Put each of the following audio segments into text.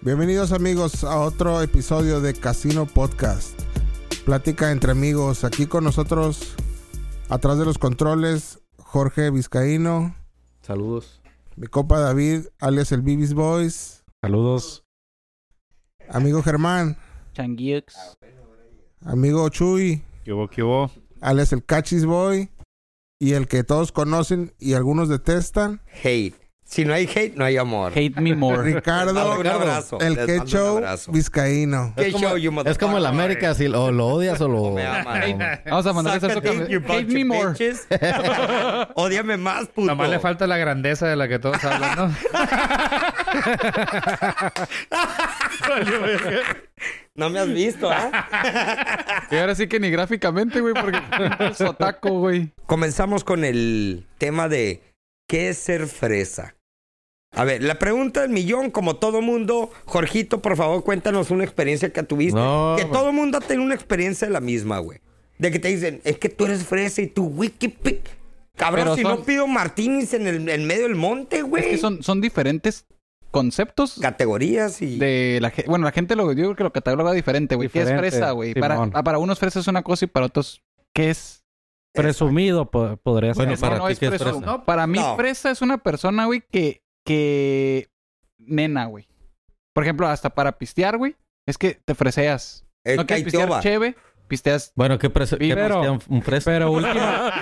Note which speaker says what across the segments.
Speaker 1: Bienvenidos amigos a otro episodio de Casino Podcast. Plática entre amigos. Aquí con nosotros, atrás de los controles, Jorge Vizcaíno,
Speaker 2: Saludos.
Speaker 1: mi copa David, alias el Bibis Boys,
Speaker 3: Saludos.
Speaker 1: amigo Germán,
Speaker 4: Changuix.
Speaker 1: amigo Chuy,
Speaker 3: ¿Qué hubo, qué hubo?
Speaker 1: alias el Cachis Boy, y el que todos conocen y algunos detestan,
Speaker 5: hate. Si no hay hate, no hay amor.
Speaker 4: Hate me more.
Speaker 1: Ricardo,
Speaker 5: Ah, Un abrazo.
Speaker 1: el
Speaker 5: Les
Speaker 1: que
Speaker 5: mando un
Speaker 1: show
Speaker 5: abrazo.
Speaker 1: Vizcaíno.
Speaker 5: Qué
Speaker 3: Es como-
Speaker 5: show, you
Speaker 3: Es como el
Speaker 5: motherfucker.
Speaker 3: América, si o lo odias o lo...
Speaker 5: Me ama.
Speaker 4: Vamos a mandar
Speaker 5: Suck
Speaker 4: eso
Speaker 5: a dick, you
Speaker 4: que Hate
Speaker 5: bunch
Speaker 4: me
Speaker 5: of
Speaker 4: more.
Speaker 5: bitches. Ódiame más, puto.
Speaker 6: Nomás le falta la grandeza de la que todos hablan, ¿no?
Speaker 5: No me has visto, ¿ah?
Speaker 4: Y ahora sí que ni gráficamente, güey, porque es otaku, güey.
Speaker 5: Comenzamos con el tema de ¿qué es ser fresa? A ver, la pregunta del millón, como todo mundo, Jorgito, por favor, cuéntanos una experiencia que tuviste.
Speaker 3: No,
Speaker 5: que
Speaker 3: güey.
Speaker 5: todo mundo ha tenido una experiencia de la misma, güey. De que te dicen, es que tú eres fresa y tú, güey, qué pe- Cabrón,
Speaker 4: Pero
Speaker 5: si
Speaker 4: son-
Speaker 5: no pido martinis en el en medio del monte, güey.
Speaker 4: Es que son, son diferentes conceptos
Speaker 5: categorías y
Speaker 4: de la gente. Bueno, la gente lo, yo creo que lo cataloga diferente, güey. ¿Qué es
Speaker 3: Diferente,
Speaker 4: fresa, güey? Para, ah,
Speaker 3: Simón.
Speaker 4: para unos fresa es una cosa y para otros, ¿qué es?
Speaker 3: Presumido po- podría ser.
Speaker 2: Bueno,
Speaker 4: No,
Speaker 2: para
Speaker 4: no
Speaker 2: ti,
Speaker 4: es
Speaker 2: ¿qué es
Speaker 4: preso-
Speaker 2: fresa?
Speaker 4: no, para mí,
Speaker 5: No.
Speaker 4: fresa es una persona, güey, que, que. Nena, güey. Por ejemplo, hasta para pistear, güey, es que te freseas.
Speaker 5: el
Speaker 4: no quieres pistear
Speaker 5: caitoba.
Speaker 4: cheve, pisteas.
Speaker 2: Bueno, ¿qué, presa? qué
Speaker 3: Pero-
Speaker 2: presea un, un fresa?
Speaker 3: Pero última,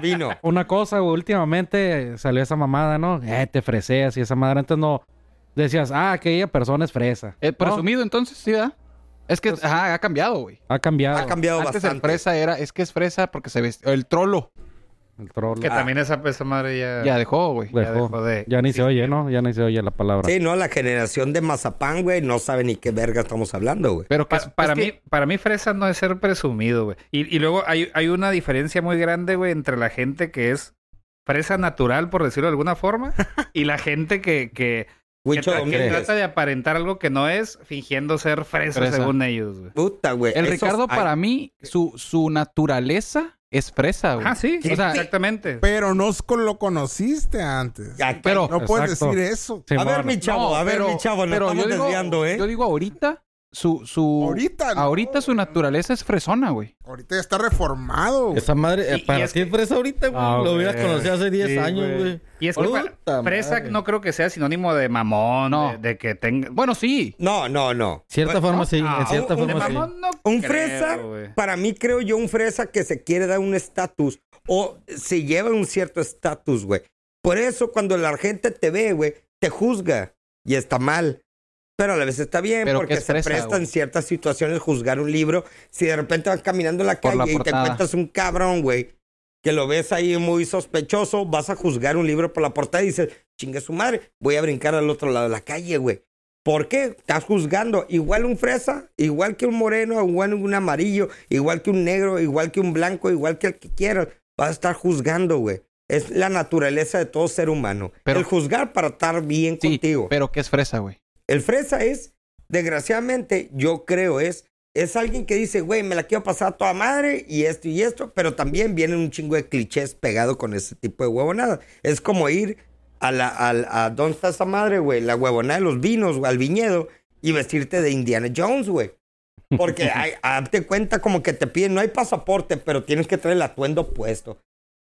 Speaker 5: vino.
Speaker 3: una cosa, güey, últimamente salió esa mamada, ¿no? Eh, te freseas y esa madre. Antes no decías, ah, aquella persona es fresa.
Speaker 4: eh,
Speaker 3: No,
Speaker 4: presumido, entonces, sí, ¿verdad? Es que ajá, ha cambiado, güey.
Speaker 3: ha cambiado
Speaker 5: Ha cambiado
Speaker 4: Antes el
Speaker 5: bastante.
Speaker 4: fresa era, es que es fresa porque se vestió. El trolo Ah,
Speaker 3: el troll.
Speaker 6: Que también esa, esa madre ya,
Speaker 4: Pues ya dejó, güey.
Speaker 6: ya
Speaker 3: Dejó.
Speaker 6: dejó de...
Speaker 3: Ya ni se oye, ¿no? Ya ni se oye la palabra.
Speaker 5: Sí, no, la generación de Mazapán, güey, no sabe ni qué verga estamos hablando, güey.
Speaker 4: Pero que
Speaker 6: Pa-
Speaker 4: es-
Speaker 6: para,
Speaker 4: es
Speaker 6: mí,
Speaker 4: que-
Speaker 6: para mí fresa no es ser presumido, güey. Y, y luego hay, hay una diferencia muy grande, güey, entre la gente que es fresa natural, por decirlo de alguna forma, y la gente que, que, que,
Speaker 5: Huicho
Speaker 6: tra- que
Speaker 5: Domínguez.
Speaker 6: trata de aparentar algo que no es, fingiendo ser fresa,
Speaker 4: Fresa.
Speaker 6: según ellos, güey.
Speaker 5: Puta, güey.
Speaker 4: el
Speaker 5: esos-
Speaker 4: Ricardo,
Speaker 5: ay,
Speaker 4: para mí, su, su naturaleza es fresa, güey.
Speaker 6: Ah, sí,
Speaker 4: O sea,
Speaker 6: exactamente.
Speaker 1: Pero no os- lo conociste antes.
Speaker 5: ya, que-
Speaker 4: pero.
Speaker 1: No puedes
Speaker 3: Exacto.
Speaker 1: decir eso.
Speaker 3: Simón.
Speaker 5: a ver, mi chavo,
Speaker 4: No,
Speaker 5: a ver,
Speaker 4: pero-
Speaker 5: mi chavo, no
Speaker 4: pero
Speaker 5: estamos
Speaker 4: yo digo-
Speaker 5: desviando, ¿eh?
Speaker 4: Yo digo ahorita, su, su.
Speaker 1: Ahorita no.
Speaker 4: Ahorita su naturaleza es fresona, güey.
Speaker 1: Ahorita ya está reformado. güey.
Speaker 2: Esa madre, eh,
Speaker 6: Y- y
Speaker 2: para
Speaker 6: es
Speaker 2: ti es fresa ahorita, güey.
Speaker 3: Ah,
Speaker 2: lo
Speaker 3: güey.
Speaker 2: hubieras conocido hace 10
Speaker 3: Sí,
Speaker 2: años,
Speaker 3: güey.
Speaker 2: güey.
Speaker 6: Y es que
Speaker 2: Puta
Speaker 6: pa- fresa
Speaker 2: madre.
Speaker 6: no creo que sea sinónimo de mamón,
Speaker 4: No.
Speaker 6: de, de que tenga...
Speaker 4: Bueno, sí.
Speaker 5: No, no, no.
Speaker 2: Cierta forma sí, en
Speaker 6: Ah,
Speaker 2: cierta
Speaker 5: un-
Speaker 6: de
Speaker 2: forma sí.
Speaker 6: mamón no
Speaker 5: Un
Speaker 6: creo,
Speaker 5: fresa,
Speaker 6: güey.
Speaker 5: para mí creo yo, un fresa que se quiere dar un estatus o se lleva un cierto estatus, güey. Por eso cuando la gente te ve, güey, te juzga y está mal. Pero a la vez está bien
Speaker 4: Pero
Speaker 5: porque
Speaker 4: que es
Speaker 5: se
Speaker 4: fresa,
Speaker 5: presta
Speaker 4: güey.
Speaker 5: en ciertas situaciones juzgar un libro. Si de repente vas caminando en la
Speaker 4: Por
Speaker 5: calle
Speaker 4: la
Speaker 5: y te
Speaker 4: portada.
Speaker 5: encuentras un cabrón, güey, que lo ves ahí muy sospechoso, vas a juzgar un libro por la portada y dices, chinga su madre, voy a brincar al otro lado de la calle, güey. ¿Por qué? Estás juzgando. Igual un fresa, igual que un moreno, igual un amarillo, igual que un negro, igual que un blanco, igual que el que quieras. Vas a estar juzgando, güey. Es la naturaleza de todo ser humano.
Speaker 4: Pero-
Speaker 5: el juzgar para estar bien
Speaker 4: Sí.
Speaker 5: contigo.
Speaker 4: Pero que es fresa, güey.
Speaker 5: El fresa es, desgraciadamente, yo creo es, es alguien que dice, güey, me la quiero pasar a toda madre y esto y esto, pero también vienen un chingo de clichés pegado con ese tipo de huevonada. Es como ir a la, al- a, ¿dónde está esa madre, güey? La huevonada de los vinos, güey, al viñedo y vestirte de Indiana Jones, güey. Porque hay, hazte cuenta como que te piden, no hay pasaporte, pero tienes que traer el atuendo puesto.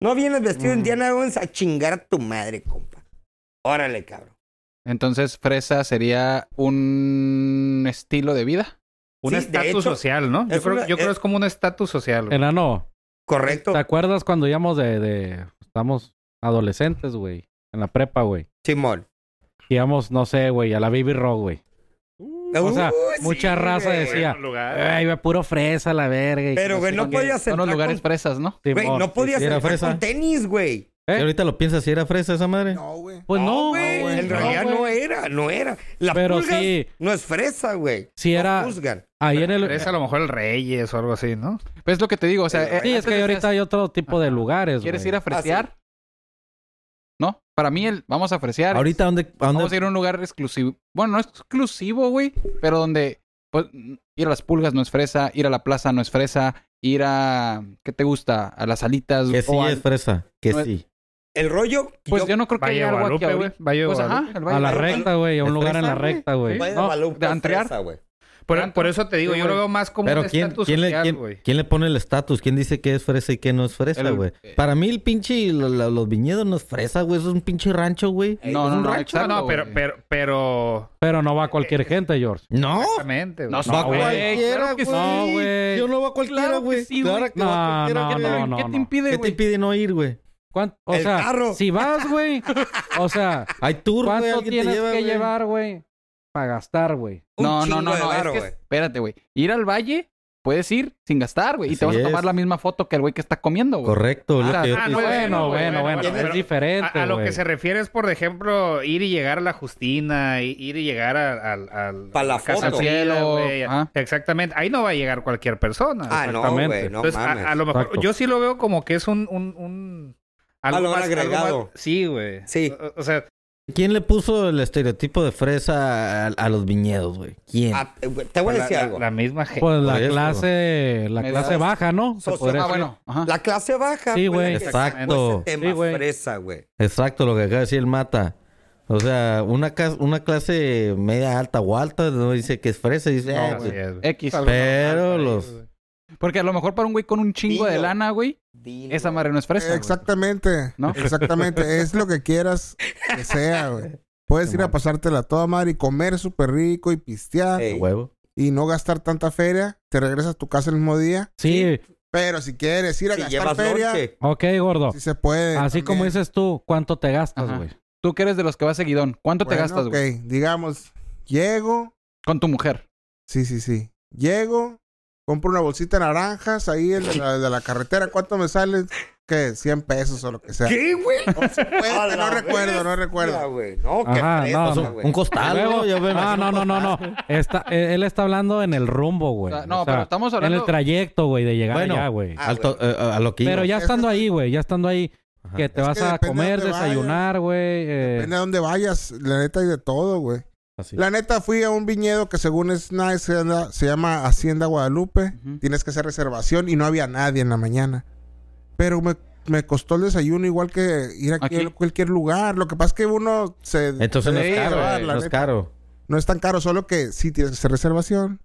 Speaker 5: No vienes vestido
Speaker 4: Mm.
Speaker 5: de Indiana Jones a chingar a tu madre, compa. Órale, cabrón.
Speaker 4: Entonces, fresa sería un estilo de vida.
Speaker 6: Un
Speaker 5: Sí, de hecho,
Speaker 6: estatus social, ¿no? Yo
Speaker 5: es
Speaker 6: creo,
Speaker 5: una- eh,
Speaker 6: yo creo
Speaker 5: es-
Speaker 6: es como un estatus social. güey.
Speaker 3: Enano,
Speaker 5: Correcto.
Speaker 3: ¿te acuerdas cuando íbamos de... de- Estamos adolescentes, güey. En la prepa, güey.
Speaker 5: Simón.
Speaker 3: Íbamos, no sé, güey, a la Baby Rock, güey. O sea,
Speaker 5: Uh,
Speaker 3: mucha
Speaker 5: sí,
Speaker 3: raza
Speaker 5: güey.
Speaker 3: decía,
Speaker 6: lugar.
Speaker 3: ay, va puro fresa a la verga. y
Speaker 5: Pero,
Speaker 3: que
Speaker 5: güey,
Speaker 3: sé
Speaker 5: no
Speaker 3: qué.
Speaker 5: podías
Speaker 4: Son los
Speaker 5: entrar
Speaker 4: lugares
Speaker 5: con...
Speaker 4: fresas, ¿no?
Speaker 5: Güey,
Speaker 3: Simón,
Speaker 5: no podías
Speaker 2: sí, era
Speaker 5: entrar
Speaker 2: fresa.
Speaker 5: con tenis, güey.
Speaker 3: ¿Eh?
Speaker 2: Y ahorita lo piensas, si era fresa esa madre.
Speaker 1: No, güey.
Speaker 3: Pues no,
Speaker 5: güey.
Speaker 1: güey,
Speaker 5: en
Speaker 1: no,
Speaker 5: realidad no,
Speaker 3: güey.
Speaker 5: era, no era. La
Speaker 3: Pero
Speaker 5: pulgas
Speaker 3: sí. Ah,
Speaker 5: no es fresa, güey.
Speaker 3: Sí
Speaker 5: No
Speaker 3: era-
Speaker 5: juzgan.
Speaker 3: Ahí en el...
Speaker 6: Es a lo mejor el Reyes o algo así, ¿no?
Speaker 4: Pues es lo que te digo, o sea, eh,
Speaker 3: Sí, es
Speaker 4: antes
Speaker 3: que
Speaker 4: decías,
Speaker 3: ahorita hay otro tipo de lugares,
Speaker 4: ¿Quieres
Speaker 3: güey.
Speaker 6: Ah,
Speaker 4: ir a
Speaker 5: Ah,
Speaker 4: fresear? No, para mí el vamos a fresear.
Speaker 2: Ahorita, ¿dónde, a
Speaker 4: vamos a
Speaker 2: dónde
Speaker 4: ir a un lugar exclusivo. Bueno, no exclusivo, güey, pero donde pues, mm, ir a las pulgas no es fresa, ir a la plaza no es fresa, ir a ¿qué te gusta? A las alitas
Speaker 2: Que sí
Speaker 4: o al-
Speaker 2: es fresa. Que
Speaker 4: no es-
Speaker 2: sí.
Speaker 5: El rollo. que
Speaker 4: Pues
Speaker 5: yo-
Speaker 4: yo, no creo que
Speaker 6: Valle de
Speaker 4: haya algo aquí,
Speaker 6: Guadalupe,
Speaker 4: güey.
Speaker 6: güey. Valle de
Speaker 4: Pues ajá,
Speaker 6: Guadalupe.
Speaker 4: el
Speaker 3: A
Speaker 4: Valle
Speaker 3: la
Speaker 4: de-
Speaker 3: recta, güey. A un lugar en la
Speaker 2: fresa,
Speaker 3: recta, güey.
Speaker 5: Valle de
Speaker 3: No,
Speaker 5: Guadalupe
Speaker 4: de
Speaker 5: es
Speaker 4: Antrear.
Speaker 5: esa, güey.
Speaker 6: Por, por eso te digo,
Speaker 4: Sí,
Speaker 6: yo lo
Speaker 4: güey.
Speaker 6: veo más como
Speaker 2: Pero
Speaker 6: un
Speaker 2: ¿quién,
Speaker 6: estatus
Speaker 2: quién, le,
Speaker 6: social,
Speaker 2: quién-
Speaker 6: güey.
Speaker 5: Eh,
Speaker 2: quién le pone el estatus? ¿Quién dice qué es fresa y qué no es fresa,
Speaker 6: El-
Speaker 2: güey?
Speaker 6: eh.
Speaker 2: Para mí el pinche... la- la- los viñedos no es fresa, güey. Eso es un pinche rancho, güey.
Speaker 4: No, no,
Speaker 6: Un
Speaker 4: no,
Speaker 6: rancho,
Speaker 4: exacto,
Speaker 6: no, pero,
Speaker 4: güey.
Speaker 6: pero, pero...
Speaker 3: Pero no va cualquier gente, George.
Speaker 2: No.
Speaker 6: Exactamente, güey.
Speaker 4: No,
Speaker 2: Va
Speaker 4: no, güey.
Speaker 2: cualquiera,
Speaker 4: Claro que
Speaker 2: güey.
Speaker 4: sí.
Speaker 3: No, güey.
Speaker 2: Yo no va cualquiera,
Speaker 4: Claro que
Speaker 2: güey.
Speaker 4: sí, güey.
Speaker 2: Claro que
Speaker 3: No,
Speaker 2: va cualquiera,
Speaker 3: no,
Speaker 2: ¿qué
Speaker 3: no,
Speaker 2: te-
Speaker 3: no.
Speaker 4: ¿Qué te impide,
Speaker 2: ¿Qué te
Speaker 4: güey?
Speaker 2: impide no ir, güey?
Speaker 3: ¿Cuán- O
Speaker 5: El
Speaker 3: sea,
Speaker 5: carro.
Speaker 3: si vas, güey. O sea,
Speaker 2: Hay tour, güey.
Speaker 3: ¿cuánto
Speaker 2: alguien te
Speaker 3: tienes
Speaker 2: lleva,
Speaker 3: que
Speaker 2: güey.
Speaker 3: llevar, güey? Para gastar, güey.
Speaker 5: Un
Speaker 4: No,
Speaker 5: chingo
Speaker 4: no, no,
Speaker 5: de
Speaker 4: no.
Speaker 5: varo,
Speaker 4: es que,
Speaker 5: güey.
Speaker 4: espérate, güey. Ir al valle, puedes ir sin gastar, güey. Y
Speaker 2: Así
Speaker 4: te vas a
Speaker 2: es.
Speaker 4: tomar la misma foto que el güey que está comiendo, güey.
Speaker 2: Correcto.
Speaker 4: Ah,
Speaker 2: lo que yo
Speaker 6: ah,
Speaker 2: te-
Speaker 6: no,
Speaker 2: Güey,
Speaker 3: Bueno, bueno, bueno.
Speaker 5: bueno,
Speaker 3: Es
Speaker 5: pero-
Speaker 3: diferente,
Speaker 6: A, a lo
Speaker 3: güey.
Speaker 6: que se refiere es, por ejemplo, ir y llegar a la Justina, i- ir y llegar a- al... al
Speaker 5: Pa' la
Speaker 6: a Frida,
Speaker 5: foto.
Speaker 4: Cielo, ah.
Speaker 6: güey.
Speaker 4: ajá.
Speaker 6: Exactamente. Ahí no va a llegar cualquier persona.
Speaker 5: Ah, no,
Speaker 3: Exactamente.
Speaker 5: güey. No
Speaker 6: Entonces,
Speaker 5: mames.
Speaker 6: Pues, a, a lo mejor...
Speaker 3: Exacto.
Speaker 6: Yo sí lo veo como que es un... un, un
Speaker 5: Valor Ah, agregado.
Speaker 6: sí, güey.
Speaker 5: Sí.
Speaker 6: O, o sea,
Speaker 2: ¿Quién le puso el estereotipo de fresa a, a los viñedos, güey? ¿Quién?
Speaker 5: Ah, eh, güey, te voy a
Speaker 6: la,
Speaker 5: decir
Speaker 6: la-
Speaker 5: algo.
Speaker 6: la misma gente.
Speaker 3: Pues la
Speaker 2: Por eso.
Speaker 3: clase, la
Speaker 4: Me
Speaker 3: clase
Speaker 4: das-
Speaker 3: baja, ¿no? Se
Speaker 5: socio-
Speaker 3: podría
Speaker 4: Ah,
Speaker 3: decir.
Speaker 4: bueno. Ajá.
Speaker 5: La clase baja.
Speaker 3: Sí,
Speaker 5: fue la
Speaker 3: güey.
Speaker 5: que sacó
Speaker 2: Exacto.
Speaker 5: ese tema
Speaker 3: Sí, güey.
Speaker 5: fresa, güey.
Speaker 2: Exacto, lo que acaba de decir el mata. O sea, una, cas- una clase media alta o alta no dice que es fresa, dice. "Ah,
Speaker 6: No,
Speaker 2: güey".
Speaker 6: güey, es-
Speaker 4: X.
Speaker 2: Pero los.
Speaker 4: Porque a lo mejor para un güey con un chingo de
Speaker 5: Dilo.
Speaker 4: lana, güey,
Speaker 5: Dilo.
Speaker 4: esa madre no es fresa. güey.
Speaker 1: Exactamente.
Speaker 4: ¿No?
Speaker 1: Exactamente. es lo que quieras que sea, güey. Puedes ir a pasártela toda madre y comer súper rico y pistear
Speaker 5: Ey,
Speaker 2: Huevo.
Speaker 1: y no gastar tanta feria. Te regresas a tu casa el mismo día.
Speaker 3: Sí,
Speaker 1: Pero si quieres ir a
Speaker 5: si
Speaker 1: gastar
Speaker 5: llevas
Speaker 1: feria,
Speaker 5: lonche.
Speaker 3: ok, gordo.
Speaker 1: sí se puede.
Speaker 3: Así
Speaker 1: también.
Speaker 3: como dices tú, ¿cuánto te gastas,
Speaker 4: Ajá.
Speaker 3: güey?
Speaker 4: Tú que eres de los que vas seguidón. ¿Cuánto te
Speaker 1: Bueno,
Speaker 4: gastas, güey?
Speaker 1: Ok, digamos, llego.
Speaker 4: Con tu mujer.
Speaker 1: Sí, sí, sí. Llego, compro una bolsita de naranjas ahí el de la, de la carretera. ¿Cuánto me sale? ¿Qué? 100 pesos o lo que sea.
Speaker 5: ¿Qué, güey? A
Speaker 1: Puede,
Speaker 5: la
Speaker 1: no recuerdo, no
Speaker 5: Mira,
Speaker 1: recuerdo.
Speaker 5: güey, No, Oh, qué
Speaker 3: Ajá,
Speaker 5: fresa,
Speaker 3: no,
Speaker 2: Pues un-
Speaker 5: güey.
Speaker 2: un costal,
Speaker 3: Luego-
Speaker 2: güey, yo me
Speaker 3: no,
Speaker 2: imagino
Speaker 3: no, no,
Speaker 2: un
Speaker 3: no, no.
Speaker 2: costal.
Speaker 3: Está, eh, él está hablando en el rumbo, güey.
Speaker 4: O sea,
Speaker 3: O
Speaker 4: no,
Speaker 3: sea,
Speaker 4: pero estamos hablando.
Speaker 3: En el trayecto, güey, de llegar
Speaker 2: Bueno.
Speaker 3: allá, güey.
Speaker 5: Ah,
Speaker 2: Alto- eh, a lo que iba.
Speaker 3: Pero ya estando
Speaker 1: Este
Speaker 3: ahí, güey, ya estando ahí,
Speaker 2: Ajá.
Speaker 3: que te
Speaker 1: Es
Speaker 3: vas
Speaker 1: que
Speaker 3: a
Speaker 1: depende
Speaker 3: comer,
Speaker 1: dónde vayas.
Speaker 3: desayunar, güey. eh,
Speaker 1: Depende de dónde vayas, la neta hay de todo, güey.
Speaker 2: Así.
Speaker 1: La neta, fui a un viñedo que según es nice, se, llama- se llama Hacienda Guadalupe.
Speaker 4: Ujú.
Speaker 1: Tienes que hacer reservación y no había nadie en la mañana. Pero me, me costó el desayuno igual que ir aquí,
Speaker 4: Aquí.
Speaker 1: a cualquier lugar. Lo que pasa es que uno se...
Speaker 2: Entonces no
Speaker 1: se
Speaker 2: es
Speaker 1: deja
Speaker 2: caro,
Speaker 1: llevar,
Speaker 7: eh,
Speaker 2: güey,
Speaker 1: la
Speaker 2: no es
Speaker 1: neta.
Speaker 2: caro.
Speaker 1: No es tan caro, solo que sí tienes que hacer reservación.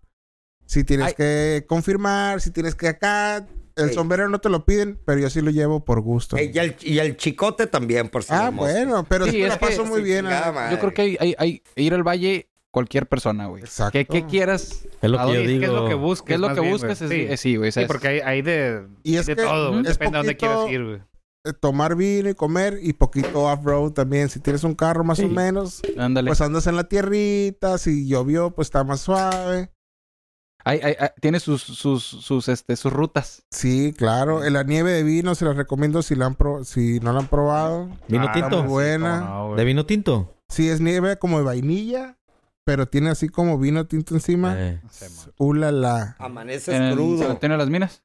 Speaker 1: Si tienes
Speaker 4: Ay.
Speaker 1: que confirmar, si tienes que acá... El
Speaker 5: Ey.
Speaker 1: sombrero no te lo piden, pero yo sí lo llevo por gusto.
Speaker 5: Ey, Eh, y, el, y el chicote también, por si
Speaker 1: ah,
Speaker 5: la mosca.
Speaker 1: bueno, pero
Speaker 4: Sí,
Speaker 1: sí, me
Speaker 4: es
Speaker 1: la
Speaker 4: que-
Speaker 1: paso muy
Speaker 5: Sí,
Speaker 1: bien. la
Speaker 5: chingada
Speaker 1: neta.
Speaker 5: madre.
Speaker 4: Yo creo que hay, hay- hay- ir al valle cualquier persona, güey.
Speaker 1: Exacto.
Speaker 4: ¿Qué, qué quieras?
Speaker 2: Es lo
Speaker 4: ¿A
Speaker 2: que yo
Speaker 4: dónde-
Speaker 2: digo.
Speaker 6: ¿Qué es lo que buscas?
Speaker 4: ¿Qué es lo
Speaker 6: más
Speaker 4: que
Speaker 6: bien,
Speaker 4: buscas?
Speaker 6: güey?
Speaker 4: Es-
Speaker 6: Sí.
Speaker 4: es- Sí, güey. o sea,
Speaker 6: Sí,
Speaker 4: es-
Speaker 6: porque hay, hay de,
Speaker 1: Y es
Speaker 6: de
Speaker 1: que
Speaker 6: todo, güey.
Speaker 1: es
Speaker 6: depende de dónde
Speaker 1: poquito-
Speaker 6: quieras ir, güey.
Speaker 1: eh, tomar vino y comer y poquito off-road también. Si tienes un carro más o menos,
Speaker 4: Ándale.
Speaker 1: pues andas en la tierrita, si llovió, pues está más suave.
Speaker 4: Hay- hay- hay- tiene sus, sus, sus, este, sus rutas.
Speaker 1: Sí, claro. Eh, La nieve de vino se la recomiendo si, la han pro- si no la han probado.
Speaker 2: Vino
Speaker 6: Ah,
Speaker 2: tinto.
Speaker 1: muy buena.
Speaker 6: cómo no, güey.
Speaker 2: ¿De vino tinto?
Speaker 1: Sí, es nieve como de vainilla, pero tiene así como vino tinto encima.
Speaker 2: Eh.
Speaker 1: Ula la.
Speaker 5: Amaneces
Speaker 4: en el
Speaker 5: crudo.
Speaker 4: cementerio de las minas.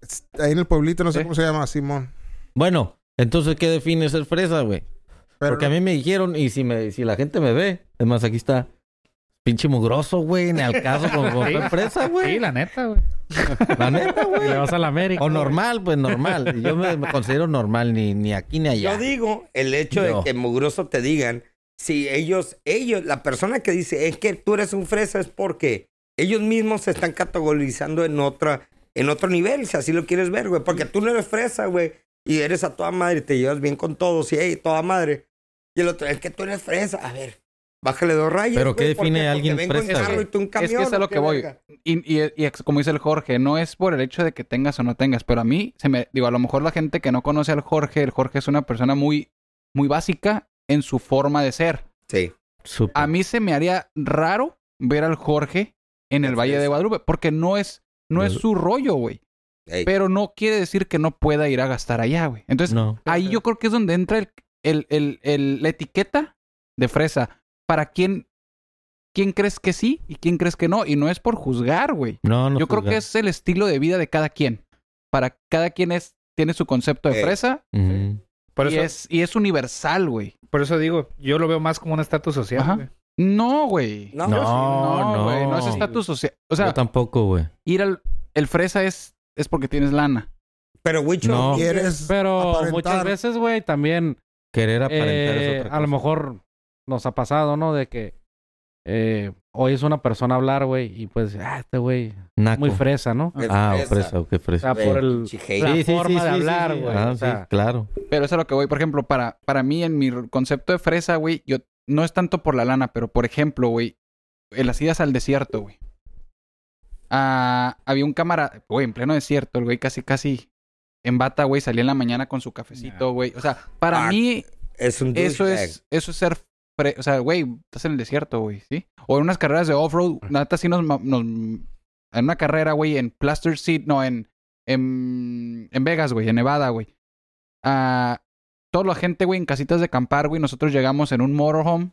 Speaker 1: Es- Ahí en el pueblito, no sé
Speaker 6: Sí.
Speaker 1: cómo se llama, Simón.
Speaker 2: Bueno, entonces, ¿qué define ser fresa, güey?
Speaker 1: Pero
Speaker 2: Porque a mí me dijeron, y si me, si la gente me ve, es más, aquí está. Pinche mugroso, güey, ni al caso con, con
Speaker 6: Sí.
Speaker 2: ser fresa,
Speaker 6: Sí,
Speaker 2: güey.
Speaker 6: la neta, güey.
Speaker 2: La neta,
Speaker 3: y le
Speaker 2: güey.
Speaker 3: vas a la América.
Speaker 2: O normal, pues normal. Yo me, me considero normal, ni, ni aquí ni allá.
Speaker 5: Yo digo el hecho
Speaker 2: Ah, No.
Speaker 5: de que mugroso te digan, si ellos, ellos, la persona que dice es que tú eres un fresa es porque ellos mismos se están categorizando en otra, en otro nivel, si así lo quieres ver, güey.
Speaker 2: Mm.
Speaker 5: Porque tú no eres fresa, güey. Y eres a toda madre, te llevas bien con todos, y hey, toda madre. Y el otro, es que tú eres fresa. A ver, bájale dos rayas.
Speaker 2: Pero, ¿qué
Speaker 5: güey, ¿por
Speaker 2: define
Speaker 5: qué?
Speaker 2: a
Speaker 5: Porque
Speaker 2: alguien
Speaker 5: vengo en
Speaker 2: fresa,
Speaker 5: carro
Speaker 2: güey?
Speaker 5: y tú en
Speaker 4: Es que
Speaker 5: camión,
Speaker 4: es a
Speaker 5: ¿o
Speaker 4: lo
Speaker 5: qué
Speaker 4: que voy.
Speaker 5: verga?
Speaker 4: Y, y- y ex- como dice el Jorge, no es por el hecho de que tengas o no tengas, pero a mí, se me, digo, a lo mejor la gente que no conoce al Jorge, el Jorge es una persona muy, muy básica en su forma de ser.
Speaker 5: Sí.
Speaker 2: Súper.
Speaker 4: A mí se me haría raro ver al Jorge en el
Speaker 5: Así
Speaker 4: Valle
Speaker 5: es.
Speaker 4: de Guadalupe, porque no es, no es
Speaker 2: Yo-
Speaker 4: su rollo, güey.
Speaker 5: Ey.
Speaker 4: Pero no quiere decir que no pueda ir a gastar allá, güey. Entonces,
Speaker 2: No.
Speaker 4: ahí yo creo que es donde entra el, el- el- el- la etiqueta de fresa. ¿Para quién, quién crees que sí y quién crees que no? Y no es por juzgar, güey.
Speaker 2: No, no. pues
Speaker 4: Yo creo que
Speaker 2: juzgar.
Speaker 4: es el estilo de vida de cada quien. Para cada quien es, tiene su concepto de
Speaker 5: Eh.
Speaker 4: fresa
Speaker 2: Ujú.
Speaker 6: Por
Speaker 4: y
Speaker 6: eso,
Speaker 4: es, y es universal, güey.
Speaker 6: por eso digo, yo lo veo más como un estatus
Speaker 4: Ajá.
Speaker 6: social. güey.
Speaker 4: No, güey.
Speaker 5: No,
Speaker 2: No,
Speaker 4: No,
Speaker 2: no.
Speaker 4: güey. No, es estatus social.
Speaker 2: Yo
Speaker 4: O sea,
Speaker 2: tampoco, güey.
Speaker 4: ir al el fresa es, es porque tienes lana.
Speaker 5: Pero Huicho
Speaker 2: No.
Speaker 1: Quieres
Speaker 3: Pero
Speaker 1: aparentar.
Speaker 3: muchas veces, güey, también
Speaker 2: Querer aparentar
Speaker 3: eh,
Speaker 2: es otra
Speaker 3: a lo
Speaker 2: cosa.
Speaker 3: mejor nos ha pasado, ¿no? De que eh, oyes una persona hablar, güey, y pues, ah, este güey,
Speaker 2: Naco.
Speaker 3: muy fresa, ¿no?
Speaker 5: es
Speaker 2: Ah,
Speaker 5: fresa.
Speaker 2: fresa, ok,
Speaker 3: O sea,
Speaker 2: fresa.
Speaker 5: Güey,
Speaker 3: por el,
Speaker 5: pinche hater.
Speaker 3: la forma de hablar, güey,
Speaker 2: Ah,
Speaker 3: o sea.
Speaker 2: sí, claro.
Speaker 4: Pero eso es a lo que voy. Por ejemplo, para, para mí, en mi r- concepto de fresa, güey, yo no es tanto por la lana, pero por ejemplo, güey, en las idas al desierto, güey. Ah, había un cámara, güey, en pleno desierto, el güey casi, casi en bata, güey, salía en la mañana con su cafecito, güey. O sea, para
Speaker 5: Ah,
Speaker 4: mí,
Speaker 5: Es un
Speaker 4: eso
Speaker 5: douchebag.
Speaker 4: es, eso es ser. fre- o sea, güey, estás en el desierto, güey, ¿sí? O en unas carreras de off-road, nata sí nos, ma- nos- En una carrera, güey, en Plaster Seat, no, en. En, en Vegas, güey, en Nevada, güey. Ah, toda la gente, güey, en casitas de acampar, güey. Nosotros llegamos en un motorhome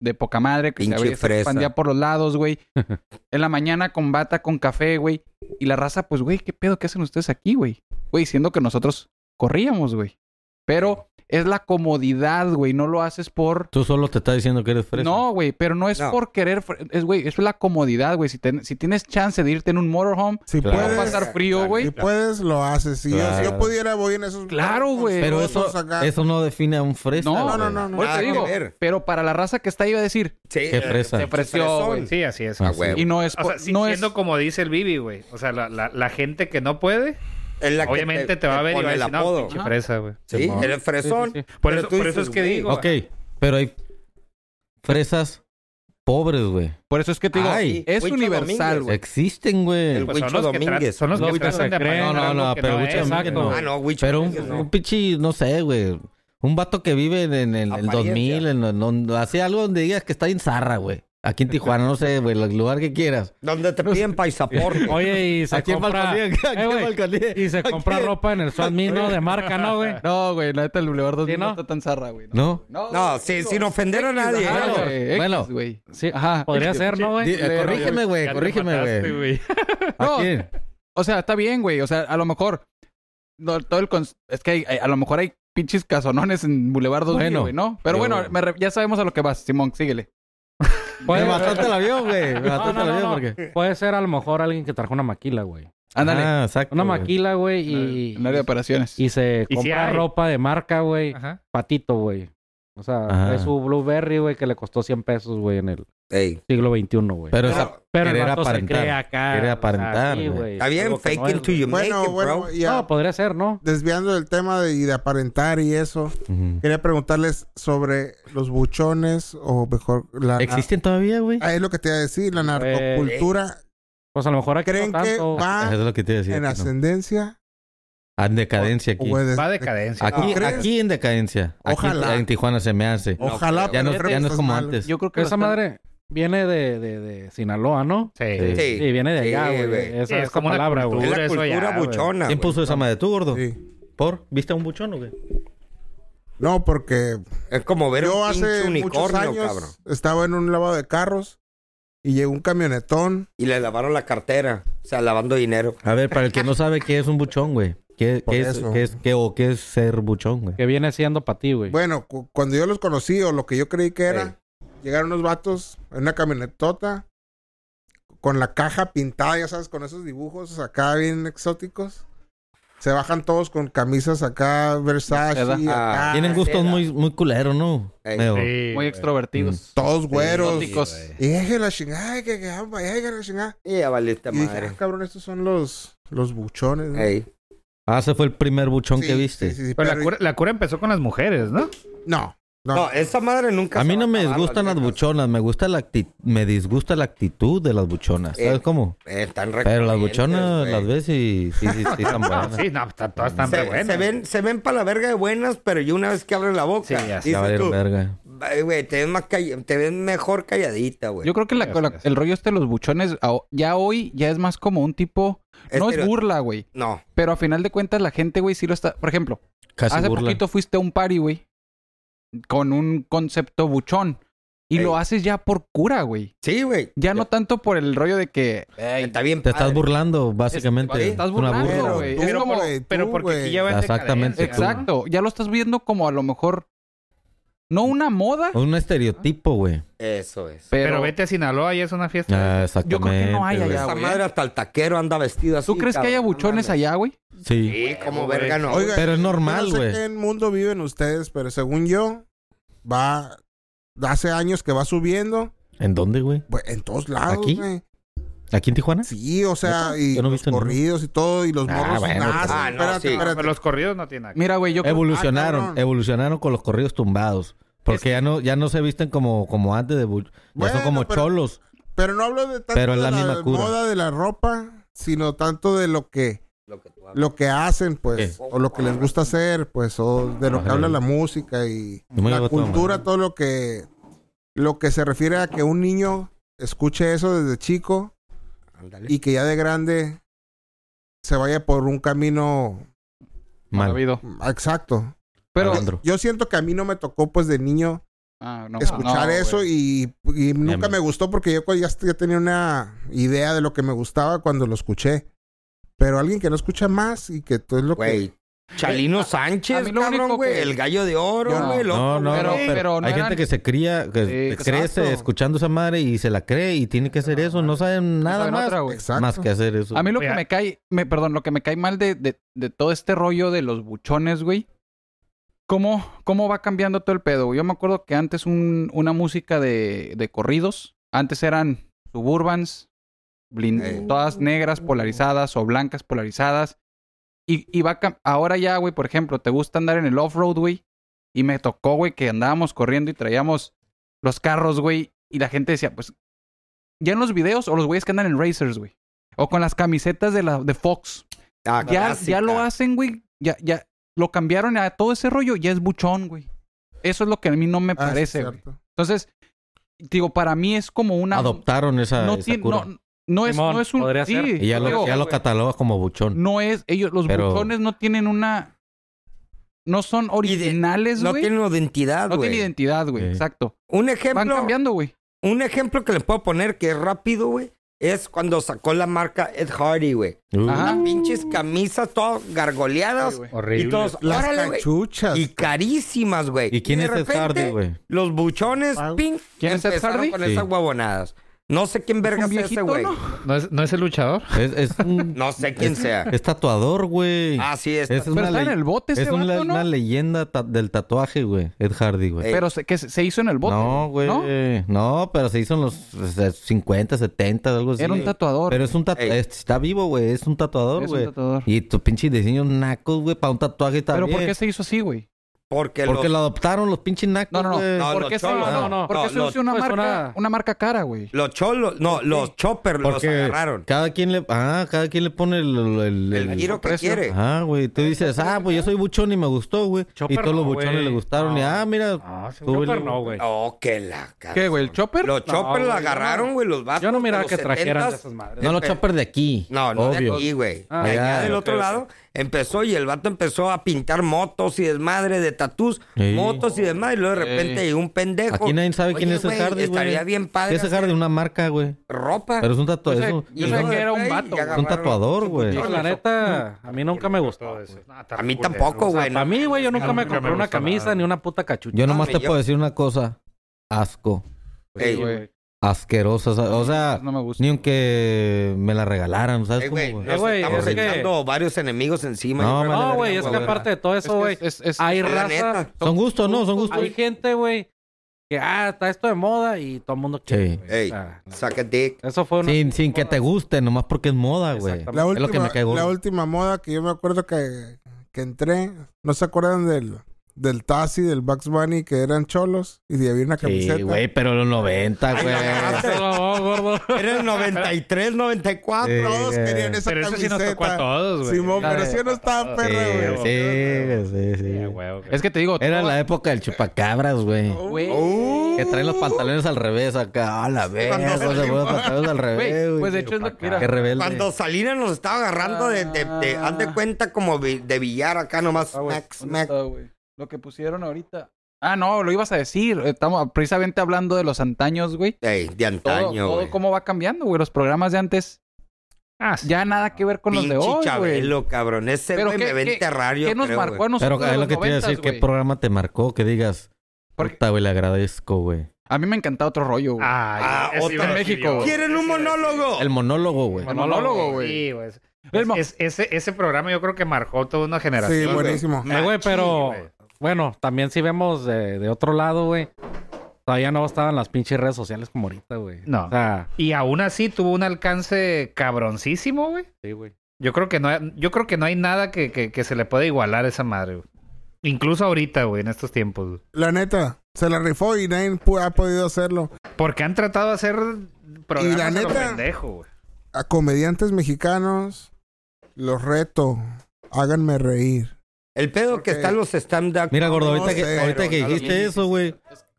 Speaker 4: de poca madre que
Speaker 5: Pinche
Speaker 4: se abría- se
Speaker 5: fresa.
Speaker 4: expandía por los lados, güey. en la mañana con bata, con café, güey. Y la raza, pues, güey, ¿qué pedo que hacen ustedes aquí, güey? Güey, siendo que nosotros corríamos, güey. Pero es la comodidad, güey. No lo haces por.
Speaker 2: Tú solo te estás diciendo que eres fresa.
Speaker 4: No, güey, pero no es
Speaker 5: No.
Speaker 4: por querer. fre- Es, güey, es la comodidad, güey. Si, ten- si tienes chance de irte en un motorhome,
Speaker 1: Si
Speaker 2: Claro.
Speaker 4: no
Speaker 1: puedes,
Speaker 4: pasar frío, güey.
Speaker 1: si puedes, lo haces. Si, yo- si yo,
Speaker 2: Claro.
Speaker 1: pudiera, voy en esos.
Speaker 4: Claro, güey.
Speaker 2: Pero
Speaker 1: Todos
Speaker 2: eso,
Speaker 1: acá.
Speaker 2: eso no define a un fresa.
Speaker 4: No,
Speaker 2: güey.
Speaker 1: no, no, no.
Speaker 4: Por eso
Speaker 5: Nada
Speaker 4: te
Speaker 5: que
Speaker 4: digo,
Speaker 5: ver.
Speaker 4: pero para la raza que está ahí va a decir,
Speaker 5: Sí, eh,
Speaker 2: fresa.
Speaker 5: pinche
Speaker 4: Se ofreció,
Speaker 5: fresón.
Speaker 4: güey.
Speaker 6: Sí, así es.
Speaker 2: Ah,
Speaker 5: A huevo.
Speaker 4: y no es,
Speaker 6: O sea,
Speaker 4: por-
Speaker 6: si-
Speaker 4: no es
Speaker 6: siendo como dice el Bibi, güey. O sea, la, la, la gente que no puede,
Speaker 5: Es la que
Speaker 6: obviamente te, va a ver y
Speaker 5: pone
Speaker 6: va a
Speaker 5: el
Speaker 6: decir, no,
Speaker 5: apodo.
Speaker 6: pinche fresa, güey.
Speaker 5: sí,
Speaker 1: Simón.
Speaker 5: eres fresón.
Speaker 3: Sí, sí,
Speaker 6: Por
Speaker 5: Pero
Speaker 6: eso,
Speaker 5: tú
Speaker 6: por eso
Speaker 5: dices,
Speaker 6: es que
Speaker 5: güey.
Speaker 6: digo.
Speaker 2: Ok, pero hay fresas pobres, güey.
Speaker 4: por eso es que te digo,
Speaker 2: Ay.
Speaker 4: es
Speaker 5: Huicho
Speaker 4: universal,
Speaker 5: Domínguez.
Speaker 4: güey.
Speaker 2: Existen, güey.
Speaker 5: El
Speaker 6: Pues son
Speaker 5: Huicho
Speaker 6: los que tra-
Speaker 5: Domínguez.
Speaker 6: son los
Speaker 3: Los
Speaker 6: que
Speaker 3: que se
Speaker 6: tratan de
Speaker 3: creen,
Speaker 6: aparentar
Speaker 2: no, no,
Speaker 6: algo
Speaker 2: no,
Speaker 6: que
Speaker 2: pero
Speaker 6: no
Speaker 2: Huicho
Speaker 6: es,
Speaker 2: Domínguez
Speaker 6: exacto.
Speaker 2: no.
Speaker 5: Ah, no, Huicho
Speaker 2: Pero un,
Speaker 5: Domínguez no.
Speaker 2: un pichi, no sé, güey. Un vato que vive en, en el
Speaker 5: Apariencia.
Speaker 2: 2000, en, en- donde- así algo donde digas que está en Zarra, güey. Aquí en Tijuana, no sé, güey, el lugar que quieras.
Speaker 5: Donde te piden paisaporte.
Speaker 3: Oye, y se
Speaker 2: Aquí en
Speaker 3: compra...
Speaker 2: Balconía, aquí
Speaker 3: Eh,
Speaker 2: en
Speaker 3: güey,
Speaker 2: Balconía.
Speaker 3: y se
Speaker 2: Aquí.
Speaker 3: compra ropa en el Swat Meet, ¿no? De marca, ¿no, güey?
Speaker 4: No, güey, la neta el Boulevard 2000
Speaker 3: Sí,
Speaker 4: no?
Speaker 3: ¿no?
Speaker 4: está tan zarra, güey.
Speaker 2: ¿No?
Speaker 5: No, sí, sin ofender a nadie. eh.
Speaker 4: Ajá,
Speaker 2: Bueno,
Speaker 4: güey, X,
Speaker 2: bueno.
Speaker 4: güey.
Speaker 3: Sí,
Speaker 4: Ajá.
Speaker 3: podría ser, ¿no,
Speaker 2: Di-
Speaker 3: güey?
Speaker 2: eh, corrígeme, güey,
Speaker 6: Ya te
Speaker 2: corrígeme,
Speaker 6: mataste,
Speaker 2: güey.
Speaker 4: No,
Speaker 2: Aquí.
Speaker 4: O sea, está bien, güey. O sea, a lo mejor no, todo el cons- es que hay- hay- a lo mejor hay pinches casonones en Boulevard 2000,
Speaker 2: Bueno.
Speaker 4: güey, ¿no? Pero
Speaker 2: Yo-
Speaker 4: bueno, me re- ya sabemos a lo que vas, Simón, síguele.
Speaker 2: Me
Speaker 3: Puede,
Speaker 2: mataste el avión, güey. Me
Speaker 3: No,
Speaker 2: mataste
Speaker 3: no,
Speaker 2: el
Speaker 3: no,
Speaker 2: avión
Speaker 3: no.
Speaker 2: porque...
Speaker 3: puede ser a lo mejor alguien que trajo una maquila, güey.
Speaker 4: Ándale,
Speaker 2: Ah, exacto.
Speaker 3: Una
Speaker 2: güey.
Speaker 3: maquila, güey, y,
Speaker 4: en el área de operaciones.
Speaker 3: y se
Speaker 6: Y sí
Speaker 3: compra
Speaker 6: hay.
Speaker 3: ropa de marca, güey.
Speaker 6: Ajá.
Speaker 3: Patito, güey. O sea,
Speaker 2: Ajá.
Speaker 3: es su Blueberry, güey, que le costó 100 pesos, güey, en el
Speaker 5: Ey,
Speaker 3: siglo XXI, güey.
Speaker 2: Pero esa-
Speaker 5: no,
Speaker 3: Pero el
Speaker 2: querer
Speaker 3: vato se
Speaker 2: aparentar,
Speaker 3: cree acá.
Speaker 2: querer
Speaker 3: o sea,
Speaker 2: aparentar,
Speaker 3: sí,
Speaker 2: güey.
Speaker 3: güey.
Speaker 5: Está bien,
Speaker 3: Algo que
Speaker 5: fake
Speaker 3: no es,
Speaker 5: it till you make
Speaker 1: Bueno,
Speaker 5: it,
Speaker 1: bueno,
Speaker 5: bro.
Speaker 1: ya
Speaker 3: No, podría ser, ¿no?
Speaker 1: desviando del tema de, y de aparentar y eso,
Speaker 2: Ujú.
Speaker 1: quería preguntarles sobre los buchones o mejor la.
Speaker 2: ¿Existen todavía, güey?
Speaker 1: Ah, es lo que te iba a decir, la
Speaker 3: Eh,
Speaker 1: narcocultura.
Speaker 3: Pues a lo mejor aquí no
Speaker 1: ¿Creen que
Speaker 3: tanto.
Speaker 2: Ah, Eso
Speaker 1: va
Speaker 2: es lo que te iba a decir.
Speaker 1: Ah, en
Speaker 2: aquí no. Ah,
Speaker 1: ascendencia?
Speaker 2: En decadencia aquí.
Speaker 1: O es-
Speaker 6: Va a decadencia.
Speaker 2: Aquí,
Speaker 1: ¿No crees?
Speaker 2: aquí en decadencia. Aquí
Speaker 1: Ojalá.
Speaker 2: en Tijuana se me hace.
Speaker 5: No
Speaker 1: Ojalá,
Speaker 2: ya,
Speaker 5: creo.
Speaker 2: no,
Speaker 1: pero
Speaker 2: ya no es
Speaker 1: estás
Speaker 2: como
Speaker 1: mal.
Speaker 2: antes.
Speaker 4: Yo creo que
Speaker 3: Esa
Speaker 4: lo están-
Speaker 3: madre viene de, de, de Sinaloa, ¿no?
Speaker 6: Sí.
Speaker 2: Sí.
Speaker 6: Sí,
Speaker 5: Sí,
Speaker 3: Sí, viene de
Speaker 5: sí,
Speaker 3: allá, güey.
Speaker 5: güey.
Speaker 3: Esa
Speaker 6: es
Speaker 3: esa
Speaker 6: como una
Speaker 3: palabra, güey.
Speaker 5: Es la
Speaker 6: eso ya,
Speaker 5: cultura
Speaker 6: güey.
Speaker 5: buchona.
Speaker 2: ¿Quién
Speaker 5: güey.
Speaker 2: puso esa madre? ¿Tú, gordo?
Speaker 1: Sí.
Speaker 2: ¿Por? ¿Viste a un buchón o qué?
Speaker 1: No, porque
Speaker 5: Es como ver
Speaker 1: yo
Speaker 5: un
Speaker 1: hace
Speaker 5: pinche
Speaker 1: muchos
Speaker 5: unicornio,
Speaker 1: años
Speaker 5: cabrón.
Speaker 1: estaba en un lavado de carros y llegó un camionetón.
Speaker 5: Y le lavaron la cartera. O sea, lavando dinero.
Speaker 2: A ver, para el que no sabe qué es un buchón, güey. ¿Qué,
Speaker 1: Por
Speaker 2: qué es,
Speaker 1: eso.
Speaker 2: qué es, qué, o qué es ser buchón, güey?
Speaker 3: Que viene siendo para ti, güey.
Speaker 1: Bueno, cu- cuando yo los conocí o lo que yo creí que era, llegaron unos vatos en una camionetota con la caja pintada, ya sabes, con esos dibujos acá bien exóticos. Se bajan todos con camisas acá Versace,
Speaker 4: Seda.
Speaker 1: acá,
Speaker 5: Ah,
Speaker 2: Tienen gustos
Speaker 5: seda.
Speaker 2: muy, muy culeros, ¿no? Mm.
Speaker 5: Ey,
Speaker 2: Meo.
Speaker 6: Sí,
Speaker 4: muy
Speaker 6: güey.
Speaker 4: extrovertidos.
Speaker 1: Mm, todos güeros.
Speaker 4: Exóticos.
Speaker 1: Y dije la chingada, ay, que que vamos para allá, que la chingada.
Speaker 5: Y ya valiste
Speaker 1: Y dije, ah,
Speaker 5: madre.
Speaker 1: cabrón, estos son los, los buchones. ¿no?
Speaker 5: Ey.
Speaker 2: Ah, ese fue el primer buchón
Speaker 1: Sí,
Speaker 2: que viste.
Speaker 1: sí, sí, sí,
Speaker 6: Pero la
Speaker 1: pero-
Speaker 6: cura, la cura empezó con las mujeres, ¿no?
Speaker 1: No, no.
Speaker 5: No, esa madre nunca
Speaker 2: A
Speaker 5: se
Speaker 2: mí
Speaker 5: va
Speaker 2: no me
Speaker 5: acabar,
Speaker 2: gustan las
Speaker 5: viejas.
Speaker 2: buchonas, me gusta la acti- me disgusta la actitud de las buchonas.
Speaker 5: Eh,
Speaker 2: ¿Sabes cómo?
Speaker 5: Eh, están
Speaker 2: Pero las
Speaker 5: recurrentes,
Speaker 2: buchonas
Speaker 5: güey.
Speaker 2: las ves y sí, sí, sí, están buenas.
Speaker 6: Sí, no, está- todas están re
Speaker 5: Se,
Speaker 6: buenas.
Speaker 5: se ven, se ven para la verga de buenas, pero yo una vez que abren la boca,
Speaker 6: Sí, ya
Speaker 2: Ya
Speaker 5: dices
Speaker 2: valieron
Speaker 5: tú,
Speaker 2: verga.
Speaker 5: "Ay, güey, te ves más call- te ves mejor calladita, güey.
Speaker 4: Yo creo que la-
Speaker 6: Así
Speaker 4: la-
Speaker 6: es.
Speaker 4: el rollo este de los buchones ao- ya hoy ya es más como un tipo... No es
Speaker 5: Estereo-
Speaker 4: burla, güey.
Speaker 5: No,
Speaker 4: Pero a final de cuentas la gente, güey, sí lo está... Por ejemplo,
Speaker 2: Casi
Speaker 4: hace
Speaker 2: burla.
Speaker 4: poquito fuiste a un party, güey. Con un concepto buchón. Y
Speaker 5: Ey.
Speaker 4: lo haces ya por cura, güey.
Speaker 5: sí, güey.
Speaker 4: Ya no tanto por el rollo de que... ey,
Speaker 5: Está bien
Speaker 2: Te estás
Speaker 5: padre.
Speaker 2: burlando, básicamente.
Speaker 4: te estás
Speaker 2: Es una
Speaker 4: burlando,
Speaker 2: burla,
Speaker 4: güey.
Speaker 2: güey.
Speaker 4: Es como-
Speaker 1: güey,
Speaker 6: Pero
Speaker 1: tú,
Speaker 6: porque
Speaker 1: güey.
Speaker 6: aquí ya va en
Speaker 2: Exactamente,
Speaker 6: decadencia, ¿no?
Speaker 4: Exacto. Ya lo estás viendo como a lo mejor. No una moda.
Speaker 2: Un estereotipo, güey.
Speaker 5: Eso es.
Speaker 6: Pero,
Speaker 4: Pero,
Speaker 6: vete a Sinaloa y es una fiesta.
Speaker 2: Ah,
Speaker 4: yo creo
Speaker 2: exactamente.
Speaker 4: que no hay
Speaker 2: güey.
Speaker 4: allá,
Speaker 5: Esa
Speaker 4: güey.
Speaker 5: madre hasta el taquero anda vestido así.
Speaker 4: ¿Tú crees que haya
Speaker 5: cabrón,
Speaker 4: buchones
Speaker 5: no mames.
Speaker 4: allá, güey?
Speaker 2: Sí.
Speaker 5: Sí, como verga no.
Speaker 1: Oiga,
Speaker 2: Pero es normal,
Speaker 1: yo no
Speaker 2: güey.
Speaker 1: sé qué mundo viven ustedes, pero según yo, va. Hace años que va subiendo,
Speaker 2: ¿En dónde, güey?
Speaker 1: pues, en todos lados,
Speaker 2: ¿Aquí?
Speaker 1: güey.
Speaker 2: ¿Aquí en Tijuana?
Speaker 1: Sí, o sea,
Speaker 2: ¿Neta?
Speaker 1: y
Speaker 2: Yo no he
Speaker 1: los
Speaker 2: visto ninguno.
Speaker 1: corridos y todo, y los
Speaker 2: Ah,
Speaker 1: morros.
Speaker 2: bueno,
Speaker 1: nah,
Speaker 5: pues- Ah, no,
Speaker 1: espérate,
Speaker 5: sí.
Speaker 1: espérate.
Speaker 6: Pero los corridos no tienen nada. que ver.
Speaker 4: Mira, güey,
Speaker 2: Eh,
Speaker 4: yo creo
Speaker 1: Ah,
Speaker 2: Evolucionaron,
Speaker 1: cabrón.
Speaker 2: evolucionaron con los corridos tumbados. Porque ya no, ya no se visten como, como antes de bu- Ya
Speaker 1: Bueno,
Speaker 2: son como
Speaker 1: pero-
Speaker 2: cholos.
Speaker 1: Pero no hablo de tanto
Speaker 2: Pero es
Speaker 1: de
Speaker 2: la misma cura.
Speaker 1: moda de la ropa, sino tanto de lo que
Speaker 5: Lo que tú hablas.
Speaker 1: lo que hacen, pues,
Speaker 2: Sí.
Speaker 1: o lo que les gusta hacer, pues, o de lo que
Speaker 2: Ajá.
Speaker 1: habla la música y
Speaker 2: Yo me
Speaker 1: la
Speaker 2: llevo todo,
Speaker 1: cultura,
Speaker 2: man.
Speaker 1: todo lo que lo que se refiere a que un niño escuche eso desde chico
Speaker 5: Ándale.
Speaker 1: y que ya de grande se vaya por un camino
Speaker 2: Mal.
Speaker 4: Habido.
Speaker 1: exacto.
Speaker 4: Pero.
Speaker 2: Malandro.
Speaker 1: Yo siento que a mí no me tocó, pues, de niño
Speaker 4: Ah, no,
Speaker 1: escuchar
Speaker 4: no,
Speaker 1: eso
Speaker 4: güey.
Speaker 1: y, y nunca
Speaker 2: mí.
Speaker 1: me gustó porque yo cu- ya, est- ya tenía una idea de lo que me gustaba cuando lo escuché. Pero alguien que no escucha más y que todo es lo que...
Speaker 5: Güey. Chalino
Speaker 4: a
Speaker 5: Sánchez,
Speaker 4: mí lo
Speaker 5: cabrón,
Speaker 4: único
Speaker 5: güey.
Speaker 4: que-
Speaker 5: El gallo de oro,
Speaker 4: No,
Speaker 5: güey. el
Speaker 2: No,
Speaker 5: otro,
Speaker 2: no,
Speaker 5: güey.
Speaker 2: pero,
Speaker 4: pero- pero no
Speaker 2: hay
Speaker 4: eran-
Speaker 2: gente que se cría, que
Speaker 4: Sí,
Speaker 2: crece
Speaker 1: exacto.
Speaker 2: escuchando esa madre y se la cree y tiene que hacer eso. No saben
Speaker 4: No
Speaker 2: nada
Speaker 4: saben
Speaker 2: más,
Speaker 4: otra, güey.
Speaker 1: Exacto.
Speaker 2: más que hacer eso.
Speaker 4: A mí lo
Speaker 6: Oye,
Speaker 4: que me cae, me, perdón, lo que me cae mal de, de, de todo este rollo de los buchones, güey. ¿Cómo, ¿Cómo va cambiando todo el pedo? güey? Yo me acuerdo que antes un- una música de, de corridos, antes eran suburbans, blin-
Speaker 5: Ey.
Speaker 4: todas negras polarizadas o blancas polarizadas. Y, y va cam- ahora ya, güey, por ejemplo, te gusta andar en el off-road, güey. Y me tocó, güey, que andábamos corriendo y traíamos los carros, güey. Y la gente decía, pues, ya en los videos o los güeyes que andan en racers, güey. O con las camisetas de, la, de Fox.
Speaker 5: Ah,
Speaker 4: Ya,
Speaker 5: clásica.
Speaker 4: ya lo hacen, güey. Ya, ya lo cambiaron a todo ese rollo. Ya es buchón, güey. Eso es lo que a mí no me
Speaker 1: Ah, sí,
Speaker 4: parece, güey.
Speaker 1: cierto.
Speaker 4: Entonces, digo, para mí es como una...
Speaker 2: Adoptaron esa,
Speaker 4: no,
Speaker 2: esa
Speaker 4: tiene-
Speaker 2: cura.
Speaker 4: no, no es,
Speaker 6: Simón,
Speaker 4: no es un...
Speaker 6: podría ser.
Speaker 2: y ya lo,
Speaker 4: digo,
Speaker 2: ya lo catalogas como buchón.
Speaker 4: no es... Ellos, los
Speaker 2: Pero-
Speaker 4: buchones no tienen una... No son originales,
Speaker 5: No
Speaker 4: güey.
Speaker 5: tiene identidad,
Speaker 4: No
Speaker 5: güey.
Speaker 4: tienen identidad, güey.
Speaker 2: Sí.
Speaker 4: Exacto.
Speaker 5: Un
Speaker 4: Van
Speaker 5: ejemplo,
Speaker 4: cambiando, güey.
Speaker 5: un ejemplo que le puedo poner que es rápido, güey, es cuando sacó la marca Ed Hardy, güey.
Speaker 2: Uh,
Speaker 4: Ajá.
Speaker 5: Unas pinches camisas todas gargoleadas
Speaker 4: Sí, güey.
Speaker 5: y todos,
Speaker 1: Las
Speaker 5: órale, güey.
Speaker 1: cachuchas.
Speaker 5: Y carísimas, güey.
Speaker 2: ¿Y quién
Speaker 5: de
Speaker 2: es Ed
Speaker 5: repente,
Speaker 2: Hardy, güey?
Speaker 5: Los buchones,
Speaker 1: Ah.
Speaker 5: ping,
Speaker 4: ¿Quién es Ed
Speaker 5: empezaron
Speaker 4: Hardy?
Speaker 5: con
Speaker 2: Sí.
Speaker 5: esas huevonadas. No sé quién verga es
Speaker 4: un
Speaker 5: ese,
Speaker 4: viejito,
Speaker 5: güey.
Speaker 4: ¿no?
Speaker 5: ¿no?
Speaker 6: ¿No es, ¿No es el luchador?
Speaker 2: Es, es un-
Speaker 5: sé quién sea.
Speaker 2: es tatuador, güey.
Speaker 5: Así es.
Speaker 2: es
Speaker 4: Pero
Speaker 2: una,
Speaker 4: está en
Speaker 2: le-
Speaker 4: el bote ese
Speaker 2: es una-
Speaker 4: vato, ¿no?
Speaker 2: una leyenda ta- del tatuaje, güey. Ed Hardy, güey.
Speaker 5: Ey.
Speaker 4: Pero se, que se- se hizo en el bote.
Speaker 2: No, güey.
Speaker 4: ¿no?
Speaker 2: ¿No? pero se hizo en los o sea, 50, 70, algo así.
Speaker 4: Era un tatuador.
Speaker 2: Pero es un tatu-
Speaker 5: Ey.
Speaker 2: Está vivo, güey. Es un tatuador,
Speaker 4: Es un
Speaker 2: güey.
Speaker 4: tatuador.
Speaker 2: Y tu pinche diseño nacos, güey, para un tatuaje está
Speaker 4: ¿Pero
Speaker 2: bien.
Speaker 4: por qué se hizo así, güey?
Speaker 5: Porque,
Speaker 2: Porque
Speaker 5: los,
Speaker 2: lo adoptaron los pinches nacos,
Speaker 4: No, no, no.
Speaker 2: güey.
Speaker 5: No,
Speaker 4: ¿Por
Speaker 5: los
Speaker 4: qué se,
Speaker 5: cholos,
Speaker 4: no, no,
Speaker 5: no,
Speaker 4: ¿por qué se
Speaker 5: no,
Speaker 4: hizo una,
Speaker 3: no,
Speaker 2: pues,
Speaker 3: es
Speaker 4: marca,
Speaker 3: una-
Speaker 4: una marca cara, güey?
Speaker 5: los cholos, no, los choppers los
Speaker 2: Porque
Speaker 5: agarraron.
Speaker 2: Cada quien le, ah, cada quien le pone el, el,
Speaker 5: El giro que
Speaker 4: precio.
Speaker 5: quiere.
Speaker 2: Ah, güey, tú dices, ah, pues yo soy buchón y me gustó, güey. Y
Speaker 6: Chopper
Speaker 2: todos los
Speaker 6: no,
Speaker 2: buchones
Speaker 6: güey.
Speaker 2: le gustaron.
Speaker 6: No.
Speaker 2: Y ah, mira,
Speaker 6: No, ese
Speaker 2: tú,
Speaker 6: Chopper
Speaker 2: el-
Speaker 6: no, güey.
Speaker 5: Oh, que la cara.
Speaker 4: ¿Qué, güey? ¿El chopper?
Speaker 5: Los choppers
Speaker 6: güey,
Speaker 5: los
Speaker 6: yo no-
Speaker 5: agarraron, güey, los vatos.
Speaker 6: Yo no miraba
Speaker 5: de los
Speaker 6: que trajeran de
Speaker 5: 70s.
Speaker 6: esas madres.
Speaker 2: no los choppers de aquí.
Speaker 5: No, no
Speaker 2: obvio.
Speaker 5: de aquí, güey.
Speaker 6: Ah,
Speaker 5: Allá
Speaker 2: ya,
Speaker 5: del
Speaker 6: ok,
Speaker 5: otro
Speaker 6: ok.
Speaker 5: lado empezó y el vato empezó a pintar motos y desmadre de tatús,
Speaker 2: Sí.
Speaker 5: motos y desmadre. Y luego de repente llegó un pendejo.
Speaker 2: Aquí nadie sabe quién
Speaker 5: Oye,
Speaker 2: es el
Speaker 5: güey,
Speaker 2: Hardy, güey.
Speaker 5: Estaría bien padre.
Speaker 2: ¿Qué es el Hardy?
Speaker 5: hacer
Speaker 2: Una marca, güey.
Speaker 5: Ropa.
Speaker 2: Pero es un tatuador.
Speaker 4: Yo sé- yo
Speaker 5: Y
Speaker 4: sé
Speaker 5: luego
Speaker 4: que
Speaker 5: de
Speaker 4: era un
Speaker 5: ahí
Speaker 4: vato, güey.
Speaker 5: ya
Speaker 4: Es
Speaker 2: un
Speaker 5: agarraron
Speaker 2: tatuador, güey.
Speaker 5: Yo
Speaker 3: La neta, a mí nunca me gustó.
Speaker 6: Todo
Speaker 3: güey.
Speaker 6: eso. No, está
Speaker 5: A mí
Speaker 6: culero.
Speaker 5: tampoco,
Speaker 6: O sea,
Speaker 5: güey.
Speaker 3: Para mí, güey, yo
Speaker 6: A mí
Speaker 3: nunca me
Speaker 6: nunca me
Speaker 3: compré una
Speaker 6: gustó
Speaker 3: camisa
Speaker 6: nada.
Speaker 3: ni una puta cachucha.
Speaker 2: Yo nomás
Speaker 5: Mami,
Speaker 2: te
Speaker 5: yo-
Speaker 2: puedo decir una cosa. Asco.
Speaker 5: Ey,
Speaker 4: Sí, güey.
Speaker 2: Asquerosa. ¿sabes? O sea,
Speaker 4: No me gusta.
Speaker 2: ni aunque me la regalaran, ¿sabes
Speaker 5: Ey,
Speaker 2: cómo,
Speaker 5: güey,
Speaker 2: güey?
Speaker 5: nos
Speaker 3: Eh, güey,
Speaker 5: estamos
Speaker 2: es que-
Speaker 5: echando varios enemigos encima.
Speaker 2: No,
Speaker 5: Yo creo
Speaker 2: man,
Speaker 5: que
Speaker 2: la
Speaker 3: No, güey,
Speaker 5: la
Speaker 3: es que
Speaker 5: verdad.
Speaker 3: aparte de todo eso, güey,
Speaker 4: Es, que es- es-
Speaker 3: hay
Speaker 4: es-
Speaker 5: la
Speaker 3: raza,
Speaker 5: neta.
Speaker 2: Son gustos, ¿no? Son gustos.
Speaker 3: hay gente, güey, que, ah, está esto de moda y todo el mundo quiere.
Speaker 2: Sí.
Speaker 3: güey.
Speaker 5: Ey.
Speaker 3: O sea,
Speaker 5: Saca dick.
Speaker 3: eso fue una...
Speaker 2: Sin, sin que te guste, nomás porque es moda, güey.
Speaker 3: Exactamente.
Speaker 1: La
Speaker 2: Es lo que
Speaker 1: última,
Speaker 2: me cae gordo.
Speaker 1: la última moda que yo me acuerdo que, que entré, ¿no se acuerdan del, del Tassi, del Bugs Bunny, que eran cholos? Y había una camiseta.
Speaker 2: Sí, güey, pero los 90, güey.
Speaker 3: No, gordo.
Speaker 5: Era el 93, 94.
Speaker 2: Sí,
Speaker 1: Todos
Speaker 2: güey.
Speaker 1: querían esa
Speaker 6: Pero eso sí
Speaker 1: camiseta.
Speaker 6: nos tocó a todos, güey.
Speaker 1: Simón, pero
Speaker 4: de-
Speaker 1: si no está
Speaker 2: Sí,
Speaker 1: perro, güey.
Speaker 2: sí, sí, sí.
Speaker 6: Sí, güey, güey.
Speaker 4: es que te digo,
Speaker 2: Era
Speaker 4: todo-
Speaker 2: la época del chupacabras, güey.
Speaker 4: güey, Oh.
Speaker 5: Uh,
Speaker 2: Que traen los pantalones al revés acá. A la verga,
Speaker 5: Cuando
Speaker 2: se ponen los pantalones al revés,
Speaker 4: güey,
Speaker 2: güey.
Speaker 4: pues de hecho es lo que era.
Speaker 2: Qué rebelde.
Speaker 5: Cuando Salinas nos estaba agarrando de, de, de- haz de cuenta como vi- de billar acá nomás.
Speaker 4: Ah, güey,
Speaker 5: Max,
Speaker 4: ¿dónde
Speaker 5: Max.
Speaker 4: está, güey? Lo que pusieron ahorita. Ah, no, lo ibas a decir. Estamos precisamente hablando de los antaños, güey.
Speaker 5: Ey, de
Speaker 4: Todo,
Speaker 5: antaño,
Speaker 4: todo
Speaker 5: güey.
Speaker 4: cómo va cambiando, güey. Los programas de antes
Speaker 6: Ah, sí.
Speaker 4: ya nada que ver con los de
Speaker 5: Pinche
Speaker 4: hoy, güey.
Speaker 5: Chabelo, cabrón. Ese
Speaker 4: Pero
Speaker 5: güey
Speaker 4: ¿qué-
Speaker 5: me ve en
Speaker 4: qué-
Speaker 5: terrario,
Speaker 4: ¿Qué nos
Speaker 5: creo,
Speaker 4: marcó
Speaker 5: güey.
Speaker 4: a nosotros
Speaker 2: Pero es
Speaker 4: los
Speaker 2: lo que te iba a
Speaker 4: 90s,
Speaker 2: decir, ¿qué
Speaker 4: güey?
Speaker 2: programa te marcó? Que digas,
Speaker 4: Porque
Speaker 2: Puta, güey, le agradezco, güey.
Speaker 4: a mí me encanta otro rollo, güey.
Speaker 5: Ah,
Speaker 6: Ay, ese
Speaker 5: otra
Speaker 6: iba a
Speaker 4: en
Speaker 6: decir
Speaker 4: México,
Speaker 6: yo.
Speaker 4: güey.
Speaker 5: ¿Quieren un
Speaker 6: Ese iba a decir
Speaker 5: monólogo?
Speaker 2: El monólogo, güey.
Speaker 4: Mon- monólogo, güey.
Speaker 6: Sí, güey. Es-
Speaker 4: El mo-
Speaker 6: es- ese, ese programa yo creo que marcó toda una generación.
Speaker 1: Sí,
Speaker 6: güey.
Speaker 1: buenísimo.
Speaker 3: Eh,
Speaker 5: Ah,
Speaker 3: güey, pero
Speaker 6: güey.
Speaker 3: bueno, también si vemos de, de otro lado, güey, todavía no estaban las pinches redes sociales como ahorita, güey.
Speaker 6: No.
Speaker 3: O sea,
Speaker 6: Y aún así tuvo un alcance cabroncísimo, güey.
Speaker 3: sí, güey.
Speaker 6: Yo creo que no hay, yo creo que no hay nada que, que, que se le pueda igualar a esa madre, güey. Incluso ahorita, güey, en estos tiempos. güey.
Speaker 1: La neta, se la rifó y nadie pu- ha podido hacerlo.
Speaker 6: Porque han tratado de hacer programas
Speaker 1: Y la
Speaker 6: a lo
Speaker 1: neta-
Speaker 6: pendejo, güey.
Speaker 1: A comediantes mexicanos, los reto. Háganme reír.
Speaker 5: El pedo que
Speaker 1: Ok.
Speaker 5: están los stand-up.
Speaker 2: Mira, gordo, ahorita
Speaker 1: No
Speaker 2: que,
Speaker 1: sé,
Speaker 2: ahorita que
Speaker 5: pero no lo
Speaker 2: dijiste eso, güey.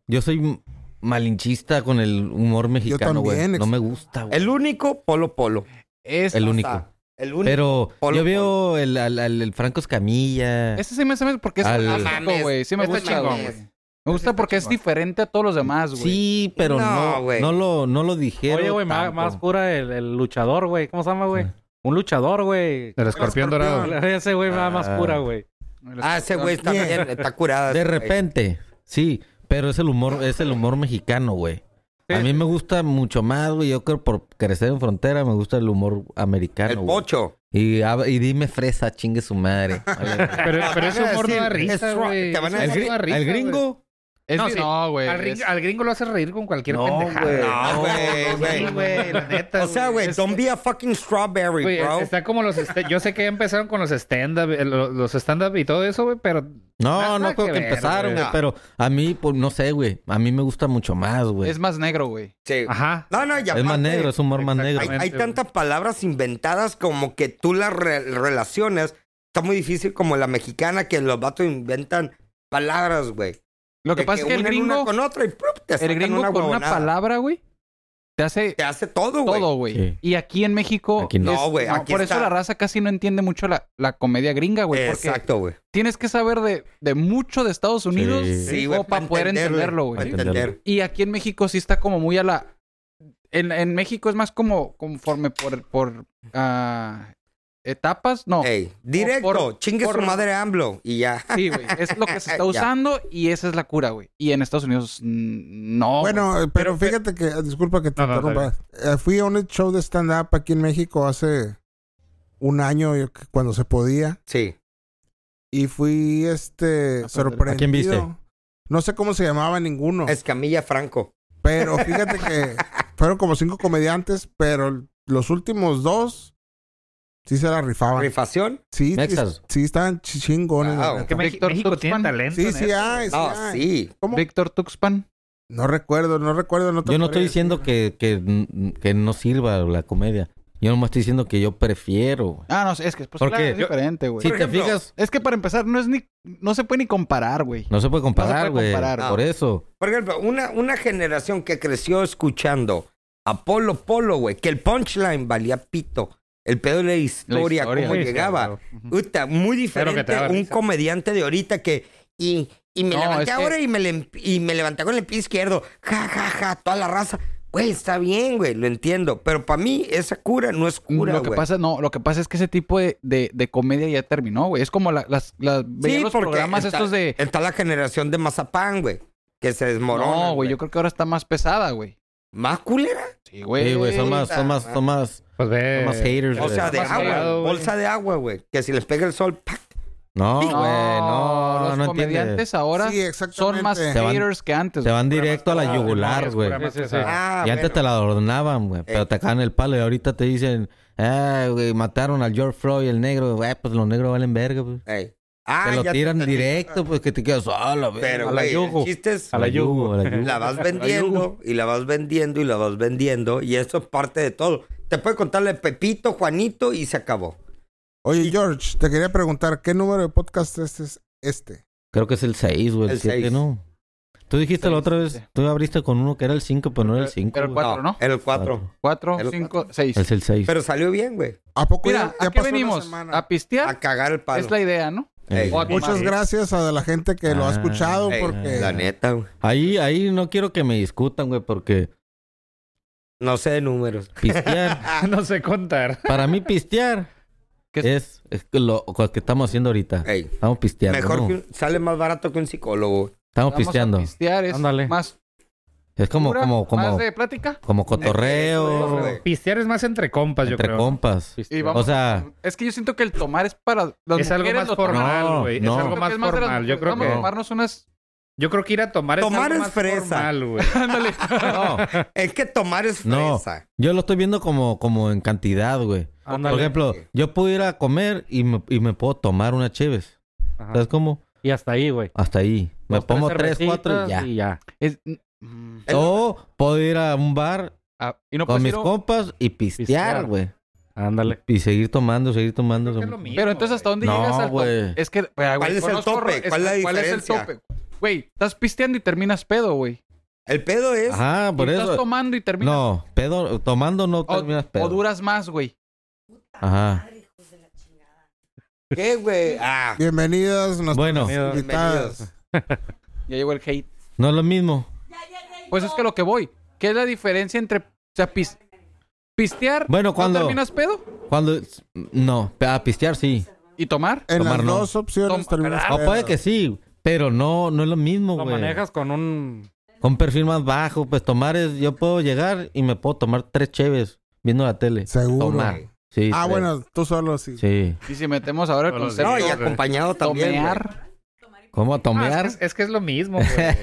Speaker 2: Yo soy m- malinchista con el humor mexicano, güey.
Speaker 1: también, ex-
Speaker 2: No me gusta, güey.
Speaker 5: El único, Polo Polo.
Speaker 4: es-
Speaker 2: El
Speaker 5: O
Speaker 2: único.
Speaker 5: sea, el único.
Speaker 2: Pero
Speaker 5: Polo,
Speaker 2: yo veo el, al, al- el Franco Escamilla.
Speaker 4: Ese sí me hace porque es
Speaker 2: Al-
Speaker 4: fantástico, güey. Sí me
Speaker 5: Está
Speaker 4: gusta,
Speaker 5: chingón,
Speaker 4: güey.
Speaker 5: güey.
Speaker 4: Me gusta porque es diferente a todos los demás, güey.
Speaker 2: sí, pero
Speaker 5: No,
Speaker 2: no,
Speaker 5: güey.
Speaker 2: no, lo, no lo dijeron.
Speaker 3: Oye, güey, más,
Speaker 2: tanto.
Speaker 3: más pura el, el luchador, güey. ¿Cómo se llama, güey?
Speaker 2: Sí.
Speaker 3: Un luchador, güey.
Speaker 6: El
Speaker 1: escorpión.
Speaker 6: escorpión dorado.
Speaker 3: Ese güey va más
Speaker 2: Ah.
Speaker 3: pura, güey.
Speaker 5: Ah, ese güey está
Speaker 1: Bien.
Speaker 5: bien, está curada.
Speaker 2: De
Speaker 5: ese güey.
Speaker 2: repente, sí, pero es el humor, es el humor mexicano, güey. A mí me gusta mucho más, güey. Yo creo por crecer en frontera me gusta el humor
Speaker 5: El
Speaker 2: americano. güey.
Speaker 5: pocho.
Speaker 2: Y, hab- y dime fresa, chingue su madre. Vale.
Speaker 6: Pero, pero ese
Speaker 5: Van a
Speaker 6: humor no
Speaker 5: decir,
Speaker 6: da
Speaker 5: es
Speaker 6: risa,
Speaker 5: rock,
Speaker 6: güey.
Speaker 5: te van a
Speaker 6: Ese
Speaker 2: el,
Speaker 5: decir,
Speaker 6: humor no da
Speaker 2: gri-
Speaker 6: risa,
Speaker 2: el
Speaker 6: güey.
Speaker 2: gringo,
Speaker 4: Es
Speaker 6: No,
Speaker 4: di-
Speaker 6: sí.
Speaker 4: No, güey.
Speaker 6: Al,
Speaker 4: es-
Speaker 6: gringo, al gringo lo hace reír con cualquier
Speaker 2: No, güey.
Speaker 6: pendejada.
Speaker 5: No, güey, güey.
Speaker 6: Sí, güey, la neta.
Speaker 5: O sea, güey,
Speaker 6: es-
Speaker 5: don't be a fucking strawberry,
Speaker 6: Güey,
Speaker 5: bro.
Speaker 6: está como los... este- Yo sé que ya empezaron con los stand-up eh, lo- los stand-up y todo eso, güey, pero...
Speaker 2: No,
Speaker 6: Nada
Speaker 2: no creo
Speaker 6: que
Speaker 2: que,
Speaker 6: ver,
Speaker 2: empezaron,
Speaker 6: güey.
Speaker 2: güey. Pero a mí, pues, no sé, güey. A mí me gusta mucho más, güey.
Speaker 4: Es
Speaker 2: Es,
Speaker 4: más negro, güey.
Speaker 5: Sí.
Speaker 6: Ajá.
Speaker 5: No, no, ya.
Speaker 2: más negro, es humor más negro.
Speaker 5: Hay, hay
Speaker 6: Exactamente,
Speaker 5: tantas palabras inventadas como que tú las re- relacionas. Está muy difícil como la mexicana que los vatos inventan palabras, güey.
Speaker 4: Lo que
Speaker 5: De
Speaker 4: pasa es que el
Speaker 5: unen una
Speaker 4: gringo,
Speaker 5: con otra y ¡prup! te sacan
Speaker 4: el gringo
Speaker 5: una
Speaker 4: con una
Speaker 5: huevonada.
Speaker 4: palabra, güey, te hace
Speaker 5: te hace todo, güey.
Speaker 4: todo, güey.
Speaker 2: Sí.
Speaker 4: Y aquí en México.
Speaker 2: Aquí no.
Speaker 4: es-
Speaker 5: No, güey, aquí
Speaker 4: por
Speaker 5: está.
Speaker 4: eso la raza casi no entiende mucho la, la comedia gringa, güey. Porque
Speaker 5: Exacto, güey.
Speaker 4: tienes que saber de, de mucho de Estados Unidos
Speaker 2: Sí.
Speaker 5: Sí,
Speaker 4: o
Speaker 5: güey.
Speaker 4: para poder
Speaker 5: entenderle,
Speaker 4: entenderlo, güey.
Speaker 5: para
Speaker 2: Sí.
Speaker 5: entender.
Speaker 4: Y aquí en México sí está como muy a la. En, en México es más como conforme por, por ah, etapas. No.
Speaker 5: Ey, directo,
Speaker 4: por-
Speaker 5: chingue
Speaker 4: por-
Speaker 5: su madre AMLO y ya.
Speaker 4: Sí, güey. Es lo que se
Speaker 5: Ya.
Speaker 4: está usando y esa es la cura, güey. Y en Estados Unidos, mm, no.
Speaker 1: bueno, eh, pero, fíjate que, eh, disculpa que te
Speaker 6: Ah, No, no, está
Speaker 1: interrumpa. Eh, fui a un show de stand-up aquí en México hace un año yo que- cuando se podía.
Speaker 5: Sí.
Speaker 1: Y fui, este, sorprendido.
Speaker 2: ¿A quién viste?
Speaker 1: No sé cómo se llamaba ninguno.
Speaker 5: Escamilla Franco.
Speaker 1: Pero fíjate que fueron como cinco comediantes, pero los últimos dos sí se la rifaban.
Speaker 5: ¿Rifación?
Speaker 1: Sí, sí,
Speaker 2: Mexas.
Speaker 1: sí estaban chi- chingones. la
Speaker 5: Wow.
Speaker 1: neta.
Speaker 6: Que Mex-
Speaker 4: Víctor
Speaker 6: México tiene
Speaker 4: Tuxpan.
Speaker 6: talento.
Speaker 1: Sí,
Speaker 6: en
Speaker 1: sí
Speaker 6: eso.
Speaker 1: hay, sí
Speaker 5: No,
Speaker 1: hay.
Speaker 5: sí.
Speaker 1: ¿Cómo?
Speaker 4: Víctor Tuxpan.
Speaker 1: No recuerdo, no recuerdo. No te
Speaker 2: yo no
Speaker 1: podría
Speaker 2: estoy diciendo
Speaker 1: decir.
Speaker 2: que, que, que no sirva la comedia. Yo nomás estoy diciendo que yo prefiero, güey.
Speaker 4: Ah, no, es que pues,
Speaker 2: ¿Por
Speaker 4: claro,
Speaker 2: qué?
Speaker 4: es diferente, güey.
Speaker 2: Si
Speaker 5: Por
Speaker 2: te
Speaker 5: ejemplo,
Speaker 2: fijas,
Speaker 4: Es que para empezar, no es ni. No se puede ni comparar, güey.
Speaker 2: no se puede comparar, güey.
Speaker 4: comparar.
Speaker 2: por eso.
Speaker 5: Por ejemplo, una, una generación que creció escuchando a Polo Polo, güey, que el punchline valía pito. El pedo de la historia,
Speaker 4: historia,
Speaker 5: cómo
Speaker 4: sí,
Speaker 5: llegaba.
Speaker 6: claro. Ujú.
Speaker 5: Puta, muy
Speaker 6: Pero que te
Speaker 5: diferente
Speaker 6: daba
Speaker 5: un
Speaker 6: risa.
Speaker 5: comediante de ahorita que... Y, y me
Speaker 4: No,
Speaker 5: levanté
Speaker 4: es que-
Speaker 5: ahora y, me le- y me levanté con el pie izquierdo. Ja, ja, ja, toda la raza. Güey, está bien, güey, lo entiendo. Pero para mí esa cura no es cura,
Speaker 4: lo que
Speaker 5: güey.
Speaker 4: pasa, no, lo que pasa es que ese tipo de, de, de comedia ya terminó, güey. Es como la, las, las veía los
Speaker 5: porque
Speaker 4: programas
Speaker 5: está-
Speaker 4: estos de.
Speaker 5: Está la generación de Mazapán, güey, que se desmorona.
Speaker 4: No, güey, yo creo que ahora está más pesada, güey.
Speaker 5: ¿Más culera?
Speaker 4: Sí,
Speaker 2: Sí, güey, son más, son más, son más,
Speaker 6: Pues ve...
Speaker 4: Eh,
Speaker 2: son más haters.
Speaker 5: O
Speaker 2: güey.
Speaker 5: sea, de
Speaker 6: más
Speaker 5: agua,
Speaker 6: pegado, güey.
Speaker 5: bolsa de agua, güey. Que si les pega el sol, ¡pac!
Speaker 2: no, güey,
Speaker 4: No,
Speaker 2: no, no,
Speaker 4: los
Speaker 2: entiendes.
Speaker 4: comediantes ahora
Speaker 1: Sí,
Speaker 4: son más
Speaker 1: exactamente.
Speaker 2: Te van-
Speaker 4: haters que antes.
Speaker 2: Te
Speaker 4: güey.
Speaker 2: van directo a la
Speaker 5: Ah,
Speaker 2: yugular, güey.
Speaker 6: pura más
Speaker 3: Sí, sí, sí.
Speaker 6: pesada.
Speaker 5: Ah,
Speaker 2: Y antes te
Speaker 5: bueno.
Speaker 2: la ordenaban, güey. Pero
Speaker 5: Eh.
Speaker 2: te acaban el palo y ahorita te dicen, ah, güey, mataron al George Floyd, el negro. Güey, pues los negros valen verga, güey.
Speaker 5: Ey. Ah,
Speaker 2: te lo
Speaker 5: ya
Speaker 2: tiran
Speaker 5: entendí.
Speaker 2: directo, pues que te quedas, ah, la verga.
Speaker 5: Pero,
Speaker 3: A la
Speaker 5: güey, el
Speaker 3: yugo.
Speaker 5: chiste es...
Speaker 3: A la
Speaker 2: yugo,
Speaker 3: yugo.
Speaker 2: a la yugo.
Speaker 5: La vas vendiendo y la vas vendiendo y la vas vendiendo. Y eso es parte de todo. Te puede contarle Pepito, Juanito y se acabó.
Speaker 1: Oye, George, te quería preguntar, ¿qué número de podcast este es este?
Speaker 2: Creo que es el 6, güey,
Speaker 5: El
Speaker 2: el 7,
Speaker 5: seis.
Speaker 2: ¿no? Tú dijiste la
Speaker 4: Seis,
Speaker 2: otra
Speaker 4: sí.
Speaker 2: vez, tú abriste con uno que era el 5, pero no era el 5.
Speaker 4: pero el Cuatro, ¿no?
Speaker 5: El cuatro.
Speaker 4: Cuatro,
Speaker 5: El-
Speaker 4: cinco, seis.
Speaker 2: Es el 6.
Speaker 5: Pero salió bien, güey.
Speaker 1: ¿A poco
Speaker 4: Mira,
Speaker 1: ya, ya
Speaker 4: ¿a qué
Speaker 1: pasó una
Speaker 4: venimos?
Speaker 1: semana?
Speaker 4: A pistear.
Speaker 5: A cagar el palo.
Speaker 4: Es la idea, ¿no?
Speaker 5: Ey.
Speaker 4: O a
Speaker 1: Muchas
Speaker 4: tomar.
Speaker 1: gracias a la gente que lo ha
Speaker 2: Ah,
Speaker 1: escuchado
Speaker 5: Ey,
Speaker 1: porque
Speaker 5: La neta, güey.
Speaker 2: Ahí, ahí no quiero que me discutan, güey, porque
Speaker 5: No sé de números.
Speaker 2: pistear,
Speaker 6: No sé contar.
Speaker 2: para mí pistear
Speaker 4: ¿Qué es?
Speaker 2: es, es que lo, lo que estamos haciendo ahorita.
Speaker 5: Ey.
Speaker 2: Estamos pisteando.
Speaker 5: Mejor
Speaker 2: ¿no?
Speaker 5: que un- sale más barato que un psicólogo.
Speaker 2: Estamos
Speaker 4: Vamos a
Speaker 2: pisteando.
Speaker 4: pistear, es
Speaker 3: Ándale.
Speaker 4: más
Speaker 2: Es como,
Speaker 4: pura,
Speaker 2: como,
Speaker 4: más
Speaker 2: como,
Speaker 4: de plática.
Speaker 2: como
Speaker 5: Eso,
Speaker 2: cotorreo,
Speaker 5: güey.
Speaker 6: Pistear es más entre compas, yo
Speaker 2: entre
Speaker 6: creo.
Speaker 2: compas.
Speaker 4: Y
Speaker 3: Pistear.
Speaker 4: vamos-
Speaker 2: O sea,
Speaker 4: Es que yo siento que el tomar es para las
Speaker 6: es algo
Speaker 4: mujeres,
Speaker 6: más
Speaker 4: lo
Speaker 6: formal,
Speaker 2: No,
Speaker 6: güey.
Speaker 2: no.
Speaker 6: Es
Speaker 4: Yo
Speaker 6: algo
Speaker 4: creo
Speaker 6: más
Speaker 4: que es de las
Speaker 6: formal. Yo
Speaker 4: mujeres.
Speaker 6: creo
Speaker 4: Vamos a
Speaker 6: que.
Speaker 4: tomarnos unas...
Speaker 6: Yo creo que ir a tomar es
Speaker 5: Tomar
Speaker 6: algo
Speaker 5: es
Speaker 6: más
Speaker 5: fresa.
Speaker 6: formal, güey.
Speaker 4: Ándale.
Speaker 2: no,
Speaker 5: Es que tomar es
Speaker 2: No.
Speaker 5: fresa.
Speaker 2: yo lo estoy viendo como, como en cantidad, güey.
Speaker 3: Ándale.
Speaker 2: Por ejemplo, yo puedo ir a comer y me, y me puedo tomar una cheves.
Speaker 3: Ajá.
Speaker 2: ¿Sabes cómo?
Speaker 3: Y hasta ahí, güey.
Speaker 2: Hasta ahí. Me
Speaker 3: Dos,
Speaker 2: pongo tres, cuatro y ya.
Speaker 3: cervecitas Y ya.
Speaker 4: Es- mm,
Speaker 5: Es-
Speaker 2: O puedo ir a un bar
Speaker 4: ah, y no
Speaker 2: con
Speaker 4: puedes
Speaker 2: mis
Speaker 4: ir a un-
Speaker 2: compas y pistear,
Speaker 3: Pistear.
Speaker 2: güey.
Speaker 3: Ándale.
Speaker 2: Y seguir tomando, seguir tomando.
Speaker 6: Creo que es lo mismo,
Speaker 4: Pero entonces, ¿hasta dónde
Speaker 2: No,
Speaker 4: llegas al
Speaker 2: güey.
Speaker 4: tope? Es que, güey,
Speaker 5: ¿Cuál es el
Speaker 4: conozco-
Speaker 5: tope? ¿Cuál es la diferencia?
Speaker 4: tope? Güey, estás pisteando y terminas pedo, güey.
Speaker 5: El pedo es.
Speaker 2: Ajá, por
Speaker 4: Y Estás
Speaker 2: eso.
Speaker 4: tomando y terminas
Speaker 2: No, pedo, tomando no
Speaker 4: o,
Speaker 2: terminas
Speaker 4: o
Speaker 2: pedo.
Speaker 4: duras más, güey.
Speaker 2: Ajá.
Speaker 5: ¿Qué, güey? Ah,
Speaker 1: Bienvenidas nuestras
Speaker 2: Bueno,
Speaker 1: invitadas.
Speaker 5: bienvenidos.
Speaker 4: Ya llegó el hate.
Speaker 2: no es lo mismo.
Speaker 4: Pues es que lo que voy. ¿Qué es la diferencia entre, o sea, pis- pistear,
Speaker 2: Bueno,
Speaker 4: no
Speaker 2: cuando-
Speaker 4: terminas pedo
Speaker 2: Cuando. No, a pistear sí.
Speaker 4: y tomar?
Speaker 1: En
Speaker 2: Tomar
Speaker 1: las
Speaker 2: no.
Speaker 1: dos opciones
Speaker 4: Toma,
Speaker 1: terminas
Speaker 2: O
Speaker 1: pedo.
Speaker 2: puede que sí, pero no, no es lo mismo,
Speaker 3: Lo
Speaker 2: güey.
Speaker 3: manejas con un...
Speaker 2: Con perfil más bajo, pues tomar es. Yo puedo llegar y me puedo tomar tres cheves viendo la tele.
Speaker 1: Seguro.
Speaker 2: Tomar. Sí.
Speaker 1: Ah,
Speaker 2: tres.
Speaker 1: bueno, tú solo sí.
Speaker 2: Sí.
Speaker 4: Y si metemos ahora el
Speaker 6: No, los
Speaker 4: concepto
Speaker 5: No,
Speaker 6: de-
Speaker 5: y
Speaker 4: de
Speaker 5: acompañado también. güey.
Speaker 4: tomear,
Speaker 2: ¿Cómo
Speaker 6: Ah,
Speaker 2: tomear?
Speaker 6: es, que es, es que es lo mismo, güey. Es-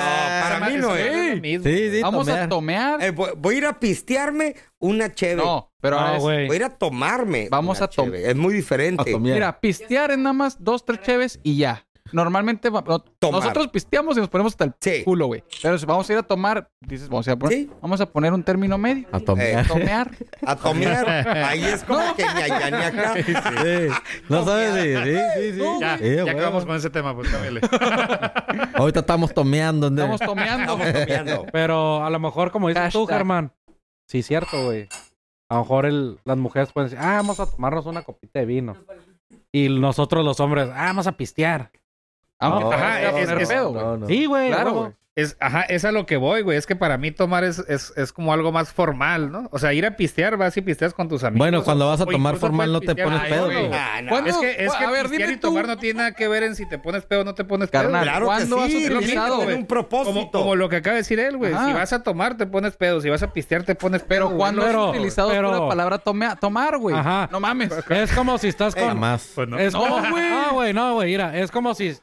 Speaker 5: para mí no es.
Speaker 6: lo mismo.
Speaker 2: Sí, sí,
Speaker 4: vamos
Speaker 2: tomear.
Speaker 4: a tomear.
Speaker 5: Eh, voy, voy a ir a pistearme una cheve.
Speaker 4: No, pero ahora
Speaker 3: No,
Speaker 4: es-
Speaker 3: güey.
Speaker 5: Voy a ir a tomarme.
Speaker 4: Vamos
Speaker 5: una
Speaker 4: a tom-
Speaker 5: cheve. Es muy diferente.
Speaker 2: A tomear.
Speaker 4: Mira, pistear es nada más dos, tres cheves y ya. Normalmente va- no-
Speaker 5: Tomar.
Speaker 4: nosotros pisteamos y nos ponemos hasta el
Speaker 5: Sí.
Speaker 4: culo, güey. Pero si vamos a ir a tomar, dices, vamos a, ir a poner,
Speaker 5: Sí.
Speaker 4: vamos a poner un término medio. Eh,
Speaker 2: A tomear.
Speaker 4: Tomear.
Speaker 5: A tomear. Ahí es como que ni allá ni acá.
Speaker 2: Sí. No sabes, sí, sí, sí. sí.
Speaker 6: Ya,
Speaker 2: Sí,
Speaker 6: ya
Speaker 2: güey.
Speaker 6: acabamos con ese tema, pues cámbiale.
Speaker 2: Ahorita estamos tomeando. ¿no?
Speaker 4: Estamos tomeando.
Speaker 5: Estamos tomeando.
Speaker 3: Pero a lo mejor, como dices tú,
Speaker 4: Hashtag.
Speaker 3: Germán. Sí, cierto, güey. A lo mejor el- las mujeres pueden decir, ah, vamos a tomarnos una copita de vino. Y nosotros los hombres, ah, vamos a pistear.
Speaker 4: Aunque
Speaker 2: No,
Speaker 4: ajá,
Speaker 6: Ah, no,
Speaker 4: es,
Speaker 6: no,
Speaker 4: es pedo,
Speaker 6: no,
Speaker 4: güey.
Speaker 3: Sí, güey.
Speaker 4: Claro,
Speaker 3: huevo.
Speaker 4: güey.
Speaker 6: Es, ajá, es a lo que voy, güey. Es que para mí tomar es, es, es como algo más formal, ¿no? O sea, ir a pistear, vas y pisteas con tus amigos.
Speaker 2: Bueno, cuando vas a
Speaker 6: O
Speaker 2: tomar
Speaker 6: incluso
Speaker 2: formal
Speaker 6: puedes
Speaker 2: no te
Speaker 6: pistear-
Speaker 2: pones
Speaker 6: Ay,
Speaker 2: pedo,
Speaker 6: güey.
Speaker 2: güey.
Speaker 5: Ah, no.
Speaker 4: ¿Cuándo?
Speaker 6: Es que, es que
Speaker 4: a ver,
Speaker 6: pistear
Speaker 4: dime
Speaker 6: y
Speaker 4: tú,
Speaker 6: tomar no tiene nada que ver en si te pones pedo o no te pones pedo.
Speaker 4: carnal,
Speaker 5: Claro que
Speaker 4: ¿cuándo has
Speaker 5: sí, es lo mismo,
Speaker 4: utilizado,
Speaker 5: güey.
Speaker 4: güey?
Speaker 5: un propósito.
Speaker 6: Como, como lo que acaba de decir él, güey.
Speaker 4: Ajá.
Speaker 6: Si vas a tomar, te pones pedo. Si vas a pistear, te pones pedo.
Speaker 4: Pero
Speaker 6: güey.
Speaker 4: ¿cuándo
Speaker 3: Pero-
Speaker 4: has utilizado tú
Speaker 3: pero-
Speaker 4: la palabra tomea- tomar, güey?
Speaker 3: Ajá.
Speaker 4: No mames.
Speaker 3: Es como si estás con...
Speaker 2: Jamás.
Speaker 6: Pues no.
Speaker 3: Es
Speaker 4: No,
Speaker 3: como,
Speaker 4: güey.
Speaker 3: no, güey, no, güey, mira, es como si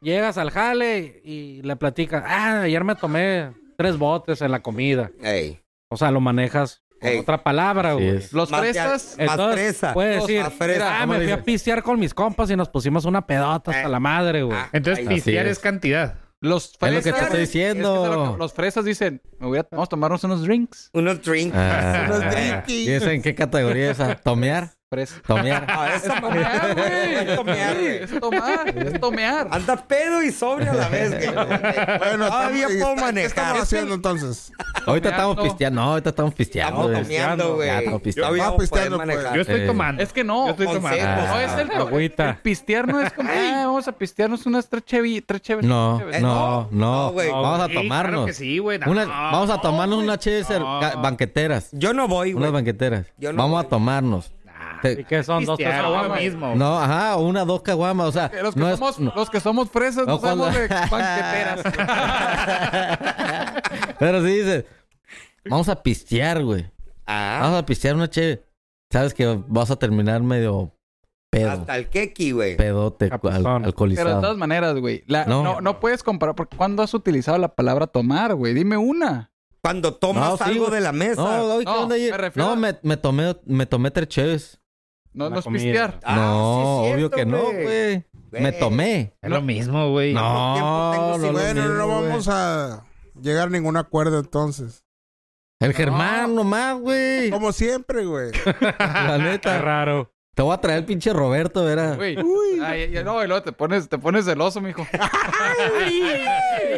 Speaker 3: llegas al jale y le platicas, ah, ayer me tomé tres botes en la comida.
Speaker 5: Ey,
Speaker 3: O sea, lo manejas con
Speaker 5: Ey.
Speaker 3: otra palabra,
Speaker 2: Así
Speaker 3: güey.
Speaker 2: es.
Speaker 4: Los
Speaker 5: Más
Speaker 4: fresas.
Speaker 5: Más fresa.
Speaker 3: Puede
Speaker 4: Los
Speaker 3: decir,
Speaker 5: más fresa.
Speaker 3: ah,
Speaker 5: ¿Cómo
Speaker 3: me
Speaker 5: le
Speaker 3: fui a
Speaker 5: dices?
Speaker 3: pistear con mis compas y nos pusimos una pedota hasta
Speaker 5: Eh.
Speaker 3: la madre, güey.
Speaker 5: Ah,
Speaker 6: Entonces,
Speaker 5: ahí.
Speaker 6: pistear
Speaker 2: es.
Speaker 6: es cantidad.
Speaker 4: Los
Speaker 2: Es
Speaker 4: fresas.
Speaker 2: lo que te estoy
Speaker 4: es que es
Speaker 2: diciendo.
Speaker 4: lo que- los fresas dicen, "Me voy a- vamos a tomarnos unos drinks.
Speaker 5: Unos drinks.
Speaker 2: Ah.
Speaker 5: Unos
Speaker 2: ¿Y
Speaker 5: drinkies.
Speaker 2: eso en qué categoría es? esa? ¿Tomear?
Speaker 4: Fresa.
Speaker 2: Tomear.
Speaker 5: Ah, eso
Speaker 4: Tomear, güey.
Speaker 5: es tomear,
Speaker 4: Sí,
Speaker 5: güey.
Speaker 4: Es tomar, es tomear.
Speaker 5: Anda pedo y sobrio a la vez, güey.
Speaker 1: Bueno,
Speaker 5: todavía
Speaker 1: estamos-
Speaker 5: puedo
Speaker 1: ¿qué estamos
Speaker 5: manejar.
Speaker 1: haciendo entonces?
Speaker 2: Ahorita
Speaker 4: Tomeando.
Speaker 2: estamos pisteando. No, ahorita estamos pisteando.
Speaker 5: Estamos
Speaker 2: güey.
Speaker 5: tomeando, güey.
Speaker 2: Ya, estamos pisteando.
Speaker 5: Todavía
Speaker 1: Ah,
Speaker 5: puedes
Speaker 1: pisteando, pues.
Speaker 5: manejar.
Speaker 6: Yo estoy
Speaker 2: Eh.
Speaker 6: tomando.
Speaker 4: Es que
Speaker 6: Yo
Speaker 4: no.
Speaker 6: estoy tomando.
Speaker 5: Consejos.
Speaker 4: No es
Speaker 2: Ah,
Speaker 4: el,
Speaker 3: Agüita.
Speaker 4: el pistear no es como, "Ah, vamos a pistearnos unas tres chevi, tres cheves.
Speaker 2: No,
Speaker 4: tres cheves".
Speaker 2: no,
Speaker 5: no,
Speaker 2: no.
Speaker 5: güey.
Speaker 2: Vamos a
Speaker 6: Sí, Claro
Speaker 2: tomarnos.
Speaker 6: que sí, güey. No,
Speaker 2: Una-
Speaker 6: no,
Speaker 2: vamos a tomarnos unas cheves cer-
Speaker 6: No.
Speaker 2: ca- banqueteras.
Speaker 5: Yo no voy,
Speaker 2: Unas
Speaker 5: güey.
Speaker 2: banqueteras.
Speaker 5: Yo no
Speaker 2: Vamos
Speaker 5: voy.
Speaker 2: a tomarnos.
Speaker 6: Ah,
Speaker 2: Te-
Speaker 3: ¿Y qué son? Dos, tres
Speaker 6: pistear,
Speaker 3: aguas,
Speaker 6: lo
Speaker 3: güey?
Speaker 6: mismo.
Speaker 2: No, ajá, o una, dos caguamas, o sea,
Speaker 4: Eh, Los que,
Speaker 2: no es-
Speaker 4: somos,
Speaker 2: no.
Speaker 4: los que somos fresas no,
Speaker 2: No, cuando-
Speaker 4: somos de banqueteras.
Speaker 2: Pero si dices, vamos a pistear, güey.
Speaker 5: Ah,
Speaker 2: Vamos a pistear una cheve. Sabes que vas a terminar medio pedo,
Speaker 5: hasta el keki, güey.
Speaker 2: pedote,
Speaker 3: Capuzón.
Speaker 2: al-
Speaker 4: Pero de todas
Speaker 2: alcoholizado.
Speaker 4: maneras, güey. la-
Speaker 2: No.
Speaker 4: No. No, puedes comparar. Porque ¿Cuándo has utilizado la palabra tomar, güey? Dime una.
Speaker 5: Cuando tomas
Speaker 2: No, sí,
Speaker 5: algo
Speaker 2: güey.
Speaker 5: de la mesa.
Speaker 2: No, hoy, ¿qué
Speaker 4: No,
Speaker 2: onda ayer?
Speaker 4: me refiero
Speaker 2: No,
Speaker 4: a-
Speaker 2: me, me tomé, me tomé tres cheves.
Speaker 4: No,
Speaker 3: La
Speaker 4: no es
Speaker 3: comida.
Speaker 4: pistear.
Speaker 5: Ah,
Speaker 2: no,
Speaker 5: sí es
Speaker 2: obvio
Speaker 5: cierto,
Speaker 2: que no,
Speaker 5: güey.
Speaker 2: güey. Me
Speaker 5: Güey.
Speaker 2: tomé.
Speaker 6: Es lo mismo, güey.
Speaker 2: No,
Speaker 5: tiempo tengo
Speaker 2: no,
Speaker 5: sin-
Speaker 2: no, no,
Speaker 1: Bueno,
Speaker 2: no,
Speaker 1: no
Speaker 2: güey.
Speaker 1: vamos a llegar a ningún acuerdo entonces.
Speaker 2: El Germán nomás, güey.
Speaker 1: Como siempre, güey.
Speaker 2: La
Speaker 3: Qué
Speaker 2: neta.
Speaker 3: raro.
Speaker 2: Te voy a traer el pinche Roberto, verá.
Speaker 4: Güey. Ay, ay, ay, no, y luego te pones, te pones celoso, mijo.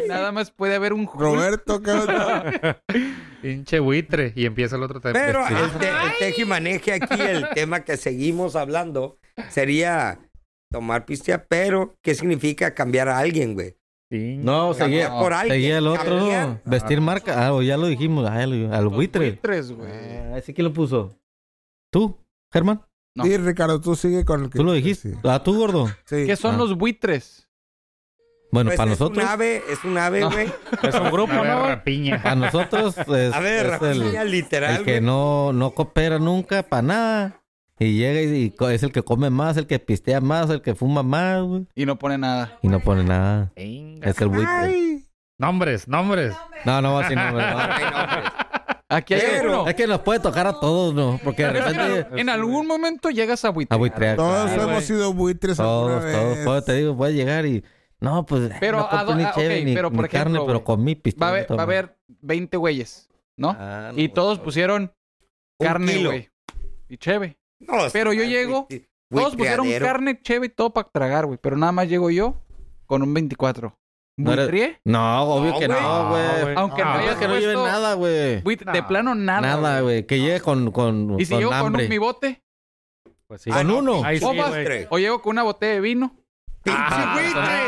Speaker 4: Nada más puede haber un juego.
Speaker 1: Roberto, ¿qué onda?
Speaker 6: Pinche buitre. Y empieza el otro tema.
Speaker 5: Pero el, te, el tejimaneje aquí, el tema que seguimos hablando, sería tomar pistea, pero ¿qué significa cambiar a alguien, güey?
Speaker 6: Sí.
Speaker 2: No, seguía,
Speaker 5: Cambiar por alguien,
Speaker 2: seguía el otro,
Speaker 5: cambiar.
Speaker 2: ¿no? Vestir marca. Ah, o ya lo dijimos, ah, el- al buitre.
Speaker 4: Buitres, güey.
Speaker 2: Ah, ¿Ese que lo puso? ¿Tú, Germán?
Speaker 4: No.
Speaker 1: Sí, Ricardo, tú sigue con el que...
Speaker 2: ¿Tú lo dijiste?
Speaker 1: Sí.
Speaker 2: ¿A tú, gordo?
Speaker 1: Sí.
Speaker 4: ¿Qué son
Speaker 2: Ah.
Speaker 4: los buitres?
Speaker 2: Bueno,
Speaker 5: Pues
Speaker 2: para
Speaker 5: es
Speaker 2: nosotros,
Speaker 5: un ave, es un ave, güey.
Speaker 3: Es un grupo,
Speaker 6: A ver,
Speaker 3: ¿no? güey?
Speaker 6: rapiña.
Speaker 2: para nosotros es,
Speaker 5: A ver,
Speaker 2: es
Speaker 5: rapiña,
Speaker 2: el,
Speaker 5: literal,
Speaker 2: el que
Speaker 5: güey.
Speaker 2: no, no coopera nunca para nada. Y llega y, y co- es el que come más, el que pistea más, el que fuma más, güey.
Speaker 4: Y no pone nada.
Speaker 2: Y no pone nada.
Speaker 6: Venga.
Speaker 2: Es el buitre.
Speaker 1: Ay,
Speaker 6: Nombres, nombres.
Speaker 2: No, no, así no, no.
Speaker 4: Aquí hay
Speaker 5: Pero-
Speaker 4: uno.
Speaker 2: Es que nos puede tocar a todos, ¿no? Porque de repente
Speaker 4: En algún momento llegas a
Speaker 2: a
Speaker 4: buitrear.
Speaker 2: buitrear.
Speaker 1: todos
Speaker 2: claro.
Speaker 1: hemos sido buitres
Speaker 2: Todos,
Speaker 1: alguna
Speaker 2: todos.
Speaker 1: vez.
Speaker 2: Por eso te digo, puedes llegar y. No, pues.
Speaker 4: Pero,
Speaker 2: no
Speaker 4: ¿a
Speaker 2: compré
Speaker 4: dó-
Speaker 2: ni
Speaker 4: a-
Speaker 2: cheve,
Speaker 4: ok,
Speaker 2: ni,
Speaker 4: pero,
Speaker 2: ni
Speaker 4: por ejemplo,
Speaker 2: carne,
Speaker 4: güey,
Speaker 2: pero comí
Speaker 4: Va
Speaker 2: pistola.
Speaker 4: a haber, va a haber 20 güeyes, ¿no?
Speaker 2: Ah, no,
Speaker 4: y
Speaker 2: güey,
Speaker 4: todos
Speaker 2: no.
Speaker 4: pusieron
Speaker 5: Un
Speaker 4: carne,
Speaker 5: kilo.
Speaker 4: güey. Y cheve.
Speaker 5: No,
Speaker 4: Pero yo
Speaker 5: ah,
Speaker 4: llego,
Speaker 5: güey,
Speaker 4: Todos pusieron
Speaker 5: buitreadero.
Speaker 4: carne, cheve y todo para tragar, güey. Pero nada más llego yo con un 24.
Speaker 2: No eres-
Speaker 4: Buitreé.
Speaker 2: No, obvio
Speaker 5: No,
Speaker 2: que
Speaker 5: güey.
Speaker 2: no, güey.
Speaker 3: güey.
Speaker 4: Aunque
Speaker 6: no,
Speaker 4: no,
Speaker 2: Obvio
Speaker 4: hayas
Speaker 2: que no lleve
Speaker 4: puesto
Speaker 2: nada, güey.
Speaker 4: buitre- De
Speaker 6: No.
Speaker 4: plano nada.
Speaker 2: Nada, güey. Que llegue con, con,
Speaker 4: Y si
Speaker 2: con
Speaker 4: llego con
Speaker 2: hambre.
Speaker 4: un, mi bote,
Speaker 3: Pues sí.
Speaker 5: Ah,
Speaker 2: Con
Speaker 5: no,
Speaker 2: uno.
Speaker 3: Ahí sí,
Speaker 4: Opa.
Speaker 3: güey.
Speaker 5: Buitre.
Speaker 4: o llego con una botella de vino. Ah,
Speaker 5: Pinche buitre.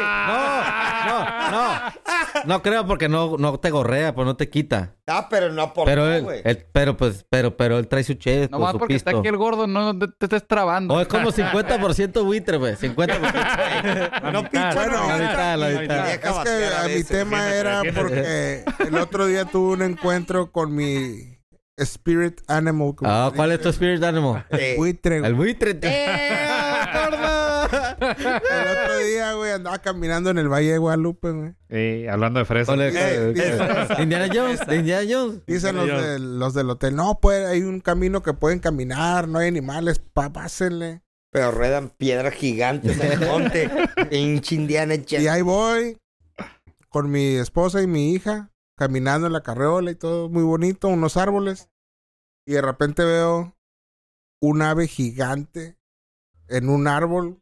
Speaker 2: No, no, no. No creo porque no, no te gorrea, pues no te quita.
Speaker 5: Ah, pero no por
Speaker 2: Pero
Speaker 5: nada,
Speaker 2: él,
Speaker 5: güey.
Speaker 2: él- pero pues, pero, pero él trae su chef, pues,
Speaker 4: Nomás
Speaker 2: su
Speaker 4: porque
Speaker 2: pisto.
Speaker 4: está aquí el gordo, no te, te estés trabando.
Speaker 2: O es como 50% buitre, güey. 50%.
Speaker 5: No pinche
Speaker 1: Bueno,
Speaker 5: no,
Speaker 2: la mitad, la
Speaker 5: no,
Speaker 2: mitad.
Speaker 1: Es
Speaker 5: deja
Speaker 1: que
Speaker 5: vaciar a
Speaker 1: a mi
Speaker 5: veces.
Speaker 1: tema era porque el otro día tuve un encuentro con mi spirit animal. como
Speaker 2: Ah,
Speaker 1: se
Speaker 2: ¿Cuál es
Speaker 1: dice.
Speaker 2: tu spirit animal?
Speaker 5: Sí.
Speaker 1: Buitre, güey.
Speaker 2: El buitre.
Speaker 1: El otro día, güey, andaba caminando en el Valle de Guadalupe, güey.
Speaker 6: Eh, hablando de fresas.
Speaker 2: Con el-
Speaker 5: Eh, esa.
Speaker 2: Indiana Jones, de Indiana Jones.
Speaker 1: Dicen los, de- los del hotel, no, pues hay un camino que pueden caminar, no hay animales, pa- pásenle.
Speaker 5: Pero ruedan piedras gigantes en el monte. Pinche Indiana Jones.
Speaker 1: Y ahí voy con mi esposa y mi hija, caminando en la carreola y todo, muy bonito, unos árboles. Y de repente veo un ave gigante en un árbol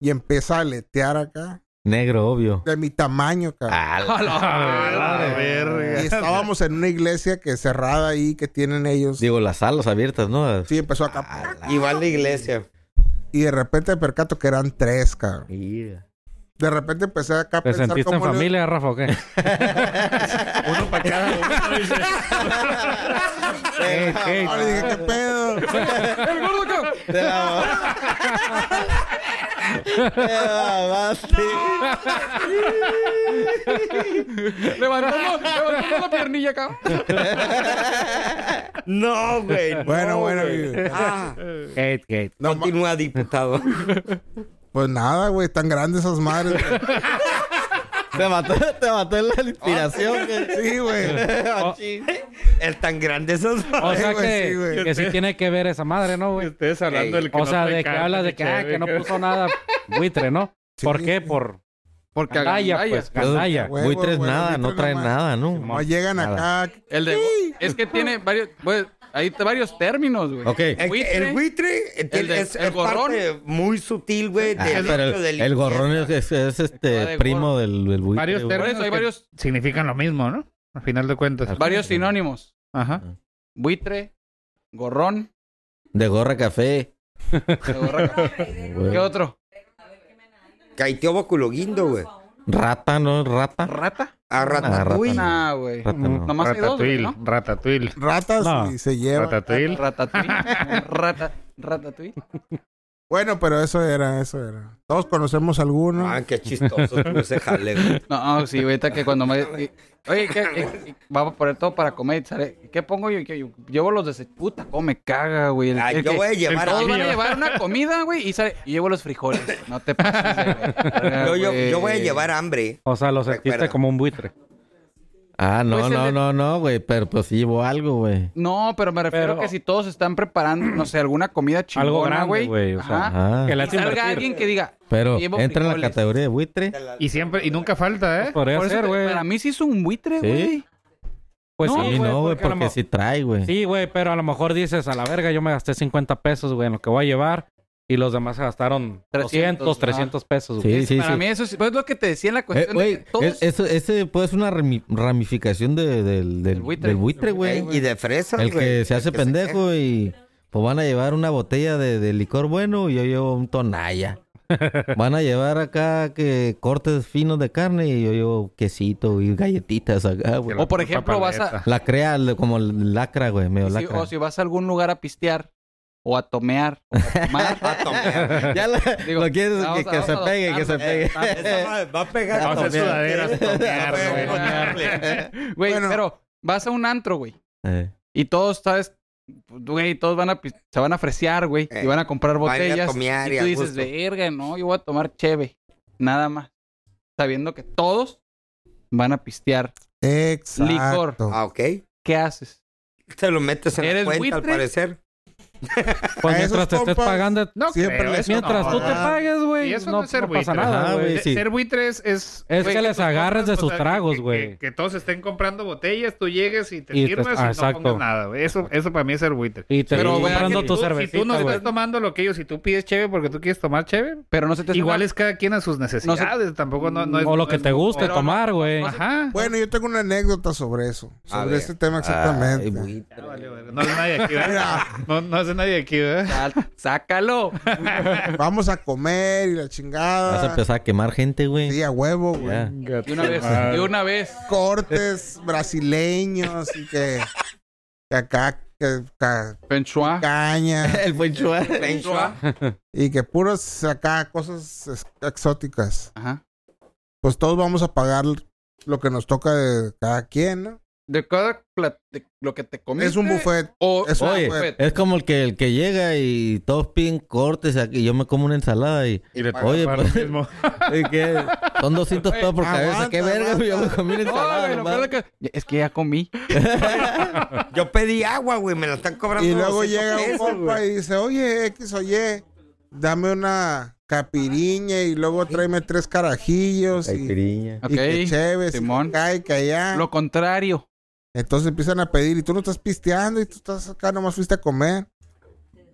Speaker 1: y empieza a aletear acá,
Speaker 2: Negro, obvio.
Speaker 1: de mi tamaño, cabrón.
Speaker 6: A
Speaker 1: Y
Speaker 6: ver.
Speaker 1: estábamos en una iglesia que cerrada ahí que tienen ellos.
Speaker 2: Digo, las alas abiertas, ¿no?
Speaker 1: Sí, empezó acá.
Speaker 5: Y va a la iglesia.
Speaker 1: Y de repente me percato que eran tres, cabrón. De repente empecé acá a
Speaker 3: ¿Te
Speaker 1: pensar
Speaker 3: sentiste en
Speaker 1: cómo le-
Speaker 3: familia, Rafa, o qué?
Speaker 6: Uno para cada uno. dice.
Speaker 2: Ey, ey.
Speaker 1: Ahora dije, ¿qué pedo?
Speaker 4: ¡El gordo acá!
Speaker 2: Te la Te mamaste.
Speaker 4: Levantando, levantando la piernilla acá.
Speaker 5: No, güey. no,
Speaker 1: Bueno, bueno.
Speaker 5: güey.
Speaker 1: y-
Speaker 5: Ah,
Speaker 6: Gate, gate.
Speaker 1: no, ma-
Speaker 5: continúa, diputado.
Speaker 1: pues nada, güey. Tan grandes esas madres. güey.
Speaker 2: Te mató, te mató la inspiración. güey.
Speaker 1: Ah, Sí, güey.
Speaker 2: Oh.
Speaker 5: El tan grande esos.
Speaker 3: O sea
Speaker 1: Sí, güey, sí,
Speaker 3: que,
Speaker 1: güey.
Speaker 3: que sí tiene que ver esa madre, ¿no, güey?
Speaker 6: Ustedes hablando
Speaker 5: Ey,
Speaker 6: del que
Speaker 3: O
Speaker 6: no
Speaker 3: sea,
Speaker 6: trae
Speaker 3: de que
Speaker 6: carne,
Speaker 3: hablas de que, ah, que no puso nada buitre, ¿no?
Speaker 1: Sí.
Speaker 3: ¿Por qué? Por
Speaker 4: Porque
Speaker 3: canalla,
Speaker 4: agandalla.
Speaker 3: pues, canalla.
Speaker 1: Huevo,
Speaker 2: Buitres
Speaker 1: güey,
Speaker 2: nada, no
Speaker 1: buitres
Speaker 2: traen
Speaker 1: nomás.
Speaker 2: nada, ¿no?
Speaker 1: No llegan acá.
Speaker 4: El de. Es que tiene varios. Pues, hay t- varios términos, güey.
Speaker 2: Ok.
Speaker 5: El,
Speaker 4: Buitre.
Speaker 5: el buitre eh, tiene-
Speaker 4: de-
Speaker 5: es,
Speaker 4: el
Speaker 5: es
Speaker 4: gorrón.
Speaker 5: parte muy sutil, güey.
Speaker 2: Ah,
Speaker 5: del
Speaker 2: pero
Speaker 5: hecho de
Speaker 2: el,
Speaker 5: limpieza.
Speaker 2: el gorrón es, es- es,
Speaker 4: Ah,
Speaker 2: este
Speaker 4: de
Speaker 2: primo
Speaker 4: gorro.
Speaker 2: del, del buitre.
Speaker 6: Varios
Speaker 2: güey.
Speaker 4: Por
Speaker 6: términos
Speaker 4: eso hay
Speaker 6: que
Speaker 4: varios,
Speaker 6: significan lo mismo, ¿no? Al final de cuentas.
Speaker 4: varios sinónimos.
Speaker 6: Ajá.
Speaker 2: Ah.
Speaker 4: Buitre, gorrón.
Speaker 2: De gorra café.
Speaker 4: de gorra-
Speaker 2: güey.
Speaker 4: ¿Qué otro?
Speaker 5: Caiteo Bóculo guindo, güey.
Speaker 2: Rata, ¿no? Rata.
Speaker 4: ¿Rata?
Speaker 1: Ah,
Speaker 5: A Ratatouille.
Speaker 2: Ah, rata
Speaker 4: Nah, güey.
Speaker 2: Rata, no.
Speaker 4: Nomás hay dos, güey,
Speaker 6: Ratatouille, ratatouille,
Speaker 4: ¿no?
Speaker 1: Ratas
Speaker 3: No.
Speaker 1: y se llevan.
Speaker 6: ratatouille.
Speaker 4: Ratatouille. Rata, ratatouille.
Speaker 1: Bueno, pero eso era, eso era. Todos conocemos alguno.
Speaker 5: Ah, qué chistoso tú ese jale, güey.
Speaker 4: No, sí, ahorita que cuando me... y- Oye, ¿qué, Eh, y- y- vamos a poner todo para comer, ¿sale? ¿Qué pongo yo? ¿Qué- yo llevo los desechos. Puta, cómo me caga, güey. El-
Speaker 5: Ah,
Speaker 4: el
Speaker 5: yo
Speaker 4: que-
Speaker 5: voy a llevar
Speaker 4: Todos van a
Speaker 5: algo.
Speaker 4: llevar una comida, güey, y sale... Y llevo los frijoles. No te pases, de verga,
Speaker 5: Yo, yo-
Speaker 4: güey.
Speaker 5: yo voy a llevar hambre.
Speaker 3: O sea, lo sentiste
Speaker 5: Recuerda.
Speaker 3: como un buitre.
Speaker 2: Ah, no,
Speaker 4: Pues el
Speaker 2: no,
Speaker 4: de-
Speaker 2: no, no, güey. Pero pues sí llevo algo, güey.
Speaker 4: No, pero me refiero
Speaker 3: Pero-
Speaker 4: que si todos están preparando, no sé, alguna comida
Speaker 3: Algo
Speaker 4: chingona,
Speaker 3: grande,
Speaker 4: güey.
Speaker 3: güey, o sea,
Speaker 4: Ajá.
Speaker 2: Ah,
Speaker 3: Que le
Speaker 4: Y
Speaker 3: hace
Speaker 4: salga
Speaker 3: invertir.
Speaker 4: alguien que diga...
Speaker 2: pero
Speaker 4: llevo
Speaker 2: entra en la
Speaker 4: frijoles.
Speaker 2: categoría de buitre.
Speaker 6: Y siempre, y nunca falta, ¿eh?
Speaker 3: Podría
Speaker 4: Por eso
Speaker 3: ser,
Speaker 4: te-
Speaker 3: güey.
Speaker 4: para mí sí es un buitre,
Speaker 2: Sí. pues.
Speaker 4: güey.
Speaker 3: Pues
Speaker 4: No,
Speaker 2: a mí no, güey,
Speaker 3: a lo
Speaker 2: porque
Speaker 3: mo-
Speaker 2: sí trae, güey.
Speaker 3: Sí, güey, pero a lo mejor dices, a la verga, yo me gasté 50 pesos, güey, en lo que voy a llevar. Y los demás se gastaron
Speaker 4: 300,
Speaker 3: 200, 300 pesos, güey.
Speaker 2: Sí, sí,
Speaker 4: para
Speaker 2: sí.
Speaker 4: mí eso es, pues, lo que te decía en la
Speaker 2: Eh,
Speaker 4: cuestión
Speaker 2: güey,
Speaker 4: de que todos...
Speaker 2: es- eso- ese puede ser una rami- ramificación de- del, del-
Speaker 4: Del buitre.
Speaker 2: del buitre,
Speaker 5: Ey,
Speaker 2: güey.
Speaker 5: Y de fresas, güey.
Speaker 2: El que se hace
Speaker 5: que
Speaker 2: pendejo y pues van a llevar una botella de, de licor bueno y yo llevo un tonalla. Van a llevar acá que cortes finos de carne y yo llevo quesito y galletitas acá, güey.
Speaker 4: O por ejemplo, vas a...
Speaker 2: La crea como lacra, güey, medio
Speaker 4: Y si-
Speaker 2: lacra.
Speaker 4: o si vas a algún lugar a pistear, o a tomear. O a tomar.
Speaker 5: A tomar.
Speaker 2: Ya lo,
Speaker 4: Digo,
Speaker 2: lo quieres que,
Speaker 4: vamos a-
Speaker 2: que
Speaker 4: vamos
Speaker 2: se
Speaker 4: a
Speaker 2: pegue, que se
Speaker 4: adoptarlo.
Speaker 2: pegue.
Speaker 5: Esa madre va a pegar.
Speaker 2: Vamos a hacer
Speaker 6: sudaderas, tomear,
Speaker 5: Va a pegar.
Speaker 4: Güey,
Speaker 1: Bueno.
Speaker 4: pero vas a un antro, güey.
Speaker 2: Eh,
Speaker 4: Y todos, ¿sabes? Güey, todos van a, pis- se van a freciar, güey.
Speaker 5: Eh,
Speaker 4: y van a comprar
Speaker 5: van a ir a
Speaker 4: botellas.
Speaker 5: tomear y
Speaker 4: y tú
Speaker 5: a
Speaker 4: dices,
Speaker 5: gusto.
Speaker 4: verga, no, yo voy a tomar cheve. Nada más. Sabiendo que todos van a pistear.
Speaker 1: Exacto.
Speaker 4: Licor.
Speaker 5: Ah, ok.
Speaker 4: ¿Qué haces?
Speaker 5: Te lo metes en la
Speaker 4: ¿Eres
Speaker 5: cuenta, al
Speaker 4: buitre?
Speaker 5: parecer.
Speaker 3: Pues
Speaker 1: A
Speaker 3: mientras
Speaker 1: esos
Speaker 3: te estés
Speaker 1: compas,
Speaker 3: pagando,
Speaker 6: No
Speaker 1: Siempre
Speaker 6: creo,
Speaker 1: les-
Speaker 6: eso
Speaker 3: mientras
Speaker 6: no.
Speaker 3: tú te
Speaker 1: Ah.
Speaker 3: pagues,
Speaker 6: Y
Speaker 3: güey,
Speaker 6: eso
Speaker 3: no,
Speaker 6: no es ser
Speaker 3: no
Speaker 6: buitre.
Speaker 3: pasa nada,
Speaker 2: Ajá, güey.
Speaker 3: güey.
Speaker 6: Se-
Speaker 2: sí.
Speaker 6: Ser buitres es...
Speaker 3: Es
Speaker 4: Güey,
Speaker 3: que
Speaker 4: que
Speaker 3: les
Speaker 4: tú
Speaker 3: agarres de
Speaker 6: O
Speaker 3: sus
Speaker 6: sea, que-
Speaker 3: tragos,
Speaker 6: que- Que,
Speaker 3: güey.
Speaker 6: todos estén comprando botellas, tú llegues y te
Speaker 3: Y te-
Speaker 6: sirves
Speaker 3: ah,
Speaker 6: y
Speaker 3: exacto.
Speaker 6: no pongas nada, güey. Eso, eso para mí es ser buitre.
Speaker 3: Y te
Speaker 4: Pero,
Speaker 3: estás
Speaker 4: güey,
Speaker 3: comprando
Speaker 4: si
Speaker 3: tu
Speaker 4: tú-
Speaker 3: cervecita,
Speaker 6: si tú no
Speaker 3: güey.
Speaker 6: estás tomando lo que ellos, si tú pides cheve porque tú quieres tomar cheve,
Speaker 4: Pero no se te hace
Speaker 6: igual
Speaker 4: una-
Speaker 6: es cada quien a sus necesidades. Tampoco no, no es...
Speaker 3: o lo
Speaker 6: no
Speaker 3: que
Speaker 6: es
Speaker 3: te
Speaker 6: como-
Speaker 3: guste
Speaker 4: pero no-
Speaker 3: tomar, güey.
Speaker 6: Ajá.
Speaker 1: Bueno, yo tengo una anécdota sobre eso.
Speaker 5: A
Speaker 1: Sobre
Speaker 5: ver.
Speaker 1: este tema
Speaker 5: Ay,
Speaker 1: exactamente.
Speaker 5: buitre.
Speaker 6: Ya valió, verga. No es nadie aquí, ¿verdad? No, no es nadie aquí, ¿verdad?
Speaker 4: Sal- sácalo.
Speaker 1: Vamos a comer y la
Speaker 2: Vas a
Speaker 1: chingada.
Speaker 2: empezar a quemar gente, güey.
Speaker 1: Sí, a huevo, güey.
Speaker 2: Ya.
Speaker 4: De una vez.
Speaker 6: Ah.
Speaker 4: De una vez.
Speaker 1: Cortes brasileños y que, que acá, que, ca-
Speaker 4: Penchua.
Speaker 1: caña
Speaker 2: El buen chua.
Speaker 1: y que puros acá cosas es- exóticas.
Speaker 4: Ajá.
Speaker 1: Pues todos vamos a pagar lo que nos toca de cada quien, ¿no?
Speaker 4: De cada plat- de lo que te comiste.
Speaker 1: Es un buffet.
Speaker 4: O
Speaker 1: Es un
Speaker 2: Oye,
Speaker 4: Pues,
Speaker 1: buffet.
Speaker 2: es como el que el que llega y todos piden cortes aquí, yo me como una ensalada y,
Speaker 5: Y le
Speaker 2: oye,
Speaker 6: Para
Speaker 2: pues,
Speaker 6: lo mismo.
Speaker 2: ¿y qué? son 200 pesos por cabeza,
Speaker 1: aguanta,
Speaker 2: qué verga,
Speaker 1: aguanta.
Speaker 2: yo me comí una
Speaker 4: No,
Speaker 2: ensalada.
Speaker 4: güey, lo
Speaker 2: nomás.
Speaker 4: peor es que- Es que ya comí.
Speaker 5: Yo pedí agua, güey, me la están cobrando.
Speaker 1: Y luego
Speaker 5: 200
Speaker 1: llega un
Speaker 5: pesos,
Speaker 1: compa
Speaker 5: güey.
Speaker 1: y dice, oye, X o Y, dame una capiriña y luego tráeme tres carajillos y, y
Speaker 2: Caipiriña.
Speaker 4: Ok.
Speaker 1: que chéves, y
Speaker 4: Simón.
Speaker 1: que acá y que allá.
Speaker 4: Lo contrario.
Speaker 1: Entonces empiezan a pedir y tú no estás pisteando y tú estás acá, nomás fuiste a comer.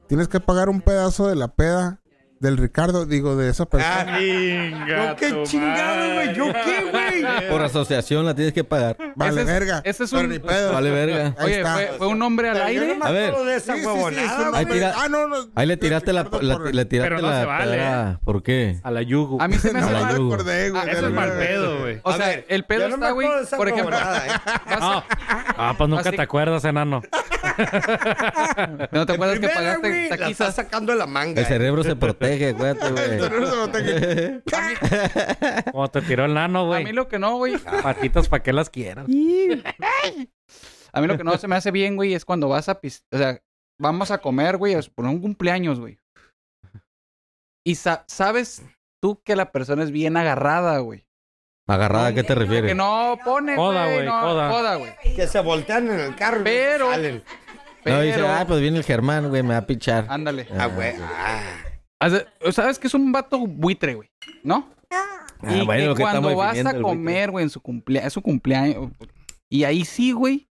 Speaker 1: Tienes que pagar un pedazo de la peda del Ricardo, digo, de esa persona.
Speaker 5: Ah, yo qué chingado, güey. Yo qué, güey.
Speaker 2: Por asociación la tienes que pagar.
Speaker 1: vale,
Speaker 4: ese es-
Speaker 1: verga.
Speaker 4: ese es
Speaker 1: Pero
Speaker 4: un-
Speaker 1: ni pedo.
Speaker 2: Vale verga.
Speaker 1: Ahí
Speaker 4: Oye,
Speaker 1: está.
Speaker 4: fue, fue un hombre al
Speaker 5: Pero yo
Speaker 4: aire.
Speaker 5: no me
Speaker 2: A ver.
Speaker 5: acuerdo de esa
Speaker 1: Sí, sí, sí,
Speaker 5: huevonada,
Speaker 1: es un
Speaker 5: güey.
Speaker 2: Ahí tira-
Speaker 1: Ah, no, no.
Speaker 2: Ahí le tiraste la
Speaker 1: Ricardo
Speaker 2: la-
Speaker 1: por-
Speaker 2: le tiraste
Speaker 6: Pero no
Speaker 2: la
Speaker 6: se vale. ¿eh?
Speaker 2: pedra. ¿Por qué?
Speaker 3: A la yugo.
Speaker 4: A mí se me
Speaker 1: No
Speaker 4: hace
Speaker 2: la
Speaker 1: me
Speaker 4: mal.
Speaker 2: yugo.
Speaker 1: acordé, güey.
Speaker 4: Ah,
Speaker 1: de
Speaker 6: Eso
Speaker 1: la
Speaker 6: es mal
Speaker 1: verga.
Speaker 6: pedo, güey.
Speaker 4: O
Speaker 5: A
Speaker 4: sea,
Speaker 5: ver,
Speaker 4: el pedo
Speaker 5: yo no me
Speaker 4: está, güey.
Speaker 5: acuerdo de esa
Speaker 4: Por ejemplo,
Speaker 5: huevonada, eh.
Speaker 4: vas a-
Speaker 3: Ah, pues nunca
Speaker 4: Así-
Speaker 3: te acuerdas, enano.
Speaker 4: ¿no te acuerdas que
Speaker 5: Primera, güey,
Speaker 4: pagaste
Speaker 5: la
Speaker 4: taquizas?
Speaker 5: estás sacando de la manga. ¿eh?
Speaker 2: El cerebro se protege, acuérdate, güey.
Speaker 1: Pero no se me toque.
Speaker 3: Como te tiró el nano,
Speaker 4: A mí
Speaker 3: güey.
Speaker 4: lo que no, güey.
Speaker 3: Patitas, ¿para qué las quieras?
Speaker 4: A mí lo que no se me hace bien, güey, es cuando vas a pis- O sea, vamos a comer, güey, es por un cumpleaños, güey. Y sa- sabes tú que la persona es bien agarrada, güey.
Speaker 2: Agarrada, ¿a qué te
Speaker 4: Que
Speaker 2: refieres?
Speaker 4: no pone,
Speaker 3: Coda,
Speaker 4: güey.
Speaker 3: güey,
Speaker 4: No,
Speaker 3: coda.
Speaker 4: coda, güey.
Speaker 5: Que se voltean en el carro. y
Speaker 4: Pero-
Speaker 5: salen.
Speaker 2: No, dice,
Speaker 4: Pero-
Speaker 2: ah, pues viene el Germán, güey, me va a pichar.
Speaker 4: Ándale.
Speaker 5: Ah, güey. Ah.
Speaker 4: Hace- Sabes que es un vato buitre, güey. ¿No?
Speaker 2: Ah,
Speaker 4: y
Speaker 2: bueno,
Speaker 4: que
Speaker 2: lo que
Speaker 4: cuando
Speaker 2: estamos
Speaker 4: vas
Speaker 2: definiendo,
Speaker 4: a
Speaker 2: el buitre.
Speaker 4: comer, güey, en su cumpleaños, es su cumpleaños. Y ahí sí, güey,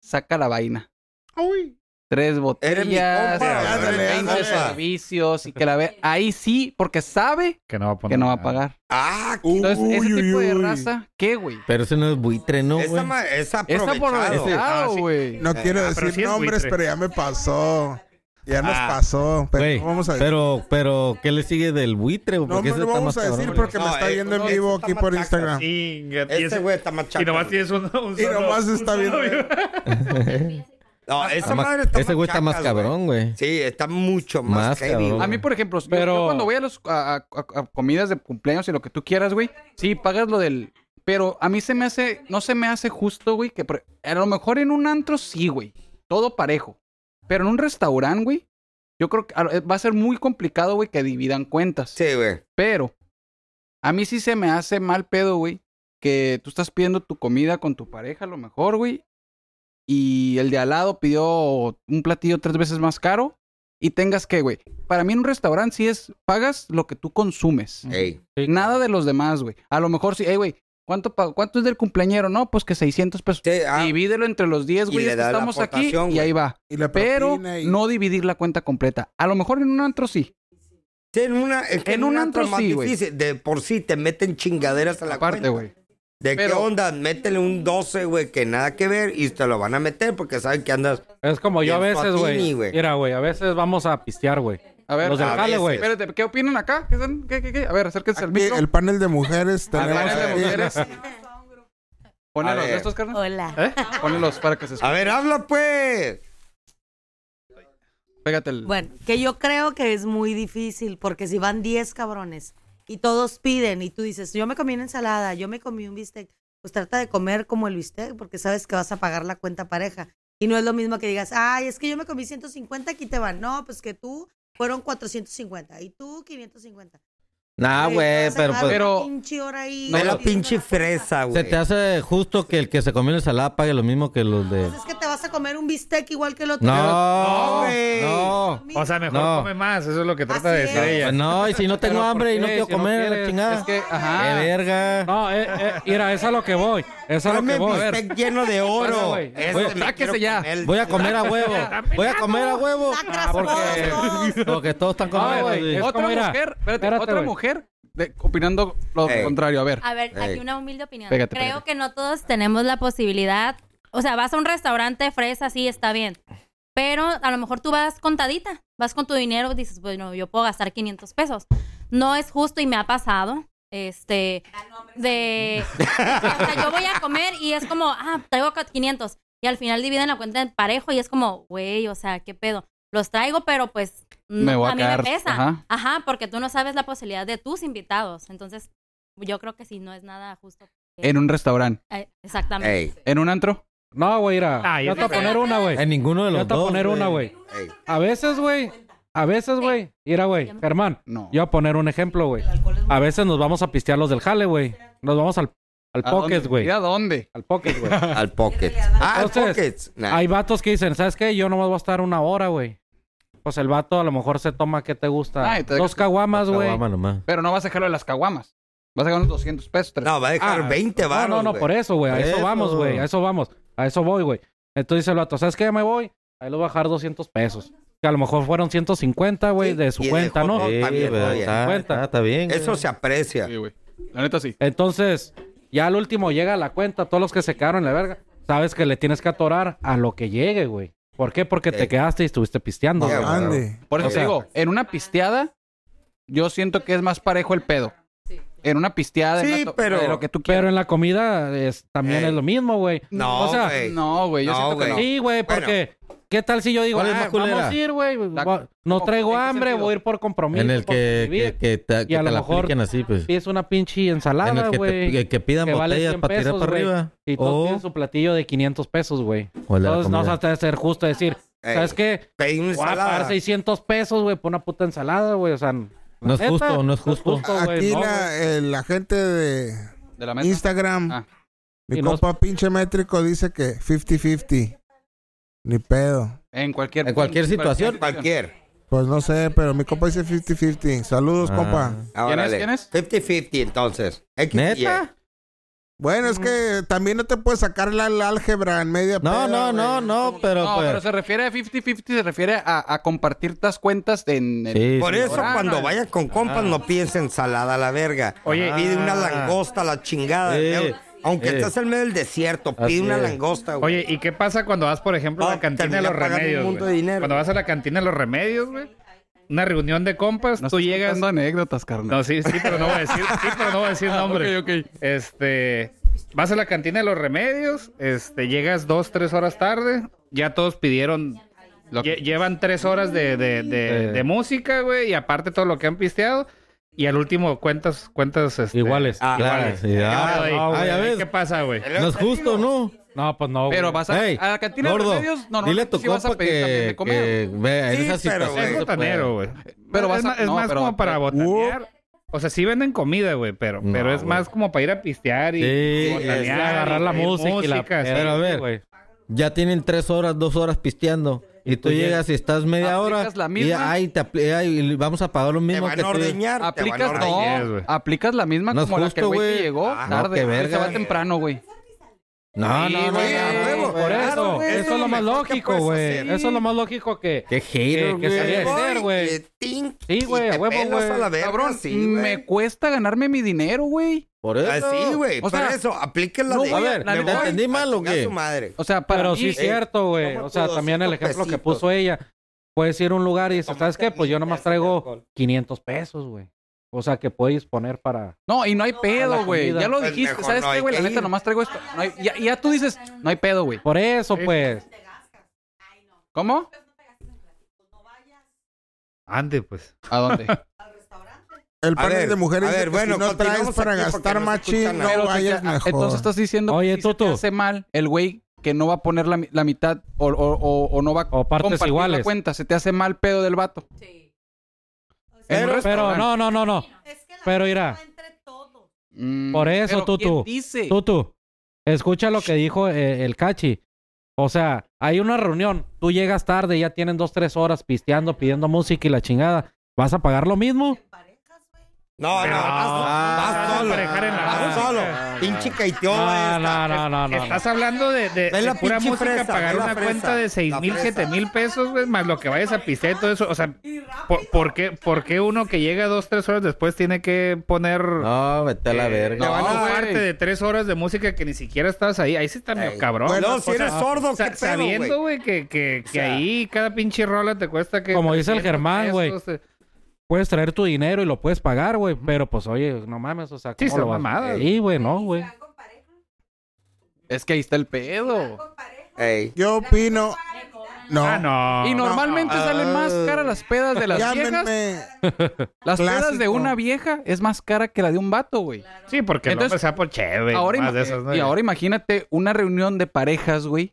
Speaker 4: saca la vaina.
Speaker 1: Uy.
Speaker 4: Tres botellas,
Speaker 5: compa,
Speaker 1: ándale,
Speaker 4: 20
Speaker 1: ándale.
Speaker 4: servicios y que la ve. Ahí sí, porque sabe
Speaker 6: Que no va a poner.
Speaker 4: que no va a
Speaker 6: nada.
Speaker 4: pagar.
Speaker 5: Ah,
Speaker 4: Entonces, ese
Speaker 1: Uy,
Speaker 4: tipo de
Speaker 1: uy.
Speaker 4: raza, ¿qué, güey?
Speaker 2: Pero ese no es buitre, ¿no,
Speaker 5: esa
Speaker 2: güey?
Speaker 5: ma- es
Speaker 4: Está por
Speaker 5: aprovechado.
Speaker 4: adelantado, güey.
Speaker 1: No quiero
Speaker 6: ah, pero
Speaker 1: decir
Speaker 6: sí es
Speaker 1: nombres,
Speaker 6: buitre.
Speaker 1: pero ya me pasó. Ya nos
Speaker 5: Ah.
Speaker 1: pasó. Pero
Speaker 2: Güey,
Speaker 1: no vamos a decir.
Speaker 2: Pero, pero, ¿qué le sigue del buitre? güey?
Speaker 1: No,
Speaker 2: Porque
Speaker 1: no
Speaker 2: ese
Speaker 1: lo
Speaker 2: está
Speaker 1: vamos
Speaker 2: más
Speaker 1: a decir
Speaker 2: cabrón.
Speaker 1: porque me
Speaker 5: No,
Speaker 1: está
Speaker 5: eh,
Speaker 1: viendo en
Speaker 5: no,
Speaker 1: vivo
Speaker 5: está
Speaker 1: aquí por
Speaker 5: machaca,
Speaker 1: Instagram.
Speaker 6: Chinga, y
Speaker 5: Este
Speaker 6: ese-
Speaker 5: güey está machaca.
Speaker 6: Y nomás tienes un, un
Speaker 1: Y
Speaker 6: solo-
Speaker 1: nomás
Speaker 6: un
Speaker 1: está viendo.
Speaker 6: solo-
Speaker 3: eh.
Speaker 5: No, esa
Speaker 2: Está más-
Speaker 5: madre está
Speaker 2: Ah, ese güey está más
Speaker 5: machacas,
Speaker 2: cabrón, güey.
Speaker 5: Sí, está mucho más,
Speaker 2: Más
Speaker 5: heavy,
Speaker 2: cabrón.
Speaker 5: güey.
Speaker 4: A mí, por ejemplo, yo-
Speaker 3: Pero-
Speaker 4: yo cuando voy a, los, a, a- a- a comidas de cumpleaños y lo que tú quieras, güey, sí, pagas lo del... Pero a mí se me hace, no se me hace justo, güey, que por- a lo mejor en un antro sí, güey, todo parejo. Pero en un restaurante, güey, yo creo que a lo- va a ser muy complicado, güey, que dividan cuentas.
Speaker 5: Sí, güey.
Speaker 4: Pero a mí sí se me hace mal pedo, güey, que tú estás pidiendo tu comida con tu pareja, a lo mejor, güey, y el de al lado pidió un platillo tres veces más caro y tengas que, güey. Para mí en un restaurante sí es pagas lo que tú consumes.
Speaker 5: Ey.
Speaker 4: Nada de los demás, güey. A lo mejor sí, hey, güey, ¿cuánto, pa- ¿cuánto es del cumpleañero? No, pues que 600 pesos.
Speaker 5: Sí, ah,
Speaker 4: Divídelo entre los 10,
Speaker 5: Y
Speaker 4: güey,
Speaker 5: le
Speaker 4: es que
Speaker 5: da la
Speaker 4: estamos aquí
Speaker 5: aportación,
Speaker 4: y ahí
Speaker 5: güey.
Speaker 4: va.
Speaker 1: Y la
Speaker 4: Pero
Speaker 1: propina y-
Speaker 4: no dividir la cuenta completa. A lo mejor en un antro sí.
Speaker 5: sí, en, una, eh, es que
Speaker 4: En un antro
Speaker 5: más
Speaker 4: sí, güey.
Speaker 5: difícil. De por sí te meten chingaderas a la
Speaker 4: Aparte,
Speaker 5: cuenta.
Speaker 4: güey.
Speaker 5: ¿De qué
Speaker 4: Pero-
Speaker 5: onda? Métele un 12, güey, que nada que ver y te lo van a meter porque saben que andas.
Speaker 3: Es como yo a
Speaker 5: Y el
Speaker 3: veces,
Speaker 5: Fatini,
Speaker 3: güey.
Speaker 5: güey.
Speaker 3: Mira, güey, a veces vamos a pistear, güey.
Speaker 4: A ver,
Speaker 3: Los del
Speaker 5: a
Speaker 3: jale,
Speaker 5: veces.
Speaker 3: güey.
Speaker 4: Espérate, ¿qué opinan acá? ¿Qué, están- qué, qué, qué? A ver, acérquense al
Speaker 1: Aquí
Speaker 4: micro.
Speaker 1: el panel de mujeres
Speaker 4: A ver,
Speaker 1: tenemos
Speaker 4: a ver,
Speaker 1: aquí.
Speaker 4: mujeres. Ponlos,
Speaker 5: A ver.
Speaker 4: estos, carnal?
Speaker 8: Hola.
Speaker 4: Ponlos para que se escuche.
Speaker 5: A ver, habla pues.
Speaker 4: Pégate el.
Speaker 8: Bueno, que yo creo que es muy difícil, porque si van 10 cabrones y todos piden y tú dices, yo me comí una ensalada, yo me comí un bistec, pues trata de comer como el bistec, porque sabes que vas a pagar la cuenta pareja. Y no es lo mismo que digas, ay, es que yo me comí 150, aquí te van. No, pues que tú fueron 450 y tú 550. Oye,
Speaker 2: Nah,
Speaker 8: te
Speaker 2: güey,
Speaker 8: vas a
Speaker 2: pero
Speaker 8: acabar
Speaker 2: pues.
Speaker 4: Pero-
Speaker 8: una pinche hora ahí
Speaker 5: No, la
Speaker 8: pidiendo
Speaker 5: pinche
Speaker 8: cuenta.
Speaker 5: fresa, güey.
Speaker 2: Se te hace justo que el que se comió la ensalada pague lo mismo que los de.
Speaker 8: Pues es que te vas a comer un bistec igual que el otro.
Speaker 2: No,
Speaker 5: güey.
Speaker 2: no.
Speaker 8: Mira,
Speaker 6: O sea, mejor
Speaker 2: No.
Speaker 6: come más. Eso es lo que trata de
Speaker 8: Así
Speaker 6: decir
Speaker 8: es.
Speaker 6: ella.
Speaker 2: Pues no, y si no tengo
Speaker 6: ¿por
Speaker 2: hambre y no
Speaker 6: qué?
Speaker 2: quiero
Speaker 6: Si no
Speaker 2: comer, la
Speaker 6: quieres,
Speaker 2: chingada.
Speaker 6: es
Speaker 2: que,
Speaker 6: que,
Speaker 4: ajá.
Speaker 2: verga.
Speaker 3: No, eh, eh, mira, es a lo que voy. Es a lo
Speaker 5: Dame
Speaker 3: que voy.
Speaker 5: bistec lleno de
Speaker 3: Pasa,
Speaker 5: oro.
Speaker 3: güey.
Speaker 5: Ese
Speaker 2: Voy-
Speaker 5: me
Speaker 4: sáquese
Speaker 5: quiero
Speaker 4: ya.
Speaker 5: comer.
Speaker 2: Voy a comer a huevo. Voy a comer a huevo.
Speaker 8: lacras,
Speaker 2: porque-
Speaker 8: todos, todos.
Speaker 2: Ah, Porque todos están
Speaker 3: No,
Speaker 2: comiendo.
Speaker 3: güey,
Speaker 2: así.
Speaker 3: es
Speaker 4: Otra
Speaker 3: como era.
Speaker 4: mujer, espérate,
Speaker 3: Espérate,
Speaker 4: otra
Speaker 3: güey.
Speaker 4: mujer de- opinando lo
Speaker 5: Ey.
Speaker 4: contrario. A ver,
Speaker 9: A ver,
Speaker 5: Ey.
Speaker 9: aquí una humilde opinión.
Speaker 4: Pégate,
Speaker 9: Creo
Speaker 4: pégate.
Speaker 9: que no todos tenemos la posibilidad. O sea, vas a un restaurante fresa, sí, está bien. Pero a lo mejor tú vas contadita, vas con tu dinero, dices, bueno, yo puedo gastar 500 pesos. No es justo y me ha pasado. Este, de. o sea, yo voy a comer y es como, ah, traigo 500. Y al final dividen la cuenta en parejo y es como, güey, o sea, qué pedo. Los traigo, pero pues.
Speaker 4: Me voy a
Speaker 9: mí
Speaker 4: quedar,
Speaker 9: me pesa.
Speaker 4: ajá.
Speaker 9: Ajá, porque tú no sabes la posibilidad de tus invitados. Entonces, yo creo que sí, no es nada justo.
Speaker 4: en un restaurante,
Speaker 9: Eh, exactamente.
Speaker 5: Ey,
Speaker 4: en un antro.
Speaker 3: No, güey, mira.
Speaker 6: Ah, yo
Speaker 3: yo te voy a
Speaker 6: creo.
Speaker 3: poner una, güey.
Speaker 2: En ninguno de
Speaker 3: Yo
Speaker 2: los
Speaker 3: te voy a
Speaker 2: dos.
Speaker 3: poner una, güey.
Speaker 5: ey.
Speaker 3: A veces, güey. A veces, güey. Mira, güey. Germán,
Speaker 4: No.
Speaker 3: yo voy a poner un ejemplo, güey. A veces nos vamos a pistear los del jale, güey. Nos vamos al, al
Speaker 4: ¿A dónde?
Speaker 3: pocket, güey.
Speaker 4: ¿Y a dónde?
Speaker 3: Al pocket, güey.
Speaker 5: Al pocket. Ah, al
Speaker 3: Entonces,
Speaker 5: pocket. Nah.
Speaker 3: Hay vatos que dicen, ¿sabes qué? Yo nomás voy a estar una hora, güey. Pues el vato a lo mejor se toma, ¿qué te gusta?
Speaker 4: Ay, te
Speaker 3: Dos
Speaker 4: dejas-
Speaker 3: caguamas, güey.
Speaker 2: Caguama nomás.
Speaker 4: Pero no vas a dejarlo de las caguamas. Vas a ganar unos 200 pesos. 300.
Speaker 5: No, va a dejar
Speaker 3: Ah,
Speaker 5: 20
Speaker 3: No,
Speaker 5: varos,
Speaker 3: no, no,
Speaker 5: güey.
Speaker 3: por eso, güey. A
Speaker 2: Por
Speaker 3: eso
Speaker 2: eso.
Speaker 3: vamos, güey. A eso vamos. A eso voy, güey. Entonces dice el vato, ¿sabes qué? Ya me voy. Ahí lo voy a bajar 200 pesos. Que a lo mejor fueron 150, güey,
Speaker 5: Sí,
Speaker 3: de su
Speaker 5: y
Speaker 3: cuenta,
Speaker 5: dejó
Speaker 3: ¿no?
Speaker 5: todo.
Speaker 2: Sí,
Speaker 5: está bien,
Speaker 2: pero
Speaker 5: está bien.
Speaker 2: está,
Speaker 3: Cuenta.
Speaker 2: está- está bien.
Speaker 5: Eso
Speaker 2: güey.
Speaker 5: se aprecia.
Speaker 4: Sí, güey. La neta sí.
Speaker 3: Entonces, ya al último llega la cuenta, todos los que se quedaron en la verga, sabes que le tienes que atorar a lo que llegue, güey. ¿Por qué? Porque
Speaker 5: Ey.
Speaker 3: te quedaste y estuviste pisteando.
Speaker 5: Eh. Ya,
Speaker 3: güey.
Speaker 5: güey.
Speaker 1: Ande.
Speaker 4: Por eso
Speaker 5: O
Speaker 4: te
Speaker 5: sea-
Speaker 4: digo, en una pisteada, yo siento que es más parejo el pedo. En una pisteada, en
Speaker 5: Sí,
Speaker 4: una to-
Speaker 5: pero-
Speaker 4: Ah, de lo que tú
Speaker 3: Pero
Speaker 4: quieras.
Speaker 3: en la comida es- también
Speaker 5: Ey.
Speaker 3: es lo mismo, güey.
Speaker 5: No,
Speaker 3: o sea,
Speaker 5: güey.
Speaker 4: No, güey, yo
Speaker 5: No,
Speaker 4: siento que
Speaker 5: güey.
Speaker 4: no.
Speaker 3: sí, güey,
Speaker 5: Bueno.
Speaker 3: porque ¿qué tal si yo digo,
Speaker 2: ¿Cuál es
Speaker 3: "Ah,
Speaker 2: más culera?
Speaker 3: vamos a ir, güey? va- No
Speaker 4: ¿Cómo?
Speaker 3: traigo
Speaker 4: ¿En qué
Speaker 3: hambre,
Speaker 4: sentido?
Speaker 3: voy a ir por compromiso.
Speaker 2: En el
Speaker 3: por
Speaker 2: que, que,
Speaker 3: convivir".
Speaker 2: que te, que
Speaker 3: a
Speaker 2: te
Speaker 3: lo
Speaker 2: la
Speaker 3: mejor-
Speaker 2: apliquen así, pues.
Speaker 3: Pides una pinche
Speaker 2: En
Speaker 3: ensalada,
Speaker 2: el que, te,
Speaker 3: güey.
Speaker 2: que, que pidan
Speaker 3: que vale
Speaker 2: botellas
Speaker 3: 100
Speaker 2: para tirar
Speaker 3: pesos,
Speaker 2: para
Speaker 3: güey.
Speaker 2: arriba.
Speaker 3: Y todos
Speaker 2: O,
Speaker 3: tienen su platillo de 500 pesos, güey.
Speaker 2: o el de la
Speaker 3: Entonces no
Speaker 2: comida.
Speaker 3: se te hace ser justo decir,
Speaker 5: Ey,
Speaker 3: ¿sabes qué?
Speaker 5: Pedí
Speaker 3: Voy
Speaker 5: una
Speaker 3: a pagar
Speaker 5: ensalada.
Speaker 3: 600 pesos, güey, por una puta ensalada, güey. O sea,
Speaker 2: No es
Speaker 3: neta,
Speaker 2: justo, no es justo.
Speaker 3: güey,
Speaker 1: Aquí
Speaker 3: no,
Speaker 1: la,
Speaker 3: güey.
Speaker 1: eh, la gente
Speaker 5: eh,
Speaker 1: de
Speaker 4: De la mesa.
Speaker 1: Instagram,
Speaker 4: Ah.
Speaker 1: mi
Speaker 3: Y no-
Speaker 1: compa pinche métrico dice que 50-50. Ni pedo.
Speaker 4: En cualquier,
Speaker 2: En cualquier situación.
Speaker 5: Cualquier.
Speaker 1: Pues no sé, pero mi compa dice 50-50. Saludos,
Speaker 2: Ah.
Speaker 1: compa.
Speaker 5: Ahora
Speaker 4: ¿Quién es?
Speaker 5: 50-50 entonces. X y
Speaker 2: ¿Neta?
Speaker 1: Bueno, es que también no te puedes sacar la, la álgebra en media
Speaker 2: No,
Speaker 1: peda,
Speaker 2: no,
Speaker 1: güey.
Speaker 2: no, no, pero
Speaker 4: No, pero
Speaker 2: pues.
Speaker 4: se refiere a 50-50, se refiere a, a compartir las cuentas en el-
Speaker 2: Sí,
Speaker 5: Y. Por
Speaker 2: sí.
Speaker 5: eso
Speaker 4: Ah,
Speaker 5: cuando
Speaker 4: no.
Speaker 5: vayas con compas no pides ensalada a la verga.
Speaker 6: Ah. Oye. ah.
Speaker 5: pide una langosta a la chingada.
Speaker 2: Sí.
Speaker 5: güey. Aunque
Speaker 2: Sí.
Speaker 5: estás en medio del desierto,
Speaker 2: Así
Speaker 5: pide una
Speaker 2: es.
Speaker 5: langosta, güey.
Speaker 6: Oye, ¿y qué pasa cuando vas, por ejemplo, a
Speaker 5: No,
Speaker 6: la cantina de
Speaker 5: terminé
Speaker 6: los
Speaker 5: pagando un
Speaker 6: remedios?
Speaker 5: mundo
Speaker 6: güey?
Speaker 5: de dinero.
Speaker 6: Cuando vas a la cantina de los remedios, güey. Una reunión de compas,
Speaker 4: No
Speaker 6: tú
Speaker 4: estás
Speaker 6: llegas.
Speaker 4: contando anécdotas, Ah. carnal.
Speaker 6: No, sí, sí, pero no voy a decir, sí, pero no voy a
Speaker 2: Ah,
Speaker 6: decir nombre.
Speaker 4: ok, ok.
Speaker 6: Este, vas a la cantina de los remedios, este, llegas dos, tres horas tarde, ya todos pidieron,
Speaker 4: Lo que-
Speaker 6: lle- llevan tres horas de, de, de,
Speaker 3: Eh.
Speaker 6: de música, güey, y aparte todo lo que han pisteado, y al último cuentas, cuentas, este,
Speaker 3: Iguales.
Speaker 5: Ah,
Speaker 2: Claro,
Speaker 5: vale.
Speaker 2: sí, ah,
Speaker 6: Ah, güey.
Speaker 2: ah, ya
Speaker 6: Ay,
Speaker 2: ves.
Speaker 6: ¿Qué pasa, güey?
Speaker 2: No es justo, ¿no?
Speaker 3: No, pues no, güey.
Speaker 4: Pero vas a,
Speaker 2: Ey,
Speaker 4: a la cantina
Speaker 2: gordo,
Speaker 4: de remedios
Speaker 2: dile
Speaker 4: normalmente
Speaker 2: a tu
Speaker 4: sí vas
Speaker 2: compa
Speaker 4: a pedir también
Speaker 2: que,
Speaker 4: de comer.
Speaker 2: que vea en
Speaker 5: Sí,
Speaker 2: esa
Speaker 5: pero,
Speaker 2: situación.
Speaker 5: güey.
Speaker 6: Es
Speaker 2: no se puede.
Speaker 6: botanero, güey.
Speaker 4: Pero
Speaker 6: es
Speaker 4: vas a-
Speaker 6: más, es
Speaker 4: no,
Speaker 6: más
Speaker 4: pero-
Speaker 6: como para botanear. eh, uh. O sea, sí venden comida, güey, pero,
Speaker 2: No,
Speaker 6: pero es
Speaker 2: güey.
Speaker 6: más como para ir a pistear y,
Speaker 2: Sí,
Speaker 6: y
Speaker 3: Es
Speaker 6: botanear,
Speaker 3: agarrar la
Speaker 6: y pedir
Speaker 3: música, y la...
Speaker 6: música, sí.
Speaker 2: Pero a ver,
Speaker 3: güey.
Speaker 2: ya tienen tres horas, dos horas pisteando. Y tú
Speaker 3: tú
Speaker 2: llegas y estás media hora.
Speaker 4: ¿Aplicas la
Speaker 2: Y
Speaker 4: misma?
Speaker 2: ay, te apli- ay, y vamos a pagar lo
Speaker 5: Te
Speaker 2: mismo
Speaker 5: van
Speaker 2: que
Speaker 5: a
Speaker 2: tú.
Speaker 5: ordeñar. te
Speaker 4: Aplicas,
Speaker 5: van a
Speaker 4: no,
Speaker 5: ordeñar.
Speaker 6: ordeñar, güey.
Speaker 4: aplicas la misma
Speaker 2: No es
Speaker 4: como la que el
Speaker 2: justo,
Speaker 4: güey
Speaker 2: güey.
Speaker 4: te llegó
Speaker 2: Ah, no,
Speaker 4: tarde.
Speaker 2: qué
Speaker 4: güey, Se
Speaker 2: verga.
Speaker 4: va temprano, güey.
Speaker 2: No,
Speaker 4: Sí,
Speaker 2: no, no,
Speaker 4: güey,
Speaker 2: no,
Speaker 4: a
Speaker 2: no,
Speaker 5: huevo.
Speaker 2: güey.
Speaker 3: Por
Speaker 5: Claro,
Speaker 3: eso,
Speaker 5: güey,
Speaker 3: eso es
Speaker 5: lo
Speaker 3: lo más
Speaker 5: mejor que
Speaker 3: lógico,
Speaker 5: puedes
Speaker 3: güey.
Speaker 5: hacer.
Speaker 3: Eso es lo más lógico que...
Speaker 2: Qué hater,
Speaker 3: que- que se
Speaker 2: güey.
Speaker 3: vea.
Speaker 5: Voy,
Speaker 3: hacer, güey.
Speaker 5: eh, tin,
Speaker 3: Sí, güey,
Speaker 5: y
Speaker 3: a
Speaker 5: te
Speaker 3: huevo,
Speaker 5: pelas
Speaker 3: güey.
Speaker 5: a la verga,
Speaker 4: Cabrón,
Speaker 5: sí,
Speaker 4: me
Speaker 5: güey.
Speaker 4: cuesta ganarme mi dinero, güey.
Speaker 2: Por eso.
Speaker 5: Así, güey.
Speaker 4: O
Speaker 5: Por
Speaker 4: sea,
Speaker 5: eso, aplíquenla
Speaker 4: no
Speaker 5: de...
Speaker 4: voy
Speaker 2: a ver,
Speaker 5: me
Speaker 2: ¿te
Speaker 5: voy
Speaker 2: entendí
Speaker 5: a
Speaker 2: mal o
Speaker 5: chingar
Speaker 2: qué?
Speaker 5: su madre.
Speaker 4: O sea, para
Speaker 3: Pero
Speaker 4: mí,
Speaker 3: sí es
Speaker 5: eh,
Speaker 3: cierto, güey.
Speaker 5: toma
Speaker 3: O sea,
Speaker 5: tus
Speaker 3: también el
Speaker 5: 200
Speaker 3: ejemplo que
Speaker 5: pesitos.
Speaker 3: puso ella. Puedes ir a un lugar y dices, ¿sabes qué? Pues yo nomás traigo 500 pesos, güey. O sea, que puedes disponer para...
Speaker 4: No, y no hay
Speaker 3: la
Speaker 4: pedo, güey.
Speaker 3: comida.
Speaker 4: Ya lo
Speaker 5: Pues
Speaker 4: dijiste,
Speaker 5: mejor
Speaker 4: ¿sabes
Speaker 5: no hay
Speaker 4: qué, güey? La
Speaker 5: que
Speaker 4: neta,
Speaker 5: ir.
Speaker 4: nomás traigo esto. No hay- ya, ya tú dices,
Speaker 3: pues.
Speaker 4: no hay pedo, güey.
Speaker 3: Por eso,
Speaker 6: Sí.
Speaker 3: pues.
Speaker 4: ¿Cómo?
Speaker 6: Ande, pues.
Speaker 4: ¿A dónde?
Speaker 1: El
Speaker 5: A
Speaker 1: panel
Speaker 5: ver,
Speaker 1: de mujeres
Speaker 5: a
Speaker 1: dice
Speaker 5: ver,
Speaker 1: que
Speaker 5: bueno,
Speaker 1: si no traes
Speaker 5: continuamos
Speaker 1: para
Speaker 5: aquí porque
Speaker 1: gastar
Speaker 5: no se
Speaker 1: machín,
Speaker 5: escucha
Speaker 1: no
Speaker 5: nada.
Speaker 4: Pero te-
Speaker 1: vayas mejor.
Speaker 4: Entonces estás diciendo
Speaker 3: Oye,
Speaker 4: que si se te
Speaker 3: Toto.
Speaker 4: hace mal el güey que no va a poner la, mi- la mitad o, o- o- o no va a
Speaker 3: O partes
Speaker 4: compartir la
Speaker 3: iguales.
Speaker 4: cuenta. Se te hace mal pedo del vato.
Speaker 9: Sí.
Speaker 4: En un
Speaker 3: Pero
Speaker 4: restaurante.
Speaker 3: no, no, no, no.
Speaker 8: Es que la
Speaker 3: Pero mira.
Speaker 8: culpa entre todos.
Speaker 4: Mm,
Speaker 3: Por eso,
Speaker 4: pero
Speaker 3: Tutu.
Speaker 4: ¿quién dice?
Speaker 3: Tutu, escucha lo que dijo eh, el Cachi. O sea, hay una reunión, tú llegas tarde, ya tienen dos, tres horas pisteando, pidiendo música y la chingada. ¿Vas a pagar lo mismo?
Speaker 5: No, no,
Speaker 6: Ah,
Speaker 5: vas, vas solo.
Speaker 6: parejar en la
Speaker 5: Vas
Speaker 6: música.
Speaker 5: solo. Pinche caiteó
Speaker 3: No,
Speaker 5: esta.
Speaker 3: no, no, no, no.
Speaker 6: Estás hablando de, de,
Speaker 5: Ve
Speaker 6: de
Speaker 5: la
Speaker 6: Eh, pura
Speaker 5: pinche
Speaker 6: música,
Speaker 5: fresa,
Speaker 6: pagar
Speaker 5: ve la
Speaker 6: una
Speaker 5: fresa,
Speaker 6: cuenta de seis
Speaker 5: la
Speaker 6: mil,
Speaker 5: fresa.
Speaker 6: siete mil pesos, güey, más lo que vayas a pistear y todo eso. O sea, ¿por, por qué, ¿por qué uno que llega dos, tres horas después tiene que poner...
Speaker 2: No, vete a la
Speaker 6: eh,
Speaker 2: verga.
Speaker 6: Le van
Speaker 4: No,
Speaker 6: a
Speaker 4: güey.
Speaker 6: parte de tres horas de música que ni siquiera estabas ahí. Ahí sí está medio
Speaker 5: Ey.
Speaker 6: cabrón.
Speaker 5: Bueno,
Speaker 6: O
Speaker 5: si eres sordo, ¿qué
Speaker 6: sa-
Speaker 5: pedo,
Speaker 6: Sabiendo, güey, que, que, que
Speaker 5: sea-
Speaker 6: ahí cada pinche rola te cuesta que...
Speaker 3: Como dice el
Speaker 6: 300
Speaker 3: Germán, güey.
Speaker 6: pesos, eh.
Speaker 3: Puedes traer tu dinero y lo puedes pagar, güey. Pero pues, oye, no mames, o sea,
Speaker 6: Sí,
Speaker 3: ¿cómo
Speaker 6: son
Speaker 3: lo vas a-
Speaker 6: mamadas.
Speaker 3: Sí, güey, no, güey.
Speaker 4: Es que ahí está el pedo.
Speaker 5: Ey.
Speaker 1: Yo opino. No.
Speaker 6: Ah, no.
Speaker 4: Y normalmente
Speaker 2: no.
Speaker 4: salen más caras las pedas de las viejas.
Speaker 1: Llámenme.
Speaker 4: Las pedas de
Speaker 1: Clásico.
Speaker 4: una vieja es más cara que la de un vato, güey.
Speaker 6: Sí, porque no pues,
Speaker 4: Entonces,
Speaker 6: empezaba por chévere.
Speaker 4: Ahora
Speaker 6: más de
Speaker 4: ima-
Speaker 6: esas, ¿no?
Speaker 4: y ahora imagínate una reunión de parejas, güey.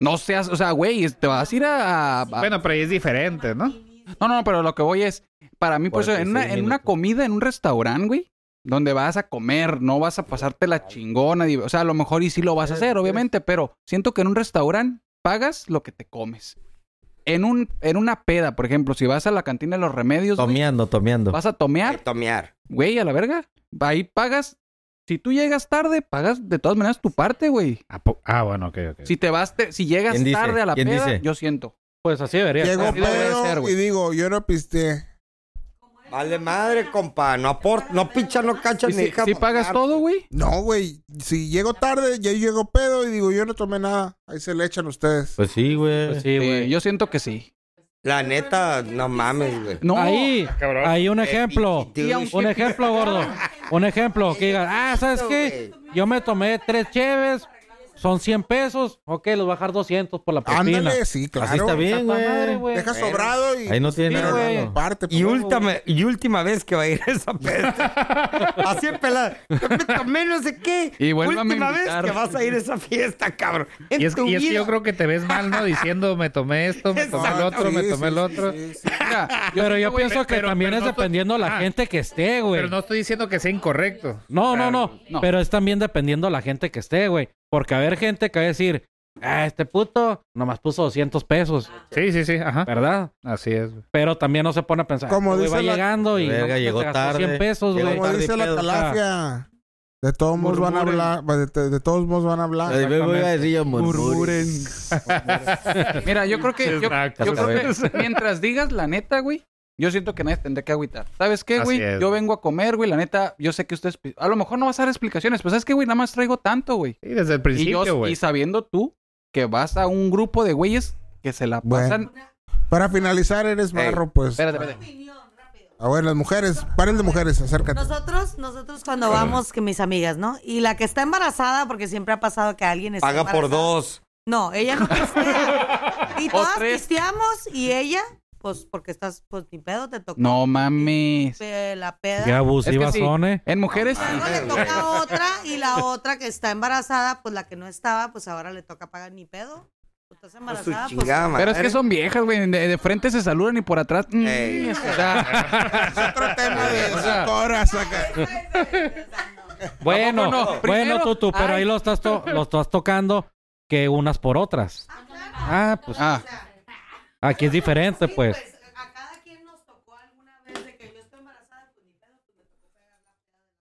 Speaker 4: No seas, o sea, güey, te vas a ir a, a-
Speaker 6: Bueno, pero ahí es diferente, ¿no?
Speaker 4: No, no, pero lo que voy es, para mí, por eso, en una,
Speaker 2: 46
Speaker 4: en una
Speaker 2: minutos.
Speaker 4: comida, en un restaurante, güey, donde vas a comer, no vas a pasarte la chingona, di- o sea, a lo mejor y sí lo vas a hacer, obviamente, pero siento que en un restaurante pagas lo que te comes. En, un, en una peda, por ejemplo, si vas a la cantina de los remedios, güey,
Speaker 2: Tomeando, tomeando.
Speaker 4: vas a tomear,
Speaker 5: Tomear.
Speaker 4: güey, a la verga. Ahí pagas. Si tú llegas tarde, pagas de todas maneras tu parte, güey.
Speaker 6: Ah, po- Ah, bueno, ok, ok.
Speaker 4: Si te vas, te- si llegas
Speaker 2: ¿Quién dice?
Speaker 4: tarde a la
Speaker 2: ¿Quién
Speaker 4: peda,
Speaker 2: dice?
Speaker 4: yo siento.
Speaker 3: Pues así debería.
Speaker 1: Llegó
Speaker 4: así debería
Speaker 1: pedo
Speaker 4: ser, güey.
Speaker 1: y digo, yo no pisté.
Speaker 5: Vale madre, compa. No aporta, no pincha, no cacha
Speaker 4: ¿Y
Speaker 5: ni
Speaker 4: si,
Speaker 5: deja
Speaker 4: si pagas
Speaker 5: pasar.
Speaker 4: todo, güey?
Speaker 1: No, güey. Si llego tarde, ya llego pedo y digo, yo no tomé nada. Ahí se le echan ustedes.
Speaker 2: Pues sí, güey.
Speaker 3: Pues sí,
Speaker 4: Eh,
Speaker 3: güey.
Speaker 4: yo siento que sí.
Speaker 5: La neta, no mames, güey.
Speaker 4: No,
Speaker 3: ahí,
Speaker 6: cabrón.
Speaker 3: ahí
Speaker 1: Eh,
Speaker 3: un ejemplo.
Speaker 5: Y aunque-
Speaker 3: Un ejemplo, gordo. Un ejemplo. Que digan, ah, ¿sabes qué? Yo me tomé tres cheves, son 100 pesos. Ok, los voy a bajar 200 por la propina.
Speaker 1: Ándale, sí, claro.
Speaker 2: Así está bien,
Speaker 3: Tanta madre,
Speaker 2: güey.
Speaker 3: güey.
Speaker 1: Deja sobrado y.
Speaker 2: Ahí no tiene
Speaker 1: pero
Speaker 2: nada
Speaker 1: no
Speaker 2: de
Speaker 3: güey.
Speaker 2: malo.
Speaker 1: comparte,
Speaker 5: Y
Speaker 1: pues.
Speaker 5: última, y última vez que va a ir a esa peda. Así es pelada. Yo me tomé no sé qué.
Speaker 4: Y vuélvame a
Speaker 5: última vez
Speaker 4: invitar.
Speaker 5: que vas a ir a esa fiesta, cabrón. En
Speaker 6: Y es,
Speaker 5: tu
Speaker 6: y es que
Speaker 5: vida.
Speaker 6: yo creo que te ves mal, ¿no? Diciendo, me tomé esto, me tomé el
Speaker 5: Exacto.
Speaker 6: otro, me
Speaker 1: Sí,
Speaker 6: tomé
Speaker 1: sí,
Speaker 6: el
Speaker 1: sí,
Speaker 6: otro.
Speaker 1: sí, sí.
Speaker 4: Mira, yo
Speaker 3: Pero yo
Speaker 4: siento, güey,
Speaker 3: pienso que
Speaker 6: Ah, pero-
Speaker 3: también
Speaker 6: pero
Speaker 3: es
Speaker 6: no estoy-
Speaker 3: dependiendo la
Speaker 6: Ah,
Speaker 3: gente que esté, güey.
Speaker 6: Pero no estoy diciendo que sea incorrecto.
Speaker 3: No, no,
Speaker 6: Claro.
Speaker 3: no,
Speaker 4: No.
Speaker 3: Pero es también dependiendo la gente que esté, güey. Porque a ver gente que va a decir, ah, este puto nomás puso 200 pesos,
Speaker 6: Sí, sí, sí, ajá.
Speaker 3: ¿verdad?
Speaker 6: Así es. güey.
Speaker 3: Pero también no se pone a pensar,
Speaker 1: Como
Speaker 3: "Este güey
Speaker 1: dice
Speaker 3: va
Speaker 1: la-
Speaker 3: llegando y
Speaker 2: Verga,
Speaker 3: no,
Speaker 2: llegó
Speaker 3: se gastó
Speaker 2: tarde.
Speaker 3: 100 pesos,
Speaker 2: Llegó
Speaker 3: güey.
Speaker 1: Como
Speaker 2: tarde,
Speaker 1: dice la
Speaker 2: pedo.
Speaker 1: talafia. De todos modos van a
Speaker 6: Murmuren.
Speaker 1: hablar. De, de- de todos modos van a hablar.
Speaker 2: Ay, me voy a decir yo,
Speaker 4: Murmuren. Mira, yo creo que, yo,
Speaker 6: Exacto.
Speaker 4: yo creo que mientras digas la neta, güey, yo siento que nadie tendría que agüitar. ¿Sabes qué,
Speaker 6: Así
Speaker 4: güey?
Speaker 6: es,
Speaker 4: Yo
Speaker 6: güey.
Speaker 4: vengo a comer, güey, la neta, yo sé que ustedes... pi- A lo mejor no vas a dar explicaciones, pero ¿sabes qué, güey? Nada más traigo tanto, güey.
Speaker 6: Sí, desde el
Speaker 4: Y, yo-
Speaker 6: principio,
Speaker 4: y
Speaker 6: güey.
Speaker 4: sabiendo tú que vas a un grupo de güeyes que se la
Speaker 1: Bueno.
Speaker 4: pasan...
Speaker 1: Para finalizar, eres
Speaker 5: Ey,
Speaker 1: marro, pues.
Speaker 4: Espérate, espérate.
Speaker 1: A ver, las mujeres. Paren de mujeres, acércate.
Speaker 8: Nosotros, nosotros cuando vamos, que mis amigas, ¿no? Y la que está embarazada, porque siempre ha pasado que alguien está
Speaker 5: Paga por
Speaker 8: embarazada.
Speaker 5: dos.
Speaker 8: No, ella no pistea. y
Speaker 4: O
Speaker 8: todas
Speaker 4: tres.
Speaker 8: pisteamos y ella, pues porque estás, pues ni pedo, te tocó
Speaker 4: No mames.
Speaker 8: pe- la
Speaker 3: Qué
Speaker 8: peda.
Speaker 3: abusiva
Speaker 4: Es que sí.
Speaker 3: son, eh.
Speaker 4: En mujeres...
Speaker 8: Luego le toca a otra y la otra que está embarazada, pues la que no estaba, pues ahora le toca pagar ni pedo. Tú Estás
Speaker 5: Su
Speaker 8: embarazada, pues
Speaker 5: chingada madre.
Speaker 4: Pero es que son viejas, güey. De, de frente se saludan y por atrás. mm,
Speaker 5: Ey.
Speaker 4: o sea,
Speaker 1: otro tema de
Speaker 4: O sea,
Speaker 1: cinco horas acá.
Speaker 3: Bueno,
Speaker 4: no?
Speaker 3: bueno,
Speaker 4: Primero-
Speaker 3: Tutu, pero
Speaker 4: Ay.
Speaker 3: ahí lo estás, to- lo estás tocando que unas por otras. Ah, pues
Speaker 4: ah,
Speaker 3: aquí es diferente, pues.
Speaker 8: a cada quien nos tocó alguna vez de que yo estoy embarazada, pues ni pedo, pues me tocó pagar la peda.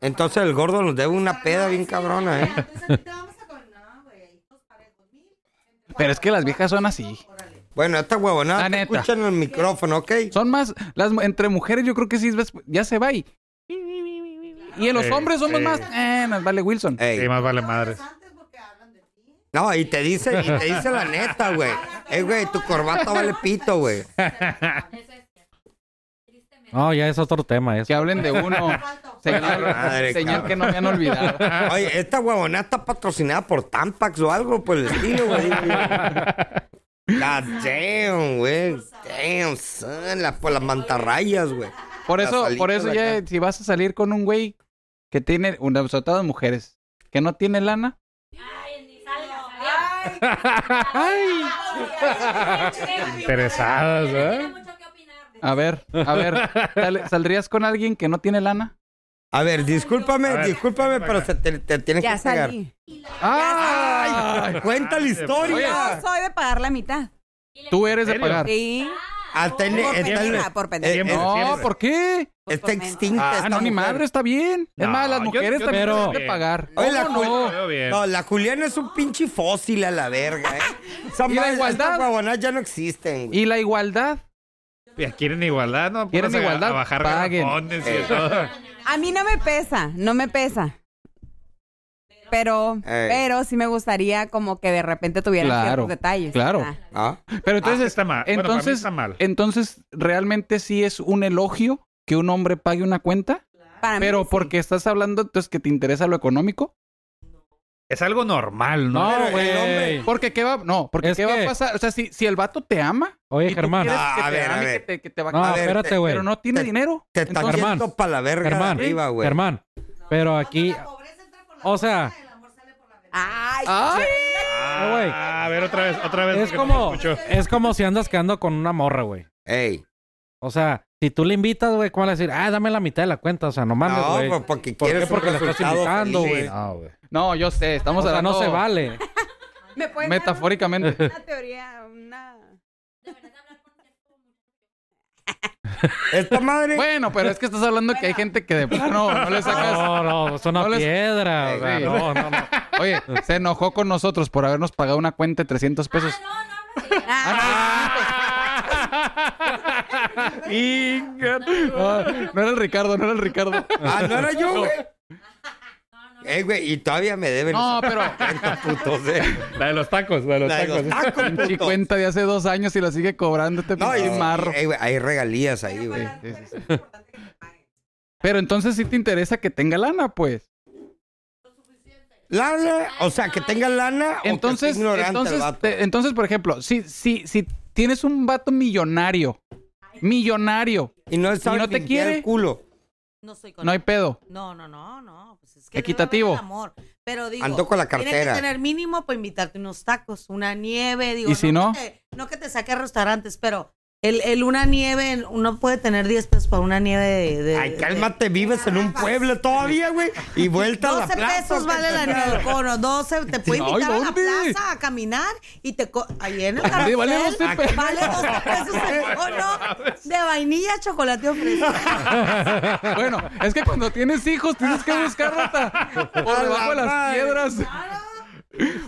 Speaker 5: Entonces el gordo nos debe una peda bien cabrona, ¿eh?
Speaker 8: Entonces ahorita vamos a con no, güey, ahí todos parejos, mil.
Speaker 4: pero es que las viejas son así.
Speaker 5: Bueno, esta
Speaker 4: La
Speaker 5: huevonada. te
Speaker 4: neta.
Speaker 5: Escuchen el micrófono, ¿ok?
Speaker 4: Son más. Las, mu- entre mujeres, yo creo que sí. ves, Ya se va y. Y en los
Speaker 6: Sí,
Speaker 4: hombres somos
Speaker 6: sí.
Speaker 4: más. Eh, nos vale Wilson.
Speaker 5: Ey.
Speaker 6: Sí, más vale madre.
Speaker 8: Antes porque hablan de ti.
Speaker 5: No, y te dice, y te dice la neta, güey. Eh, güey, tu corbata vale pito, güey.
Speaker 3: No, ya es otro tema eso.
Speaker 4: Que hablen de uno. Señal,
Speaker 5: Madre,
Speaker 4: señal
Speaker 5: cabrón.
Speaker 4: que no me han olvidado.
Speaker 3: eh.
Speaker 5: Oye, esta huevonada está patrocinada por Tampax o algo por el estilo, güey. digo yo. God damn, güey. Damn, son las por las mantarrayas, güey.
Speaker 4: Por
Speaker 5: Las
Speaker 4: eso, por
Speaker 5: alitas
Speaker 4: eso
Speaker 5: de
Speaker 4: ya,
Speaker 5: acá.
Speaker 4: si vas a salir con un güey que tiene, una, sobre todo de mujeres, que no tiene lana,
Speaker 6: Ay. Interesadas, ¿eh?
Speaker 4: a ver, a ver, sal- ¿saldrías con alguien que no tiene lana?
Speaker 5: A ver, discúlpame,
Speaker 6: A ver,
Speaker 5: discúlpame,
Speaker 6: ven para
Speaker 5: pero se te, te tienes
Speaker 10: Ya
Speaker 5: que pegar.
Speaker 10: salí.
Speaker 4: ¡Ay! pues.
Speaker 5: Cuenta la
Speaker 10: Yo
Speaker 5: historia.
Speaker 10: soy de pagar la mitad.
Speaker 4: Tú eres de
Speaker 6: ¿En serio?
Speaker 4: pagar.
Speaker 10: Sí.
Speaker 5: Ah, está en-
Speaker 10: Por
Speaker 5: está en- Eh,
Speaker 10: pendeja, por pendeja.
Speaker 6: Siempre,
Speaker 4: No,
Speaker 6: siempre.
Speaker 4: ¿por qué?
Speaker 10: Pues
Speaker 5: está
Speaker 10: por menos.
Speaker 5: extinta
Speaker 4: Ah,
Speaker 5: esta
Speaker 4: no, ni
Speaker 5: mujer.
Speaker 4: madre, está bien. Es
Speaker 6: No,
Speaker 4: más, las
Speaker 6: yo-
Speaker 4: mujeres
Speaker 6: yo
Speaker 4: también
Speaker 3: pero-
Speaker 4: deben de pagar.
Speaker 5: Oye, la
Speaker 4: ¿Cómo
Speaker 5: cul-
Speaker 4: no?
Speaker 6: Lo veo bien.
Speaker 5: No, la Juliana es un pinche fósil a la verga, ¿eh? Esa
Speaker 4: ¿Y la
Speaker 5: madre-
Speaker 4: igualdad?
Speaker 5: estas huevonadas ya no existen, güey.
Speaker 4: ¿Y la igualdad?
Speaker 6: Ya Quieren igualdad, ¿no?
Speaker 4: Quieren
Speaker 6: Ponerse a-
Speaker 4: igualdad,
Speaker 6: A bajar
Speaker 4: paguen.
Speaker 6: garrafones y todo.
Speaker 10: A mí no me pesa, no me pesa. Pero,
Speaker 5: Ey.
Speaker 10: pero sí me gustaría como que de repente tuvieran
Speaker 4: Claro,
Speaker 10: ciertos detalles.
Speaker 4: claro.
Speaker 10: Ah.
Speaker 5: Ah,
Speaker 4: Pero entonces,
Speaker 6: Entonces está mal. Bueno, para mí
Speaker 4: entonces,
Speaker 6: está mal.
Speaker 4: entonces, ¿realmente sí es un elogio que un hombre pague una cuenta?
Speaker 10: Para mí
Speaker 4: Pero
Speaker 10: sí.
Speaker 4: porque estás hablando entonces que te interesa lo económico.
Speaker 6: Es algo normal, ¿no?
Speaker 3: No,
Speaker 5: Pero el hombre-
Speaker 3: güey.
Speaker 4: Porque qué va, no, porque
Speaker 3: Es
Speaker 4: qué va
Speaker 3: que-
Speaker 4: a pasar. O sea, si, si el vato te ama,
Speaker 3: Oye,
Speaker 4: y tú
Speaker 3: Germán.
Speaker 4: quieres
Speaker 5: Ah,
Speaker 4: que
Speaker 5: a
Speaker 4: te
Speaker 5: ver, a
Speaker 4: ame,
Speaker 5: ver.
Speaker 4: que te- que te va a
Speaker 3: No,
Speaker 5: A
Speaker 4: quedar,
Speaker 5: ver,
Speaker 3: espérate,
Speaker 5: te-
Speaker 3: güey.
Speaker 4: pero no tiene
Speaker 5: te-
Speaker 4: dinero.
Speaker 5: te está
Speaker 4: Entonces-
Speaker 3: Germán,
Speaker 5: yendo para la verga de
Speaker 3: Germán,
Speaker 5: arriba, güey.
Speaker 3: Germán. Pero aquí, o sea,
Speaker 10: Ay,
Speaker 4: Ay,
Speaker 3: Eh, güey.
Speaker 6: Ah, a ver, otra vez, otra vez.
Speaker 3: es
Speaker 6: porque no
Speaker 3: como,
Speaker 6: te escucho.
Speaker 3: es como si andas quedando con una morra, güey.
Speaker 5: Ey.
Speaker 3: O sea, si tú le invitas, güey, ¿cómo le vas a decir? Ah, dame la mitad de la cuenta, o sea, no mames,
Speaker 5: No,
Speaker 3: güey.
Speaker 5: pues porque
Speaker 3: ¿Por
Speaker 5: quieres
Speaker 3: qué? Porque
Speaker 5: un
Speaker 3: la estás
Speaker 5: resultado
Speaker 3: invitando,
Speaker 5: feliz.
Speaker 3: güey.
Speaker 4: Ah,
Speaker 6: No, güey.
Speaker 4: no, yo sé,
Speaker 3: O
Speaker 4: estamos
Speaker 3: sea,
Speaker 4: hablando
Speaker 3: no se vale.
Speaker 10: ¿me pueden dar
Speaker 4: metafóricamente.
Speaker 10: una, una teoría, una...
Speaker 5: Esta madre.
Speaker 4: Bueno, pero es que estás hablando que hay gente que de plano no le sacas.
Speaker 3: No, no, es una
Speaker 4: No les-
Speaker 3: piedra. o sea,
Speaker 4: Sí.
Speaker 3: no, no, no.
Speaker 4: Oye, se enojó con nosotros por habernos pagado una cuenta de 300 pesos. Ah, Inga. No, no era el Ricardo, no era el Ricardo.
Speaker 5: Ah, no era yo, güey. Ey, güey, y todavía me deben.
Speaker 4: No, pero
Speaker 5: Estos putos, eh.
Speaker 6: La de los tacos, la de los
Speaker 5: La de
Speaker 6: tacos.
Speaker 5: los tacos,
Speaker 4: pinche
Speaker 5: puto.
Speaker 4: cuenta de hace dos años y la sigue cobrando este
Speaker 5: Ah, No, y,
Speaker 4: pinche marro.
Speaker 5: ey, güey, hay regalías ahí, güey.
Speaker 4: Sí, sí, sí. Pero entonces sí te interesa que tenga lana, pues.
Speaker 5: Lana, o sea, que tenga lana
Speaker 4: Entonces,
Speaker 5: o que esté ignorante el
Speaker 4: entonces,
Speaker 5: vato.
Speaker 4: te- entonces, por ejemplo, si, si, si tienes un vato millonario, millonario,
Speaker 5: y no sabe
Speaker 4: no te
Speaker 5: limpiar
Speaker 4: quiere.
Speaker 5: el culo.
Speaker 8: No soy con
Speaker 4: no hay pedo.
Speaker 8: No, no, no, no. Pues es que
Speaker 4: Equitativo.
Speaker 8: debe haber amor. Pero digo,
Speaker 5: Ando con la
Speaker 8: tiene
Speaker 5: cartera.
Speaker 8: que tener mínimo para invitarte unos tacos, una nieve, digo.
Speaker 4: ¿Y si no?
Speaker 8: Que te, no que te saque a restaurantes, pero el, el una nieve, uno puede tener 10 pesos para una nieve de... de-
Speaker 5: Ay,
Speaker 8: de-
Speaker 5: cálmate, vives en un pueblo todavía, güey. Y vuelta a la
Speaker 8: 12
Speaker 5: plaza.
Speaker 8: pesos vale la nieve del cono, 12, te puede
Speaker 4: Ay,
Speaker 8: invitar a la
Speaker 4: ¿dónde?
Speaker 8: plaza a caminar y te... co- Ahí en el
Speaker 4: Vale,
Speaker 8: carrusel,
Speaker 4: vale 12 pesos.
Speaker 8: vale 12 pesos el cono de vainilla, chocolate o fresa.
Speaker 4: Bueno, es que cuando tienes hijos tienes que buscar rata por
Speaker 5: A
Speaker 4: debajo de
Speaker 5: la
Speaker 4: las
Speaker 5: madre.
Speaker 4: piedras.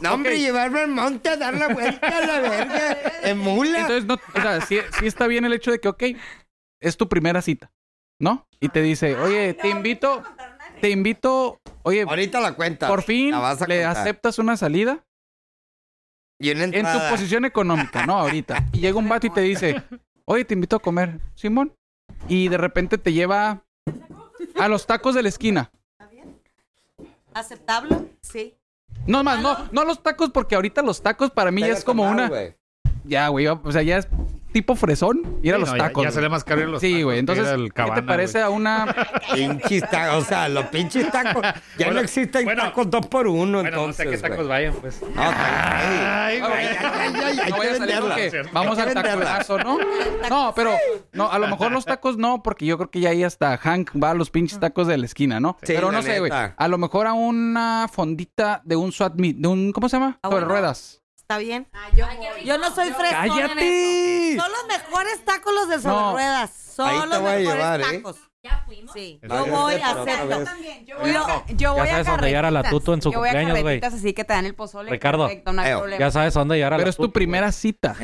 Speaker 5: No, hombre, llevarme al monte a dar la vuelta a la verga. En mula.
Speaker 4: Entonces, no, o sea, sí, sí está bien el hecho de que, ok, es tu primera cita, ¿no? Y te dice, oye, te invito, te invito, oye,
Speaker 5: Ahorita la cuenta.
Speaker 4: por fin
Speaker 5: la vas a
Speaker 4: le
Speaker 5: contar.
Speaker 4: aceptas una salida
Speaker 5: Y una
Speaker 4: en tu
Speaker 5: entrada.
Speaker 4: posición económica, ¿no? Ahorita. Y llega un vato y te dice, oye, te invito a comer, Simón. Y de repente te lleva a los tacos de la esquina.
Speaker 8: ¿Aceptable? Sí.
Speaker 4: No más, no, no a los tacos porque ahorita los tacos para mí ya es como una... Ya, güey, o sea, ya es tipo fresón ir a
Speaker 6: Sí,
Speaker 4: los
Speaker 6: no, ya-
Speaker 4: tacos.
Speaker 6: Ya, sale
Speaker 4: güey.
Speaker 6: más caro ir a los tacos.
Speaker 4: Sí, güey,
Speaker 6: que ir
Speaker 4: entonces,
Speaker 6: al
Speaker 4: ¿qué te
Speaker 6: Cabana,
Speaker 4: parece
Speaker 6: güey.
Speaker 4: a una
Speaker 5: Pinches tacos. O sea, los pinches tacos. Ya
Speaker 6: Bueno,
Speaker 5: no existen
Speaker 6: bueno,
Speaker 5: tacos dos por
Speaker 6: Bueno,
Speaker 5: uno,
Speaker 6: no
Speaker 5: entonces.
Speaker 6: sé qué tacos
Speaker 5: güey.
Speaker 6: vayan, pues.
Speaker 5: No, está-
Speaker 6: Ay,
Speaker 4: güey.
Speaker 5: Ay, ay, ay, ay,
Speaker 4: No
Speaker 5: hay
Speaker 4: vaya
Speaker 5: que
Speaker 4: a salir con
Speaker 5: venderla.
Speaker 4: que
Speaker 6: Cierto.
Speaker 4: vamos
Speaker 5: Hay que
Speaker 4: al
Speaker 5: venderla.
Speaker 4: taconazo, ¿no? No, pero no, a lo mejor los tacos no, porque yo creo que ya ahí hasta Hank va a los pinches tacos de la esquina, ¿no?
Speaker 5: Ah. Sí,
Speaker 4: pero
Speaker 5: la
Speaker 4: no sé, güey.
Speaker 5: neta.
Speaker 4: A lo mejor a una fondita de un swat meet, de un ¿cómo se llama?
Speaker 8: Ah,
Speaker 4: Sobre
Speaker 8: bueno.
Speaker 4: ruedas.
Speaker 8: ¿Está bien?
Speaker 10: Ah,
Speaker 8: Yo no soy fresona en eso. Son los mejores tacos los de sobre
Speaker 4: No.
Speaker 8: ruedas. Son
Speaker 5: Ahí te
Speaker 8: los
Speaker 5: voy a
Speaker 8: mejores
Speaker 5: llevar, ¿eh?
Speaker 8: tacos.
Speaker 9: ¿Ya fuimos?
Speaker 8: Sí.
Speaker 5: No,
Speaker 8: Yo
Speaker 5: yo
Speaker 8: voy,
Speaker 5: sé, pero otra
Speaker 8: acepto.
Speaker 5: vez.
Speaker 10: Yo voy, a, yo
Speaker 3: Ya
Speaker 10: voy a
Speaker 3: sabes dónde llevar a la
Speaker 10: carretitas.
Speaker 3: Tutu en su
Speaker 10: yo voy a
Speaker 3: cumpleaños, güey.
Speaker 10: carretitas así que te dan el pozole.
Speaker 3: Ricardo.
Speaker 10: Perfecto, no hay
Speaker 5: Eo.
Speaker 10: problema.
Speaker 3: Ya sabes a dónde llegar a la
Speaker 4: Pero es tu
Speaker 3: tuta, güey.
Speaker 4: primera cita.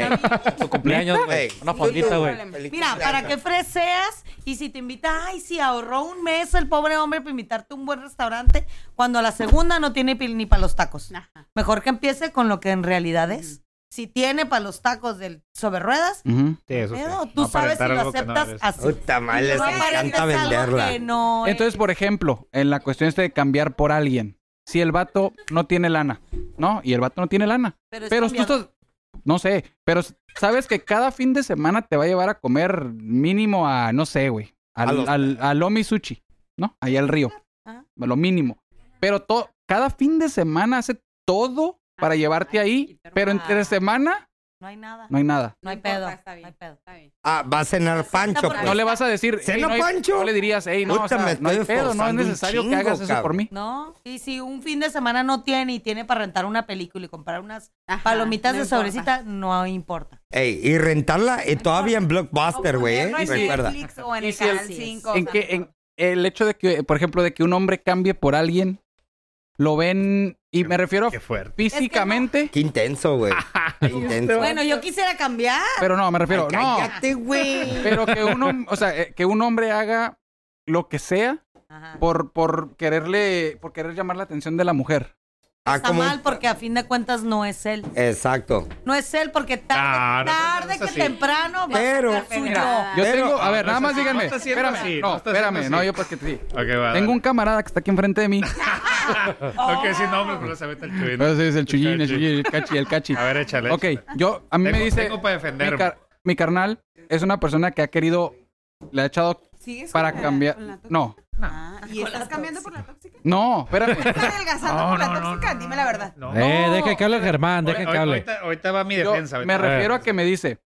Speaker 3: Tu cumpleaños, güey.
Speaker 5: Ey.
Speaker 3: Una fondita, güey.
Speaker 8: Mira, para que freseas y si te invita, ay, si ahorró un mes el pobre hombre para invitarte a un buen restaurante, cuando a la segunda no tiene pil- ni para los tacos.
Speaker 10: Ajá.
Speaker 8: Mejor que empiece con lo que en realidad es. Si tiene para los tacos del sobre ruedas,
Speaker 4: Ujú.
Speaker 6: Sí, eso sí.
Speaker 8: pedo, tú
Speaker 6: No
Speaker 8: sabes si
Speaker 6: aparentar
Speaker 8: lo
Speaker 6: algo que no
Speaker 8: aceptas
Speaker 6: eres.
Speaker 8: así.
Speaker 5: Puta madre, les
Speaker 8: No aparentes
Speaker 5: encanta
Speaker 8: algo
Speaker 5: venderla.
Speaker 8: que no eh. es.
Speaker 4: Entonces, por ejemplo, en la cuestión esta de cambiar por alguien, si el vato no tiene lana, ¿no? Y el vato no tiene lana.
Speaker 8: Pero es
Speaker 4: Pero tú
Speaker 8: cambiado.
Speaker 4: estás no sé, pero s- sabes que cada fin de semana te va a llevar a comer mínimo a, no sé, güey,
Speaker 5: A
Speaker 4: al,
Speaker 5: los-
Speaker 4: al, al Omi Sushi, ¿no? Allá al río,
Speaker 8: Ajá.
Speaker 4: a lo mínimo. Pero to- cada fin de semana hace todo para
Speaker 10: Ah,
Speaker 4: llevarte ahí,
Speaker 10: quitar-
Speaker 4: pero entre
Speaker 8: Ah.
Speaker 4: semana
Speaker 8: No hay nada.
Speaker 4: no hay nada.
Speaker 8: No hay
Speaker 10: importa,
Speaker 8: pedo.
Speaker 10: Está
Speaker 8: No hay
Speaker 10: bien.
Speaker 8: pedo.
Speaker 10: está bien.
Speaker 5: Ah, va a cenar Pancho.
Speaker 9: por
Speaker 5: Pues.
Speaker 4: No le vas a decir, "Ey,
Speaker 5: ¿Cena,
Speaker 4: no, hay-
Speaker 5: Pancho?
Speaker 4: no le dirías, hey, no, o
Speaker 5: Puta,
Speaker 4: sea,
Speaker 5: me
Speaker 4: no hay
Speaker 5: estoy
Speaker 4: pedo, no es
Speaker 5: esforzando un
Speaker 4: necesario que
Speaker 5: chingo,
Speaker 4: hagas eso por
Speaker 5: cabrón.
Speaker 4: mí.
Speaker 10: No.
Speaker 8: Sí, sí, un fin de semana no tiene y tiene para rentar una película y comprar unas
Speaker 10: Ajá,
Speaker 8: palomitas
Speaker 10: no
Speaker 8: de
Speaker 10: importa.
Speaker 8: sobrecita, no importa.
Speaker 5: Ey, y rentarla eh, todavía en
Speaker 10: O
Speaker 5: Blockbuster, güey, ¿eh?
Speaker 10: ponerlo en
Speaker 5: Recuerda.
Speaker 10: Netflix o en
Speaker 4: Y
Speaker 10: el
Speaker 4: si el-
Speaker 10: Canal 5.
Speaker 4: en que en- el hecho de que, por ejemplo, de que un hombre cambie por alguien, lo ven, y me refiero a
Speaker 6: Qué fuerte.
Speaker 4: físicamente,
Speaker 5: Qué intenso, güey. Qué intenso.
Speaker 8: Bueno, yo quisiera cambiar.
Speaker 4: pero no, me refiero, no,
Speaker 5: Cállate, güey.
Speaker 4: pero que un, hom- o sea, eh, que un hombre haga lo que sea
Speaker 8: Ajá.
Speaker 4: por, por quererle, por querer llamar la atención de la mujer.
Speaker 5: Ah,
Speaker 8: Está
Speaker 5: como un-
Speaker 8: mal porque a fin de cuentas no es él.
Speaker 5: Exacto.
Speaker 8: No es él porque
Speaker 6: Ah,
Speaker 8: tarde,
Speaker 6: no,
Speaker 8: tarde
Speaker 6: no es
Speaker 8: que
Speaker 6: así.
Speaker 8: temprano va
Speaker 5: Pero-
Speaker 8: a ser suyo.
Speaker 4: Yo
Speaker 5: Pero-
Speaker 4: tengo, a ver,
Speaker 6: no
Speaker 4: nada
Speaker 6: está
Speaker 4: más
Speaker 6: haciendo-
Speaker 4: díganme,
Speaker 6: ah, no está haciendo
Speaker 4: espérame,
Speaker 6: así,
Speaker 4: no,
Speaker 6: no está haciendo
Speaker 4: espérame,
Speaker 6: así.
Speaker 4: no, yo pues porque te
Speaker 6: Ok, va.
Speaker 4: Tengo un camarada que está aquí enfrente de mí.
Speaker 6: No que decir nombres, pero se mete el churín.
Speaker 4: Pero sí, es el chullín, el
Speaker 6: Cachi.
Speaker 4: chullín, el cachi, el cachi.
Speaker 6: A ver, échale.
Speaker 4: Ok,
Speaker 6: échale.
Speaker 4: yo, a mí
Speaker 6: Tengo-
Speaker 4: me dice...
Speaker 6: Tengo para
Speaker 4: mi,
Speaker 6: defenderme.
Speaker 4: car- mi carnal es una persona que ha querido, le ha echado
Speaker 10: ¿Sigues
Speaker 4: para
Speaker 10: con la-
Speaker 4: cambiar.
Speaker 10: con la tóxica?
Speaker 4: No,
Speaker 10: Ah, ¿Y estás cambiando por la tóxica?
Speaker 4: no, espérame.
Speaker 10: ¿Estás adelgazando por la tóxica? Dime la verdad.
Speaker 6: No.
Speaker 3: Eh, deja que hable el Germán, deja
Speaker 6: Ahorita-
Speaker 3: que hable.
Speaker 6: Ahorita, ahorita va mi
Speaker 4: Yo
Speaker 6: defensa.
Speaker 4: me refiero a que me dice,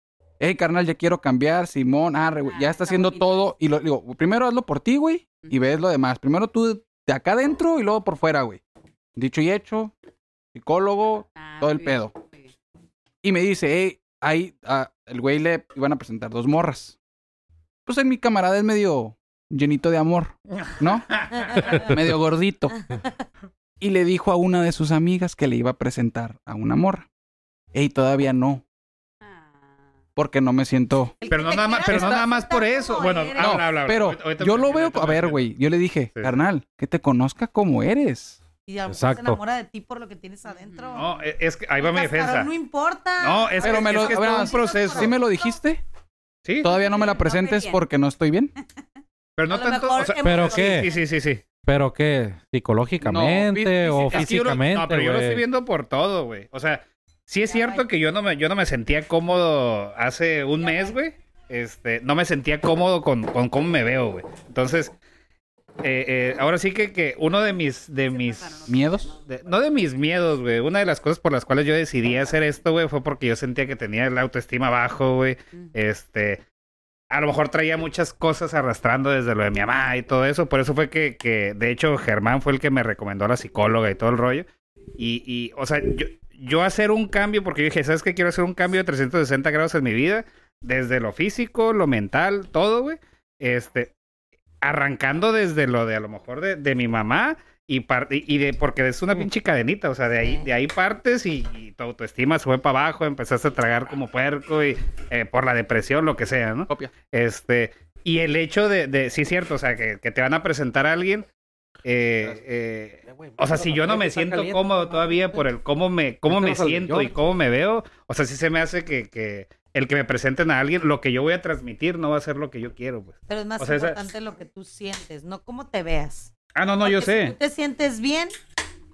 Speaker 4: hey carnal, ya quiero cambiar, Simón, arre, güey, ya
Speaker 10: Ah,
Speaker 4: está
Speaker 10: está
Speaker 4: haciendo
Speaker 10: bonito.
Speaker 4: todo. Y lo digo, primero hazlo por ti, güey, y ves lo demás. Primero tú de acá adentro y luego por fuera, güey. Dicho y hecho, psicólogo,
Speaker 10: Ah,
Speaker 4: Todo
Speaker 10: muy
Speaker 4: el
Speaker 10: bien,
Speaker 4: pedo.
Speaker 10: muy bien.
Speaker 4: Y me dice, hey, ahí, ah, el güey le iban a presentar dos morras. Pues en mi camarada es medio llenito de amor, ¿no? medio gordito. Y le dijo a una de sus amigas que le iba a presentar a una morra. Hey, todavía no,
Speaker 10: Ah.
Speaker 4: porque no me siento...
Speaker 10: El
Speaker 6: Pero
Speaker 10: que
Speaker 6: no,
Speaker 10: te
Speaker 6: nada más,
Speaker 10: quiera
Speaker 6: pero no nada
Speaker 10: aceptar
Speaker 6: más por
Speaker 10: como
Speaker 6: eso. Bueno,
Speaker 10: eres.
Speaker 4: No,
Speaker 6: Ah, habla, habla, habla.
Speaker 4: pero
Speaker 6: Ahorita- ahorita
Speaker 4: yo
Speaker 6: me-
Speaker 4: lo veo,
Speaker 6: ahorita
Speaker 4: a
Speaker 6: me-
Speaker 4: ver, güey, yo le dije,
Speaker 6: Sí.
Speaker 4: carnal, que te conozca como eres.
Speaker 8: Y a lo mejor
Speaker 3: Exacto.
Speaker 8: se enamora de ti por lo que tienes adentro.
Speaker 6: No, e, es- es que ahí va mi
Speaker 8: Cascarón,
Speaker 6: defensa.
Speaker 8: No importa.
Speaker 6: No, es,
Speaker 4: Pero
Speaker 6: que-
Speaker 4: me
Speaker 6: es
Speaker 4: lo-
Speaker 6: que es
Speaker 4: a ver,
Speaker 6: todo un proceso.
Speaker 4: ¿Sí me lo dijiste?
Speaker 6: Sí,
Speaker 4: Todavía no me la presentes
Speaker 10: bien.
Speaker 4: porque no estoy bien.
Speaker 6: pero no
Speaker 8: a lo
Speaker 6: tanto.
Speaker 8: mejor
Speaker 6: o sea,
Speaker 8: hemos-
Speaker 3: ¿Pero
Speaker 6: sí,
Speaker 3: qué?
Speaker 6: sí, sí, sí.
Speaker 3: ¿Pero qué? ¿Psicológicamente
Speaker 4: No,
Speaker 3: o
Speaker 4: fí- fí-
Speaker 6: Es que yo lo-
Speaker 3: físicamente?
Speaker 6: no, pero yo lo
Speaker 3: güey?
Speaker 6: estoy viendo por todo, güey. O sea, sí es cierto que yo no me, yo no me sentía cómodo hace un mes, güey. Este, no me sentía cómodo con, con cómo me veo, güey. Entonces, eh, eh, ahora sí que, que uno de mis, de mis
Speaker 4: ¿Miedos?
Speaker 6: de- no de mis miedos, güey. Una de las cosas por las cuales yo decidí hacer esto, güey, fue porque yo sentía que tenía la autoestima bajo, güey. Este, a lo mejor traía muchas cosas arrastrando desde lo de mi mamá y todo eso. Por eso fue que, que de hecho, Germán fue el que me recomendó a la psicóloga y todo el rollo. Y, y o sea, yo, yo hacer un cambio, porque yo dije, ¿sabes qué? Quiero hacer un cambio de 360 grados en mi vida, desde lo físico, lo mental, todo, güey. Este, arrancando desde lo de a lo mejor de, de mi mamá y, par- y y de porque es una pinche cadenita, o sea, de ahí, de ahí partes y, y tu autoestima sube para abajo, empezaste a tragar como puerco y eh, por la depresión, lo que sea, ¿no?
Speaker 4: Copia.
Speaker 6: Este, y el hecho de, de sí es cierto, o sea, que, que te van a presentar a alguien. eh, eh, o sea, si yo no me siento cómodo todavía por el cómo me, cómo me siento y cómo me veo, o sea, sí se me hace que, que el que me presenten a alguien, lo que yo voy a transmitir no va a ser lo que yo quiero, pues.
Speaker 8: Pero es más
Speaker 6: O sea, esa-
Speaker 8: importante lo que tú sientes, no cómo te veas.
Speaker 6: Ah, no, no, yo
Speaker 8: Porque Si
Speaker 6: sé.
Speaker 8: tú te sientes bien,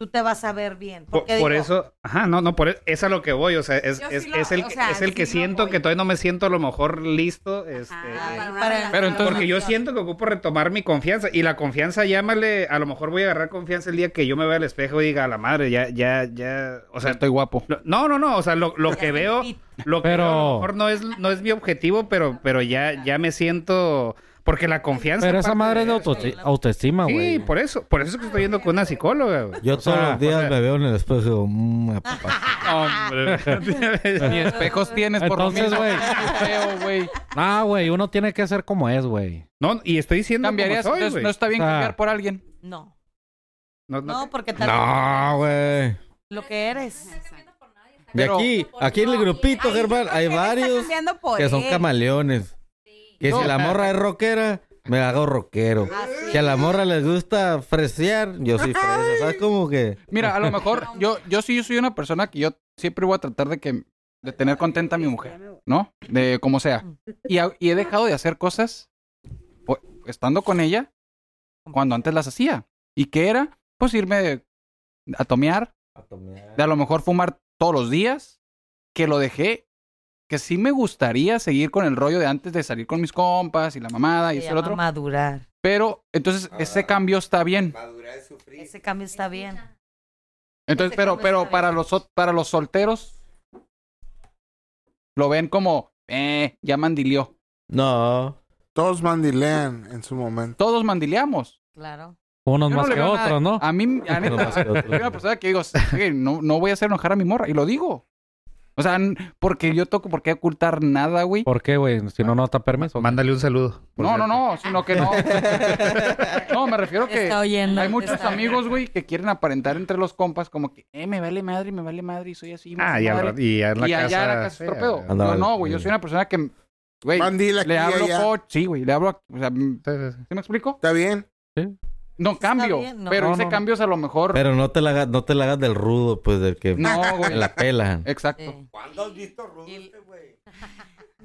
Speaker 8: tú te vas a ver bien.
Speaker 6: Por,
Speaker 8: Porque
Speaker 6: por
Speaker 8: digo,
Speaker 6: eso, ajá, no, no, por eso, es a lo que voy, o sea, es,
Speaker 10: Yo sí
Speaker 6: es,
Speaker 10: lo-
Speaker 6: es el,
Speaker 10: o sea,
Speaker 6: es el que
Speaker 10: sí lo
Speaker 6: siento
Speaker 10: voy.
Speaker 6: que todavía no me siento a lo mejor listo, este,
Speaker 10: Ah,
Speaker 6: eh,
Speaker 10: para una
Speaker 8: Pero
Speaker 10: relación.
Speaker 4: entonces-
Speaker 6: porque yo siento que ocupo retomar mi confianza y la confianza, llámale, a lo mejor voy a agarrar confianza el día que yo me vea al espejo y diga, a la madre, ya, ya, ya, o sea,
Speaker 4: Estoy guapo.
Speaker 6: lo- no, no, no, o sea, lo, lo que veo, lo que
Speaker 3: Pero-
Speaker 6: veo a lo mejor no es, no es mi objetivo, pero, pero ya, ya me siento, porque la confianza.
Speaker 3: Pero esa
Speaker 6: parte
Speaker 3: madre es de
Speaker 6: eso.
Speaker 3: autoesti- autoestima, güey.
Speaker 6: Sí, por eso, por eso es que estoy yendo con una psicóloga, güey.
Speaker 2: Yo
Speaker 6: O
Speaker 2: todos
Speaker 6: sea,
Speaker 2: los días
Speaker 5: pues,
Speaker 6: o sea,
Speaker 5: eh.
Speaker 2: me veo en el espejo y digo, "Mm, a papá".
Speaker 6: Hombre.
Speaker 4: Ni espejos tienes por
Speaker 3: Entonces,
Speaker 4: lo
Speaker 3: güey.
Speaker 4: menos. Feo, güey.
Speaker 3: No, Ah, güey, uno tiene que ser como es, güey.
Speaker 6: No, y estoy diciendo
Speaker 4: Cambiarías,
Speaker 6: como soy,
Speaker 4: entonces,
Speaker 6: güey.
Speaker 4: no está bien
Speaker 3: O sea,
Speaker 4: cambiar por alguien.
Speaker 8: No,
Speaker 6: No, no.
Speaker 8: no, porque tal
Speaker 2: No, güey.
Speaker 8: lo que eres.
Speaker 2: De
Speaker 4: Pero-
Speaker 2: aquí, aquí en el grupito,
Speaker 10: Ay,
Speaker 2: Germán,
Speaker 10: yo creo
Speaker 2: hay
Speaker 10: que él está
Speaker 2: varios
Speaker 10: cambiando por
Speaker 2: que son
Speaker 10: él.
Speaker 2: camaleones. Que si la morra es rockera, me hago rockero. Si a la morra les gusta fresear, yo soy fresa. ¿Sabes cómo que?
Speaker 4: Mira, a lo mejor yo, yo sí soy una persona que yo siempre voy a tratar de que de tener contenta a mi mujer, ¿no? De como sea. Y, ha- y he dejado de hacer cosas o- estando con ella cuando antes las hacía. ¿Y qué era? Pues irme a tomear, de a lo mejor fumar todos los días, que lo dejé, que sí me gustaría seguir con el rollo de antes de salir con mis compas y la mamada y
Speaker 8: Se
Speaker 4: eso y el
Speaker 8: llama
Speaker 4: otro.
Speaker 8: madurar.
Speaker 4: Pero entonces ese cambio está bien.
Speaker 5: Madurar es sufrir.
Speaker 8: Ese cambio está bien.
Speaker 4: Entonces,
Speaker 8: Ese
Speaker 4: pero,
Speaker 8: cambio
Speaker 4: pero
Speaker 8: Este está
Speaker 4: para
Speaker 8: bien.
Speaker 4: los sol- para los solteros lo ven como eh, ya mandilió.
Speaker 2: No.
Speaker 1: Todos mandilean en su momento.
Speaker 4: Todos mandileamos.
Speaker 8: Claro.
Speaker 3: Unos
Speaker 4: Yo no
Speaker 3: más
Speaker 4: le
Speaker 3: que
Speaker 4: veo nada-
Speaker 3: otros, ¿no?
Speaker 4: A mí, la neta,
Speaker 2: más que otros.
Speaker 4: soy una persona que digo, "Oye, no, no voy a hacer enojar a mi morra. Y lo digo. O sea, n- porque yo toco por qué ocultar nada, güey.
Speaker 3: ¿Por qué, güey? Si no, no te da permiso.
Speaker 6: Mándale un saludo. por
Speaker 4: No, no,
Speaker 6: cierto.
Speaker 4: no, sino que no. No, me refiero que
Speaker 8: Está oyendo.
Speaker 4: hay muchos
Speaker 8: está-
Speaker 4: amigos, güey, que quieren aparentar entre los compas como que, eh, me vale madre, me vale madre y soy así. me
Speaker 6: Ah,
Speaker 4: vale
Speaker 6: y, al
Speaker 4: madre".
Speaker 6: rato- y ya en la
Speaker 4: Y
Speaker 6: casa.
Speaker 4: allá era casi
Speaker 6: sí,
Speaker 4: otro pedo.
Speaker 6: ya-
Speaker 2: Andaba-
Speaker 4: No, no, güey, yo
Speaker 2: sí.
Speaker 4: soy una persona que, güey,
Speaker 1: Mandila aquí
Speaker 4: le
Speaker 1: y
Speaker 4: hablo
Speaker 1: allá.
Speaker 4: coach. Sí, güey, le hablo, a- o sea, mm,
Speaker 6: Sí, sí, sí.
Speaker 4: ¿sí me explico?
Speaker 1: Está bien.
Speaker 4: No
Speaker 8: Está
Speaker 4: cambio,
Speaker 8: bien, no.
Speaker 4: pero
Speaker 3: No,
Speaker 4: hice
Speaker 3: no, no.
Speaker 4: cambios a lo mejor.
Speaker 2: Pero no te la hagas, no te la hagas del rudo, pues, del que
Speaker 4: No, güey,
Speaker 2: en la pela.
Speaker 4: exacto.
Speaker 8: Sí.
Speaker 5: ¿Cuándo has visto rudo este güey?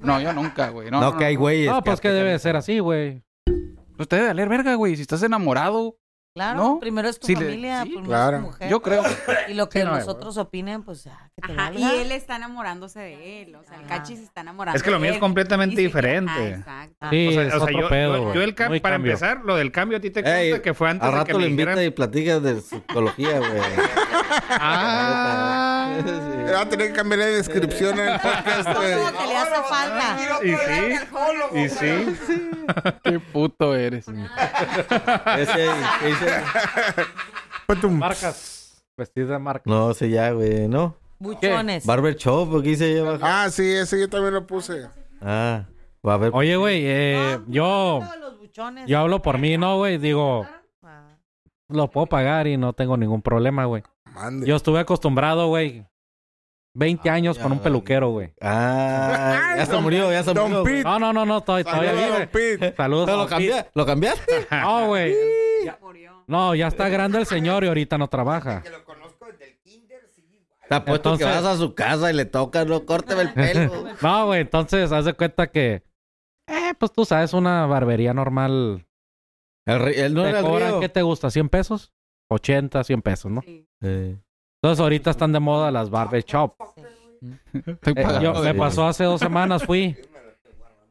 Speaker 4: No, yo nunca, güey. No,
Speaker 2: No,
Speaker 4: no,
Speaker 2: que hay güeyes.
Speaker 3: No, pues que debe de ser así, güey.
Speaker 4: no. Usted debe leer verga, güey, si estás enamorado.
Speaker 8: Claro,
Speaker 4: ¿No?
Speaker 8: primero es tu
Speaker 4: Sí, le-
Speaker 8: familia,
Speaker 4: sí,
Speaker 8: primero
Speaker 1: claro.
Speaker 8: es tu mujer.
Speaker 4: Yo creo.
Speaker 8: Y lo que
Speaker 6: Sí, no, güey.
Speaker 8: nosotros opinen, pues ya, que te
Speaker 10: Ajá,
Speaker 8: valga.
Speaker 10: y él está enamorándose de él. O sea, el
Speaker 8: Ajá.
Speaker 10: Cachi se está enamorando.
Speaker 6: Es que lo
Speaker 10: de
Speaker 6: mío es
Speaker 10: él.
Speaker 6: completamente
Speaker 10: Dice que-
Speaker 6: diferente.
Speaker 10: Ah, exacto.
Speaker 8: Ah.
Speaker 3: Sí,
Speaker 6: O sea,
Speaker 3: es
Speaker 6: o sea,
Speaker 3: otro
Speaker 6: yo,
Speaker 3: pedo,
Speaker 6: yo-
Speaker 3: güey.
Speaker 6: yo el cam-
Speaker 3: Muy
Speaker 6: para
Speaker 3: cambio.
Speaker 6: empezar, lo del cambio a ti te consta
Speaker 2: Ey,
Speaker 6: que fue antes
Speaker 2: Al
Speaker 6: de
Speaker 2: rato
Speaker 6: que
Speaker 2: le
Speaker 6: me
Speaker 2: invita
Speaker 6: dijeran-
Speaker 2: y platica de psicología, güey.
Speaker 6: Ah.
Speaker 1: Va a tener que cambiarle de descripción en el podcast.
Speaker 8: Todo
Speaker 1: güey.
Speaker 8: lo que le hace falta.
Speaker 6: Y sí, y sí.
Speaker 4: Qué puto eres.
Speaker 2: Ese- ese-
Speaker 1: Patum.
Speaker 3: Marcas. Vestidas de marca.
Speaker 2: No, sí, ya, güey, ¿no?
Speaker 8: Buchones.
Speaker 2: Barber Shop, porque se lleva. Ah,
Speaker 1: Ah, sí, ese yo también lo puse.
Speaker 2: va a haber.
Speaker 3: Oye, güey, eh, yo,
Speaker 8: Ah, Todos los buchones.
Speaker 3: yo hablo por mí, ¿no, güey? Digo,
Speaker 8: Ah.
Speaker 3: lo puedo pagar y no tengo ningún problema, güey.
Speaker 1: Mande.
Speaker 3: Yo estuve acostumbrado, güey, 20 años
Speaker 2: ya,
Speaker 3: con un
Speaker 2: la-
Speaker 3: peluquero, güey.
Speaker 2: Ah, ya se
Speaker 1: Don-
Speaker 2: murió, ya se
Speaker 1: Don
Speaker 2: murió. güey.
Speaker 1: Pete.
Speaker 3: No, no, no, no, estoy,
Speaker 1: Saludos
Speaker 3: todavía
Speaker 1: a Don
Speaker 3: vive.
Speaker 1: Pete.
Speaker 3: Saludos.
Speaker 2: Pero
Speaker 3: a
Speaker 2: lo,
Speaker 3: Don Pete.
Speaker 2: cambiaste, ¿Lo cambiaste?
Speaker 3: No, güey.
Speaker 10: Murió.
Speaker 3: No, ya está grande el señor y ahorita no trabaja.
Speaker 5: Que lo conozco desde el kinder, sí.
Speaker 2: Te apuesto Pues, que
Speaker 3: Entonces-
Speaker 2: vas a su casa y le tocas, no, córteme el pelo.
Speaker 3: No, güey, entonces haz de cuenta que. Eh, pues tú sabes, una barbería normal.
Speaker 2: El ri- Él no
Speaker 3: te
Speaker 2: era el
Speaker 3: cobran,
Speaker 2: río.
Speaker 3: ¿qué te gusta? ¿100 pesos? 80, 100 pesos, ¿no?
Speaker 10: Sí.
Speaker 2: Sí.
Speaker 3: Entonces ahorita están de moda las barber shop.
Speaker 4: Estoy
Speaker 3: Eh,
Speaker 4: pagando
Speaker 3: yo-
Speaker 4: de
Speaker 3: me
Speaker 4: más.
Speaker 3: pasó hace dos semanas, fui.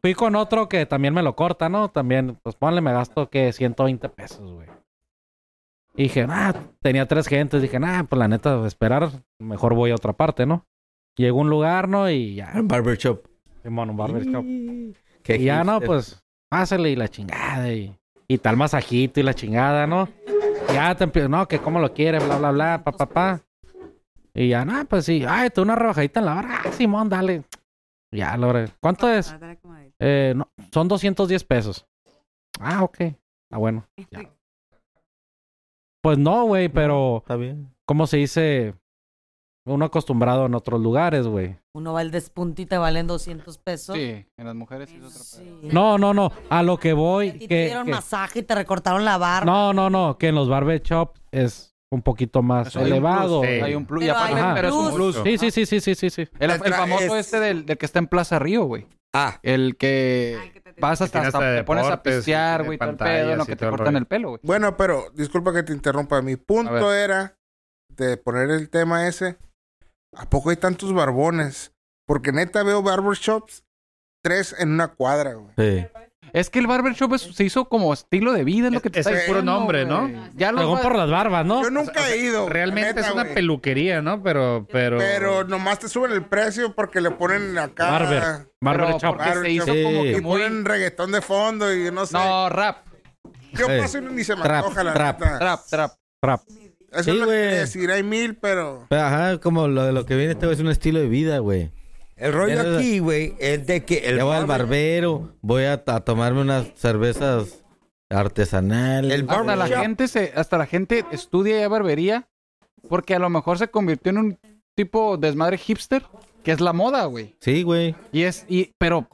Speaker 3: Fui con otro que también me lo corta, ¿no? También, pues ponle, me gasto que 120 pesos, güey. Y Dije, ah, tenía tres gentes. Dije, ah, pues la neta, esperar, mejor voy a otra parte, ¿no? Llegó a un lugar, ¿no? Y ya,
Speaker 2: En Barber Shop.
Speaker 3: Simón, un barber shop.
Speaker 2: Qué
Speaker 3: Y ya no,
Speaker 2: hipster.
Speaker 3: pues, pásale y la chingada y, y tal masajito y la chingada, ¿no? Ya te empiezo, no, que cómo lo quiere, bla, bla, bla, pa, pa, pa. Y ya, no, pues sí, ay, tú una rebajadita en la barra, ah, Simón, dale. Ya, la hora, ¿cuánto es?
Speaker 10: Tratar como de-
Speaker 3: Eh, no, son 210 pesos. Ah, ok. Ah, bueno. ya. Pues no, güey, pero,
Speaker 2: Está bien.
Speaker 3: ¿cómo se dice? Uno acostumbrado en otros lugares, güey.
Speaker 8: Uno va al despunte y te valen 200 pesos.
Speaker 4: Sí, en las mujeres es otro pedo.
Speaker 8: Sí.
Speaker 3: No, no, no, a lo que voy.
Speaker 8: Y te
Speaker 3: que-
Speaker 8: dieron
Speaker 3: que-
Speaker 8: masaje y te recortaron la barba.
Speaker 3: No, no, no, que en los barber shop es un poquito más
Speaker 4: Eso hay un
Speaker 3: elevado.
Speaker 4: plus,
Speaker 6: Sí.
Speaker 4: Hay un plus. Y
Speaker 8: Pero
Speaker 4: aparte,
Speaker 8: hay
Speaker 3: un
Speaker 4: pero es un
Speaker 8: plus.
Speaker 4: plus.
Speaker 3: Sí, sí, sí, sí, sí, sí, sí.
Speaker 4: El, el
Speaker 5: Entra-
Speaker 4: famoso
Speaker 5: es-
Speaker 4: este del, del que está en Plaza Río, güey.
Speaker 5: Ah,
Speaker 4: El
Speaker 10: Ay,
Speaker 4: que
Speaker 10: que te- te-
Speaker 4: vas hasta,
Speaker 6: tiene hasta
Speaker 4: hasta- te pones a
Speaker 6: deportes, y
Speaker 4: pistear,
Speaker 6: tiene
Speaker 4: güey, todo el
Speaker 6: pantallas
Speaker 4: pedo, en lo
Speaker 6: y
Speaker 4: que
Speaker 6: todo
Speaker 4: te
Speaker 6: el
Speaker 4: cortan
Speaker 6: rollo.
Speaker 4: el pelo, güey.
Speaker 1: Bueno, pero disculpa que te interrumpa. Mi punto era de poner el tema ese. ¿A poco hay tantos barbones? Porque neta veo barbershops tres en una cuadra, güey.
Speaker 2: Sí.
Speaker 4: Es que el barber shop es- se hizo como estilo de vida, es lo que
Speaker 10: Este,
Speaker 4: te
Speaker 6: Es-
Speaker 4: está
Speaker 6: es puro
Speaker 4: diciendo,
Speaker 6: nombre,
Speaker 4: güey.
Speaker 6: ¿no?
Speaker 4: Ya lo
Speaker 3: Según por las barbas, ¿no?
Speaker 1: Yo nunca he ido.
Speaker 6: Realmente
Speaker 1: neta,
Speaker 6: es una
Speaker 1: güey.
Speaker 6: peluquería, ¿no? Pero, pero.
Speaker 1: Pero nomás te suben el precio porque le ponen acá.
Speaker 3: Barber. Barber
Speaker 4: pero
Speaker 3: shop.
Speaker 4: porque se hizo
Speaker 2: Sí.
Speaker 4: como
Speaker 1: Y
Speaker 4: que muy...
Speaker 1: ponen reggaetón de fondo y no sé.
Speaker 4: No, rap,
Speaker 1: Yo
Speaker 2: Sí.
Speaker 1: paso y ni se me
Speaker 2: Trap,
Speaker 1: antoja la
Speaker 2: trap,
Speaker 1: neta.
Speaker 4: trap, trap.
Speaker 3: Rap.
Speaker 1: Eso
Speaker 2: Sí,
Speaker 1: es lo que
Speaker 2: güey.
Speaker 1: quería decir. Hay mil, pero.
Speaker 2: Pero, ajá, como lo, lo que viene este güey es un estilo de vida, güey. Ya
Speaker 5: el
Speaker 2: no-
Speaker 5: rollo aquí, güey, es de que el
Speaker 2: Ya voy al
Speaker 5: barber-
Speaker 2: barbero, voy a, a tomarme unas cervezas artesanales.
Speaker 5: El
Speaker 4: Hasta
Speaker 5: barber
Speaker 4: la
Speaker 5: shop.
Speaker 4: gente se, hasta la gente estudia ya barbería porque a lo mejor se convirtió en un tipo desmadre hipster que es la moda, güey.
Speaker 2: Sí, güey.
Speaker 4: Y es, y, pero,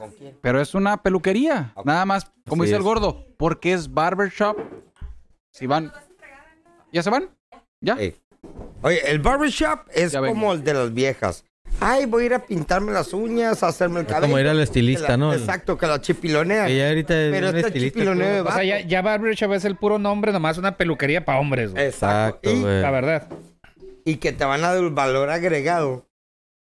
Speaker 4: pero es una peluquería. Nada más, como
Speaker 2: Así
Speaker 4: dice el
Speaker 2: es.
Speaker 4: gordo, porque es barbershop. Si van. ¿Ya se van? ¿Ya?
Speaker 5: Ey. Oye, el barbershop es
Speaker 4: Ya vengo.
Speaker 5: como el de las viejas. Ay, voy a ir a pintarme las uñas, a hacerme el
Speaker 2: Es
Speaker 5: cabello.
Speaker 2: como ir al
Speaker 5: Que
Speaker 2: estilista,
Speaker 5: la-
Speaker 2: ¿no?
Speaker 5: Exacto, que la chipilonea.
Speaker 2: Que ya ahorita es
Speaker 5: Pero
Speaker 2: un
Speaker 5: está
Speaker 2: estilista,
Speaker 5: chipiloneo de
Speaker 2: creo.
Speaker 6: O sea, ya,
Speaker 5: vato.
Speaker 6: ya Barber Shop es el puro nombre, nomás una peluquería para hombres, güey.
Speaker 5: Exacto.
Speaker 2: Exacto,
Speaker 5: Y-
Speaker 2: güey.
Speaker 6: La verdad.
Speaker 5: Y, que te van a dar un valor agregado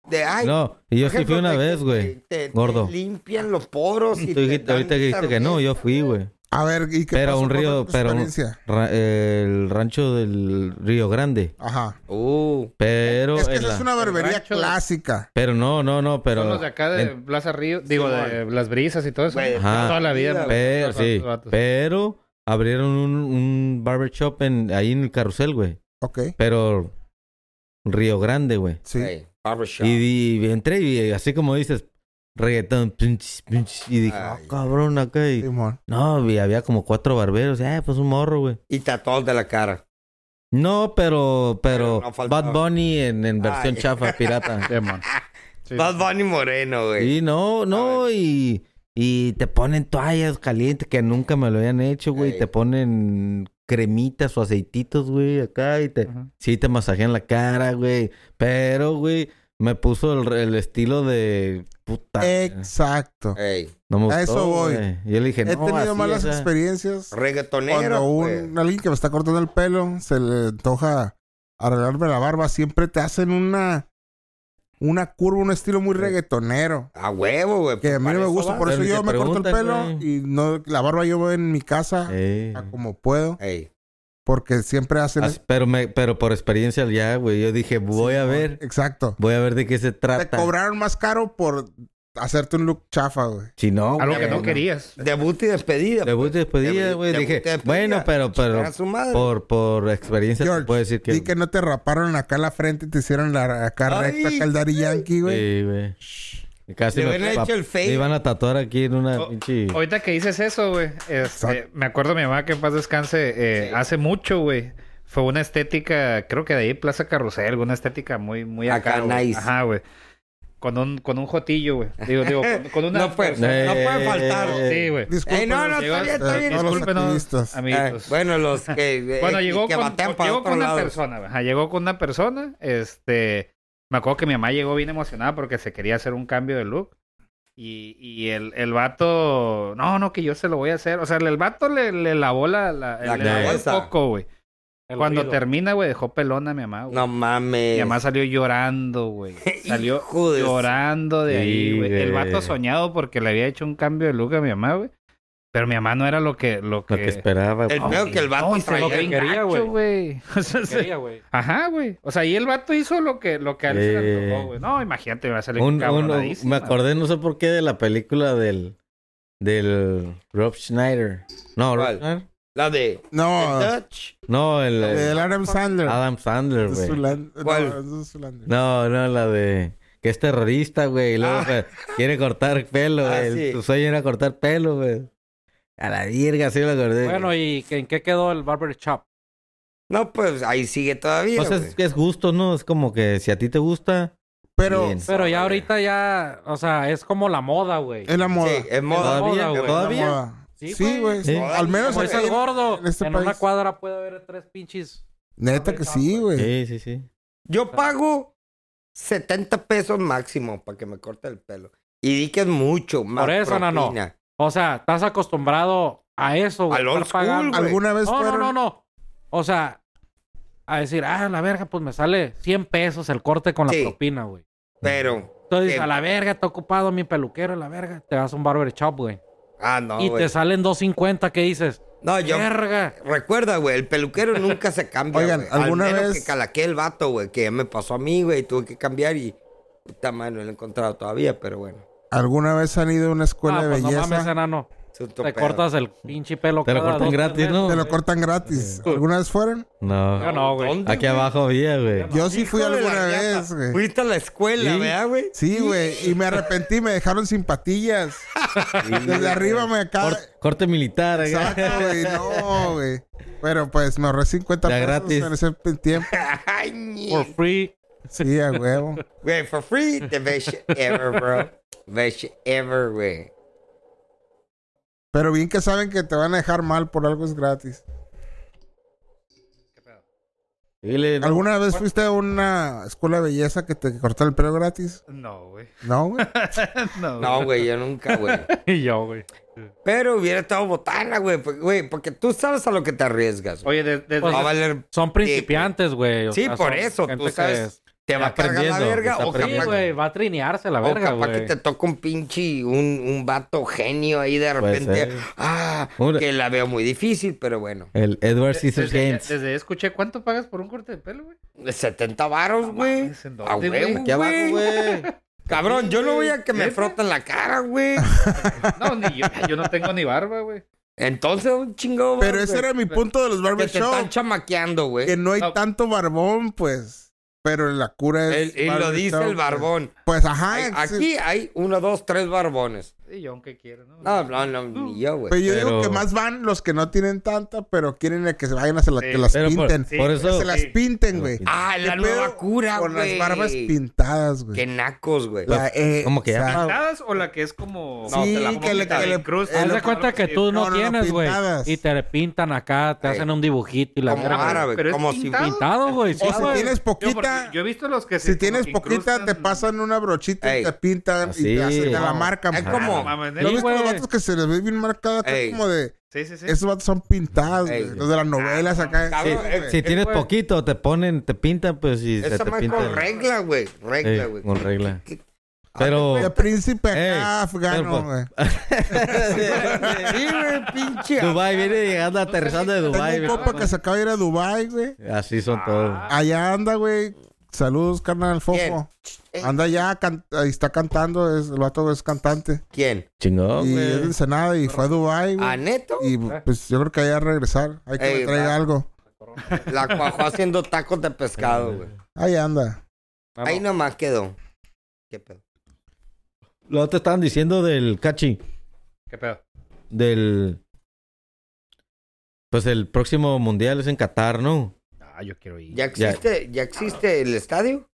Speaker 5: De, ay,
Speaker 2: No, y yo
Speaker 5: por
Speaker 2: sí fui
Speaker 5: ejemplo,
Speaker 2: una
Speaker 5: te-
Speaker 2: vez,
Speaker 5: te-
Speaker 2: güey.
Speaker 5: te- te
Speaker 2: gordo.
Speaker 5: Limpian los poros y
Speaker 2: Tú dijiste-
Speaker 5: dan
Speaker 2: ahorita que dijiste que no,
Speaker 5: cerveza.
Speaker 2: yo fui, güey.
Speaker 1: A ver, Ah, ¿y qué
Speaker 2: Pero
Speaker 1: pasó
Speaker 2: un
Speaker 1: con
Speaker 2: río,
Speaker 1: tu
Speaker 2: pero un-
Speaker 1: experiencia?
Speaker 2: ra- el rancho del Río Grande.
Speaker 1: Ajá.
Speaker 5: Uh,
Speaker 2: Pero,
Speaker 1: es que
Speaker 2: en
Speaker 1: esa
Speaker 2: la-
Speaker 1: es una barbería
Speaker 6: rancho-
Speaker 1: clásica.
Speaker 2: pero no, no, no, pero.
Speaker 6: Son los de acá de
Speaker 2: en-
Speaker 6: Plaza Río, digo, de Las Brisas y todo eso.
Speaker 5: Güey,
Speaker 2: Ajá.
Speaker 6: Toda la vida.
Speaker 5: Pe-
Speaker 2: Pero,
Speaker 6: Los vatos,
Speaker 2: sí,
Speaker 6: los vatos.
Speaker 2: pero abrieron un, un barbershop en, ahí en el carrusel, güey.
Speaker 1: Ok,
Speaker 2: Pero Río Grande, güey.
Speaker 1: sí.
Speaker 5: hey, barbershop.
Speaker 2: Y, di- entré y así como dices, reggaetón. pinch, pinch, y dije, ah,
Speaker 5: Ay.
Speaker 2: cabrón, acá. y-
Speaker 1: Simón.
Speaker 2: no, y había como cuatro barberos. Ah, pues un morro, güey.
Speaker 5: Y tatuados de la cara.
Speaker 2: No, pero,
Speaker 5: Pero
Speaker 2: pero,
Speaker 5: no faltaba.
Speaker 2: Bad Bunny en, en versión
Speaker 5: Ay.
Speaker 2: chafa, pirata.
Speaker 6: Simón. Sí.
Speaker 5: Ah. Bad Bunny Moreno, güey.
Speaker 2: Y no, no, y, y te ponen toallas calientes que nunca me lo habían hecho, güey.
Speaker 5: Ey.
Speaker 2: Te ponen cremitas o aceititos, güey, acá y te...
Speaker 6: Ajá.
Speaker 2: Sí, te masajean la cara, güey. Pero, güey, me puso el, el estilo de... Puta.
Speaker 1: Exacto.
Speaker 5: Hey,
Speaker 2: no me
Speaker 1: a
Speaker 2: gustó,
Speaker 1: eso voy.
Speaker 2: güey. Yo le dije,
Speaker 1: He
Speaker 2: no,
Speaker 1: tenido
Speaker 2: así,
Speaker 1: malas
Speaker 2: o sea,
Speaker 1: experiencias
Speaker 5: reggaetonero.
Speaker 1: cuando un-
Speaker 5: güey.
Speaker 1: alguien que me está cortando el pelo se le antoja arreglarme la barba. Siempre te hacen una, una curva, un estilo muy reggaetonero.
Speaker 5: A huevo, güey.
Speaker 1: Que a mí no me
Speaker 5: Ah, pues
Speaker 1: gusta,
Speaker 5: Para va.
Speaker 1: por eso
Speaker 2: Pero ni
Speaker 1: yo
Speaker 2: te
Speaker 1: me corto el
Speaker 2: preguntan,
Speaker 1: pelo
Speaker 2: güey.
Speaker 1: y no la barba yo en mi casa
Speaker 2: eh.
Speaker 1: a como puedo,
Speaker 5: Ey,
Speaker 1: porque siempre hacen
Speaker 2: Así- pero, me, pero por experiencia ya, güey, yo dije, voy a ver,
Speaker 1: Exacto.
Speaker 2: voy a ver de qué se
Speaker 1: Te
Speaker 2: trata.
Speaker 1: cobraron más caro por hacerte un look chafa, güey.
Speaker 2: Si no,
Speaker 6: Algo
Speaker 2: güey,
Speaker 6: que no querías.
Speaker 5: Debut y despedida.
Speaker 2: Debut y despedida,
Speaker 5: Debut-
Speaker 2: güey.
Speaker 5: debut y
Speaker 2: Dije,
Speaker 5: despedida.
Speaker 2: bueno, pero, pero
Speaker 5: Chingar a su madre.
Speaker 2: por, por experiencia
Speaker 1: George,
Speaker 2: te puedo decir que.
Speaker 1: Y que no te raparon acá la frente y te hicieron la acá
Speaker 5: Ay.
Speaker 1: recta acá el Daddy Yankee, güey.
Speaker 2: Sí, güey. Casi
Speaker 5: Le
Speaker 2: me,
Speaker 5: hubieran
Speaker 2: pa-
Speaker 5: hecho el fade.
Speaker 2: me iban a tatuar aquí en una
Speaker 6: O-
Speaker 2: pinche.
Speaker 6: Ahorita que dices eso, güey, este,
Speaker 1: Exacto.
Speaker 6: me acuerdo de mi mamá que en paz descanse eh, hace mucho, güey. Fue una estética, creo que de ahí Plaza Carrusel, una estética muy, muy acá.
Speaker 5: Acá,
Speaker 6: güey.
Speaker 5: nice.
Speaker 6: Ajá, güey. Con un, con un jotillo, güey. Digo, digo, con, con una.
Speaker 5: No fue-
Speaker 2: Eh,
Speaker 5: no puede faltar.
Speaker 6: Sí, güey.
Speaker 1: Disculpen
Speaker 5: Ey, no, no,
Speaker 6: llegó-
Speaker 5: está bien, está bien.
Speaker 1: todos los
Speaker 6: Disculpen, no,
Speaker 1: activistas.
Speaker 5: Eh,
Speaker 6: amiguitos.
Speaker 5: bueno, los que, eh,
Speaker 6: Bueno,
Speaker 5: que-
Speaker 6: llegó
Speaker 5: que
Speaker 6: con,
Speaker 5: batean para
Speaker 6: llegó
Speaker 5: otro
Speaker 6: con una
Speaker 5: lado.
Speaker 6: persona, ajá, llegó con una persona, este, me acuerdo que mi mamá llegó bien emocionada porque se quería hacer un cambio de look y, y el, el vato, no, no, que yo se lo voy a hacer, o sea, el vato le, le lavó la, la,
Speaker 5: La
Speaker 6: le lavó el
Speaker 5: cabeza.
Speaker 6: coco, güey. Cuando termina, güey, dejó pelona a mi mamá, güey.
Speaker 5: No mames.
Speaker 6: Mi mamá salió llorando, güey. Salió
Speaker 5: Hijo de su-
Speaker 6: llorando de ahí,
Speaker 2: Sí,
Speaker 6: güey. El
Speaker 2: güey.
Speaker 6: vato soñado porque le había hecho un cambio de look a mi mamá, güey. Pero mi mamá no era lo que... Lo que,
Speaker 2: Lo que esperaba.
Speaker 5: El
Speaker 3: Ah,
Speaker 2: güey.
Speaker 5: peor que el vato
Speaker 6: No, y se lo
Speaker 5: traía
Speaker 6: que
Speaker 5: el
Speaker 6: quería,
Speaker 3: gacho,
Speaker 6: güey. O sea, se-
Speaker 3: Quería, güey.
Speaker 6: Ajá, güey. O sea, ahí el vato hizo lo que, lo que a él se le
Speaker 2: Eh.
Speaker 6: antojó, güey. No, imagínate, me va a salir
Speaker 2: Un- un-
Speaker 6: cabronadísima.
Speaker 2: me acordé, no sé por qué, de la película del. Del. Rob Schneider. No, ¿Eh? Rob
Speaker 5: ¿Cuál?
Speaker 2: Schneider.
Speaker 5: La de
Speaker 1: No,
Speaker 5: The Dutch.
Speaker 2: No, el.
Speaker 1: el
Speaker 2: el
Speaker 1: Adam Sandler.
Speaker 2: Adam Sandler,
Speaker 1: Es
Speaker 2: güey.
Speaker 1: Zulan- no,
Speaker 5: ¿Cuál?
Speaker 1: es Zulander.
Speaker 2: No, no, la de que es terrorista, güey. Y luego pues, quiere cortar pelo,
Speaker 5: Ah,
Speaker 2: güey.
Speaker 5: sí.
Speaker 2: Su sueño era cortar pelo, güey. A la virga, sí lo acordé.
Speaker 3: Bueno, ¿y que- en qué quedó el barber shop?
Speaker 5: No, pues ahí sigue todavía.
Speaker 2: pues
Speaker 5: güey.
Speaker 2: es, es gusto, ¿no? Es como que si a ti te gusta,
Speaker 1: Pero
Speaker 2: bien.
Speaker 3: Pero ya ahorita ya, o sea, es como la moda, güey.
Speaker 1: es la moda.
Speaker 5: Sí, es moda.
Speaker 3: moda,
Speaker 2: todavía,
Speaker 3: güey.
Speaker 1: Es la
Speaker 2: todavía.
Speaker 1: moda.
Speaker 3: Sí,
Speaker 1: Sí, güey.
Speaker 2: Sí.
Speaker 1: Al menos
Speaker 3: Como
Speaker 1: aquí
Speaker 3: dice el
Speaker 1: en-
Speaker 3: gordo, en,
Speaker 1: en este
Speaker 3: una
Speaker 1: país.
Speaker 3: cuadra puede haber tres pinches.
Speaker 1: Neta que sí, güey.
Speaker 2: Sí, sí, sí.
Speaker 5: Yo pago 70 pesos máximo para que me corte el pelo. Y di que es mucho más.
Speaker 3: Por eso, nano.
Speaker 5: propina.
Speaker 3: O sea, estás acostumbrado a eso, güey.
Speaker 5: Al old
Speaker 3: estar pagando.
Speaker 5: school, güey.
Speaker 1: ¿Alguna vez
Speaker 3: No, no,
Speaker 1: fueron?
Speaker 3: no, no. O sea, a decir, ah, la verga, pues me sale 100 pesos el corte con la
Speaker 5: Sí. Em.
Speaker 3: propina, güey.
Speaker 5: Pero,
Speaker 3: Entonces,
Speaker 5: Sí.
Speaker 3: a la verga, está ocupado mi peluquero, a la verga. Te vas a un barber shop, güey.
Speaker 5: ah, no,
Speaker 3: y
Speaker 5: güey.
Speaker 3: te salen 250, ¿qué dices?
Speaker 5: No, yo.
Speaker 3: Verga.
Speaker 5: Recuerda, güey, el peluquero nunca se cambia.
Speaker 1: Oigan,
Speaker 5: güey.
Speaker 1: ¿alguna
Speaker 5: Al menos
Speaker 1: vez-
Speaker 5: que calaqué el vato, güey, que ya me pasó a mí, güey, y tuve que cambiar y. Puta madre, no lo he encontrado todavía, pero bueno.
Speaker 1: ¿Alguna vez han ido a una escuela
Speaker 3: Ah,
Speaker 1: de
Speaker 3: pues no mames,
Speaker 1: belleza?
Speaker 3: enano.
Speaker 5: Es otro
Speaker 3: Te
Speaker 5: pedo.
Speaker 3: cortas el pinche pelo.
Speaker 2: Te lo
Speaker 3: cada dos,
Speaker 2: cortan
Speaker 3: tres
Speaker 2: gratis,
Speaker 3: meses.
Speaker 2: ¿no?
Speaker 1: Te lo cortan gratis. ¿Alguna vez fueron?
Speaker 2: No.
Speaker 3: Yo no, güey.
Speaker 5: ¿Dónde,
Speaker 2: Aquí
Speaker 5: güey?
Speaker 2: abajo había, güey.
Speaker 1: Yo sí fui
Speaker 5: Hijo de la
Speaker 1: alguna
Speaker 5: riata.
Speaker 1: vez, güey.
Speaker 5: Fuiste a la escuela,
Speaker 2: Sí.
Speaker 5: ¿verdad, güey?
Speaker 1: Sí, güey. Y me arrepentí, me dejaron sin patillas. Desde arriba me acaba.
Speaker 2: Cor- corte militar, ¿eh? acá.
Speaker 1: Exacto, güey. No, güey. Pero pues me ahorré 50
Speaker 2: Ya
Speaker 1: pesos
Speaker 2: gratis.
Speaker 1: en ese pe- tiempo.
Speaker 5: Ay,
Speaker 3: For
Speaker 5: ñe.
Speaker 3: free.
Speaker 1: Sí, a huevo.
Speaker 5: Güey, for free, the best shit ever, bro. Best shit ever, güey.
Speaker 1: Pero bien que saben que te van a dejar mal por algo es gratis.
Speaker 2: Dile, no.
Speaker 1: ¿Alguna vez fuiste a una escuela de belleza que te cortó el pelo gratis?
Speaker 6: No, güey.
Speaker 1: No, güey.
Speaker 6: No, güey.
Speaker 5: No, güey, yo nunca, güey.
Speaker 3: Y yo, güey.
Speaker 5: Pero hubiera estado botana, güey. por- Güey, porque tú sabes a lo que te arriesgas. güey.
Speaker 6: Oye, de- de-
Speaker 5: Va a
Speaker 3: Pues-
Speaker 5: valer.
Speaker 3: Son principiantes, güey. o
Speaker 5: Sí,
Speaker 3: sea,
Speaker 5: por
Speaker 3: son
Speaker 5: eso, tú
Speaker 3: gente que
Speaker 5: sabes. te va a cargar la
Speaker 2: aprendiendo,
Speaker 5: verga
Speaker 2: está
Speaker 3: Sí,
Speaker 5: o capaz,
Speaker 2: aprendiendo.
Speaker 3: güey, va a trinearse la
Speaker 5: o
Speaker 3: verga,
Speaker 5: capaz que
Speaker 3: güey.
Speaker 5: te toca un pinche, un, un vato genio ahí de
Speaker 2: Puede
Speaker 5: repente.
Speaker 2: ser.
Speaker 5: Ah,
Speaker 2: Una-
Speaker 5: que la veo muy difícil, pero bueno.
Speaker 2: El Edward
Speaker 6: Desde,
Speaker 2: Caesar Games.
Speaker 6: desde ahí escuché, ¿cuánto pagas por un corte de pelo, güey?
Speaker 5: 70 varos, güey.
Speaker 6: mames, ¿en
Speaker 5: A
Speaker 6: dónde, güey?
Speaker 5: huevo,
Speaker 2: Aquí abajo,
Speaker 5: güey.
Speaker 2: güey.
Speaker 5: Cabrón, yo no voy a que me
Speaker 6: ¿Neta?
Speaker 5: froten la
Speaker 2: Ah,
Speaker 5: cara, güey.
Speaker 6: No, ni yo, yo no tengo ni barba, güey.
Speaker 5: Entonces, un chingón.
Speaker 1: Pero
Speaker 5: güey,
Speaker 1: ese era mi punto de los
Speaker 5: Que te están
Speaker 1: barbershops.
Speaker 5: chamaqueando,
Speaker 1: Que
Speaker 5: güey.
Speaker 1: no hay
Speaker 6: No.
Speaker 1: tanto barbón, pues. Pero la cura es.
Speaker 5: El- Y lo dice
Speaker 1: barbershop,
Speaker 5: el barbón.
Speaker 1: Pues, pues, ajá.
Speaker 5: Ay,
Speaker 1: ex-
Speaker 5: Aquí hay uno, dos, tres barbones.
Speaker 6: Y yo, aunque quiero, ¿no?
Speaker 5: No, no, no, ni yo, güey.
Speaker 1: Pero yo digo
Speaker 2: Pero-
Speaker 1: que más van los que no tienen tanta, pero quieren que se vayan a se la-
Speaker 6: Sí.
Speaker 1: que las
Speaker 2: Pero por-
Speaker 1: pinten.
Speaker 2: por eso-
Speaker 1: Que se las
Speaker 6: sí.
Speaker 1: pinten, güey.
Speaker 5: Ah, la
Speaker 1: ¿Qué
Speaker 5: nueva
Speaker 1: pedo
Speaker 5: cura, güey.
Speaker 1: Con las barbas pintadas,
Speaker 5: Qué
Speaker 1: güey.
Speaker 5: nacos, güey.
Speaker 1: La- eh,
Speaker 2: ¿Cómo que
Speaker 1: o sea,
Speaker 2: llama?
Speaker 6: ¿Pintadas o la que es como...
Speaker 1: Sí, que le- que le- eh,
Speaker 3: Haz
Speaker 1: lo-
Speaker 3: de cuenta que tú
Speaker 1: no, no,
Speaker 3: no,
Speaker 1: no,
Speaker 3: tienes, güey.
Speaker 1: pintadas.
Speaker 3: y te pintan acá, te
Speaker 5: Ey.
Speaker 3: hacen un dibujito y la
Speaker 5: Como
Speaker 3: verga.
Speaker 5: árabe,
Speaker 6: pero es
Speaker 5: como si...
Speaker 6: pintado.
Speaker 3: Pintado, güey. Sí,
Speaker 1: O si
Speaker 3: güey.
Speaker 1: tienes
Speaker 6: Yo, porque
Speaker 1: poquita,
Speaker 6: yo he visto los que se
Speaker 1: si
Speaker 6: como
Speaker 1: tienes
Speaker 6: que
Speaker 1: poquita, te
Speaker 6: incrustan-
Speaker 1: pasan una brochita
Speaker 5: Ey.
Speaker 1: y te pintan y
Speaker 2: Así.
Speaker 1: te, hacen, te la
Speaker 2: No.
Speaker 1: marcan.
Speaker 5: Es
Speaker 1: pues.
Speaker 5: como-
Speaker 6: No mames,
Speaker 1: ¿No has
Speaker 3: Sí,
Speaker 1: visto los
Speaker 3: güey.
Speaker 1: vatos que se les ve bien marcada? acá
Speaker 5: Ey.
Speaker 1: Como de,
Speaker 6: Sí, sí, sí.
Speaker 1: esos vatos son pintados,
Speaker 5: Ey.
Speaker 1: güey, los de las novelas acá.
Speaker 5: Cabrón,
Speaker 1: Sí,
Speaker 5: eh,
Speaker 1: güey.
Speaker 2: Si tienes
Speaker 6: güey.
Speaker 2: poquito, te ponen, te pintan, pues si se
Speaker 5: Esa
Speaker 2: te
Speaker 5: más
Speaker 2: pinta.
Speaker 5: con regla, güey. Regla,
Speaker 2: Sí,
Speaker 5: güey.
Speaker 2: con regla.
Speaker 5: ¿Qué- Ah, qué-
Speaker 2: Pero.
Speaker 1: De príncipe
Speaker 2: Ey, pues,
Speaker 1: acá, afgano,
Speaker 2: pero-
Speaker 1: güey.
Speaker 5: Sí, güey, pinche.
Speaker 2: Dubai viene llegando aterrizando de Dubai.
Speaker 1: Tengo un copa que se acaba de ir a Dubai, güey.
Speaker 2: Así son
Speaker 5: Ah.
Speaker 2: todos.
Speaker 6: Ah.
Speaker 1: Allá anda, güey. Saludos, carnal,
Speaker 5: ¿Quién?
Speaker 1: fofo. Anda allá, can- ahí está cantando, es, el vato es cantante.
Speaker 5: ¿Quién?
Speaker 2: Chingón,
Speaker 1: y es
Speaker 2: güey.
Speaker 1: de Ensenada y fue a Dubai, güey.
Speaker 5: ¿A Neto? Ah.
Speaker 1: Y pues yo creo que allá a regresar. Hay que
Speaker 5: Ey,
Speaker 1: me traiga
Speaker 5: va.
Speaker 1: algo.
Speaker 5: La cuajó haciendo tacos de pescado, güey.
Speaker 1: Ahí anda.
Speaker 5: Ahí nomás quedó. ¿Qué pedo?
Speaker 2: Lo te estaban diciendo del cachi,
Speaker 6: ¿Qué pedo?
Speaker 2: del. Pues el próximo mundial es en Qatar, ¿no?
Speaker 6: Ah, yo quiero ir.
Speaker 5: ¿Ya
Speaker 6: Ya,
Speaker 5: existe, ya existe el estadio?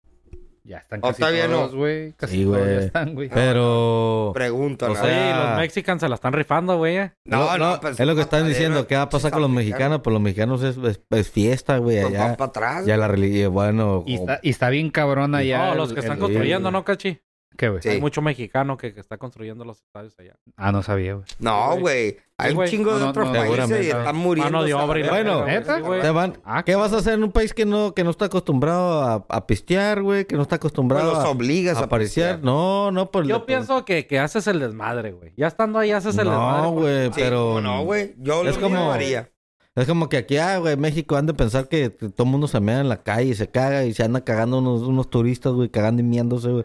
Speaker 6: están
Speaker 5: ¿O
Speaker 6: casi
Speaker 5: todavía no?
Speaker 6: todos, güey. Casi
Speaker 2: Sí,
Speaker 6: todos ya
Speaker 2: güey.
Speaker 6: están, güey.
Speaker 2: Pero.
Speaker 5: Pregunta,
Speaker 2: O
Speaker 5: ¿no?
Speaker 2: sea,
Speaker 3: Oye, y Pues los mexicanos se la están rifando, güey. eh.
Speaker 2: No, no,
Speaker 5: pues,
Speaker 2: es lo que están
Speaker 5: matadero,
Speaker 2: diciendo. ¿Qué va a pasar con los mexicanos? Pues los mexicanos es, es- es fiesta, güey.
Speaker 5: Pues
Speaker 2: Allá.
Speaker 5: van para atrás.
Speaker 2: Ya la religión, bueno.
Speaker 6: Y
Speaker 2: o-
Speaker 6: está, y está bien cabrón allá.
Speaker 3: No,
Speaker 6: el-
Speaker 3: los que están
Speaker 6: el-
Speaker 3: construyendo, ¿no, Cachi?
Speaker 6: ¿Qué, güey?
Speaker 5: Sí.
Speaker 3: Hay mucho mexicano que, que está construyendo los estadios allá.
Speaker 6: Ah, no sabía, güey.
Speaker 5: No,
Speaker 3: Sí,
Speaker 5: güey. Hay
Speaker 3: Sí,
Speaker 5: un
Speaker 3: güey.
Speaker 5: chingo de
Speaker 6: No, no,
Speaker 5: otros
Speaker 6: no,
Speaker 5: países y
Speaker 6: seguramente.
Speaker 5: están muriendo.
Speaker 3: Mano de
Speaker 5: ¿sabes?
Speaker 3: obra y la
Speaker 2: Bueno,
Speaker 3: verga, güey, sí, güey.
Speaker 2: Te van-
Speaker 6: Ah,
Speaker 2: ¿Qué vas a hacer en un país que no, que no está acostumbrado a, a pistear, güey? Que no está
Speaker 5: Pues
Speaker 2: acostumbrado
Speaker 5: los
Speaker 2: a-
Speaker 5: obligas
Speaker 2: a,
Speaker 5: a
Speaker 2: apariciar.
Speaker 5: pistear.
Speaker 2: No, no, pues por
Speaker 3: Yo pienso que, que haces el desmadre, güey. Ya estando ahí haces el desmadre.
Speaker 6: pues.
Speaker 2: No,
Speaker 3: porque-
Speaker 2: güey,
Speaker 5: Sí,
Speaker 2: pero.
Speaker 5: cómo no, güey. Yo
Speaker 2: Es
Speaker 5: lo mismo
Speaker 2: como-
Speaker 5: haría.
Speaker 2: Es como que aquí, ah, güey, México han de pensar que todo el mundo se mea en la calle y se caga y se anda cagando unos, unos turistas, güey, cagando y miándose, güey.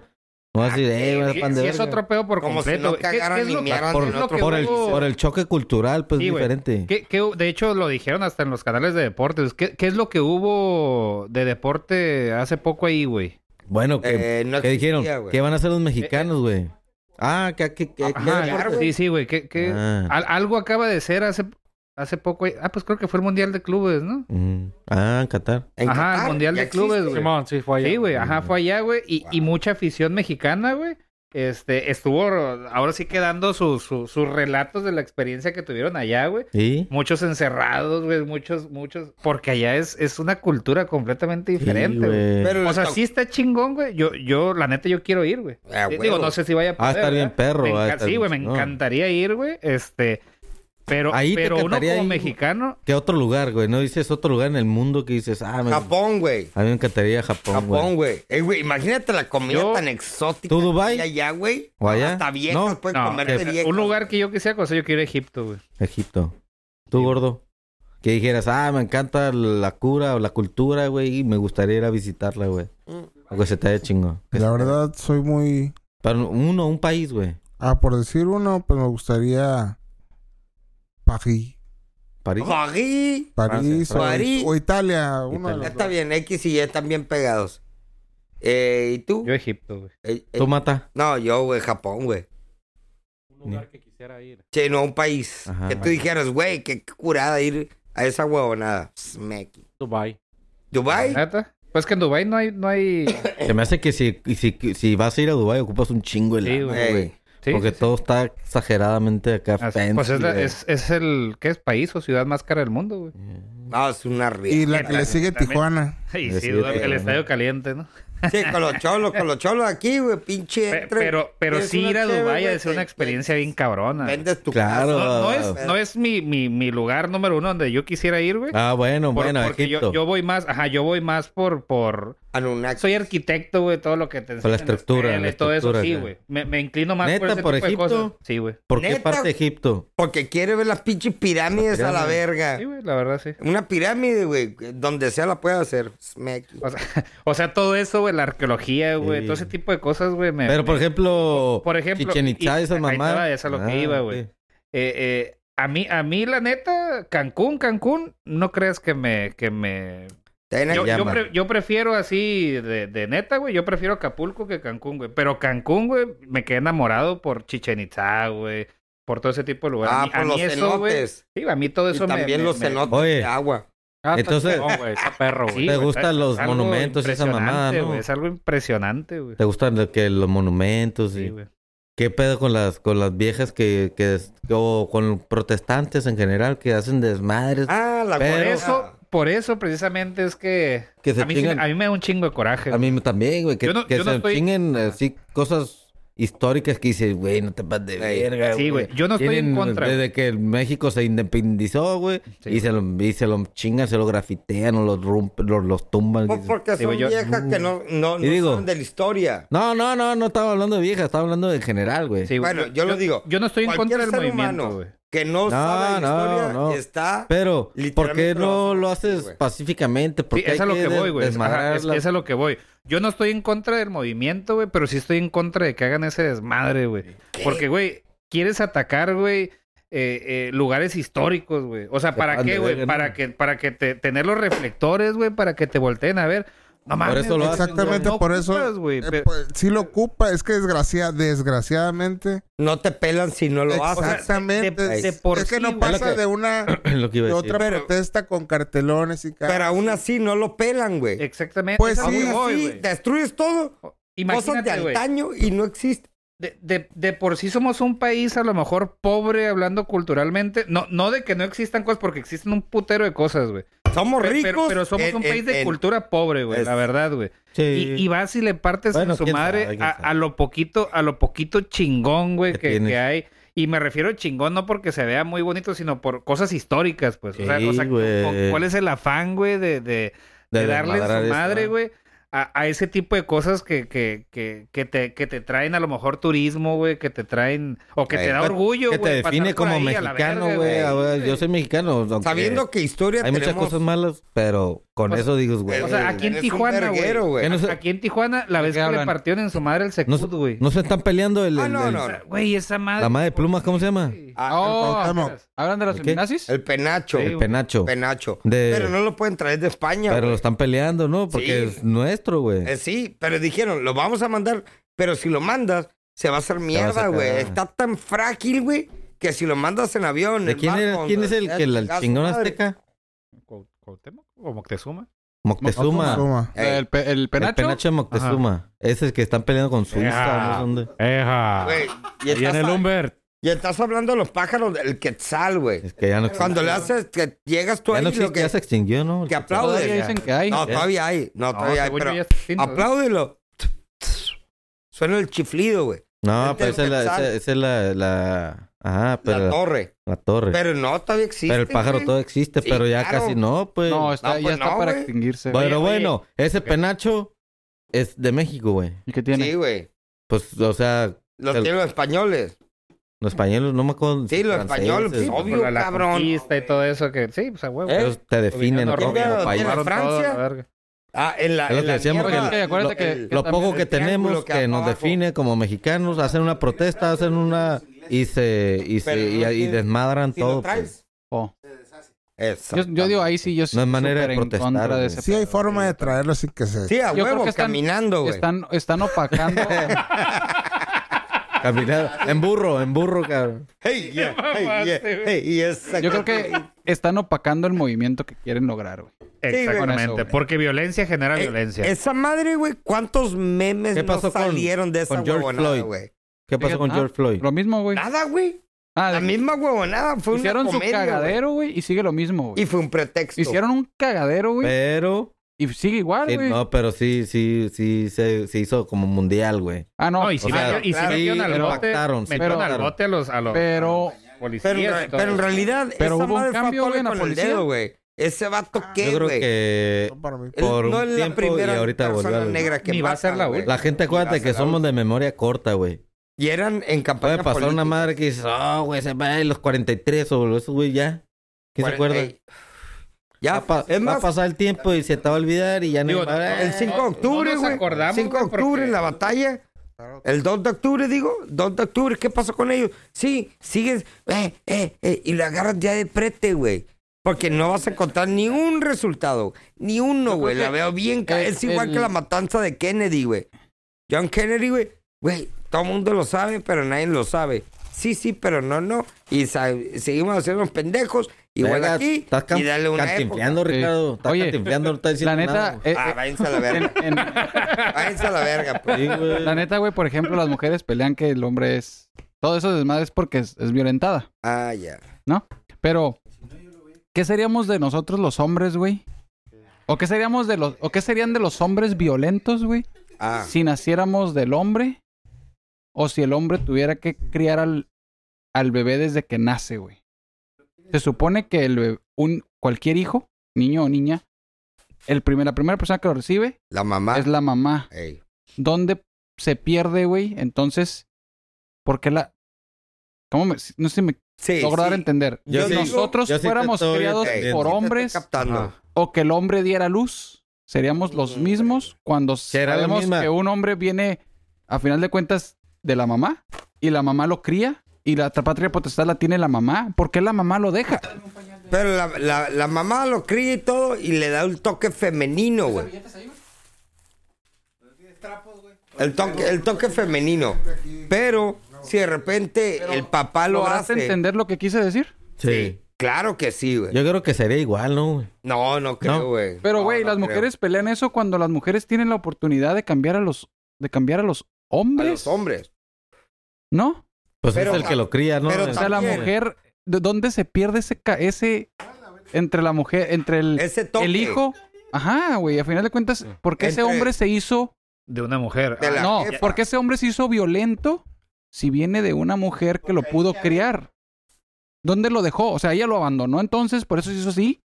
Speaker 2: No vas a decir, eh, güey,
Speaker 6: Ah, Sí,
Speaker 2: pan de
Speaker 6: sí es
Speaker 2: verga".
Speaker 6: otro pedo por
Speaker 5: Como si
Speaker 6: completo.
Speaker 5: no
Speaker 6: güey. ¿Qué-
Speaker 5: cagaran
Speaker 6: qué es
Speaker 5: ni
Speaker 6: lo que-
Speaker 5: mierdan
Speaker 6: por-
Speaker 5: en
Speaker 6: es lo
Speaker 5: otro
Speaker 6: que
Speaker 2: Por el,
Speaker 6: luego-
Speaker 2: por el choque cultural, pues
Speaker 6: Sí, güey.
Speaker 2: diferente.
Speaker 6: ¿Qué- qué hu- de hecho, lo dijeron hasta en los canales de deportes. ¿Qué, qué es lo que hubo de deporte hace poco ahí, güey? Eh,
Speaker 2: Bueno, que,
Speaker 5: Eh, no
Speaker 2: que
Speaker 5: existía,
Speaker 2: dijeron,
Speaker 5: güey.
Speaker 2: ¿qué van a hacer los mexicanos, güey? Ah, que, que, que,
Speaker 6: Ajá,
Speaker 2: que-
Speaker 5: deporte?
Speaker 6: sí, sí, güey. ¿Qué- qué-
Speaker 2: Ah.
Speaker 6: al- algo acaba de ser hace, hace poco. ahí. Ah, pues creo que fue el Mundial de Clubes, ¿no?
Speaker 2: Mm. Ah, en Qatar.
Speaker 5: En
Speaker 6: Ajá, el
Speaker 5: Qatar
Speaker 6: Mundial
Speaker 5: ya
Speaker 6: de Clubes,
Speaker 5: existe.
Speaker 6: güey.
Speaker 3: Simón, sí, fue allá.
Speaker 6: Sí, güey, ajá, fue allá, güey. Y, y
Speaker 5: Wow.
Speaker 6: mucha afición mexicana, güey. Este, estuvo ahora sí que dando su- su- sus relatos de la experiencia que tuvieron allá, güey.
Speaker 2: ¿Sí?
Speaker 6: Muchos encerrados, güey, muchos, muchos. Porque allá es, es una cultura completamente diferente,
Speaker 2: Sí,
Speaker 6: güey.
Speaker 2: güey.
Speaker 5: Pero
Speaker 6: O sea, sí está chingón, güey. Yo, yo, la neta, yo quiero ir, güey.
Speaker 5: Ah,
Speaker 6: Di-
Speaker 5: huevo.
Speaker 6: Digo, no sé si vaya a
Speaker 2: Ah,
Speaker 6: poder,
Speaker 2: estar bien
Speaker 6: ¿verdad?
Speaker 2: perro,
Speaker 6: Me
Speaker 2: va a
Speaker 6: enca-
Speaker 2: estar
Speaker 6: Sí, güey, me
Speaker 2: bien chingón.
Speaker 6: encantaría ir, güey. Este, pero,
Speaker 2: Ahí te
Speaker 6: pero uno como
Speaker 2: encantaría ir, güey.
Speaker 6: mexicano,
Speaker 2: ¿Qué otro lugar, güey? No dices otro lugar en el mundo que dices, ah, me-
Speaker 5: Japón, güey.
Speaker 2: a mí me encantaría Japón, güey.
Speaker 5: Japón, güey. Ey, güey, imagínate la comida
Speaker 6: Yo-
Speaker 5: tan exótica.
Speaker 2: ¿Tú, Dubái?
Speaker 5: que hay Allá, güey.
Speaker 2: ¿O allá?
Speaker 5: Hasta viejos
Speaker 2: No,
Speaker 5: pueden
Speaker 6: no,
Speaker 5: comerte
Speaker 2: que-
Speaker 5: viejos.
Speaker 6: un lugar que yo quisiera conocer, yo quiero ir a Egipto, güey.
Speaker 2: Egipto. Tú, gordo. Que dijeras, ah, me encanta la cura o la cultura, güey, y me gustaría ir a visitarla, güey. Aunque se te haya chingón.
Speaker 5: Pues,
Speaker 2: Que se
Speaker 5: eh.
Speaker 1: La
Speaker 2: te-
Speaker 1: verdad, soy muy.
Speaker 2: Pero uno, un país, güey.
Speaker 1: Ah, por decir uno, pues me gustaría. París.
Speaker 2: París.
Speaker 5: París.
Speaker 1: París, o,
Speaker 5: París.
Speaker 1: o Italia. Uno de
Speaker 2: Italia.
Speaker 1: los
Speaker 5: Está bien, X y Y están bien pegados. Eh, ¿Y tú?
Speaker 6: Yo a Egipto, güey.
Speaker 5: Eh, eh,
Speaker 2: Tú mata.
Speaker 5: no, yo, güey, Japón, güey.
Speaker 3: Un lugar que quisiera ir.
Speaker 5: Sí, no, un país.
Speaker 2: Ajá.
Speaker 5: que tú dijeras, güey, qué curada ir a esa huevonada. Smecky.
Speaker 3: Dubai.
Speaker 5: ¿Dubai?
Speaker 6: ¿Neta? Pues que en Dubái no hay, no hay.
Speaker 2: Se me hace que si, y si, si vas a ir a Dubái ocupas un chingo de
Speaker 6: Sí,
Speaker 2: lana,
Speaker 5: güey.
Speaker 2: güey.
Speaker 6: Sí,
Speaker 2: Porque
Speaker 6: sí, sí.
Speaker 2: todo está exageradamente acá.
Speaker 6: Así-
Speaker 2: fancy,
Speaker 6: Pues es, la-
Speaker 2: güey.
Speaker 6: es, es el, ¿qué es? País o ciudad más cara del mundo, güey.
Speaker 5: No, es una riata.
Speaker 1: Y la que le sigue
Speaker 6: También.
Speaker 1: Tijuana.
Speaker 6: Y
Speaker 2: Es
Speaker 6: sí, duda
Speaker 2: cierto,
Speaker 6: que el
Speaker 2: ¿no?
Speaker 6: estadio caliente, ¿no?
Speaker 5: Sí, con los cholos, con los cholos aquí, güey, pinche.
Speaker 6: Pe-
Speaker 5: entre-
Speaker 6: Pero, pero
Speaker 5: es
Speaker 6: sí
Speaker 5: una
Speaker 6: ir a
Speaker 5: chévere,
Speaker 6: Dubái
Speaker 5: güey,
Speaker 6: es una
Speaker 5: te- pues,
Speaker 6: experiencia bien cabrona.
Speaker 5: Vendes tu
Speaker 2: Claro.
Speaker 5: casa.
Speaker 6: No, no es, no es mi, mi, mi lugar número uno donde yo quisiera ir, güey.
Speaker 2: Ah, bueno,
Speaker 6: Por-
Speaker 2: bueno,
Speaker 6: porque yo,
Speaker 2: Egipto.
Speaker 6: yo voy más, ajá, yo voy más por, por,
Speaker 5: Anunnaki.
Speaker 6: soy arquitecto, güey, todo lo que te
Speaker 2: Por la
Speaker 6: enseñan en
Speaker 2: estructura,
Speaker 6: escuela y
Speaker 2: la
Speaker 6: todo
Speaker 2: estructura,
Speaker 6: eso, sí,
Speaker 2: güey.
Speaker 6: güey. Me, me inclino más
Speaker 2: ¿Neta,
Speaker 6: por ese
Speaker 2: por
Speaker 6: tipo de
Speaker 2: Egipto?
Speaker 6: cosas. Sí, güey.
Speaker 2: ¿Por qué
Speaker 5: Neta.
Speaker 2: parte de Egipto?
Speaker 5: Porque quiere ver las pinches pirámides a la verga.
Speaker 6: Sí, güey, la verdad sí.
Speaker 5: Una pirámide, güey, donde sea la puede hacer. Smack.
Speaker 6: O sea, o sea, todo eso, güey, la arqueología, güey,
Speaker 2: Sí.
Speaker 6: todo ese tipo de cosas, güey, me,
Speaker 2: Pero, por ejemplo,
Speaker 6: Por ejemplo,
Speaker 2: Chichen Itza, Ah,
Speaker 6: y-
Speaker 2: esa
Speaker 6: ahí
Speaker 2: mamá.
Speaker 6: te va, es a lo que iba, güey. Eh, eh, a mí, a mí, la neta, Cancún, Cancún, no creas que me, que me...
Speaker 5: Te ven
Speaker 6: Yo, yo
Speaker 2: llama.
Speaker 6: pre- yo prefiero así, de, de neta, güey, yo prefiero Acapulco que Cancún, güey. Pero Cancún, güey, me quedé enamorado por Chichen Itza, güey, por todo ese tipo de lugares. pues, A
Speaker 5: Ah,
Speaker 6: mí- a
Speaker 5: por los
Speaker 6: mí eso, güey,
Speaker 5: cenotes.
Speaker 6: Sí, a mí todo
Speaker 5: Y
Speaker 6: eso me-
Speaker 5: también
Speaker 6: me-
Speaker 5: los
Speaker 6: me-
Speaker 5: cenotes
Speaker 2: Oye.
Speaker 5: de agua.
Speaker 3: Ah, está
Speaker 2: Entonces-
Speaker 3: chingón, güey, está perro, güey.
Speaker 6: Sí,
Speaker 2: ¿Te
Speaker 6: güey,
Speaker 2: gustan
Speaker 6: es-
Speaker 2: los
Speaker 6: es algo
Speaker 2: monumentos y esa mamada,
Speaker 6: impresionante,
Speaker 2: no?
Speaker 6: güey, Es algo impresionante, güey.
Speaker 2: ¿Te gustan lo que los monumentos y
Speaker 6: Sí, güey.
Speaker 2: qué pedo con las con las viejas que, que es- o con protestantes en general que hacen desmadres?
Speaker 5: Ah, la
Speaker 2: Pero-
Speaker 6: Por
Speaker 5: guarda.
Speaker 6: eso, por eso precisamente es que...
Speaker 2: que se
Speaker 6: A mí, sí-
Speaker 2: chingan.
Speaker 6: a mí me da un chingo de coraje.
Speaker 2: A mí también, güey. Que,
Speaker 6: Yo no-
Speaker 2: que
Speaker 6: yo
Speaker 2: se
Speaker 6: no estoy-
Speaker 2: chinguen así cosas históricas que dices, güey, no te pases de
Speaker 5: Ey,
Speaker 2: verga,
Speaker 6: sí, güey, yo no estoy en
Speaker 2: Tienen-
Speaker 6: contra, güey.
Speaker 2: Desde que México se independizó, güey,
Speaker 6: Sí,
Speaker 2: y,
Speaker 6: güey.
Speaker 2: se lo, y se lo chingan, se lo grafitean o los, rump- los, los tumban.
Speaker 5: Pues
Speaker 2: dices,
Speaker 5: porque
Speaker 6: Digo,
Speaker 5: son
Speaker 6: yo-
Speaker 5: viejas que no, no, no
Speaker 2: uh. Y digo-
Speaker 5: son de la historia.
Speaker 2: No, no, no, no estaba hablando de vieja, estaba hablando de general, güey.
Speaker 6: Sí, güey.
Speaker 5: Bueno, yo lo digo,
Speaker 6: Yo no estoy en contra
Speaker 5: cualquier
Speaker 6: del
Speaker 5: ser
Speaker 6: movimiento,
Speaker 5: humano.
Speaker 6: güey.
Speaker 5: Que no,
Speaker 2: No,
Speaker 5: sabe la
Speaker 2: no,
Speaker 5: historia eh,
Speaker 2: no.
Speaker 5: está...
Speaker 2: Pero, ¿por
Speaker 5: Literalmente
Speaker 2: qué
Speaker 5: lo
Speaker 2: no
Speaker 5: hacen,
Speaker 2: lo haces
Speaker 5: güey.
Speaker 2: pacíficamente?
Speaker 6: Sí,
Speaker 2: Porque
Speaker 6: es a lo que voy, güey. Es, ajá,
Speaker 2: Desmadrar
Speaker 6: es-
Speaker 2: las-
Speaker 6: es a lo que voy. Yo no estoy en contra del movimiento, güey, pero sí estoy en contra de que hagan ese desmadre, güey. Porque, güey, quieres atacar, güey, eh, eh, lugares históricos, güey. O sea,
Speaker 2: Se
Speaker 6: ¿para
Speaker 2: pasan
Speaker 6: qué,
Speaker 2: de verga,
Speaker 6: güey?
Speaker 2: ¿no?
Speaker 6: Para que, para que te, tener los reflectores, güey, para que te volteen a ver. No mames.
Speaker 2: eso lo
Speaker 6: güey,
Speaker 2: hacen,
Speaker 1: Exactamente,
Speaker 6: no
Speaker 1: por eso.
Speaker 6: ocupas, güey,
Speaker 1: eh,
Speaker 6: pero-
Speaker 1: pues, sí lo ocupa, es que desgracia, desgraciadamente.
Speaker 5: No te pelan si no lo haces.
Speaker 1: Exactamente.
Speaker 6: de- de- de
Speaker 1: es-
Speaker 6: por
Speaker 1: es que
Speaker 6: sí,
Speaker 1: no
Speaker 6: güey.
Speaker 1: pasa
Speaker 6: Es lo que-
Speaker 1: de una
Speaker 2: lo que iba
Speaker 1: de
Speaker 2: a
Speaker 1: otra
Speaker 2: decir.
Speaker 5: Pero-
Speaker 1: protesta con cartelones y ca-
Speaker 5: Pero aún así no lo pelan, güey.
Speaker 6: Exactamente.
Speaker 1: Pues
Speaker 6: es a lo
Speaker 1: sí,
Speaker 6: que
Speaker 5: Aún
Speaker 6: voy,
Speaker 5: así
Speaker 6: güey.
Speaker 5: destruyes todo, cosas de
Speaker 6: Imagínate, güey.
Speaker 5: antaño y no existe.
Speaker 6: De, de, de por sí somos un país a lo mejor pobre hablando culturalmente. No, no de que no existan cosas, porque existen un putero de cosas, güey.
Speaker 5: Somos
Speaker 6: Pe-
Speaker 5: ricos.
Speaker 6: Pero, pero somos
Speaker 5: en-
Speaker 6: un
Speaker 5: en-
Speaker 6: país de
Speaker 5: en-
Speaker 6: cultura pobre, güey,
Speaker 5: Es-
Speaker 6: la verdad, güey.
Speaker 2: Sí.
Speaker 6: Y, y vas y
Speaker 4: eh.
Speaker 6: le partes
Speaker 2: Bueno,
Speaker 6: a Pues, su
Speaker 2: quién
Speaker 6: madre
Speaker 3: Ah,
Speaker 2: sabe, quién
Speaker 6: a, a
Speaker 2: sabe.
Speaker 6: lo poquito, a lo poquito chingón, güey,
Speaker 2: Que
Speaker 6: que,
Speaker 2: tienes.
Speaker 6: que hay. Y me refiero a chingón no porque se vea muy bonito, sino por cosas históricas, pues. O sea,
Speaker 2: Sí,
Speaker 6: o sea,
Speaker 2: güey.
Speaker 6: con- ¿cuál es el afán, güey, de, de,
Speaker 2: De
Speaker 6: de, darle
Speaker 2: desmadrar
Speaker 6: su
Speaker 2: eso,
Speaker 6: madre,
Speaker 2: ¿no?
Speaker 6: güey, a, a ese tipo de cosas que, que, que, que, te, que te traen a lo mejor turismo, güey, que te traen, o que
Speaker 2: Ey,
Speaker 6: te da
Speaker 2: pues,
Speaker 6: orgullo,
Speaker 2: que
Speaker 6: güey.
Speaker 2: te
Speaker 6: pasar
Speaker 2: define
Speaker 6: por
Speaker 2: como
Speaker 6: ahí a la
Speaker 2: mexicano,
Speaker 6: verga,
Speaker 2: güey. A ver, Yo soy mexicano. aunque
Speaker 5: Sabiendo que historia
Speaker 2: hay muchas
Speaker 5: tenemos-
Speaker 2: cosas malas, pero con
Speaker 6: O sea,
Speaker 2: eso digo, güey.
Speaker 6: Pues, O sea, aquí en
Speaker 5: Eres un
Speaker 6: Tijuana, güey.
Speaker 5: verguero, güey.
Speaker 2: Que no se-
Speaker 6: Aquí en Tijuana, la
Speaker 3: ¿De
Speaker 6: vez
Speaker 3: qué
Speaker 6: que le
Speaker 3: hablan?
Speaker 6: partieron en su madre el
Speaker 2: no,
Speaker 6: secud,
Speaker 2: se-
Speaker 6: güey.
Speaker 2: no se están peleando el,
Speaker 5: Ah,
Speaker 2: el-
Speaker 5: no,
Speaker 2: el-
Speaker 5: no,
Speaker 6: O sea, Güey, esa madre.
Speaker 2: la madre de plumas, ¿cómo se llama?
Speaker 5: Ah,
Speaker 4: Oh,
Speaker 1: Cuauhtémoc.
Speaker 6: esas.
Speaker 4: ¿Hablan de las
Speaker 2: ¿El qué?
Speaker 4: feminazis?
Speaker 5: El penacho.
Speaker 6: Sí,
Speaker 2: El penacho.
Speaker 5: penacho.
Speaker 2: De-
Speaker 5: Pero no lo pueden traer de España.
Speaker 2: Pero lo
Speaker 5: güey.
Speaker 2: están peleando, ¿no? Porque
Speaker 5: Sí.
Speaker 2: es nuestro, güey.
Speaker 5: Eh, sí, pero dijeron, lo vamos a mandar, pero si lo mandas, se va a hacer
Speaker 2: vas a
Speaker 5: mierda, güey.
Speaker 2: cagar.
Speaker 5: Está tan frágil, güey, que si lo mandas en avión,
Speaker 2: ¿De
Speaker 5: en
Speaker 2: quién, era-
Speaker 5: barco,
Speaker 2: quién es
Speaker 5: donde
Speaker 2: el
Speaker 5: sea,
Speaker 2: que la- el
Speaker 5: chingazo
Speaker 2: chingón
Speaker 5: madre.
Speaker 2: azteca?
Speaker 6: ¿Cu- ¿Cuauhtémoc o Moctezuma?
Speaker 2: Moctezuma.
Speaker 1: Suma.
Speaker 5: Ey,
Speaker 4: El, pe- el
Speaker 2: El
Speaker 4: penacho.
Speaker 2: penacho de Moctezuma. Es el que están peleando con Suiza,
Speaker 6: Ea.
Speaker 2: no sé dónde.
Speaker 6: Eja.
Speaker 5: güey, y,
Speaker 3: Ahí
Speaker 5: estás,
Speaker 3: en el Humbert.
Speaker 5: y estás hablando de los pájaros, el quetzal, güey.
Speaker 2: Es que ya no existe.
Speaker 5: Cuando le haces, que llegas tú
Speaker 2: Ya,
Speaker 5: ahí,
Speaker 2: no
Speaker 5: lo
Speaker 2: existe,
Speaker 5: que,
Speaker 2: ya se extinguió, ¿no?
Speaker 5: que aplaudes.
Speaker 4: Todavía dicen que hay.
Speaker 5: No, todavía hay. No,
Speaker 6: No,
Speaker 5: todavía hay,
Speaker 6: según yo
Speaker 5: pero
Speaker 6: ya está extinto, güey.
Speaker 5: apláudelo. Suena el chiflido, güey.
Speaker 2: No,
Speaker 5: Gente
Speaker 2: pero
Speaker 5: de
Speaker 2: esa es, la,
Speaker 5: Quetzal.
Speaker 2: esa- esa es la, la- Ajá, pero
Speaker 5: La
Speaker 2: la,
Speaker 5: torre.
Speaker 2: la torre. Pero,
Speaker 5: Pero no, todavía existe.
Speaker 2: el pájaro
Speaker 5: güey.
Speaker 2: todo existe,
Speaker 5: Sí,
Speaker 2: pero ya
Speaker 5: claro.
Speaker 2: casi no, pues.
Speaker 4: No, está,
Speaker 5: No,
Speaker 4: ya
Speaker 5: pues
Speaker 4: está
Speaker 5: no,
Speaker 4: para
Speaker 5: güey.
Speaker 4: extinguirse. güey.
Speaker 2: Pero
Speaker 6: Oye, oye.
Speaker 2: bueno, ese penacho es de México, güey.
Speaker 4: ¿Y qué
Speaker 5: Sí,
Speaker 4: tiene?
Speaker 5: güey.
Speaker 2: Pues, o sea,
Speaker 5: Los
Speaker 2: El-
Speaker 5: tienen los españoles.
Speaker 2: los españoles, no me acuerdo.
Speaker 5: Sí,
Speaker 2: si
Speaker 5: los
Speaker 2: franceses,
Speaker 5: españoles, pues,
Speaker 2: güey,
Speaker 5: obvio,
Speaker 6: Por la, la
Speaker 5: cabrón. ¿Eh?
Speaker 6: conquista y todo eso que... Sí, pues a huevo.
Speaker 2: pero te definen
Speaker 6: Dominaron
Speaker 2: ¿no? como
Speaker 5: Europa,
Speaker 6: todo,
Speaker 2: país.
Speaker 5: dominaron.
Speaker 6: dominaron todo,
Speaker 5: Francia.
Speaker 6: la verga.
Speaker 5: Ah, en la.
Speaker 2: Es lo
Speaker 5: en
Speaker 2: que
Speaker 5: la
Speaker 2: decíamos
Speaker 5: mierda,
Speaker 4: que- acuérdate que-
Speaker 5: el-
Speaker 4: que
Speaker 2: Lo poco
Speaker 5: el
Speaker 2: que tenemos
Speaker 5: triángulo que
Speaker 2: que nos
Speaker 5: abajo.
Speaker 2: define como mexicanos, hacen una protesta, hacen una... Y se... Y, se,
Speaker 5: Pero
Speaker 2: y,
Speaker 5: no
Speaker 2: y
Speaker 5: tiene-
Speaker 2: desmadran
Speaker 5: si lo
Speaker 2: todo. pues.
Speaker 5: traes.
Speaker 4: Oh.
Speaker 5: Exacto.
Speaker 4: Yo, yo digo, ahí sí, yo sí.
Speaker 2: No es manera de
Speaker 4: súper en
Speaker 2: protestar,
Speaker 4: contra de
Speaker 2: güey.
Speaker 4: ese
Speaker 1: Sí hay
Speaker 4: pedo,
Speaker 1: forma
Speaker 4: güey.
Speaker 1: de traerlo sin que se...
Speaker 5: Sí, a
Speaker 4: Yo creo
Speaker 5: huevo,
Speaker 4: que están-
Speaker 5: caminando, güey.
Speaker 4: Están, están opacando.
Speaker 2: Caminar en burro, en burro, cabrón.
Speaker 5: Hey, yeah, hey, yeah, hey, y esa-
Speaker 4: yo creo que están opacando el movimiento que quieren lograr, güey.
Speaker 6: Exactamente.
Speaker 4: Con eso, güey.
Speaker 6: porque violencia genera
Speaker 5: Eh,
Speaker 6: violencia.
Speaker 5: Esa madre, güey, ¿cuántos memes
Speaker 2: ¿Qué
Speaker 5: no
Speaker 2: pasó con-
Speaker 5: salieron de esa
Speaker 2: con George
Speaker 5: huevonada,
Speaker 2: Floyd?
Speaker 5: güey?
Speaker 2: ¿Qué pasó
Speaker 4: Fíjate,
Speaker 2: con
Speaker 4: ah,
Speaker 2: George Floyd?
Speaker 4: Lo mismo, güey.
Speaker 5: Nada, güey.
Speaker 4: Ah,
Speaker 5: La
Speaker 4: de-
Speaker 5: misma huevonada fue
Speaker 4: hicieron
Speaker 5: una
Speaker 4: su
Speaker 5: comedia,
Speaker 4: cagadero, güey, y sigue lo mismo,
Speaker 5: güey.
Speaker 4: güey.
Speaker 5: Y fue un pretexto.
Speaker 4: Hicieron un cagadero, güey,
Speaker 2: Pero.
Speaker 4: y sigue igual,
Speaker 2: sí,
Speaker 4: güey.
Speaker 2: no, pero sí, sí, sí, se, se hizo como mundial, güey.
Speaker 4: Ah, no.
Speaker 6: No, y si,
Speaker 2: o sea,
Speaker 6: metieron, y si
Speaker 5: claro,
Speaker 6: metieron al
Speaker 2: pero-
Speaker 6: bote,
Speaker 2: Impactaron, sí,
Speaker 6: metieron al
Speaker 2: impactaron.
Speaker 6: bote a los, a los
Speaker 4: pero
Speaker 6: policías.
Speaker 5: Pero, en re-
Speaker 6: y todo
Speaker 5: pero en
Speaker 6: eso.
Speaker 5: realidad, esa
Speaker 4: Pero hubo un
Speaker 5: madre fue a
Speaker 4: cambio, güey,
Speaker 5: tole
Speaker 4: en la
Speaker 5: con el
Speaker 4: policía.
Speaker 5: dedo, güey. Ese vato, ¿qué,
Speaker 2: Yo creo
Speaker 5: güey?
Speaker 2: que
Speaker 1: Para mí.
Speaker 5: Él
Speaker 2: por
Speaker 5: no
Speaker 2: un
Speaker 5: es la
Speaker 2: tiempo
Speaker 5: primera
Speaker 2: y ahorita
Speaker 5: persona
Speaker 2: volvió al-
Speaker 5: negra que
Speaker 6: Ni va a ser la
Speaker 5: matan, güey.
Speaker 6: última.
Speaker 2: la gente acuérdate que somos de memoria corta, güey.
Speaker 5: Y eran en campaña
Speaker 2: Puede pasar
Speaker 5: política.
Speaker 2: una madre que dices, oh, güey, se va a los 43 o esos, güey, ya. ¿Quién se
Speaker 5: Cuaren-
Speaker 2: acuerda?
Speaker 5: Ey.
Speaker 2: Va
Speaker 5: Ya,
Speaker 2: a pa-
Speaker 5: es
Speaker 2: va a
Speaker 5: más,
Speaker 2: pasar el tiempo y se te va a olvidar y ya no.
Speaker 6: Digo,
Speaker 2: va-
Speaker 5: el 5 de
Speaker 6: No, no
Speaker 5: octubre,
Speaker 6: nos
Speaker 5: güey.
Speaker 6: acordamos,
Speaker 5: 5 de
Speaker 6: güey, porque-
Speaker 5: octubre en la batalla. El 2 de octubre, digo, 2 de octubre, ¿qué pasó con ellos? Sí, sigues, eh, eh, eh, y lo agarras ya de prete, güey. Porque no vas a encontrar ni un resultado, ni uno, güey. La veo bien, ca- es igual que la matanza de Kennedy, güey. John Kennedy, güey, güey, todo el mundo lo sabe, pero nadie lo sabe. Sí, sí, pero no, no. Y sa- seguimos haciendo los pendejos, igual
Speaker 2: Verga,
Speaker 5: aquí,
Speaker 2: Estás
Speaker 5: y dale una época.
Speaker 2: cantinfleando,
Speaker 4: Sí.
Speaker 2: Ricardo. Estás
Speaker 4: Oye,
Speaker 2: cantinfleando, no estás diciendo
Speaker 4: La neta,
Speaker 2: nada.
Speaker 4: eh,
Speaker 5: Ah,
Speaker 4: eh,
Speaker 5: váyanse a la
Speaker 4: en-
Speaker 5: verga,
Speaker 4: en-
Speaker 5: váyanse a la verga, pues.
Speaker 2: Sí, güey.
Speaker 4: la neta, güey, por ejemplo, las mujeres pelean que el hombre es... Todo eso desmadre es porque es- es violentada.
Speaker 5: Ah, ya.
Speaker 4: Pero, ¿qué seríamos de nosotros los hombres, güey? ¿O qué seríamos de los, o qué serían de los hombres violentos, güey?
Speaker 5: Ah.
Speaker 4: Si naciéramos del hombre, o si el hombre tuviera que criar al, al bebé desde que nace, güey. Se supone que el bebé- un, cualquier hijo, niño o niña, el primer, la primera persona que lo recibe
Speaker 5: La mamá.
Speaker 4: es la mamá.
Speaker 5: Ey.
Speaker 4: ¿Dónde se pierde, güey? Entonces, ¿por qué la...? ¿Cómo me...? No sé si me
Speaker 5: Sí,
Speaker 4: logro dar a
Speaker 5: sí.
Speaker 4: entender.
Speaker 2: Yo
Speaker 4: Si
Speaker 5: sí-
Speaker 4: nosotros
Speaker 2: yo sí te
Speaker 4: fuéramos
Speaker 2: estoy
Speaker 4: criados
Speaker 5: entendiendo.
Speaker 4: por
Speaker 5: Sí te estoy
Speaker 4: hombres
Speaker 5: captando. Mm.
Speaker 4: ah, o que el hombre diera luz, seríamos los mismos cuando
Speaker 2: Será la
Speaker 4: sabemos
Speaker 2: misma.
Speaker 4: que un hombre viene, a final de cuentas, de la mamá y la mamá lo cría y la patria potestad la tiene la mamá. ¿Por qué la mamá lo deja?
Speaker 5: Pero la, la, la mamá lo cría y todo y le da un toque femenino, güey. El toque, el toque femenino. Pero si de repente el papá lo
Speaker 4: ¿Logras
Speaker 5: hace.
Speaker 4: entender lo que quise decir?
Speaker 2: Sí.
Speaker 5: Claro que sí, güey.
Speaker 2: Yo creo que sería igual, ¿no? güey?
Speaker 5: No, no creo,
Speaker 2: No.
Speaker 5: güey.
Speaker 4: Pero,
Speaker 5: No,
Speaker 4: güey,
Speaker 5: no
Speaker 4: las
Speaker 5: creo.
Speaker 4: mujeres pelean eso cuando las mujeres tienen la oportunidad de cambiar a los, de cambiar a los
Speaker 5: A
Speaker 4: hombres,
Speaker 5: los hombres.
Speaker 4: ¿no?
Speaker 2: Pues
Speaker 5: Pero-
Speaker 2: es el que lo cría, ¿no?
Speaker 5: pero
Speaker 2: El-
Speaker 4: O sea, la
Speaker 5: También.
Speaker 4: mujer, ¿de dónde se pierde ese, ca- ese entre la mujer, entre el,
Speaker 5: Ese toque.
Speaker 4: el hijo? Ajá, güey, a final de cuentas, ¿por qué ese
Speaker 5: Entre-
Speaker 4: hombre se hizo...
Speaker 6: De una mujer.
Speaker 5: De la-
Speaker 4: Ah, No,
Speaker 5: jefa.
Speaker 4: ¿por qué ese hombre se hizo violento si viene de una mujer que lo pudo criar? ¿Dónde lo dejó? O sea, ella lo abandonó entonces, por eso se hizo así.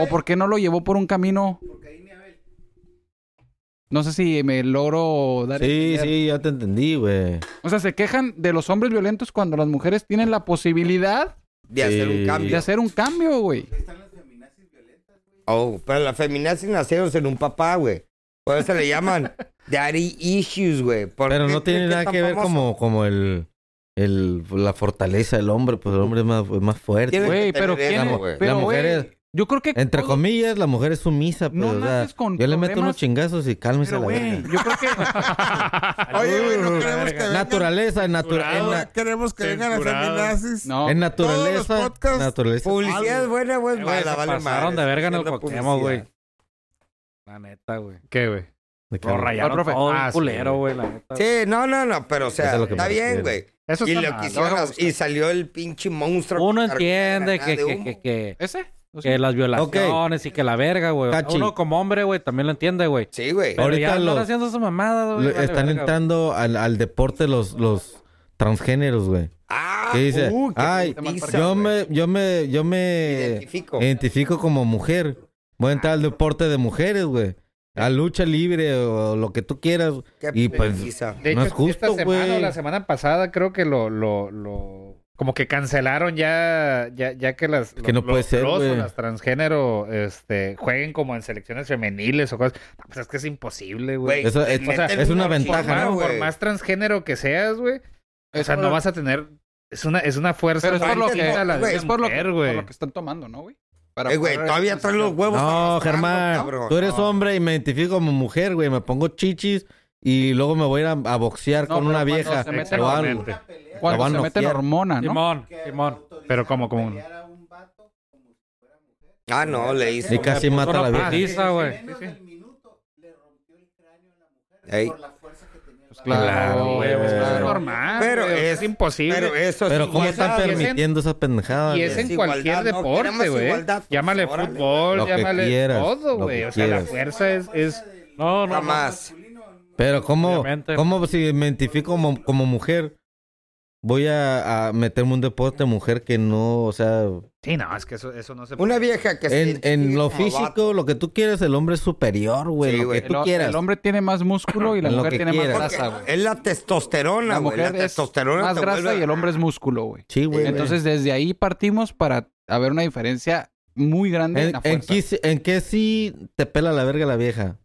Speaker 4: ¿O por qué no lo llevó por un camino? No sé si me logro dar...
Speaker 2: Sí,
Speaker 4: entender.
Speaker 2: sí, ya te entendí, güey.
Speaker 4: O sea, se quejan de los hombres violentos cuando las mujeres tienen la posibilidad
Speaker 5: De hacer
Speaker 2: Sí.
Speaker 5: un
Speaker 4: de
Speaker 5: cambio.
Speaker 4: hacer un cambio, güey.
Speaker 5: Oh, pero las feminazis nacieron en un papá, güey. Por eso se le llaman daddy issues, güey. ¿Por
Speaker 2: Pero
Speaker 5: qué
Speaker 2: no
Speaker 5: creen
Speaker 2: tiene nada
Speaker 5: tan
Speaker 2: que ver
Speaker 5: famoso?
Speaker 2: como, como el, el, la fortaleza del hombre, pues el hombre es más, es más fuerte.
Speaker 5: Tiene-
Speaker 4: Güey,
Speaker 5: que
Speaker 4: pero
Speaker 5: tener
Speaker 4: ¿quién?
Speaker 5: eso, güey.
Speaker 4: Pero,
Speaker 2: La mujer
Speaker 4: güey, yo creo que...
Speaker 2: Entre
Speaker 4: todo-
Speaker 2: comillas, la mujer es sumisa, pero
Speaker 4: No
Speaker 2: o sea,
Speaker 4: naces con
Speaker 2: yo le meto unos
Speaker 4: problemas,
Speaker 2: chingazos y cálmese
Speaker 4: Pero,
Speaker 2: la
Speaker 4: güey,
Speaker 2: verga.
Speaker 4: yo creo que...
Speaker 1: Oye, güey, no queremos que vengan.
Speaker 2: Naturaleza, natu- en
Speaker 1: No
Speaker 2: na-
Speaker 1: queremos que vengan a hacer
Speaker 6: Censurado.
Speaker 1: nazis.
Speaker 4: No,
Speaker 1: Todos
Speaker 2: en naturaleza.
Speaker 1: los podcasts-
Speaker 2: naturaleza.
Speaker 5: Publicidad
Speaker 1: Ah,
Speaker 5: es buena, güey, es
Speaker 3: Eh, güey,
Speaker 5: mala,
Speaker 3: se
Speaker 5: vale
Speaker 3: pasaron
Speaker 5: madre.
Speaker 3: de verga en el
Speaker 5: Haciendo
Speaker 3: Cuauhtémoc, güey.
Speaker 5: publicidad.
Speaker 3: La neta, güey.
Speaker 6: ¿Qué, güey?
Speaker 2: De
Speaker 3: Lo
Speaker 2: calma.
Speaker 3: rayaron
Speaker 6: profe.
Speaker 3: todo
Speaker 6: Ah,
Speaker 3: bien
Speaker 6: sí,
Speaker 3: culero, güey, la neta.
Speaker 5: Sí, no, no, no, pero o sea,
Speaker 2: Eso es lo que
Speaker 5: está
Speaker 2: me
Speaker 5: bien,
Speaker 2: refiero.
Speaker 5: güey.
Speaker 6: Eso
Speaker 5: Y
Speaker 6: está
Speaker 5: lo
Speaker 6: mal.
Speaker 5: quisieron
Speaker 6: No,
Speaker 5: as- y salió el pinche monstruo.
Speaker 3: Uno
Speaker 5: con
Speaker 3: entiende
Speaker 5: granada
Speaker 3: que,
Speaker 5: de
Speaker 3: que,
Speaker 5: humo.
Speaker 3: que, que,
Speaker 4: ¿Ese? O sea,
Speaker 3: que las violaciones y que la verga, güey.
Speaker 2: Cachi.
Speaker 3: Uno como hombre, güey, también lo entiende, güey.
Speaker 5: Sí, güey.
Speaker 3: Pero
Speaker 2: Ahorita
Speaker 3: ya andan
Speaker 2: los-
Speaker 3: haciendo sus mamadas, güey.
Speaker 2: Le-
Speaker 3: vale
Speaker 2: están
Speaker 3: verga,
Speaker 2: entrando al, al deporte los, los transgéneros, güey.
Speaker 5: Ah,
Speaker 2: Que dice,
Speaker 5: uh, qué
Speaker 2: ay,
Speaker 5: putiza,
Speaker 2: yo
Speaker 5: güey.
Speaker 2: me, yo me, yo me
Speaker 5: Identifico.
Speaker 2: identifico como mujer. Voy a entrar al deporte de mujeres, güey. A lucha libre o lo que tú quieras.
Speaker 5: Qué
Speaker 2: Y pues,
Speaker 5: putiza.
Speaker 6: De
Speaker 2: No
Speaker 6: hecho,
Speaker 2: es justo,
Speaker 6: esta semana o
Speaker 2: güey.
Speaker 6: la semana pasada creo que lo, lo, lo- como que cancelaron ya, ya, ya que las
Speaker 2: que no
Speaker 6: los-
Speaker 2: puede
Speaker 6: los
Speaker 2: ser,
Speaker 6: o
Speaker 2: güey.
Speaker 6: las transgénero este jueguen como en selecciones femeniles o cosas. No, pues es que es imposible, güey.
Speaker 5: Güey,
Speaker 2: Eso
Speaker 5: te
Speaker 2: es-
Speaker 6: o sea,
Speaker 5: meten
Speaker 2: es una
Speaker 6: Por,
Speaker 2: ventaja,
Speaker 5: chingada,
Speaker 6: más,
Speaker 2: ¿no?
Speaker 5: güey.
Speaker 6: por más transgénero que seas, güey. O
Speaker 4: Es
Speaker 6: sea,
Speaker 4: por
Speaker 6: no
Speaker 4: lo-
Speaker 6: vas a tener es una es una fuerza
Speaker 4: Pero es por lo
Speaker 6: distinta
Speaker 4: que-
Speaker 6: a la de
Speaker 5: güey,
Speaker 6: una
Speaker 4: es por lo, que,
Speaker 6: mujer,
Speaker 4: por
Speaker 6: güey.
Speaker 4: lo que están tomando, ¿no, güey? Para
Speaker 5: Eh, güey,
Speaker 4: poder-
Speaker 5: todavía traen los huevos.
Speaker 2: No,
Speaker 5: arrastrando,
Speaker 2: Germán,
Speaker 5: cabrón.
Speaker 2: tú eres
Speaker 5: No.
Speaker 2: hombre y me identifico como mujer, güey. Me pongo chichis y luego me voy a ir a, a boxear
Speaker 4: No,
Speaker 2: con
Speaker 4: pero
Speaker 2: una
Speaker 4: cuando
Speaker 2: vieja.
Speaker 4: se mete
Speaker 2: Lo hago.
Speaker 6: Exactamente.
Speaker 4: Cuando
Speaker 2: van
Speaker 4: se
Speaker 2: a
Speaker 4: meten
Speaker 2: noquear.
Speaker 4: hormona, ¿no?
Speaker 3: Simón, Simón.
Speaker 6: Pero como como un-
Speaker 5: Ah, no, le hizo.
Speaker 2: Y casi mata a la
Speaker 3: Una
Speaker 2: vieja.
Speaker 3: putiza, güey.
Speaker 5: Ey.
Speaker 4: Pues claro, güey,
Speaker 6: güey,
Speaker 4: pues
Speaker 6: eso Es
Speaker 4: claro.
Speaker 6: normal.
Speaker 5: Pero
Speaker 6: güey,
Speaker 5: es-
Speaker 6: es imposible.
Speaker 5: Pero eso es
Speaker 2: Pero ¿cómo están
Speaker 5: igualdad.
Speaker 6: y es en-
Speaker 2: permitiendo esas pendejadas?
Speaker 6: Y es en
Speaker 5: Desigualdad,
Speaker 6: cualquier
Speaker 5: no,
Speaker 6: deporte,
Speaker 5: queremos
Speaker 6: güey.
Speaker 5: igualdad, pues,
Speaker 6: llámale
Speaker 5: órale.
Speaker 6: fútbol,
Speaker 2: Lo que
Speaker 6: llámale
Speaker 2: quieras,
Speaker 6: todo,
Speaker 2: lo
Speaker 6: güey.
Speaker 2: que
Speaker 6: O sea, la
Speaker 2: quieras.
Speaker 6: fuerza es, es
Speaker 3: No, no.
Speaker 5: Jamás.
Speaker 2: Pero ¿cómo,
Speaker 3: Obviamente.
Speaker 2: cómo si me identifico como, como mujer? Voy a, a meterme un deporte mujer que no, o sea,
Speaker 6: Sí, no, es que eso, eso no se
Speaker 5: Una vieja que se
Speaker 2: en, en
Speaker 5: identifique
Speaker 2: lo
Speaker 5: como
Speaker 2: físico, lo que tú quieres, el hombre es superior, güey,
Speaker 5: Sí,
Speaker 2: lo
Speaker 5: güey.
Speaker 2: que
Speaker 4: El,
Speaker 2: tú
Speaker 4: ho-
Speaker 2: quieras.
Speaker 4: el hombre tiene más músculo y la
Speaker 2: Lo
Speaker 4: mujer
Speaker 2: que
Speaker 4: tiene más
Speaker 2: quieras.
Speaker 4: grasa,
Speaker 5: vato.
Speaker 4: güey.
Speaker 5: Es la testosterona,
Speaker 4: La
Speaker 5: güey. La
Speaker 4: mujer es
Speaker 5: testosterona
Speaker 4: más
Speaker 5: te
Speaker 4: grasa
Speaker 5: vuelve-
Speaker 4: y el hombre es músculo, güey.
Speaker 2: Sí, güey.
Speaker 4: Entonces, desde ahí partimos para haber una diferencia muy grande en,
Speaker 2: ¿En,
Speaker 4: la
Speaker 2: en
Speaker 4: fuerza.
Speaker 2: qué, sí- en qué sí te pela la verga la vieja?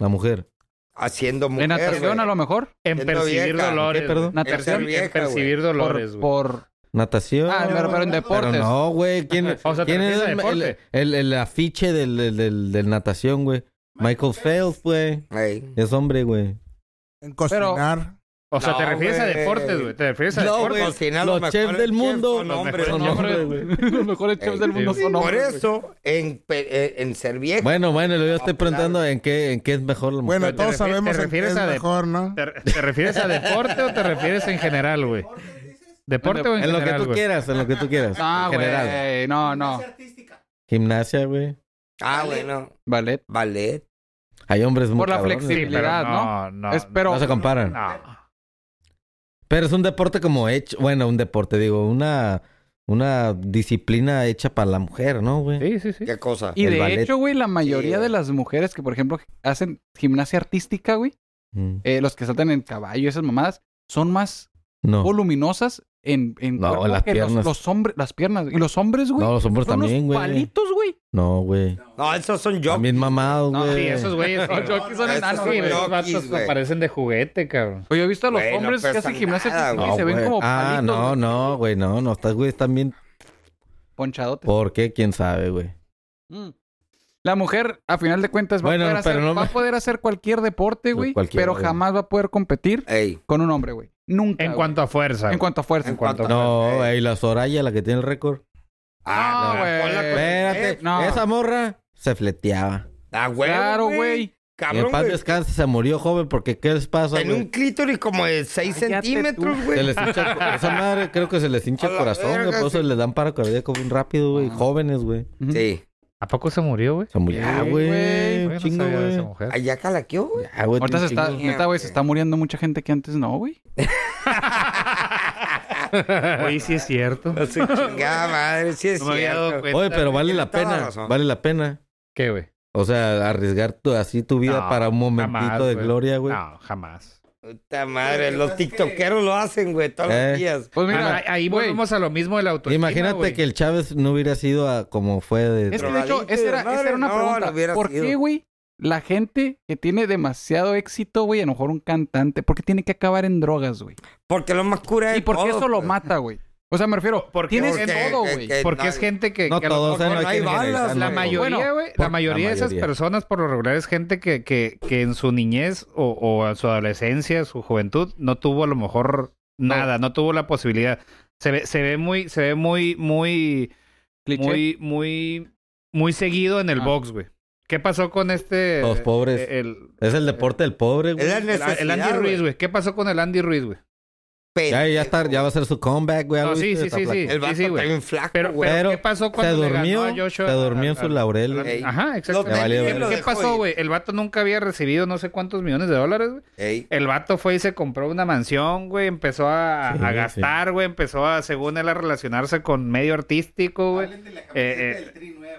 Speaker 2: La mujer.
Speaker 5: haciendo mujer.
Speaker 4: En natación,
Speaker 5: güey.
Speaker 4: a lo mejor.
Speaker 6: En
Speaker 5: Siendo
Speaker 6: percibir
Speaker 5: vieja.
Speaker 6: dolores.
Speaker 2: ¿Qué, perdón?
Speaker 6: güey. En
Speaker 4: Natación.
Speaker 6: perci-
Speaker 5: Vieja,
Speaker 6: En percibir dolores,
Speaker 4: Por,
Speaker 6: güey.
Speaker 4: por...
Speaker 2: Natación.
Speaker 4: Ah, pero, pero en deportes.
Speaker 2: Pero no, güey. ¿Quién,
Speaker 6: O sea, te
Speaker 2: quién es
Speaker 6: refieres a
Speaker 2: el, el,
Speaker 6: deporte.
Speaker 2: el- el afiche del, del, del- del natación, güey? Michael Phelps, güey.
Speaker 5: Ey.
Speaker 2: Es hombre, güey.
Speaker 1: En cocinar.
Speaker 6: O sea, te
Speaker 5: No,
Speaker 6: refieres a
Speaker 5: güey.
Speaker 6: deportes, güey. Te refieres a
Speaker 2: No,
Speaker 6: deportes.
Speaker 2: güey.
Speaker 5: Cocinar
Speaker 2: Los
Speaker 5: mejores
Speaker 2: chefs del
Speaker 5: chefs
Speaker 2: mundo.
Speaker 5: son hombres,
Speaker 6: Los
Speaker 2: Son
Speaker 5: no,
Speaker 6: mejores.
Speaker 2: hombres, güey.
Speaker 4: Los mejores chefs
Speaker 6: Ey,
Speaker 4: del
Speaker 6: sí,
Speaker 4: mundo
Speaker 6: güey.
Speaker 4: son
Speaker 5: Eh, Por
Speaker 4: hombres. güey.
Speaker 5: eso, en, pe- eh, en ser vieja.
Speaker 2: Bueno, bueno, yo estoy preguntando en qué, en qué es mejor la mujer.
Speaker 1: Bueno,
Speaker 6: Pero te
Speaker 1: todos
Speaker 6: refi- te
Speaker 1: sabemos en qué
Speaker 6: refieres
Speaker 1: es
Speaker 6: a de-
Speaker 1: mejor, ¿no?
Speaker 6: ¿Te, te refieres a deporte o te refieres en general, güey? ¿Deporte o en,
Speaker 2: en lo que
Speaker 6: general,
Speaker 2: tú
Speaker 6: güey?
Speaker 2: quieras, en lo que tú quieras.
Speaker 4: No,
Speaker 2: en general.
Speaker 4: güey. No, no.
Speaker 2: Gimnasia, güey.
Speaker 5: Ah, bueno.
Speaker 4: Ballet.
Speaker 5: Ballet.
Speaker 2: Hay hombres muy
Speaker 4: Por la
Speaker 2: cabrones,
Speaker 6: Sí,
Speaker 4: flexibilidad.
Speaker 2: güey.
Speaker 6: no,
Speaker 4: Habilidad, ¿no?
Speaker 6: no.
Speaker 4: Es- pero-
Speaker 2: No se comparan.
Speaker 6: no.
Speaker 2: Pero es un deporte como hecho, bueno, un deporte, digo, una, una disciplina hecha para la mujer, ¿no, güey?
Speaker 6: Sí, sí, sí.
Speaker 5: ¿Qué cosa?
Speaker 4: Y
Speaker 2: El
Speaker 4: de
Speaker 2: ballet.
Speaker 4: hecho, güey, la mayoría
Speaker 5: Sí.
Speaker 4: de las mujeres que, por ejemplo, hacen gimnasia artística, güey,
Speaker 2: Mm.
Speaker 4: eh, los que saltan en caballo, esas mamadas, son más
Speaker 2: No.
Speaker 4: voluminosas en, en
Speaker 2: No,
Speaker 4: cuerpo
Speaker 2: las
Speaker 4: que los-
Speaker 2: piernas.
Speaker 4: Los, hombres, las piernas. Y los hombres, güey,
Speaker 2: No, los hombres
Speaker 4: son
Speaker 2: también,
Speaker 4: unos
Speaker 2: güey.
Speaker 4: palitos, güey.
Speaker 2: No, güey.
Speaker 5: No, esos son yo.
Speaker 2: También mamados,
Speaker 4: No,
Speaker 2: güey.
Speaker 6: Sí, esos güeyes.
Speaker 4: Los jockeys son
Speaker 5: no,
Speaker 4: enanos,
Speaker 5: esos
Speaker 6: Sí,
Speaker 4: güey.
Speaker 5: güey.
Speaker 6: esos vatos
Speaker 5: Jockeys, güey.
Speaker 6: parecen de juguete, cabrón.
Speaker 4: Oye, he visto a los
Speaker 5: Güey, no
Speaker 4: hombres que hacen
Speaker 5: pesan
Speaker 4: gimnasia
Speaker 5: nada,
Speaker 4: artística
Speaker 2: No,
Speaker 4: y se ven
Speaker 2: güey.
Speaker 4: como
Speaker 2: Ah,
Speaker 4: palitos,
Speaker 2: no,
Speaker 4: güey,
Speaker 2: no, güey, no, no. Estas güeyes también.
Speaker 4: ponchadotes.
Speaker 2: ¿Por qué? ¿Quién sabe, güey?
Speaker 4: Mm. La mujer, a final de cuentas, va,
Speaker 2: Bueno,
Speaker 4: a, poder
Speaker 2: pero
Speaker 4: hacer,
Speaker 2: no me-
Speaker 4: va a poder hacer cualquier deporte, güey,
Speaker 2: Cualquiera,
Speaker 4: pero
Speaker 2: güey.
Speaker 4: jamás va a poder competir
Speaker 5: Ey.
Speaker 4: con un hombre, güey. Nunca.
Speaker 6: En
Speaker 4: güey.
Speaker 6: cuanto a fuerza.
Speaker 4: en
Speaker 6: güey.
Speaker 4: cuanto a fuerza.
Speaker 5: En cuanto- eh.
Speaker 2: No, güey, la Soraya, la que tiene el récord.
Speaker 4: Ah,
Speaker 5: Ah,
Speaker 4: güey.
Speaker 5: ponla con-
Speaker 2: Espérate,
Speaker 5: Eh,
Speaker 4: no.
Speaker 2: esa morra se fleteaba.
Speaker 5: Ah, güey.
Speaker 4: Claro, güey.
Speaker 2: Y
Speaker 5: Cabrón,
Speaker 2: en paz
Speaker 5: güey.
Speaker 2: descanse, se murió joven porque ¿qué les pasa,
Speaker 5: Tenía un
Speaker 2: güey?
Speaker 5: clítoris como de 6
Speaker 4: Cállate
Speaker 5: centímetros,
Speaker 4: tú.
Speaker 2: Se
Speaker 5: güey.
Speaker 2: les hincha el co- esa madre creo que se les hincha
Speaker 5: A
Speaker 2: el
Speaker 5: la
Speaker 2: corazón, güey.
Speaker 5: verga,
Speaker 2: Por eso
Speaker 5: sí.
Speaker 2: les dan paracardíaco bien rápido, güey.
Speaker 4: Ah.
Speaker 2: Jóvenes, güey.
Speaker 5: Sí.
Speaker 6: ¿A poco se murió, güey?
Speaker 2: Se murió,
Speaker 4: Ya, güey.
Speaker 2: güey.
Speaker 6: Yo
Speaker 2: Un
Speaker 6: no
Speaker 2: Chingo,
Speaker 6: sabía de esa
Speaker 2: güey.
Speaker 6: mujer.
Speaker 5: Allá calaqueó, Ah, güey.
Speaker 2: Ya, güey,
Speaker 4: Ahorita se
Speaker 2: un
Speaker 4: está,
Speaker 2: chingo.
Speaker 4: neta, güey, se está muriendo mucha gente que antes no, güey.
Speaker 6: Oye, sí es cierto.
Speaker 5: No sé, chingada madre, sí es
Speaker 6: No me había dado
Speaker 5: cierto.
Speaker 6: cuenta.
Speaker 2: Oye, pero vale la
Speaker 5: Tienes toda la
Speaker 2: pena.
Speaker 5: razón.
Speaker 2: Vale la pena.
Speaker 6: ¿Qué, güey?
Speaker 2: O sea, arriesgar tu- así tu vida
Speaker 6: No,
Speaker 2: para un momentito
Speaker 6: jamás,
Speaker 2: de
Speaker 6: güey.
Speaker 2: gloria, güey.
Speaker 6: No, jamás.
Speaker 5: Puta madre, los tiktokeros lo hacen, güey, todos
Speaker 2: Eh.
Speaker 5: los días.
Speaker 4: Pues
Speaker 6: Mira,
Speaker 4: mira,
Speaker 6: Ah, ahí
Speaker 4: güey,
Speaker 6: volvemos a lo mismo de la autoestima,
Speaker 2: Imagínate
Speaker 6: Pues güey.
Speaker 2: que el Chávez no hubiera sido a como fue de...
Speaker 4: Es que de hecho,
Speaker 5: drogadicto
Speaker 4: esa
Speaker 5: y
Speaker 4: era,
Speaker 5: desmadre,
Speaker 4: esa era una
Speaker 5: no, no
Speaker 4: pregunta.
Speaker 5: hubiera
Speaker 4: ¿Por
Speaker 5: sido.
Speaker 4: qué, güey? La gente que tiene demasiado éxito, güey, a lo mejor un cantante, ¿por qué tiene que acabar en drogas, güey?
Speaker 5: Porque lo más cura es
Speaker 4: ¿Y por qué
Speaker 5: todo,
Speaker 4: eso lo
Speaker 5: pues.
Speaker 4: mata, güey? O sea, me refiero,
Speaker 6: Porque-
Speaker 4: tienes
Speaker 5: Porque-
Speaker 4: todo,
Speaker 5: que-
Speaker 4: güey.
Speaker 5: que
Speaker 6: Porque
Speaker 5: no-
Speaker 6: es gente que...
Speaker 2: No
Speaker 6: que a lo
Speaker 2: todos,
Speaker 6: mejor
Speaker 2: ¿eh? No hay
Speaker 5: no hay
Speaker 2: que generalizar,
Speaker 5: balas,
Speaker 2: no
Speaker 6: La
Speaker 2: hay-
Speaker 6: mayoría, güey,
Speaker 2: por-
Speaker 6: la mayoría
Speaker 2: la
Speaker 6: de esas
Speaker 2: mayoría.
Speaker 6: personas por lo regular es gente que, que, que en su niñez o, o en su adolescencia, su juventud, no tuvo a lo mejor nada, no, tuvo la posibilidad. Se ve, se ve muy, se ve muy, muy,
Speaker 4: Cliché.
Speaker 6: muy, muy, muy seguido en el
Speaker 4: Ah.
Speaker 6: box, güey. ¿Qué pasó con este?
Speaker 2: Los pobres.
Speaker 6: eh, El,
Speaker 2: Es el deporte del pobre,
Speaker 5: Es la
Speaker 2: güey.
Speaker 6: el-
Speaker 5: necesidad,
Speaker 6: el Andy Ruiz, güey. ¿Qué pasó con el Andy Ruiz, güey?
Speaker 2: Ya, ya, está, ya va a ser su comeback, güey.
Speaker 6: No,
Speaker 2: algo
Speaker 6: sí,
Speaker 2: así,
Speaker 6: sí,
Speaker 2: está
Speaker 6: sí,
Speaker 2: flaco.
Speaker 6: sí.
Speaker 5: El vato
Speaker 6: sí, güey.
Speaker 5: está bien flaco,
Speaker 6: Pero,
Speaker 5: güey.
Speaker 6: pero,
Speaker 2: Pero
Speaker 6: ¿qué pasó
Speaker 2: Se
Speaker 6: cuando le ganó
Speaker 2: durmió,
Speaker 6: a Joshua?
Speaker 2: se durmió en
Speaker 6: su
Speaker 2: sus laureles.
Speaker 5: Ey.
Speaker 6: Ajá,
Speaker 5: Lo
Speaker 6: exactamente.
Speaker 2: valió,
Speaker 5: tenía y
Speaker 2: güey.
Speaker 5: lo
Speaker 6: ¿Qué
Speaker 5: dejó
Speaker 6: pasó,
Speaker 5: ir.
Speaker 6: güey? El vato nunca había recibido no sé cuántos millones de dólares, güey.
Speaker 5: Ey.
Speaker 6: El vato fue y se compró una mansión, güey. Empezó a,
Speaker 2: Sí,
Speaker 6: a
Speaker 2: sí.
Speaker 6: gastar, güey. Empezó a, según él, a relacionarse con medio artístico, güey. Eh, eh,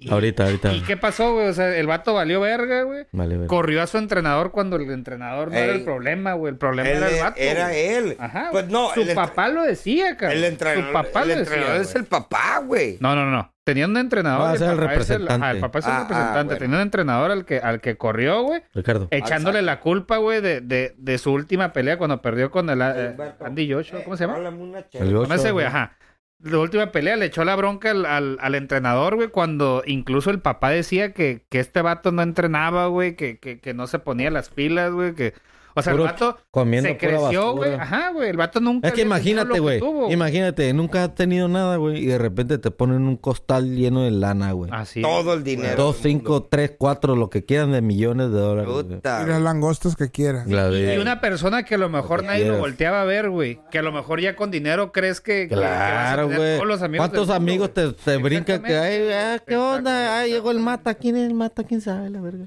Speaker 6: y-
Speaker 2: Ahorita, ahorita.
Speaker 6: ¿Y qué pasó, güey? O sea, el vato valió verga, güey.
Speaker 2: Vale, güey.
Speaker 6: Corrió a su entrenador cuando el entrenador no era
Speaker 5: Ey.
Speaker 6: el problema, güey. El problema
Speaker 5: Él
Speaker 6: era el
Speaker 5: e-
Speaker 6: vato.
Speaker 5: era
Speaker 6: güey.
Speaker 5: él.
Speaker 6: Ajá.
Speaker 5: Pues no,
Speaker 6: su
Speaker 5: el entre-
Speaker 6: papá lo decía, cabrón.
Speaker 5: El entrenador,
Speaker 6: Su papá
Speaker 5: el
Speaker 6: lo
Speaker 5: entrenador
Speaker 6: decía.
Speaker 5: es
Speaker 6: güey.
Speaker 5: el papá, güey.
Speaker 6: No, no, no. Tenía un entrenador.
Speaker 2: No,
Speaker 6: y
Speaker 2: ese era el
Speaker 6: papá es
Speaker 2: representante.
Speaker 6: ah, el papá es el
Speaker 5: Ah, ah,
Speaker 6: representante.
Speaker 5: bueno.
Speaker 6: Tenía un entrenador al que, al que corrió, güey.
Speaker 2: Ricardo.
Speaker 6: Echándole la culpa, güey, de, de, de su última pelea cuando perdió con el eh,
Speaker 5: Humberto.
Speaker 6: Andy Joshua. ¿Cómo se llama?
Speaker 5: Háblame una chela.
Speaker 2: El
Speaker 6: Con ese,
Speaker 2: Joshua,
Speaker 6: güey,
Speaker 2: ¿no?
Speaker 6: ajá. La última pelea le echó la bronca al, al, al entrenador, güey, cuando incluso el papá decía que, que este vato no entrenaba, güey, que, que, que no se ponía las pilas, güey, que... O sea,
Speaker 2: Puro-
Speaker 6: el vato
Speaker 2: Comiendo
Speaker 6: se
Speaker 2: pura
Speaker 6: creció,
Speaker 2: basura.
Speaker 6: güey. Ajá, güey. El vato nunca.
Speaker 2: Es que
Speaker 6: había tenido lo
Speaker 2: imagínate,
Speaker 6: que
Speaker 2: güey.
Speaker 6: tuvo.
Speaker 2: Imagínate, nunca has tenido nada, güey. Y de repente te ponen un costal lleno de lana, güey.
Speaker 6: Así.
Speaker 5: Todo el dinero.
Speaker 2: Dos,
Speaker 5: del
Speaker 2: cinco,
Speaker 5: mundo.
Speaker 2: tres, cuatro, lo que quieran de millones de dólares. güey.
Speaker 5: Puta.
Speaker 1: Y las langostas que quieras.
Speaker 2: La de-
Speaker 6: Y una persona que a lo mejor
Speaker 2: que
Speaker 6: nadie lo
Speaker 2: quieras.
Speaker 6: volteaba a ver, güey. Que a lo mejor ya con dinero crees que. que- que vas a
Speaker 2: Claro,
Speaker 6: tener
Speaker 2: güey.
Speaker 6: todos los amigos
Speaker 2: ¿Cuántos
Speaker 6: del mundo,
Speaker 2: amigos
Speaker 6: güey?
Speaker 2: te, te brincan que ay, ah, qué onda? Ay,
Speaker 6: Exactamente.
Speaker 2: llegó el mata. ¿Quién es el mata? ¿Quién sabe la verga?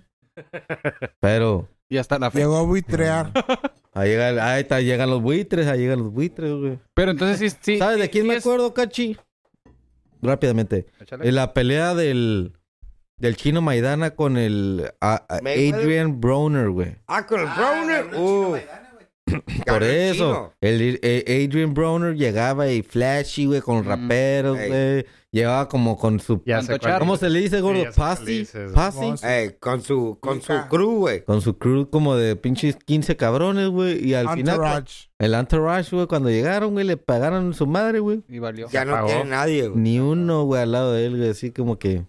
Speaker 2: Pero
Speaker 4: Y hasta la fecha.
Speaker 1: Llegó a buitrear.
Speaker 2: ahí, llega, el- ahí está, llegan los buitres, ahí llegan los buitres, güey.
Speaker 4: Pero entonces sí. sí
Speaker 2: ¿Sabes de
Speaker 4: sí-
Speaker 2: quién
Speaker 4: sí
Speaker 2: me
Speaker 4: es-
Speaker 2: acuerdo, Cachi? Rápidamente.
Speaker 6: Échale.
Speaker 2: En la pelea del, del chino Maidana con el a- a-
Speaker 5: Mayweather.
Speaker 2: Adrian Broner, güey.
Speaker 5: Ah, con el Browner. Uh.
Speaker 2: Por
Speaker 5: Ganó el
Speaker 2: eso,
Speaker 5: chino.
Speaker 2: el, eh, Adrian Broner llegaba y flashy, güey,
Speaker 4: Mm.
Speaker 2: con raperos,
Speaker 5: ey.
Speaker 2: güey. Llegaba como con su...
Speaker 6: Ya sé cuál.
Speaker 4: Antochar.
Speaker 2: ¿Cómo se le dice, gordo?
Speaker 6: Sí, ya sé cuál
Speaker 2: Pasi.
Speaker 6: dices.
Speaker 2: Pasi.
Speaker 5: Ey, Eh, con su, con su
Speaker 1: Nunca.
Speaker 5: crew, güey.
Speaker 2: Con su crew como de pinches 15 cabrones, güey. Y al final...
Speaker 1: Entourage.
Speaker 2: El entourage, güey, cuando llegaron, güey, le pagaron su madre, güey.
Speaker 4: Y valió.
Speaker 5: Ya no
Speaker 6: apagó.
Speaker 5: tiene nadie, güey.
Speaker 2: Ni uno, güey, al lado de él, güey. Así como que...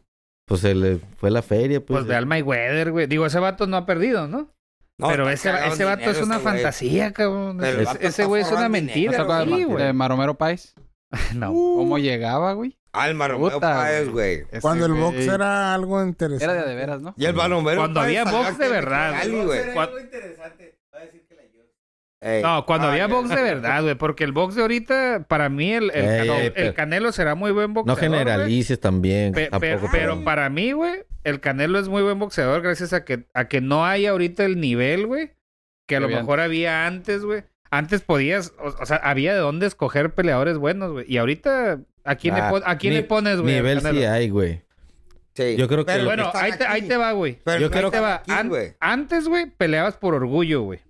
Speaker 2: Pues se le fue la feria, pues.
Speaker 6: Pues de Alma y Weather, güey. Digo, ese vato no ha perdido, ¿no?
Speaker 5: No,
Speaker 6: Pero
Speaker 5: está
Speaker 6: ese,
Speaker 5: cagado
Speaker 6: ese
Speaker 5: en
Speaker 6: vato
Speaker 5: dinero
Speaker 6: es una
Speaker 5: ese güey.
Speaker 6: fantasía, cabrón.
Speaker 5: Pero el
Speaker 6: Es-
Speaker 5: vato
Speaker 6: ese
Speaker 5: está
Speaker 6: güey es una
Speaker 5: forrando
Speaker 4: ¿No
Speaker 6: mentira.
Speaker 4: se acuerdan
Speaker 6: güey,
Speaker 4: de Mar-
Speaker 6: güey.
Speaker 4: de Maromero Páez?
Speaker 6: No.
Speaker 4: ¿Cómo llegaba, güey?
Speaker 5: Alma Romeo
Speaker 4: Puta,
Speaker 5: Páez,
Speaker 4: güey.
Speaker 5: güey.
Speaker 4: Ese
Speaker 1: Cuando el
Speaker 4: güey-
Speaker 1: box era algo
Speaker 4: Era
Speaker 1: interesante.
Speaker 4: de de veras, ¿no?
Speaker 5: Y el balonero.
Speaker 6: Cuando había box de verdad.
Speaker 5: güey.
Speaker 6: Cuan-
Speaker 5: Ey.
Speaker 6: No, cuando
Speaker 5: Ah,
Speaker 6: había
Speaker 5: ya.
Speaker 6: box de verdad, güey. Porque el box de ahorita, para mí, el, el,
Speaker 2: Ey,
Speaker 6: Canelo-
Speaker 2: ey,
Speaker 6: el
Speaker 2: pero-
Speaker 6: Canelo será muy buen
Speaker 2: eh, No
Speaker 6: boxeador. güey.
Speaker 2: generalices también.
Speaker 6: Pe- pe-
Speaker 2: tampoco,
Speaker 6: pero para mí, güey, el Canelo es muy buen boxeador gracias a que, a que no hay ahorita el nivel, güey, que a
Speaker 4: Que
Speaker 6: lo
Speaker 4: había
Speaker 6: mejor había antes, güey. Antes podías, o, o sea, había de dónde escoger peleadores buenos, güey. Y ahorita, ¿a quién,
Speaker 2: Ah,
Speaker 6: le, pon- a quién
Speaker 2: ni-
Speaker 6: le pones, güey? al
Speaker 2: Nivel
Speaker 6: Canelo?
Speaker 2: sí hay, güey.
Speaker 5: Sí.
Speaker 2: Yo creo que
Speaker 5: Pero
Speaker 2: lo-
Speaker 6: Bueno,
Speaker 5: están
Speaker 6: ahí te, ahí
Speaker 5: aquí.
Speaker 6: te va, güey.
Speaker 5: Pero
Speaker 2: yo
Speaker 5: no
Speaker 2: creo
Speaker 6: Ahí
Speaker 5: están
Speaker 6: te va.
Speaker 5: aquí,
Speaker 6: An-
Speaker 5: güey.
Speaker 6: antes, güey, peleabas por orgullo, güey.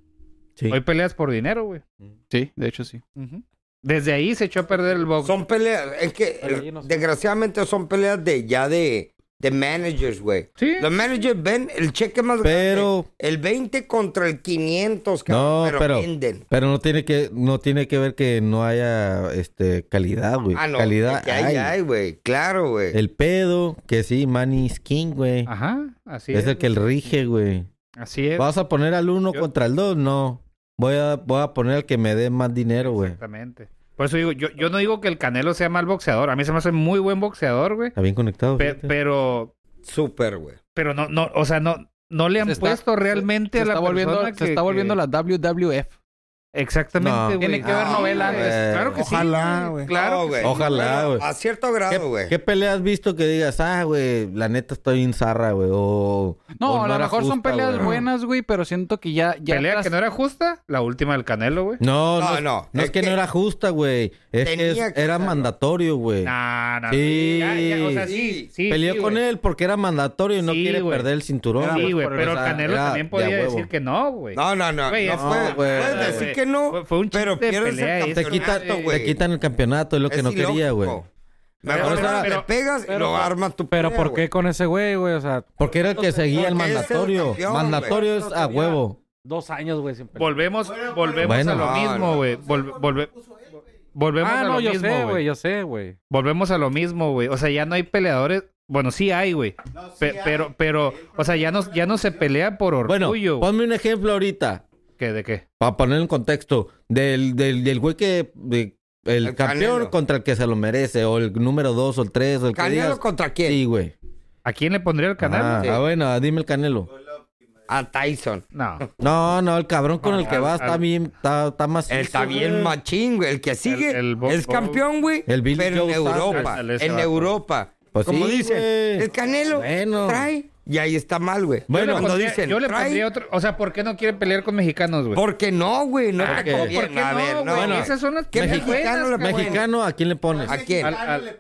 Speaker 2: Sí.
Speaker 6: Hoy peleas por dinero, güey.
Speaker 4: Sí, de hecho sí.
Speaker 6: Ujú. Desde ahí se echó a perder el box.
Speaker 5: Son peleas, es que
Speaker 3: Pero allí no se-
Speaker 5: desgraciadamente son peleas de ya de, de managers, güey.
Speaker 6: Sí.
Speaker 5: Los managers ven el cheque más
Speaker 2: Pero-
Speaker 5: grande, el 20 contra el 500,
Speaker 2: No,
Speaker 5: cabrón,
Speaker 2: pero-
Speaker 5: venden.
Speaker 2: Pero no tiene que no tiene que ver que no haya este calidad, güey.
Speaker 5: Ah, no,
Speaker 2: calidad
Speaker 5: de que ahí
Speaker 2: hay.
Speaker 5: hay, güey, claro, güey.
Speaker 2: El pedo que sí Manny es king, güey.
Speaker 6: Ajá, así
Speaker 2: es
Speaker 6: es.
Speaker 2: el que el rige, güey.
Speaker 6: Así es.
Speaker 2: ¿Vas a poner al uno
Speaker 6: Yo-
Speaker 2: contra el dos? No. Voy a voy a poner al que me dé más dinero, güey.
Speaker 6: Exactamente. Por eso digo, yo, yo no digo que el Canelo sea mal boxeador. A mí se me hace muy buen boxeador, güey.
Speaker 2: Está bien conectado.
Speaker 6: Pe-
Speaker 2: fíjate.
Speaker 6: pero,
Speaker 5: Súper, güey.
Speaker 6: pero no, no, o sea, no, no le han
Speaker 4: Se está-
Speaker 6: puesto realmente
Speaker 4: Se
Speaker 6: a la
Speaker 4: está volviendo,
Speaker 6: persona
Speaker 4: se
Speaker 6: que-
Speaker 4: está volviendo
Speaker 6: que-
Speaker 4: la WWF.
Speaker 2: No.
Speaker 6: Exactamente, güey.
Speaker 4: Tiene que ver
Speaker 5: Ah,
Speaker 4: novela
Speaker 5: güey.
Speaker 4: antes.
Speaker 6: Claro que
Speaker 1: Ojalá,
Speaker 6: sí.
Speaker 1: güey.
Speaker 6: Claro
Speaker 5: No,
Speaker 6: que
Speaker 5: güey.
Speaker 6: sí.
Speaker 2: Ojalá, güey.
Speaker 5: A cierto
Speaker 2: ¿Qué,
Speaker 5: grado, güey.
Speaker 2: ¿Qué pelea has visto que digas, ah, güey, la neta estoy en zarra, güey? O,
Speaker 4: Pues No,
Speaker 2: o
Speaker 4: a lo
Speaker 2: era
Speaker 4: mejor son
Speaker 2: justa,
Speaker 4: peleas
Speaker 2: güey.
Speaker 4: buenas, güey, pero siento que ya... ya
Speaker 6: Pelea
Speaker 4: tras-
Speaker 6: que no era justa, la última del Canelo, güey.
Speaker 2: No,
Speaker 5: No,
Speaker 2: no, no,
Speaker 5: no,
Speaker 2: es,
Speaker 5: es
Speaker 2: que,
Speaker 5: que
Speaker 2: no era justa, güey. Es que
Speaker 5: tenía
Speaker 2: es-
Speaker 5: que
Speaker 2: era
Speaker 5: hacerlo.
Speaker 2: mandatorio, güey.
Speaker 6: Nah, nah.
Speaker 2: Sí.
Speaker 6: Ya, ya, o sea, sí,
Speaker 5: Sí.
Speaker 6: sí,
Speaker 2: Peleó
Speaker 6: sí,
Speaker 2: con
Speaker 6: güey.
Speaker 2: él porque era mandatorio y no
Speaker 6: Sí,
Speaker 2: quiere
Speaker 6: güey.
Speaker 2: perder el cinturón.
Speaker 6: Sí, güey, pero el
Speaker 2: o sea,
Speaker 6: Canelo
Speaker 2: era
Speaker 6: también
Speaker 2: de a
Speaker 6: podía
Speaker 2: huevo.
Speaker 6: decir que no, güey.
Speaker 5: No, no, no.
Speaker 6: Güey,
Speaker 5: no
Speaker 6: es-
Speaker 5: puede-
Speaker 2: no, güey.
Speaker 5: Puedes decir
Speaker 6: Güey.
Speaker 5: que no,
Speaker 6: Fue- fue un
Speaker 5: pero
Speaker 6: chiste de
Speaker 5: pierdes
Speaker 6: pelea
Speaker 5: el
Speaker 6: ahí.
Speaker 2: Te, quita-
Speaker 5: campeonato,
Speaker 2: te
Speaker 5: güey.
Speaker 2: quitan el campeonato, es lo que
Speaker 5: Es
Speaker 2: no quería, güey.
Speaker 5: ilógico. Mejor
Speaker 2: Pero,
Speaker 5: te
Speaker 6: pero-
Speaker 5: pegas y lo armas tu
Speaker 3: Pero
Speaker 5: pelea,
Speaker 3: ¿por
Speaker 5: güey.
Speaker 3: qué con ese güey, güey? O sea,
Speaker 2: Porque era el que seguía el
Speaker 5: Porque es el
Speaker 2: mandatorio.
Speaker 5: campeón, güey.
Speaker 2: mandatorio es a huevo.
Speaker 3: dos años, güey, sin pelear.
Speaker 6: Volvemos, volvemos
Speaker 2: Bueno.
Speaker 6: a lo
Speaker 5: No,
Speaker 6: mismo,
Speaker 5: no.
Speaker 6: güey. Volve- volve- volvemos
Speaker 3: Ah,
Speaker 6: a lo
Speaker 3: no, yo
Speaker 6: mismo,
Speaker 3: sé,
Speaker 6: güey.
Speaker 3: güey, yo sé, güey.
Speaker 6: Volvemos a lo mismo, güey. O sea, ya no hay peleadores. Bueno, sí hay, güey. Pe- pero, pero, o sea, ya no, ya no se pelea por
Speaker 2: Bueno,
Speaker 6: orgullo. güey.
Speaker 2: ponme un ejemplo ahorita,
Speaker 6: ¿Qué, ¿De qué?
Speaker 2: para poner en contexto, del, del, del güey que... de- el,
Speaker 5: El
Speaker 2: campeón
Speaker 5: Canelo.
Speaker 2: contra el que se lo merece, o el número dos, o el tres, o el que
Speaker 5: ¿Canelo
Speaker 2: digas.
Speaker 5: contra quién?
Speaker 2: Sí, güey.
Speaker 6: ¿A quién le pondría el canal?
Speaker 2: Ah, ah, bueno, dime el Canelo.
Speaker 5: A Tyson.
Speaker 6: No.
Speaker 2: No, no, el cabrón con el que
Speaker 6: al-
Speaker 2: va está
Speaker 6: al-
Speaker 2: bien, está, está macizo,
Speaker 5: Él está
Speaker 2: güey.
Speaker 5: bien machín, güey. El que sigue
Speaker 6: El- el Bob-
Speaker 5: es campeón, güey.
Speaker 2: El Billy
Speaker 5: pero en
Speaker 2: Joe Saunders.
Speaker 5: Europa.
Speaker 6: Ándale, ese
Speaker 5: en
Speaker 6: vato.
Speaker 5: Europa.
Speaker 2: Pues
Speaker 5: Como
Speaker 2: sí,
Speaker 5: dicen,
Speaker 2: güey.
Speaker 5: el Canelo
Speaker 2: Bueno.
Speaker 5: trae y ahí está mal, güey.
Speaker 6: yo
Speaker 2: Bueno,
Speaker 6: le
Speaker 5: cuando
Speaker 6: pondría,
Speaker 5: dicen,
Speaker 6: yo le
Speaker 5: trae-
Speaker 6: pondría otro. O sea, ¿por qué no quiere pelear con mexicanos, güey?
Speaker 5: ¿Por qué no, güey? No
Speaker 2: Porque-
Speaker 5: te conviene.
Speaker 6: ¿Por qué
Speaker 5: A ver,
Speaker 6: no,
Speaker 5: no,
Speaker 6: güey?
Speaker 5: güey.
Speaker 6: Esas son las
Speaker 5: ¿Qué
Speaker 6: peleas
Speaker 5: mexicano
Speaker 6: buenas,
Speaker 5: le-
Speaker 6: cabrón.
Speaker 2: Mexicano, ¿a quién le pones?
Speaker 5: ¿A quién?
Speaker 6: Al- al-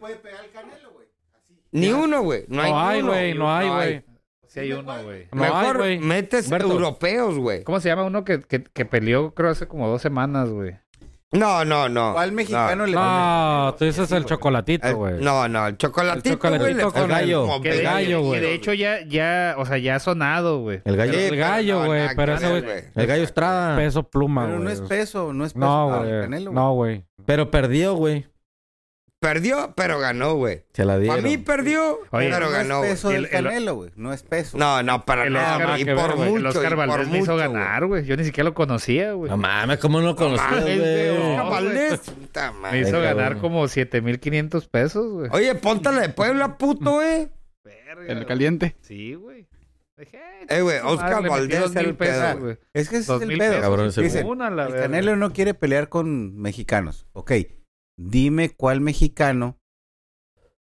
Speaker 5: Ni uno, güey. No hay,
Speaker 3: No hay,
Speaker 5: uno.
Speaker 3: güey, no hay, güey.
Speaker 6: Sí hay uno, güey.
Speaker 3: No hay,
Speaker 5: Mejor
Speaker 3: güey.
Speaker 5: metes
Speaker 2: Humberto.
Speaker 5: europeos, güey.
Speaker 6: ¿Cómo se llama uno que, que, que peleó, creo, hace como dos semanas, güey?
Speaker 5: No, no, no.
Speaker 7: ¿Cuál mexicano le
Speaker 3: No, tú dices el chocolatito,
Speaker 5: Eh,
Speaker 3: güey.
Speaker 5: No, no, el chocolatito,
Speaker 3: El chocolatito
Speaker 5: güey, le
Speaker 3: con
Speaker 5: ponen
Speaker 2: gallo.
Speaker 5: como
Speaker 6: Que de-
Speaker 5: veinte
Speaker 3: gallo,
Speaker 6: Y
Speaker 3: güey.
Speaker 6: de hecho ya, ya, o sea, ya ha sonado, güey.
Speaker 2: El gallo.
Speaker 5: Sí,
Speaker 3: El
Speaker 5: pero
Speaker 3: gallo,
Speaker 5: no,
Speaker 3: güey,
Speaker 5: nada
Speaker 3: pero
Speaker 5: que
Speaker 3: ese
Speaker 5: ver,
Speaker 3: güey-
Speaker 2: El gallo Estrada.
Speaker 6: Pues,
Speaker 3: Peso pluma,
Speaker 7: Pero
Speaker 3: güey.
Speaker 7: no es peso, Ah, no es peso
Speaker 3: No,
Speaker 7: para el
Speaker 3: güey.
Speaker 7: Canelo.
Speaker 3: No, güey.
Speaker 2: Pero perdió, güey.
Speaker 5: Perdió, pero ganó, güey.
Speaker 2: Se la
Speaker 5: Para
Speaker 2: dieron.
Speaker 5: mí perdió,
Speaker 6: Oye,
Speaker 5: pero
Speaker 6: no
Speaker 5: ganó,
Speaker 7: no es
Speaker 5: güey.
Speaker 7: peso
Speaker 6: güey.
Speaker 7: del
Speaker 6: El- el-
Speaker 7: Canelo, güey. No es peso.
Speaker 5: No, no, para
Speaker 6: El
Speaker 5: nada,
Speaker 6: Oscar,
Speaker 5: güey. Y
Speaker 6: que
Speaker 5: por
Speaker 6: ver, güey. El
Speaker 5: mucho,
Speaker 6: Oscar
Speaker 5: y por
Speaker 6: Valdés me hizo
Speaker 5: mucho,
Speaker 6: ganar, güey. Yo ni siquiera lo conocía, güey.
Speaker 2: No mames, ¿cómo no lo
Speaker 3: Ah,
Speaker 2: conocías,
Speaker 5: mames,
Speaker 2: güey?
Speaker 5: güey.
Speaker 6: No,
Speaker 5: Oscar
Speaker 6: güey.
Speaker 5: Valdés, puta madre.
Speaker 6: Me hizo
Speaker 2: Ay,
Speaker 6: ganar
Speaker 2: cabrón.
Speaker 6: como 7500 pesos, güey.
Speaker 5: Oye, póntala de Puebla, puto, güey.
Speaker 6: Verga,
Speaker 4: El caliente.
Speaker 6: Sí, güey. Dije,
Speaker 5: Eh, güey,
Speaker 6: madre,
Speaker 5: Oscar
Speaker 6: le metí
Speaker 5: Valdés
Speaker 6: dos
Speaker 5: era
Speaker 6: mil
Speaker 5: el pedo,
Speaker 6: pesos,
Speaker 5: güey.
Speaker 6: güey.
Speaker 7: Es que ese es
Speaker 6: Dos
Speaker 7: el
Speaker 6: mil
Speaker 7: pedo.
Speaker 2: Cabrón, ese
Speaker 7: Dicen,
Speaker 6: Una, la
Speaker 7: el
Speaker 6: verga.
Speaker 7: Canelo no quiere pelear con mexicanos. Ok, dime cuál mexicano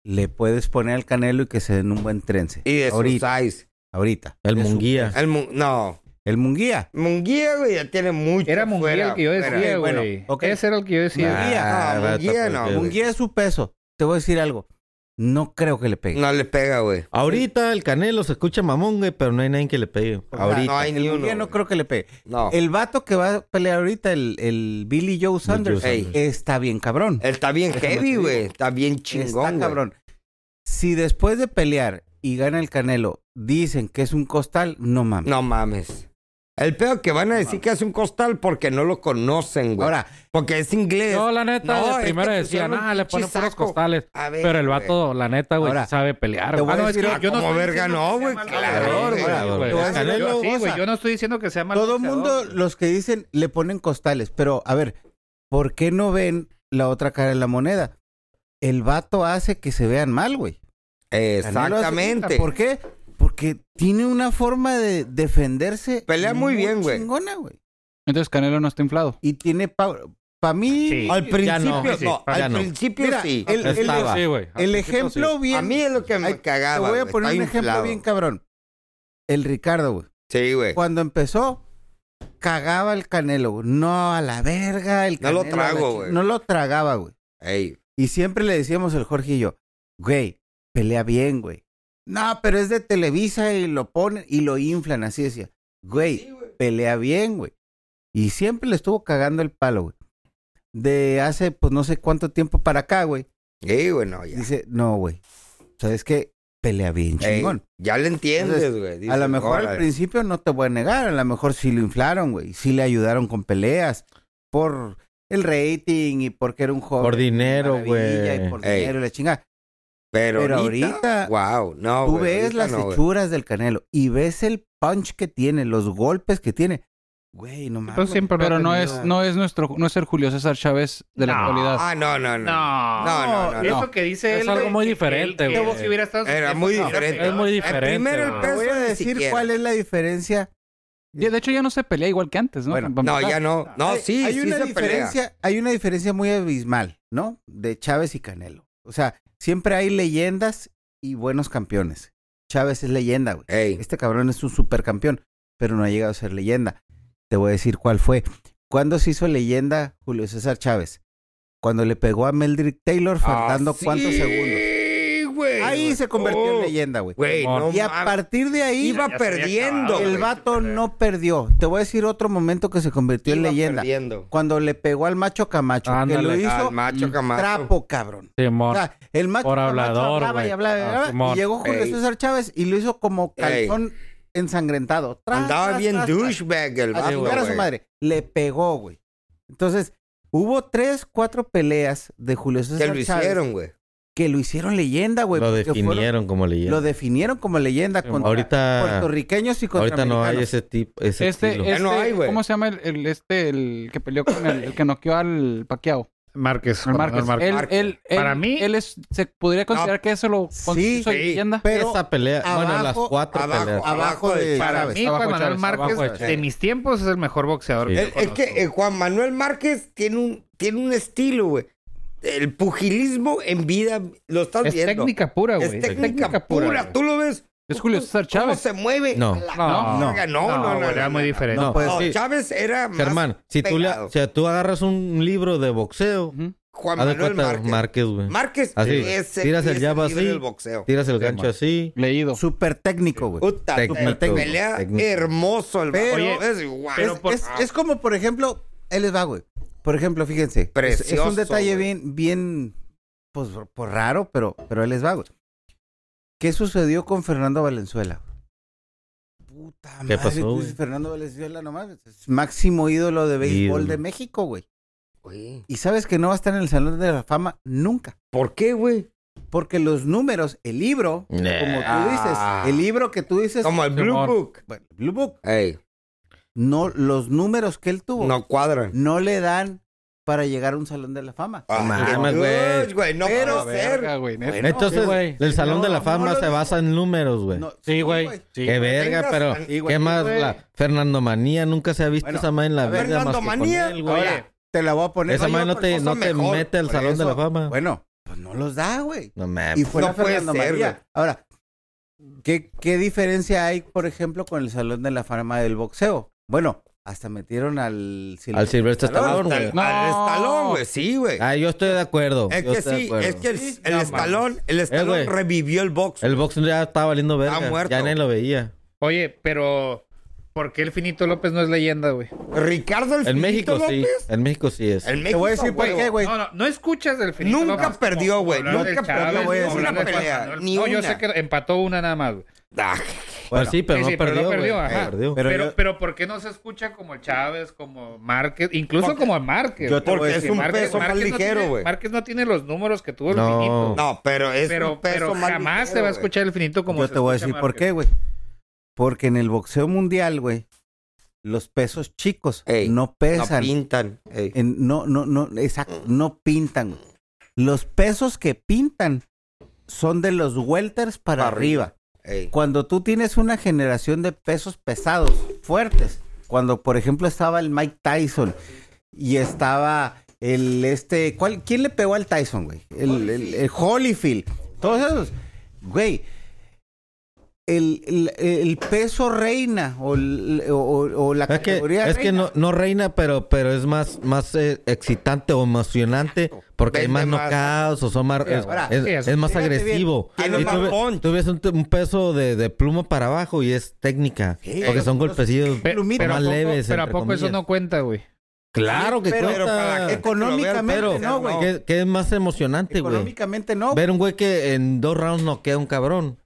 Speaker 7: le puedes poner al Canelo y que se den un buen trence.
Speaker 5: Y de sus
Speaker 7: ahorita,
Speaker 5: size.
Speaker 7: ahorita.
Speaker 2: El
Speaker 7: De su-
Speaker 2: Munguía.
Speaker 5: El Mu- no.
Speaker 7: El Munguía.
Speaker 5: Munguía, güey, ya tiene mucho.
Speaker 6: Era Munguía
Speaker 5: fuera,
Speaker 6: el que yo
Speaker 5: fuera.
Speaker 6: decía,
Speaker 7: bueno,
Speaker 6: güey.
Speaker 7: ok.
Speaker 6: Ese era el que yo decía.
Speaker 7: Munguía.
Speaker 5: Ah,
Speaker 2: va,
Speaker 5: Munguía
Speaker 2: está
Speaker 5: no,
Speaker 2: porque-
Speaker 7: Munguía es su peso. Te voy a decir algo. No creo que le pegue.
Speaker 5: No le pega, güey.
Speaker 2: Ahorita el Canelo se escucha mamón, güey, pero no hay nadie que le pegue.
Speaker 7: O sea,
Speaker 5: Ahorita. No hay
Speaker 7: el
Speaker 5: ni
Speaker 7: Munguía
Speaker 5: uno,
Speaker 7: no
Speaker 5: güey.
Speaker 7: creo que le pegue.
Speaker 5: No.
Speaker 7: El vato que va a pelear ahorita, el, el Billy Joe Sanders,
Speaker 5: Ey. Sanders.
Speaker 7: está bien cabrón.
Speaker 5: Él está bien
Speaker 7: Déjame
Speaker 5: heavy,
Speaker 7: te digo.
Speaker 5: güey. Está bien chingón,
Speaker 7: está
Speaker 5: güey.
Speaker 7: cabrón. Si después de pelear y gana el Canelo, dicen que es un costal, no mames.
Speaker 5: No mames. El pedo que van a decir que es un costal porque no lo conocen, güey.
Speaker 7: Ahora,
Speaker 5: Porque es inglés.
Speaker 3: Yo, la neta,
Speaker 5: No,
Speaker 3: de
Speaker 5: es
Speaker 3: primero
Speaker 5: que
Speaker 3: decía,
Speaker 5: pusieron
Speaker 3: ah,
Speaker 5: un
Speaker 3: le ponen
Speaker 5: chisaco".
Speaker 3: puros costales.
Speaker 5: A ver,
Speaker 3: Pero el
Speaker 5: güey.
Speaker 3: vato, la neta, güey,
Speaker 7: Ahora,
Speaker 3: sí sabe pelear.
Speaker 7: te
Speaker 3: güey. Ah,
Speaker 7: voy a
Speaker 6: no, es
Speaker 7: decir
Speaker 6: que
Speaker 7: algo.
Speaker 6: yo no
Speaker 5: Como
Speaker 6: estoy
Speaker 5: verga,
Speaker 6: diciendo
Speaker 5: no,
Speaker 6: que sea
Speaker 5: güey.
Speaker 6: mal
Speaker 5: Claro,
Speaker 6: boxeador,
Speaker 5: güey.
Speaker 2: güey.
Speaker 7: Te voy a decir
Speaker 2: Canelo,
Speaker 7: una
Speaker 6: Yo, sí,
Speaker 7: cosa.
Speaker 6: güey. Yo no estoy diciendo que sea mal
Speaker 7: Todo el
Speaker 6: boxeador,
Speaker 7: mundo,
Speaker 6: güey.
Speaker 7: los que dicen, le ponen costales, pero a ver, ¿por qué no ven la otra cara de la moneda? El vato hace que se vean mal, güey. Canelo hace-
Speaker 5: Exactamente.
Speaker 7: ¿Por qué? Porque tiene una forma de defenderse.
Speaker 5: Pelea muy bien, güey.
Speaker 7: Chingona, güey.
Speaker 4: Entonces Canelo no está inflado.
Speaker 7: Y tiene para mí
Speaker 6: Sí.
Speaker 7: al
Speaker 2: Ya no,
Speaker 7: principio
Speaker 2: sí,
Speaker 5: no,
Speaker 2: ya
Speaker 5: al
Speaker 2: no.
Speaker 5: principio
Speaker 7: Mira,
Speaker 5: sí.
Speaker 7: el, el-
Speaker 2: Estaba.
Speaker 3: Sí, güey.
Speaker 7: el ejemplo bien.
Speaker 5: a mí es lo que me
Speaker 7: Ay,
Speaker 5: cagaba.
Speaker 7: Te voy a
Speaker 5: güey.
Speaker 7: poner
Speaker 5: Está
Speaker 7: un ejemplo
Speaker 5: inflado.
Speaker 7: bien cabrón. El Ricardo, güey.
Speaker 5: Sí, güey.
Speaker 7: Cuando empezó, cagaba el Canelo, güey. No, a la verga, el
Speaker 5: No lo
Speaker 7: Canelo. a la
Speaker 5: trago,
Speaker 7: chi-
Speaker 5: güey.
Speaker 7: No lo tragaba, güey.
Speaker 5: Ey,
Speaker 7: Y siempre le decíamos el Jorge y yo, güey, pelea bien, güey. No, pero es de Televisa y lo ponen y lo inflan, así decía. Güey, pelea bien, güey. Y siempre le estuvo cagando el palo, güey. De hace, pues no sé cuánto tiempo para acá, güey.
Speaker 5: ey, güey, no, ya.
Speaker 7: Dice, no, güey. ¿Sabes qué? Pelea bien,
Speaker 5: Ey,
Speaker 7: chingón.
Speaker 5: ya le entiendes,
Speaker 7: Entonces,
Speaker 5: güey.
Speaker 7: a
Speaker 5: Dices,
Speaker 7: lo mejor al
Speaker 5: órale.
Speaker 7: principio no te voy a negar, a lo mejor sí lo inflaron, güey. Sí le ayudaron con peleas por el rating y porque era un joven.
Speaker 2: Por dinero,
Speaker 7: maravilla,
Speaker 2: güey.
Speaker 7: Y por
Speaker 5: Ey.
Speaker 7: dinero y la chingada.
Speaker 5: Pero,
Speaker 7: pero ahorita-
Speaker 5: ahorita, Wow, no,
Speaker 7: Tú
Speaker 5: güey,
Speaker 7: ves
Speaker 5: ahorita
Speaker 7: las
Speaker 5: no, güey.
Speaker 7: hechuras del Canelo y ves el punch que tiene, los golpes que tiene. Güey, no mames.
Speaker 6: Pues siempre lo
Speaker 4: Ah, Pero
Speaker 6: he
Speaker 4: no
Speaker 6: tenido.
Speaker 4: es, no es nuestro, no es el Julio César Chávez de la
Speaker 6: No.
Speaker 4: actualidad.
Speaker 5: Ah, no, no, no.
Speaker 6: No.
Speaker 5: No, no, no, no.
Speaker 6: Eso que dice
Speaker 3: Es
Speaker 6: él,
Speaker 3: algo
Speaker 6: güey,
Speaker 3: muy
Speaker 6: que-
Speaker 3: diferente,
Speaker 6: que- que
Speaker 3: güey.
Speaker 6: si hubiera estado en su
Speaker 5: Era
Speaker 6: tiempo,
Speaker 5: muy
Speaker 6: no,
Speaker 5: diferente.
Speaker 6: pero-
Speaker 3: Es muy
Speaker 6: Eh,
Speaker 3: diferente.
Speaker 5: primero el
Speaker 3: güey.
Speaker 7: Te voy
Speaker 5: peso
Speaker 7: a
Speaker 5: ni
Speaker 7: decir
Speaker 5: siquiera.
Speaker 7: cuál es la diferencia.
Speaker 4: Ya, De hecho, ya no se pelea igual que antes, ¿no?
Speaker 7: Bueno,
Speaker 4: Para
Speaker 5: No,
Speaker 4: empezar.
Speaker 5: ya no. No,
Speaker 7: Hay-
Speaker 5: sí,
Speaker 7: hay
Speaker 5: sí
Speaker 7: una
Speaker 5: se pelea.
Speaker 7: diferencia, hay una diferencia muy abismal, ¿no? De Chávez y Canelo. O sea, siempre hay leyendas y buenos campeones. Chávez es leyenda, güey.
Speaker 5: Ey,
Speaker 7: Este cabrón es un supercampeón, pero no ha llegado a ser leyenda. Te voy a decir cuál fue. ¿Cuándo se hizo leyenda Julio César Chávez? Cuando le pegó a Meldrick Taylor faltando
Speaker 5: Ah, sí,
Speaker 7: cuántos segundos.
Speaker 5: güey.
Speaker 7: Ahí se convirtió
Speaker 5: Oh,
Speaker 7: en leyenda, güey.
Speaker 5: Güey, no
Speaker 7: Y a
Speaker 5: mames.
Speaker 7: partir de ahí
Speaker 6: Ya
Speaker 5: Iba
Speaker 6: se había
Speaker 5: perdiendo.
Speaker 6: acabado,
Speaker 7: el
Speaker 5: güey.
Speaker 7: vato no perdió. Te voy a decir otro momento que se convirtió en
Speaker 5: Iba
Speaker 7: leyenda
Speaker 5: perdiendo.
Speaker 7: cuando le pegó al macho Camacho, que lo
Speaker 3: Ándale,
Speaker 7: hizo
Speaker 5: Al macho
Speaker 3: mm,
Speaker 5: Camacho.
Speaker 7: trapo, cabrón.
Speaker 3: Simón.
Speaker 7: O sea, el macho
Speaker 3: Por
Speaker 7: Camacho
Speaker 3: hablador,
Speaker 7: hablaba y
Speaker 3: güey.
Speaker 7: hablaba y
Speaker 3: Ah,
Speaker 7: hablaba,
Speaker 3: Simón.
Speaker 7: y llegó Julio
Speaker 5: Ey.
Speaker 7: César Chávez y lo hizo como
Speaker 5: Ey.
Speaker 7: calzón ensangrentado. Tras,
Speaker 5: Andaba
Speaker 7: tras,
Speaker 5: bien
Speaker 7: tras, tras.
Speaker 5: douchebag el
Speaker 7: A
Speaker 5: vato,
Speaker 7: chingar a su
Speaker 5: güey.
Speaker 7: madre. Le pegó, güey. Entonces, hubo tres, cuatro peleas de Julio
Speaker 5: Que
Speaker 7: César
Speaker 5: lo
Speaker 7: Chávez
Speaker 5: hicieron, güey.
Speaker 7: que lo hicieron leyenda, güey.
Speaker 2: Lo
Speaker 7: porque fueron-
Speaker 2: definieron como
Speaker 7: lo
Speaker 2: leyenda.
Speaker 7: definieron como leyenda contra
Speaker 2: Ahorita,
Speaker 7: puertorriqueños y contra
Speaker 2: ahorita no hay
Speaker 7: americanos.
Speaker 2: ese tipo, ese
Speaker 4: Este,
Speaker 2: estilo.
Speaker 5: Ya no
Speaker 4: este-
Speaker 5: hay, güey.
Speaker 4: ¿Cómo se llama el, el- este, el que peleó con el, el que noqueó al Paquiao?
Speaker 6: Márquez.
Speaker 4: Al
Speaker 6: Juan
Speaker 4: Márquez.
Speaker 6: Manuel Márquez.
Speaker 4: Él, él, él-
Speaker 6: Para mí-
Speaker 4: Él es, se podría considerar que eso lo
Speaker 7: Sí,
Speaker 4: constituye
Speaker 5: sí.
Speaker 4: leyenda.
Speaker 7: Pero
Speaker 2: Esa pelea, bueno, las
Speaker 7: abajo-
Speaker 2: cuatro
Speaker 5: abajo,
Speaker 2: peleas.
Speaker 7: abajo de
Speaker 6: Para
Speaker 7: Chávez.
Speaker 6: mí,
Speaker 4: abajo
Speaker 6: Juan Manuel
Speaker 4: Chávez, abajo
Speaker 6: Márquez,
Speaker 4: de
Speaker 6: de mis tiempos, es el mejor boxeador
Speaker 2: Sí.
Speaker 6: que
Speaker 5: Es, es
Speaker 6: conozco.
Speaker 5: que eh, Juan Manuel Márquez tiene un, tiene un estilo, güey. El pugilismo en vida, lo estás
Speaker 6: Es
Speaker 5: viendo.
Speaker 6: técnica pura, güey.
Speaker 5: es técnica, pura.
Speaker 6: güey.
Speaker 5: Tú lo ves.
Speaker 4: Es Julio César
Speaker 5: ¿Cómo
Speaker 4: Chávez.
Speaker 5: se mueve?
Speaker 2: No.
Speaker 5: La-
Speaker 4: No,
Speaker 5: no, no, no, no,
Speaker 6: güey, era
Speaker 5: no,
Speaker 6: muy
Speaker 5: no.
Speaker 6: diferente.
Speaker 7: No, pues,
Speaker 5: No,
Speaker 2: sí.
Speaker 5: Chávez era más
Speaker 2: Germán, si tú, le,
Speaker 5: pegado.
Speaker 2: o sea, tú agarras un libro de boxeo,
Speaker 4: Ujú.
Speaker 5: Juan
Speaker 2: haz de
Speaker 5: Manuel
Speaker 2: cuenta
Speaker 5: Márquez.
Speaker 2: Márquez, güey.
Speaker 5: Márquez
Speaker 2: Así,
Speaker 5: es
Speaker 2: tiras el
Speaker 5: es
Speaker 2: jab
Speaker 5: libro
Speaker 2: así.
Speaker 5: del boxeo.
Speaker 2: Tiras el
Speaker 7: Sí,
Speaker 2: gancho
Speaker 7: man.
Speaker 2: así.
Speaker 4: Leído.
Speaker 7: Súper técnico, güey.
Speaker 5: Puta,
Speaker 2: Técnico,
Speaker 5: te-
Speaker 2: técnico.
Speaker 5: pelea eh.
Speaker 2: Técnico.
Speaker 5: hermoso el
Speaker 7: Pero-
Speaker 5: vato. es guau.
Speaker 7: Es, es- es como, por ejemplo, él les va, güey. Por ejemplo, fíjense. es- es
Speaker 5: Precioso,
Speaker 7: un detalle
Speaker 5: güey.
Speaker 7: bien, bien, pues, pues, raro, pero, pero él les va, güey. ¿Qué sucedió con Fernando Valenzuela? Puta
Speaker 2: ¿Qué
Speaker 7: Ah, madre,
Speaker 2: pasó,
Speaker 7: tú
Speaker 2: güey?
Speaker 7: dices, Fernando Valenzuela nomás. es máximo ídolo de béisbol
Speaker 2: Ídolo.
Speaker 7: de México, güey.
Speaker 5: Oye,
Speaker 7: Y sabes que no va a estar en el Salón de la Fama nunca.
Speaker 5: ¿por qué, güey?
Speaker 7: Porque los números, el libro, como tú dices,
Speaker 5: Ah.
Speaker 7: el libro que tú dices,
Speaker 5: Como el Blue
Speaker 3: Simón.
Speaker 5: Book.
Speaker 7: bueno, Blue Book,
Speaker 5: Ey,
Speaker 7: no, los números que él tuvo no,
Speaker 5: no cuadran.
Speaker 7: le dan para llegar a un Salón de la Fama.
Speaker 5: Ah,
Speaker 2: mames,
Speaker 5: qué
Speaker 2: güey.
Speaker 5: good, güey. No
Speaker 7: Pero-
Speaker 5: puedo ser.
Speaker 4: Verga, güey. neta.
Speaker 2: Entonces,
Speaker 3: sí, güey.
Speaker 2: el Salón
Speaker 7: No,
Speaker 2: de la
Speaker 7: no
Speaker 2: Fama
Speaker 7: lo
Speaker 2: se
Speaker 7: digo.
Speaker 2: basa en números, güey.
Speaker 7: No,
Speaker 3: Sí, güey. Sí.
Speaker 2: Qué verga,
Speaker 5: Tengas-
Speaker 2: pero
Speaker 5: Sí,
Speaker 2: ¿qué más?
Speaker 7: güey.
Speaker 2: La Fernando Manía nunca se ha visto
Speaker 7: Bueno,
Speaker 2: esa madre en la
Speaker 7: a ver,
Speaker 2: verga más que con
Speaker 5: Fernandomanía.
Speaker 2: él, güey.
Speaker 7: Ahora, te la voy a poner.
Speaker 2: Esa
Speaker 7: Oye,
Speaker 2: madre no
Speaker 7: pues,
Speaker 2: te,
Speaker 7: cosa
Speaker 2: no te
Speaker 7: mejor.
Speaker 2: mete al
Speaker 7: Por
Speaker 2: Salón de la
Speaker 7: eso,
Speaker 2: Fama.
Speaker 7: Bueno, pues no los da, güey.
Speaker 2: no mames.
Speaker 7: Y fuera
Speaker 5: No puede
Speaker 7: Fernando
Speaker 5: ser,
Speaker 7: María.
Speaker 5: güey.
Speaker 7: Ahora, ¿qué, ¿qué diferencia hay, por ejemplo, con el Salón de la Fama del boxeo? Bueno, hasta metieron al...
Speaker 2: Al Silvestre Stallone, güey.
Speaker 5: Hasta el- al estalón, güey. Sí, güey.
Speaker 2: Ah, yo estoy de acuerdo.
Speaker 5: Es
Speaker 2: yo
Speaker 5: que
Speaker 2: estoy de
Speaker 5: sí,
Speaker 2: acuerdo.
Speaker 5: Eh, es que el, el escalón,
Speaker 6: Eh,
Speaker 5: el
Speaker 2: güey.
Speaker 5: escalón revivió el box.
Speaker 2: El boxeo ya estaba valiendo verga.
Speaker 5: Está muerto.
Speaker 2: Ya nadie lo veía.
Speaker 6: Oye, pero ¿por qué el Finito López no es leyenda, güey?
Speaker 5: Ricardo el
Speaker 2: En
Speaker 5: Finito
Speaker 2: México sí.
Speaker 5: López,
Speaker 2: En México sí es.
Speaker 5: En México,
Speaker 7: Te voy a decir por
Speaker 5: güey.
Speaker 7: qué, güey.
Speaker 6: No, no, no escuchas del Finito
Speaker 5: Nunca
Speaker 6: López,
Speaker 5: perdió,
Speaker 6: como
Speaker 5: güey,
Speaker 6: hablar del
Speaker 5: nunca perdió,
Speaker 6: Chávez,
Speaker 7: güey,
Speaker 6: como
Speaker 7: es
Speaker 6: hablar
Speaker 5: una
Speaker 6: del
Speaker 5: pelea,
Speaker 6: Pasanol.
Speaker 5: ni
Speaker 6: No, yo
Speaker 5: una.
Speaker 6: sé que empató una nada más, güey.
Speaker 5: Ah,
Speaker 2: Pues sí, pero
Speaker 6: Sí,
Speaker 2: no
Speaker 6: sí, pero
Speaker 2: perdió,
Speaker 6: no
Speaker 2: güey.
Speaker 6: perdió, ajá.
Speaker 2: Perdió.
Speaker 7: Pero
Speaker 6: Pero, pero,
Speaker 7: yo-
Speaker 6: ¿por qué no se escucha como el Chávez, como Márquez, incluso
Speaker 5: Porque-
Speaker 6: como Márquez?
Speaker 7: Yo te voy a
Speaker 5: porque es
Speaker 7: decir,
Speaker 5: un
Speaker 6: Márquez-
Speaker 5: peso más
Speaker 6: Márquez no
Speaker 5: ligero,
Speaker 6: tiene-
Speaker 5: güey.
Speaker 6: Márquez no tiene los números que tuvo el
Speaker 2: No.
Speaker 6: Finito.
Speaker 5: No, pero es
Speaker 6: pero
Speaker 5: un peso
Speaker 6: pero
Speaker 5: más
Speaker 6: jamás
Speaker 5: ligero,
Speaker 6: se va a
Speaker 5: güey.
Speaker 6: escuchar el Finito como
Speaker 7: Yo
Speaker 6: se
Speaker 7: te voy a
Speaker 6: escucha
Speaker 7: decir por
Speaker 6: Márquez.
Speaker 7: qué, güey. Porque en el boxeo mundial, güey, los pesos chicos
Speaker 5: Ey,
Speaker 7: no
Speaker 5: No
Speaker 7: pesan.
Speaker 5: pintan. ey.
Speaker 7: En- no, no, no, exacto, no pintan. güey. Los pesos que pintan son de los welters para
Speaker 5: Para
Speaker 7: arriba.
Speaker 5: Ey.
Speaker 7: Cuando tú tienes una generación de pesos pesados, fuertes, cuando por ejemplo estaba el Mike Tyson y estaba el este, ¿cuál, ¿quién le pegó al Tyson, güey? El, el- el Holyfield, todos esos, güey. El, el- el peso reina o, el- o- o- o la
Speaker 2: Es que,
Speaker 7: categoría
Speaker 2: es que
Speaker 7: reina.
Speaker 2: no, no reina, pero, pero es más, más eh, excitante o emocionante porque hay más
Speaker 5: Vende más.
Speaker 2: knockouts o son más, es,
Speaker 7: ahora,
Speaker 2: es-
Speaker 6: sí, eso.
Speaker 2: es más
Speaker 7: Fíjate bien,
Speaker 2: agresivo.
Speaker 5: tiene
Speaker 2: Y
Speaker 5: más
Speaker 2: tú, ve-
Speaker 5: punch.
Speaker 2: tú ves un, un peso de, de pluma para abajo y es técnica.
Speaker 7: Sí,
Speaker 2: porque son
Speaker 7: los-
Speaker 2: golpecillos
Speaker 6: Pe- Pero,
Speaker 7: Plumita.
Speaker 6: a
Speaker 2: más
Speaker 6: poco-
Speaker 2: leves.
Speaker 6: pero a
Speaker 2: entre
Speaker 6: poco eso
Speaker 2: comillas.
Speaker 6: no cuenta, güey.
Speaker 2: Claro que
Speaker 7: Pero-
Speaker 2: cuenta.
Speaker 5: Pero para la gente que lo vea,
Speaker 7: Económicamente,
Speaker 2: Pero,
Speaker 7: no, güey.
Speaker 2: ¿qué, qué es más emocionante, güey?
Speaker 7: Económicamente no.
Speaker 2: Ver un güey que en dos rounds no queda un cabrón.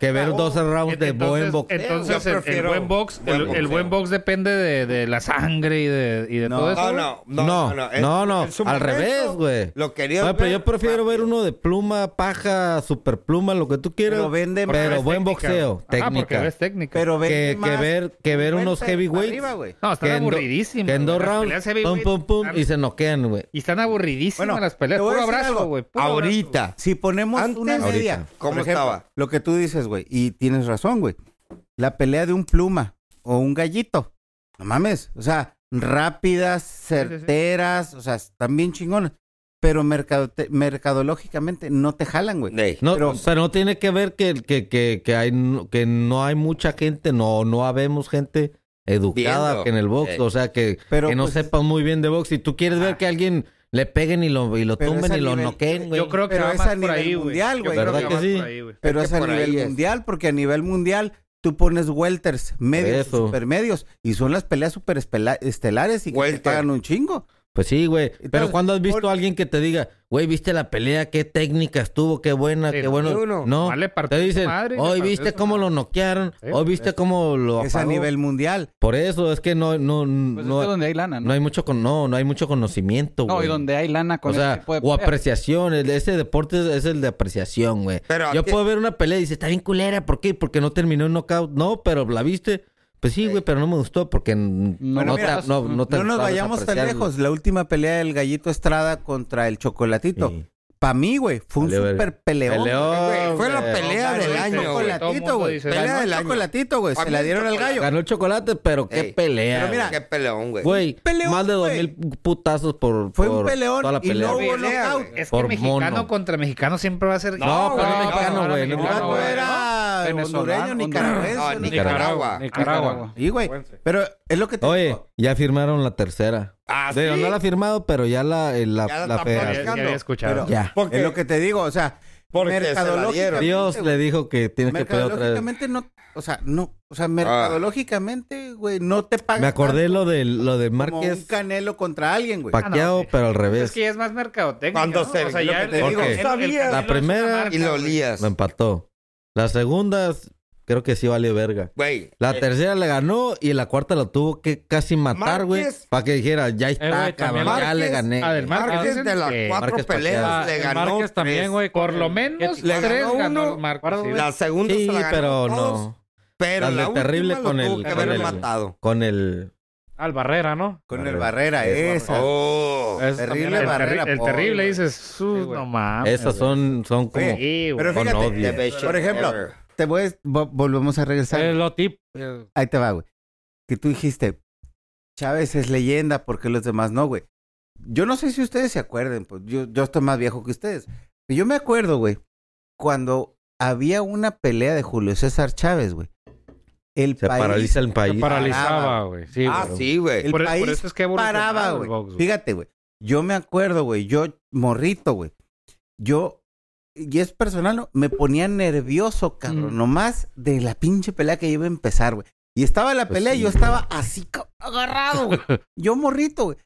Speaker 2: Que ver 12 rounds de buen boxeo.
Speaker 6: entonces
Speaker 5: Yo
Speaker 6: el- el,
Speaker 5: prefiero
Speaker 6: buen box,
Speaker 5: buen
Speaker 6: el- el,
Speaker 5: boxeo.
Speaker 6: buen box depende de, de la sangre y de, y de
Speaker 7: No.
Speaker 6: todo eso.
Speaker 5: No,
Speaker 6: güey.
Speaker 5: no, no,
Speaker 2: No, no,
Speaker 5: en- en su
Speaker 2: al
Speaker 5: momento
Speaker 2: revés, güey.
Speaker 5: Lo quería
Speaker 2: Ah, pero
Speaker 5: ver
Speaker 2: yo prefiero ver
Speaker 5: rápido.
Speaker 2: uno de pluma, paja, super pluma, lo que tú quieras.
Speaker 7: Pero venden
Speaker 2: pero
Speaker 6: Porque ves
Speaker 2: buen
Speaker 6: técnica, güey.
Speaker 2: boxeo,
Speaker 6: Ajá, porque
Speaker 2: técnica.
Speaker 6: ves técnica.
Speaker 7: Pero
Speaker 2: que,
Speaker 7: vende
Speaker 2: que
Speaker 7: más
Speaker 2: ver, que ver unos
Speaker 7: welter
Speaker 2: heavyweights.
Speaker 7: arriba, güey.
Speaker 6: no, están
Speaker 2: que en do-
Speaker 6: aburridísimas.
Speaker 2: Que en
Speaker 6: güey.
Speaker 2: dos
Speaker 6: Las
Speaker 2: rounds,
Speaker 6: peleas
Speaker 2: pum,
Speaker 6: heavyweight
Speaker 2: pum, pum,
Speaker 6: están-
Speaker 2: y se noquean, güey.
Speaker 6: Y están aburridísimas
Speaker 7: Bueno,
Speaker 6: las peleas.
Speaker 7: te voy a
Speaker 6: Puro
Speaker 7: decir
Speaker 6: abrazo,
Speaker 7: algo.
Speaker 6: güey. puro abrazo.
Speaker 5: Ahorita.
Speaker 7: Si ponemos
Speaker 5: Antes,
Speaker 7: una
Speaker 5: Ahorita.
Speaker 7: media.
Speaker 5: ¿Cómo
Speaker 7: por ejemplo,
Speaker 5: estaba?
Speaker 7: Lo que tú dices, güey. Y tienes razón, güey. La pelea de un pluma o un gallito. No mames. O sea, rápidas,
Speaker 6: sí.
Speaker 7: certeras. O sea, están bien chingonas. Pero mercadote- mercadológicamente no te jalan, güey.
Speaker 5: Ey.
Speaker 2: No,
Speaker 7: Pero-
Speaker 2: pero, no tiene que ver que, que, que, que, hay, que no hay mucha gente, no, no habemos gente educada
Speaker 5: Viendo.
Speaker 2: que en el box,
Speaker 5: Eh.
Speaker 2: o sea, que,
Speaker 7: Pero,
Speaker 2: que no
Speaker 7: pues, Ah.
Speaker 2: sepan muy bien de box. Si tú quieres ver que alguien le peguen y lo, y lo
Speaker 7: Pero es
Speaker 2: tumben
Speaker 7: a
Speaker 2: y lo
Speaker 7: nivel-
Speaker 2: noqueen, güey.
Speaker 6: Yo creo que
Speaker 7: Pero
Speaker 6: va
Speaker 7: es
Speaker 6: más
Speaker 7: a
Speaker 6: por
Speaker 7: nivel
Speaker 6: ahí, güey.
Speaker 7: mundial,
Speaker 6: Yo
Speaker 7: güey.
Speaker 6: creo
Speaker 2: ¿Verdad
Speaker 6: va
Speaker 2: que
Speaker 6: más
Speaker 2: sí?
Speaker 6: por ahí, güey.
Speaker 7: Pero
Speaker 5: Es
Speaker 7: es,
Speaker 5: que
Speaker 7: a
Speaker 5: por
Speaker 7: nivel
Speaker 5: ahí es.
Speaker 7: mundial, porque a nivel mundial tú pones welters, medios, y
Speaker 2: eso.
Speaker 7: supermedios. Y son las peleas superestelares y que te
Speaker 5: Welter.
Speaker 7: pagan un chingo.
Speaker 2: Pues sí, güey.
Speaker 7: Entonces,
Speaker 2: Pero cuando has visto
Speaker 7: por-
Speaker 2: a alguien que te diga, güey, viste la pelea, qué técnicas tuvo, qué buena,
Speaker 6: Sí,
Speaker 2: qué
Speaker 6: no,
Speaker 2: bueno.
Speaker 5: uno.
Speaker 2: No,
Speaker 6: Vale, partió
Speaker 2: te
Speaker 6: su
Speaker 2: dicen,
Speaker 6: madre y le
Speaker 2: hoy
Speaker 6: partió
Speaker 2: viste
Speaker 6: su
Speaker 2: cómo
Speaker 6: madre".
Speaker 2: lo noquearon,
Speaker 6: Sí,
Speaker 2: hoy viste cómo lo
Speaker 7: pues. Es a
Speaker 2: apagó".
Speaker 7: nivel mundial.
Speaker 2: Por eso es que no, no,
Speaker 4: Pues es
Speaker 2: no,
Speaker 4: que donde hay lana, ¿no?
Speaker 2: no hay mucho con, no, no hay mucho conocimiento,
Speaker 4: No,
Speaker 2: güey.
Speaker 4: y donde hay lana con
Speaker 2: o sea,
Speaker 4: ese tipo de
Speaker 2: o
Speaker 4: peleas.
Speaker 2: apreciación, el- ese deporte es, es el de apreciación, güey.
Speaker 5: Pero
Speaker 2: Yo
Speaker 5: aquí-
Speaker 2: puedo ver una pelea y dice, está bien culera, ¿por qué? Porque no terminó en knockout. No, pero la viste. Pues sí, güey, pero no me gustó porque n- no,
Speaker 4: Bueno,
Speaker 2: te-
Speaker 4: mira,
Speaker 2: no, no te
Speaker 7: No nos
Speaker 2: sabes
Speaker 7: vayamos tan
Speaker 2: apreciarlo.
Speaker 7: lejos. La última pelea del Gallito Estrada contra el Chocolatito.
Speaker 2: Sí.
Speaker 7: Pa' mí, güey, fue un
Speaker 2: Vale, verga.
Speaker 7: super peleón.
Speaker 2: Peleón,
Speaker 5: Fue la
Speaker 2: güey.
Speaker 5: pelea
Speaker 7: Ganó
Speaker 5: del
Speaker 7: el
Speaker 5: año, güey.
Speaker 6: Todo el
Speaker 7: Chocolatito,
Speaker 6: mundo
Speaker 7: güey.
Speaker 6: dice,
Speaker 7: Pelea
Speaker 5: ganó
Speaker 7: del
Speaker 5: el
Speaker 7: Chocolatito, güey.
Speaker 5: Pa'
Speaker 7: Se
Speaker 5: mí
Speaker 7: la
Speaker 5: el
Speaker 7: dieron al gallo.
Speaker 2: Ganó el chocolate, pero qué
Speaker 5: Ey,
Speaker 2: pelea.
Speaker 5: Pero mira, qué peleón, güey.
Speaker 2: güey.
Speaker 7: peleón,
Speaker 2: más de dos
Speaker 7: güey.
Speaker 2: mil putazos por,
Speaker 7: Fue un
Speaker 2: por
Speaker 7: peleón
Speaker 2: toda la
Speaker 7: y
Speaker 2: pelea.
Speaker 7: no hubo
Speaker 5: Pelea,
Speaker 7: knockout.
Speaker 5: güey.
Speaker 6: Es que
Speaker 2: Por
Speaker 6: mexicano
Speaker 2: mono.
Speaker 6: contra mexicano siempre va a ser.
Speaker 2: No, pero
Speaker 6: no,
Speaker 2: es mexicano,
Speaker 6: no,
Speaker 2: güey.
Speaker 6: no,
Speaker 7: El
Speaker 2: no
Speaker 7: vato
Speaker 2: güey.
Speaker 7: era
Speaker 4: Venezolano,
Speaker 7: hondureño, nicaragüense.
Speaker 5: No,
Speaker 2: Ah,
Speaker 7: ¿no?
Speaker 5: Nicaragua.
Speaker 3: Nicaragua.
Speaker 7: Sí, güey. Pero es lo que te
Speaker 2: Oye,
Speaker 7: digo.
Speaker 2: ya firmaron la tercera.
Speaker 5: Ah,
Speaker 2: Digo,
Speaker 5: sí.
Speaker 2: no la ha firmado, pero ya la, eh, la,
Speaker 5: Ya la
Speaker 2: la
Speaker 5: está
Speaker 6: Ya,
Speaker 2: federación.
Speaker 6: ya había escuchado.
Speaker 7: Pero
Speaker 2: Ya.
Speaker 5: Porque-
Speaker 7: es lo que te digo, o sea,
Speaker 5: Porque se la
Speaker 7: mercadológicamente,
Speaker 5: dieron.
Speaker 2: Dios
Speaker 7: güey,
Speaker 2: le dijo que tienes que pedir otra vez.
Speaker 7: mercadológicamente no, o sea, no, o sea, mercadológicamente, güey, no te pagan.
Speaker 2: Me acordé lo de, lo de
Speaker 7: tanto como un
Speaker 2: Márquez
Speaker 7: Canelo contra alguien, güey.
Speaker 2: paqueado,
Speaker 6: Ah, no,
Speaker 2: pero al
Speaker 6: Es
Speaker 2: revés.
Speaker 6: que ya es más mercadotecnia.
Speaker 5: Cuando
Speaker 6: ¿no?
Speaker 5: se-
Speaker 6: O sea,
Speaker 5: lo
Speaker 6: ya
Speaker 5: que
Speaker 6: el-
Speaker 5: te
Speaker 6: el-
Speaker 2: digo,
Speaker 6: el- el-
Speaker 5: sabía.
Speaker 6: el-
Speaker 2: La
Speaker 6: el-
Speaker 2: primera-
Speaker 6: el-
Speaker 5: Y lo olías.
Speaker 2: Lo empató. La segunda creo que sí vale verga.
Speaker 5: Güey.
Speaker 2: La
Speaker 5: eh,
Speaker 2: tercera le ganó y la cuarta la tuvo que casi matar, güey.
Speaker 5: Márquez.
Speaker 2: Para que dijera, ya está,
Speaker 3: güey,
Speaker 2: cabrón,
Speaker 3: también
Speaker 2: ya le
Speaker 5: Márquez.
Speaker 2: gané.
Speaker 6: Ah, del Márquez.
Speaker 5: Márquez de las
Speaker 6: eh,
Speaker 5: cuatro
Speaker 2: Márquez
Speaker 5: peleas
Speaker 2: Pacquiao.
Speaker 5: le
Speaker 3: el
Speaker 5: ganó
Speaker 3: Márquez también,
Speaker 5: tres.
Speaker 3: güey.
Speaker 6: Por
Speaker 3: con-
Speaker 6: lo menos
Speaker 5: Le
Speaker 6: tres
Speaker 5: ganó
Speaker 6: ganó
Speaker 5: uno,
Speaker 6: Marcos. sí, güey.
Speaker 5: La segunda
Speaker 2: Sí,
Speaker 5: se la ganó
Speaker 2: pero
Speaker 5: todos,
Speaker 2: no.
Speaker 5: Pero
Speaker 2: Las
Speaker 5: la
Speaker 2: de terrible
Speaker 5: última
Speaker 2: con
Speaker 5: lo tuvo
Speaker 2: el-
Speaker 5: que
Speaker 2: con
Speaker 5: haber
Speaker 2: el-
Speaker 5: matado.
Speaker 2: Con el...
Speaker 3: Al Barrera, ¿no?
Speaker 7: Con el
Speaker 2: Barrera.
Speaker 7: barrera,
Speaker 2: Es
Speaker 7: esa.
Speaker 5: Oh.
Speaker 3: Es
Speaker 7: Terrible
Speaker 6: El, terri-
Speaker 7: barrera.
Speaker 6: el
Speaker 7: pobre,
Speaker 6: terrible
Speaker 7: güey.
Speaker 6: dices, "Su,
Speaker 3: güey.
Speaker 6: no mames.
Speaker 2: Esas son, son como...
Speaker 7: Oye,
Speaker 6: Sí, güey.
Speaker 7: Pero
Speaker 2: Con
Speaker 7: fíjate,
Speaker 2: odio.
Speaker 5: The best
Speaker 7: Por
Speaker 5: shot
Speaker 7: ejemplo,
Speaker 5: ever.
Speaker 7: te voy, vo- volvemos a regresar.
Speaker 3: El Lotip. eh,
Speaker 7: Ahí te va, güey. Que tú dijiste, Chávez es leyenda, ¿por qué los demás no, güey? Yo no sé si ustedes se acuerden, pues yo, yo estoy más viejo que ustedes. Pero yo me acuerdo, güey, cuando había una pelea de Julio César Chávez, güey. El
Speaker 2: Se
Speaker 7: país
Speaker 2: paraliza el país.
Speaker 3: paralizaba, güey. Sí,
Speaker 5: Ah,
Speaker 3: güey.
Speaker 5: sí, güey.
Speaker 7: el
Speaker 6: Por,
Speaker 7: país
Speaker 6: por eso es que evolucionaba
Speaker 7: paraba,
Speaker 6: el
Speaker 7: güey.
Speaker 6: box, güey.
Speaker 7: Fíjate, güey. Yo me acuerdo, güey. Yo, morrito, güey. Yo, y es personal, ¿no? me ponía nervioso, cabrón.
Speaker 4: Mm.
Speaker 7: Nomás de la pinche pelea que iba a empezar, güey. Y estaba la
Speaker 2: Pues
Speaker 7: pelea
Speaker 2: sí,
Speaker 7: y yo
Speaker 2: güey.
Speaker 7: estaba así, cabrón, agarrado, güey. Yo, morrito, güey.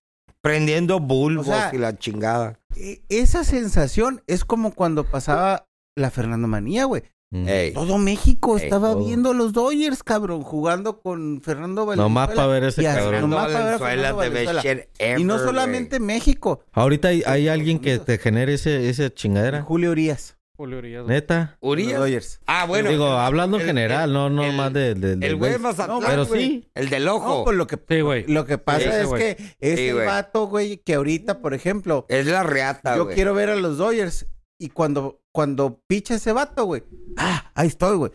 Speaker 5: Prendiendo bulbos
Speaker 7: O sea,
Speaker 5: y la chingada.
Speaker 7: E- Esa sensación es como cuando pasaba la Fernando Manía, güey.
Speaker 2: Mm.
Speaker 5: Ey.
Speaker 7: Todo México
Speaker 5: Ey,
Speaker 7: estaba
Speaker 2: todo.
Speaker 7: viendo a los Dodgers, cabrón, jugando con Fernando Valenzuela.
Speaker 2: Nomás para ver ese
Speaker 7: y así,
Speaker 2: cabrón.
Speaker 7: nomás para ver a
Speaker 5: Valenzuela,
Speaker 7: Fernando
Speaker 5: the best
Speaker 7: Valenzuela.
Speaker 5: shit ever,
Speaker 7: Y no
Speaker 5: güey.
Speaker 7: solamente México,
Speaker 2: Ahorita hay, hay alguien que te genere ese, ese chingadera.
Speaker 7: Julio Urias.
Speaker 3: Julio Urias, güey.
Speaker 2: Neta.
Speaker 7: Los
Speaker 5: Urias.
Speaker 7: Dodgers.
Speaker 5: Ah, bueno.
Speaker 2: Digo, hablando en
Speaker 5: el-
Speaker 2: general,
Speaker 5: el-
Speaker 2: no, no
Speaker 5: el-
Speaker 2: más de- de- del
Speaker 5: el güey de
Speaker 2: béisbol.
Speaker 5: Mazatlán,
Speaker 2: pero
Speaker 5: güey.
Speaker 2: sí.
Speaker 5: El del ojo.
Speaker 7: No, pues lo que,
Speaker 3: Sí, güey.
Speaker 7: lo que pasa
Speaker 5: Sí,
Speaker 7: es
Speaker 3: güey.
Speaker 7: que este es
Speaker 5: Sí,
Speaker 7: el
Speaker 5: güey.
Speaker 7: vato, güey, que ahorita, por ejemplo,
Speaker 5: Es la reata,
Speaker 7: yo
Speaker 5: güey.
Speaker 7: quiero ver a los Dodgers y cuando, cuando picha ese vato, güey, ah, ahí estoy, güey.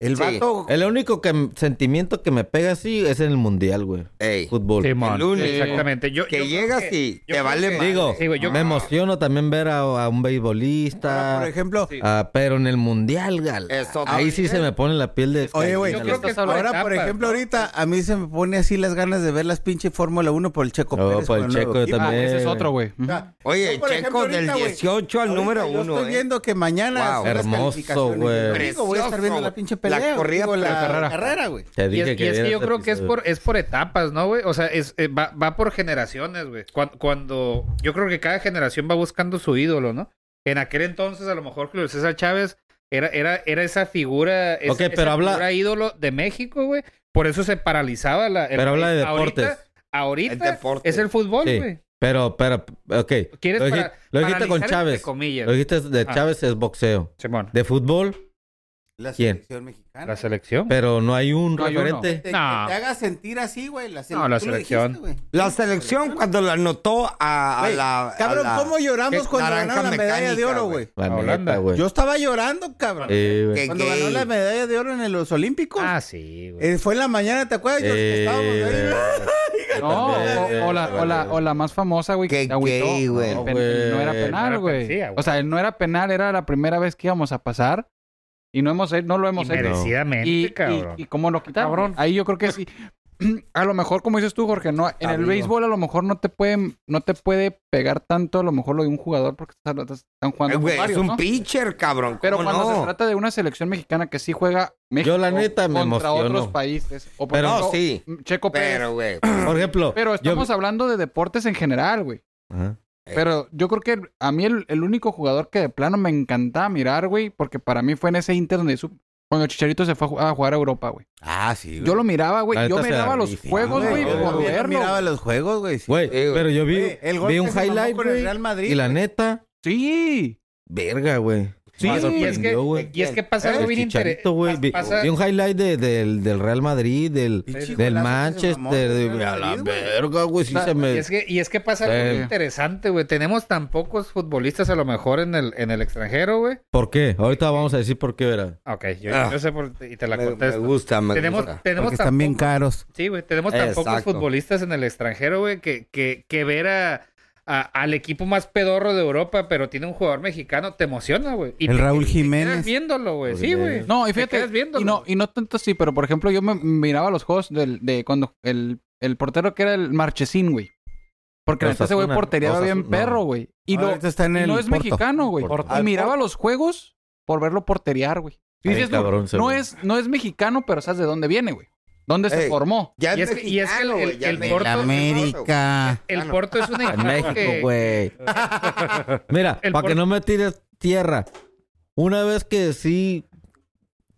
Speaker 7: El
Speaker 5: Sí.
Speaker 7: vato,
Speaker 2: El único que, m- sentimiento que me pega así es en el mundial, güey.
Speaker 5: Ey,
Speaker 2: Fútbol.
Speaker 6: Simón,
Speaker 5: El único.
Speaker 6: Exactamente. Yo, yo
Speaker 5: que
Speaker 6: creo
Speaker 5: llegas
Speaker 6: que-
Speaker 5: y
Speaker 6: yo
Speaker 5: te
Speaker 6: creo
Speaker 5: vale
Speaker 6: que-
Speaker 5: madre.
Speaker 2: Digo,
Speaker 6: Sí, güey, yo-
Speaker 2: me emociono también ver a, a un
Speaker 7: ahora,
Speaker 2: beisbolista.
Speaker 7: por ejemplo,
Speaker 2: ah, pero en el mundial, gal.
Speaker 5: Es otro
Speaker 2: Ahí sí
Speaker 5: nivel.
Speaker 2: se me pone la piel de.
Speaker 7: Oye, güey,
Speaker 6: yo
Speaker 2: gallina,
Speaker 6: creo
Speaker 2: güey.
Speaker 6: que es
Speaker 7: ahora,
Speaker 6: etapas,
Speaker 7: por ejemplo,
Speaker 6: ¿no?
Speaker 7: ahorita a mí se me pone así las ganas de ver las pinche Fórmula 1 por el Checo
Speaker 2: Oh,
Speaker 7: Pérez.
Speaker 2: por el
Speaker 7: con
Speaker 2: Checo,
Speaker 7: nuevo
Speaker 2: yo
Speaker 7: equipo.
Speaker 4: Ah,
Speaker 2: también.
Speaker 4: ese es otro, güey.
Speaker 7: O sea,
Speaker 5: Oye,
Speaker 7: yo, por
Speaker 5: Checo
Speaker 7: ejemplo,
Speaker 5: del
Speaker 7: ahorita, güey,
Speaker 5: 18 al
Speaker 7: ahorita
Speaker 5: número
Speaker 7: yo
Speaker 5: 1.
Speaker 7: Estoy viendo que mañana
Speaker 5: Wow.
Speaker 7: son las
Speaker 2: Hermoso,
Speaker 7: calificaciones.
Speaker 2: güey.
Speaker 7: Yo digo, voy a estar viendo la pinche pelea.
Speaker 5: Precioso, güey. La corrida
Speaker 7: digo,
Speaker 5: por la carrera.
Speaker 7: güey.
Speaker 2: Te
Speaker 6: Y
Speaker 2: dije
Speaker 6: es, y es
Speaker 2: vieras
Speaker 6: que yo
Speaker 2: ese
Speaker 6: creo que es
Speaker 2: episodio.
Speaker 6: por, es por etapas, ¿no, güey? O sea, es, eh, va, va por generaciones, güey. Cuan- Cuando, yo creo que cada generación va buscando su ídolo, ¿no? En aquel entonces, a lo mejor Julio César Chávez era, era, era esa figura, esa,
Speaker 2: Ok, pero
Speaker 6: esa
Speaker 2: habla-
Speaker 6: figura ídolo de México, güey. Por eso se paralizaba la. el
Speaker 2: Pero habla de
Speaker 6: país. Ahorita-
Speaker 2: deportes.
Speaker 6: Ahorita,
Speaker 5: El deporte.
Speaker 6: es el fútbol,
Speaker 2: Sí.
Speaker 6: güey.
Speaker 2: Pero, pero, ok.
Speaker 6: ¿Quieres
Speaker 2: Lo
Speaker 6: para-
Speaker 2: dijiste- lo dijiste
Speaker 6: paralizar
Speaker 2: con
Speaker 6: entre
Speaker 2: Chávez.
Speaker 6: comillas.
Speaker 2: Lo dijiste de
Speaker 6: Ah.
Speaker 2: Chávez es boxeo.
Speaker 6: Simón.
Speaker 2: De fútbol,
Speaker 7: La
Speaker 2: ¿Quién?
Speaker 7: selección mexicana.
Speaker 6: La selección.
Speaker 2: pero no hay un
Speaker 4: No hay
Speaker 2: referente.
Speaker 7: Te-
Speaker 6: No.
Speaker 7: que te haga sentir así, güey. La
Speaker 6: No, la
Speaker 7: tú lo
Speaker 6: selección.
Speaker 7: dijiste, güey.
Speaker 5: La selección cuando la anotó a, a
Speaker 7: Güey,
Speaker 5: la. a
Speaker 7: Cabrón,
Speaker 5: la-
Speaker 7: ¿cómo lloramos
Speaker 5: qué
Speaker 7: cuando
Speaker 5: naranja
Speaker 7: ganaron la medalla de
Speaker 5: mecánica,
Speaker 7: oro,
Speaker 5: güey.
Speaker 7: güey?
Speaker 2: La
Speaker 6: Holanda.
Speaker 2: neta, güey.
Speaker 7: Yo estaba llorando, cabrón.
Speaker 2: Sí, güey.
Speaker 5: Qué
Speaker 7: Cuando
Speaker 5: gay.
Speaker 7: ganó la medalla de oro en los Olímpicos.
Speaker 6: Ah, sí, güey.
Speaker 7: Eh, fue en la mañana, ¿te acuerdas? Yo-
Speaker 2: Eh,
Speaker 7: estábamos ahí.
Speaker 4: No, Oh,
Speaker 6: eh,
Speaker 4: o, o la, o, la, o la más famosa, güey,
Speaker 5: Qué
Speaker 4: que te agüitó.
Speaker 5: gay, güey.
Speaker 4: El pen- el No era
Speaker 2: Güey.
Speaker 6: No era
Speaker 4: penal,
Speaker 6: pen-
Speaker 4: güey.
Speaker 6: sí, ah, güey.
Speaker 4: o sea, el no era penal, era la primera vez que íbamos a pasar. Y no hemos no lo
Speaker 6: Y
Speaker 4: hemos hecho.
Speaker 6: merecidamente,
Speaker 4: Y,
Speaker 6: cabrón.
Speaker 4: y, y cómo lo quitaron.
Speaker 3: Cabrón.
Speaker 4: Ahí yo creo que sí. A lo mejor, como dices tú, Jorge, no, en el
Speaker 5: Amigo.
Speaker 4: béisbol a lo mejor no te pueden, no te puede pegar tanto a lo mejor lo de un jugador porque estás- están
Speaker 5: Eh,
Speaker 4: jugando con
Speaker 5: güey, es
Speaker 4: varios,
Speaker 5: un
Speaker 4: ¿no?
Speaker 5: pitcher, cabrón.
Speaker 4: Pero
Speaker 5: ¿cómo
Speaker 4: cuando
Speaker 5: no?
Speaker 4: se trata de una selección mexicana que sí juega México
Speaker 2: la neta, me
Speaker 4: contra
Speaker 2: emociono.
Speaker 4: otros países. O por
Speaker 2: Pero-
Speaker 4: ejemplo,
Speaker 5: No, sí.
Speaker 4: Checo Pérez.
Speaker 5: Pero, güey.
Speaker 2: Por ejemplo,
Speaker 4: Pero
Speaker 2: yo-
Speaker 4: estamos hablando de deportes en general, güey.
Speaker 2: Ajá.
Speaker 7: Eh.
Speaker 4: Pero yo creo que a mí el, el único jugador que de plano me encantaba mirar, güey, porque para mí fue en ese Inter donde su- cuando Chicharito se fue a ju- a jugar a Europa, güey.
Speaker 7: Ah, sí, Ah,
Speaker 4: Yo lo miraba,
Speaker 2: La
Speaker 4: güey. Yo
Speaker 2: neta se
Speaker 4: miraba
Speaker 2: la
Speaker 4: los
Speaker 2: rifaba,
Speaker 4: juegos,
Speaker 2: güey.
Speaker 4: güey,
Speaker 2: Yo
Speaker 4: por
Speaker 2: también
Speaker 4: verlo.
Speaker 7: miraba los juegos, güey. sí.
Speaker 2: Ey,
Speaker 5: Sí, güey.
Speaker 2: pero yo vi,
Speaker 7: Oye, el gol
Speaker 2: vi
Speaker 7: que
Speaker 2: un
Speaker 7: se mamó
Speaker 2: highlight,
Speaker 7: con el
Speaker 2: güey,
Speaker 7: Real Madrid,
Speaker 2: y la
Speaker 7: güey.
Speaker 2: neta,
Speaker 4: Sí.
Speaker 2: verga, güey.
Speaker 4: Sí,
Speaker 2: Me
Speaker 6: y es que, eh,
Speaker 2: sorprendió, güey.
Speaker 6: y es que pasa algo
Speaker 2: El
Speaker 6: bien
Speaker 2: Chicharito, güey.
Speaker 6: interesante.
Speaker 2: Vi,
Speaker 6: Pasa,
Speaker 2: vi un highlight de- del, del Real Madrid, del, del
Speaker 7: Pinche golazo que se mamó
Speaker 2: Manchester.
Speaker 7: el
Speaker 2: de-
Speaker 7: Real
Speaker 2: a la
Speaker 7: Madrid, güey.
Speaker 2: verga, güey. Sí
Speaker 4: O sea,
Speaker 2: se me...
Speaker 6: Y es que, y es que pasa
Speaker 2: Sí.
Speaker 6: algo bien interesante, güey. Tenemos tan pocos futbolistas a lo mejor en el, en el extranjero, güey.
Speaker 2: ¿Por qué? Ahorita vamos a decir por qué, verá.
Speaker 6: Ok, yo,
Speaker 5: Ah.
Speaker 6: yo sé por, y te la
Speaker 5: Me, me
Speaker 6: contesto.
Speaker 5: gusta, me
Speaker 6: tenemos
Speaker 5: gusta.
Speaker 6: tenemos
Speaker 7: Porque
Speaker 6: tan
Speaker 7: están bien
Speaker 6: pocos-
Speaker 7: caros.
Speaker 6: sí, güey, tenemos tan pocos
Speaker 5: Exacto.
Speaker 6: futbolistas en el extranjero, güey, que, que, que ver a, a- al equipo más pedorro de Europa, pero tiene un jugador mexicano, te emociona, güey. Y
Speaker 7: El
Speaker 6: te-
Speaker 7: Raúl
Speaker 6: y te quedas
Speaker 7: Jiménez.
Speaker 6: viéndolo, güey.
Speaker 2: Raúl
Speaker 6: Sí, güey.
Speaker 2: Jiménez.
Speaker 4: No, y
Speaker 6: Te
Speaker 4: fíjate.
Speaker 6: quedas viéndolo.
Speaker 4: Y no, y no tanto así, pero por ejemplo, yo me miraba los juegos del, de cuando el, el portero que era el Marchesín, güey. Porque
Speaker 3: este
Speaker 4: la neta, ese güey
Speaker 2: Osasuna,
Speaker 4: portería va bien
Speaker 2: Osasuna,
Speaker 4: perro,
Speaker 2: no. este
Speaker 4: güey. Y
Speaker 7: Ahora
Speaker 4: no,
Speaker 7: ahorita Ah, este está en
Speaker 4: y
Speaker 7: el
Speaker 4: no es
Speaker 7: Porto.
Speaker 4: mexicano, güey.
Speaker 2: Porto.
Speaker 4: Y miraba los juegos por verlo porterear, güey. Y
Speaker 2: Ay,
Speaker 4: dices, no,
Speaker 2: cabrón,
Speaker 4: no
Speaker 2: seguro.
Speaker 4: es, no es mexicano, pero sabes de dónde viene, güey. ¿Dónde se
Speaker 5: Ey.
Speaker 4: formó?
Speaker 5: Ya
Speaker 6: Y es que- y es que
Speaker 5: mexicano,
Speaker 6: el-
Speaker 5: güey,
Speaker 6: el
Speaker 5: ya es
Speaker 6: Porto-
Speaker 5: mexicano.
Speaker 6: La
Speaker 7: América.
Speaker 6: El Porto es un
Speaker 2: En
Speaker 6: equipo
Speaker 2: México,
Speaker 6: que-
Speaker 2: güey. Mira,
Speaker 6: El
Speaker 2: para
Speaker 6: por-
Speaker 2: que no me tires tierra. Una vez que sí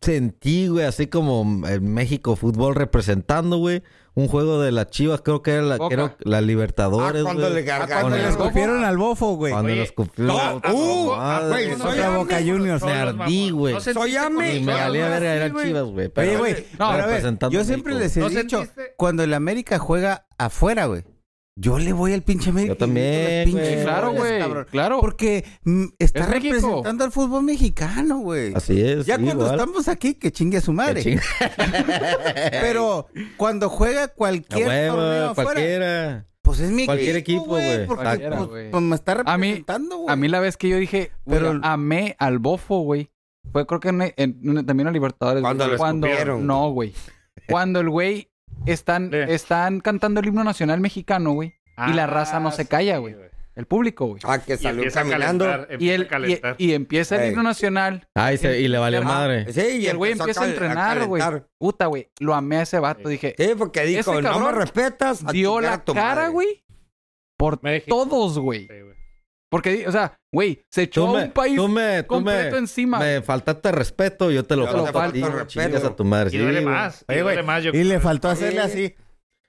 Speaker 2: sentí, güey, así como el México fútbol representando, güey, un juego de las Chivas, creo que era la,
Speaker 4: Boca.
Speaker 2: creo, la Libertadores,
Speaker 5: Ah, cuando
Speaker 2: güey.
Speaker 5: le gargaron.
Speaker 2: Con
Speaker 5: Cuando
Speaker 2: el-
Speaker 5: le
Speaker 11: escupieron al bofo, güey.
Speaker 2: Cuando
Speaker 6: Oye,
Speaker 2: los cumplió.
Speaker 5: no,
Speaker 2: puta
Speaker 5: uh,
Speaker 2: madre,
Speaker 5: güey,
Speaker 2: güey.
Speaker 5: soy
Speaker 2: Otra
Speaker 5: ame,
Speaker 2: Boca Juniors. Me ardí, güey.
Speaker 6: No sentiste
Speaker 5: Soy
Speaker 6: como-
Speaker 5: ame.
Speaker 2: Y me valía verga, eran Chivas, güey.
Speaker 7: Oye,
Speaker 2: pero-
Speaker 7: güey,
Speaker 4: No,
Speaker 7: pero a ver,
Speaker 2: representando
Speaker 7: yo
Speaker 2: a
Speaker 7: siempre
Speaker 2: México,
Speaker 7: les he
Speaker 6: ¿No
Speaker 7: dicho,
Speaker 6: sentiste?
Speaker 7: cuando el América juega afuera, güey, yo le voy al pinche América.
Speaker 2: Yo también,
Speaker 7: y grito las pinches
Speaker 2: güey.
Speaker 4: Claro,
Speaker 7: goles,
Speaker 4: güey.
Speaker 7: cabrón.
Speaker 4: Claro.
Speaker 7: Porque mm, está
Speaker 4: Es México.
Speaker 7: representando al fútbol mexicano, güey.
Speaker 2: Así es.
Speaker 7: Ya
Speaker 2: sí,
Speaker 7: cuando
Speaker 2: igual.
Speaker 7: estamos aquí, que chingue a su
Speaker 2: Que
Speaker 7: madre.
Speaker 2: chinga-
Speaker 7: Pero cuando juega
Speaker 2: A
Speaker 7: cualquier torneo
Speaker 2: huevo,
Speaker 7: afuera,
Speaker 2: cualquiera.
Speaker 7: pues es mi
Speaker 2: Cualquier equipo, güey.
Speaker 7: porque,
Speaker 4: Cualquiera,
Speaker 7: pues,
Speaker 4: güey.
Speaker 7: pues me está
Speaker 4: A mí-
Speaker 7: representando, güey.
Speaker 4: A mí la vez que yo dije, güey,
Speaker 7: Pero-
Speaker 4: amé al bofo, güey. Fue creo que en, en- en- también a Libertadores.
Speaker 5: Cuando
Speaker 4: güey.
Speaker 5: lo escupieron.
Speaker 4: No, güey. Cuando el güey están,
Speaker 6: Eh.
Speaker 4: están cantando el himno nacional mexicano, güey. Y la raza no se calla, güey. El público, güey.
Speaker 5: Ah, que
Speaker 6: Y
Speaker 5: salió
Speaker 6: empieza a
Speaker 5: caminando.
Speaker 6: calentar,
Speaker 4: Y,
Speaker 6: empieza
Speaker 4: el,
Speaker 6: a calentar.
Speaker 4: y, y empieza el
Speaker 5: Ey.
Speaker 4: himno nacional.
Speaker 2: Ay, se- y le valió
Speaker 4: Ah,
Speaker 2: madre.
Speaker 5: Sí,
Speaker 4: Y el güey
Speaker 5: empezó
Speaker 4: empieza a,
Speaker 5: cal-
Speaker 4: entrenar, güey.
Speaker 5: calentar.
Speaker 4: Puta, güey. Lo amé a ese vato. Dije,
Speaker 5: Sí, porque dijo,
Speaker 4: Ese
Speaker 5: no me
Speaker 4: cabrón
Speaker 5: respetas. a
Speaker 4: dio
Speaker 5: chingar a
Speaker 4: la
Speaker 5: tu
Speaker 4: cara,
Speaker 5: madre".
Speaker 4: güey. Por
Speaker 6: México.
Speaker 4: todos, güey.
Speaker 6: Sí, güey.
Speaker 4: Porque, di- o sea, güey, se echó
Speaker 2: Tú
Speaker 4: a
Speaker 2: me,
Speaker 4: un país
Speaker 2: tú me, tú
Speaker 4: completo
Speaker 2: me,
Speaker 4: encima. güey.
Speaker 2: me faltaste respeto, yo te lo
Speaker 5: Yo te
Speaker 2: falto a
Speaker 5: falto
Speaker 2: ti,
Speaker 5: respeto.
Speaker 2: chingas a tu madre.
Speaker 6: Y
Speaker 2: sí,
Speaker 6: duele
Speaker 2: güey.
Speaker 6: más. Y
Speaker 7: Oye, güey,
Speaker 6: duele más, yo
Speaker 7: Y le
Speaker 6: creo.
Speaker 7: faltó hacerle así.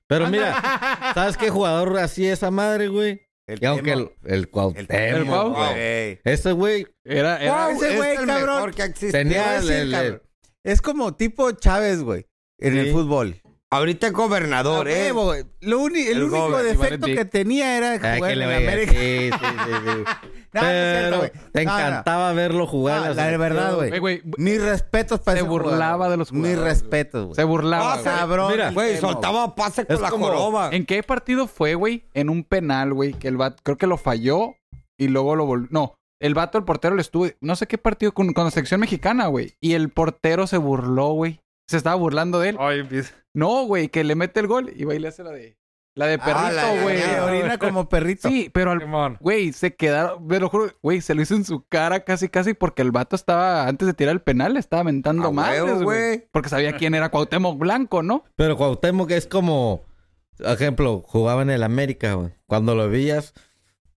Speaker 2: Pero mira, ¿sabes qué jugador así esa madre, güey?
Speaker 7: El
Speaker 2: Y aunque
Speaker 7: Temo.
Speaker 2: el, el
Speaker 7: El
Speaker 2: Cuauhtémoc,
Speaker 7: Temo,
Speaker 4: Cuau.
Speaker 7: güey.
Speaker 2: Ese güey
Speaker 4: Era, era-
Speaker 7: Wow, ese
Speaker 5: Es
Speaker 7: güey,
Speaker 5: el
Speaker 7: cabrón.
Speaker 5: mejor que existe.
Speaker 7: Te voy a
Speaker 2: tenía el,
Speaker 7: decir,
Speaker 2: el-
Speaker 7: cabrón, Es como tipo Chávez, güey, en el
Speaker 2: Sí.
Speaker 7: fútbol.
Speaker 5: Ahorita es gobernador,
Speaker 7: A
Speaker 5: eh.
Speaker 7: huevo, güey. Lo uni- el,
Speaker 5: El
Speaker 7: único
Speaker 5: Gober,
Speaker 7: defecto
Speaker 4: Iván
Speaker 7: que tenía era
Speaker 2: Ay,
Speaker 7: jugar
Speaker 2: que
Speaker 7: en
Speaker 2: le
Speaker 7: la
Speaker 2: veía-
Speaker 7: América.
Speaker 2: sí, sí, sí, sí.
Speaker 7: No, no es cierto,
Speaker 2: Pero
Speaker 7: güey.
Speaker 2: te
Speaker 7: No, no.
Speaker 2: encantaba verlo jugar.
Speaker 7: Ah,
Speaker 2: la
Speaker 7: la de verdad, güey.
Speaker 4: Ey, güey.
Speaker 7: Mis respetos para
Speaker 4: Se
Speaker 7: ese jugador.
Speaker 4: burlaba de los
Speaker 7: Mis
Speaker 4: jugadores,
Speaker 7: respetos, güey.
Speaker 4: Se burlaba.
Speaker 5: Ah,
Speaker 4: güey.
Speaker 7: Cabrón.
Speaker 2: Mira,
Speaker 7: el
Speaker 5: Güey,
Speaker 7: Temo,
Speaker 5: soltaba pase
Speaker 2: Es
Speaker 5: con la
Speaker 2: como-
Speaker 5: joroba.
Speaker 4: ¿En qué partido fue, güey? En un penal, güey, que el vato, creo que lo falló y luego lo volvió. No, el vato, el portero, le estuvo. No sé qué partido con, con la selección mexicana, güey. Y el portero se burló, güey. Se estaba burlando de él.
Speaker 6: Ay, empieza.
Speaker 4: No, güey, que le mete el gol y va y le hace la de. La de
Speaker 7: Ah, la-
Speaker 4: perrito, güey.
Speaker 7: que Orina como perrito.
Speaker 4: sí, pero al.
Speaker 3: Simón.
Speaker 4: Güey, se quedaron. Me lo juro, güey, se lo hizo en su cara casi, casi porque el vato estaba. Antes de tirar el penal, estaba
Speaker 5: A
Speaker 4: mentando
Speaker 5: huevo,
Speaker 4: madres, güey.
Speaker 5: güey.
Speaker 4: Porque sabía quién era Cuauhtémoc Blanco, ¿no?
Speaker 2: Pero Cuauhtémoc es como, ejemplo, jugaba en el América, güey. Cuando lo veías,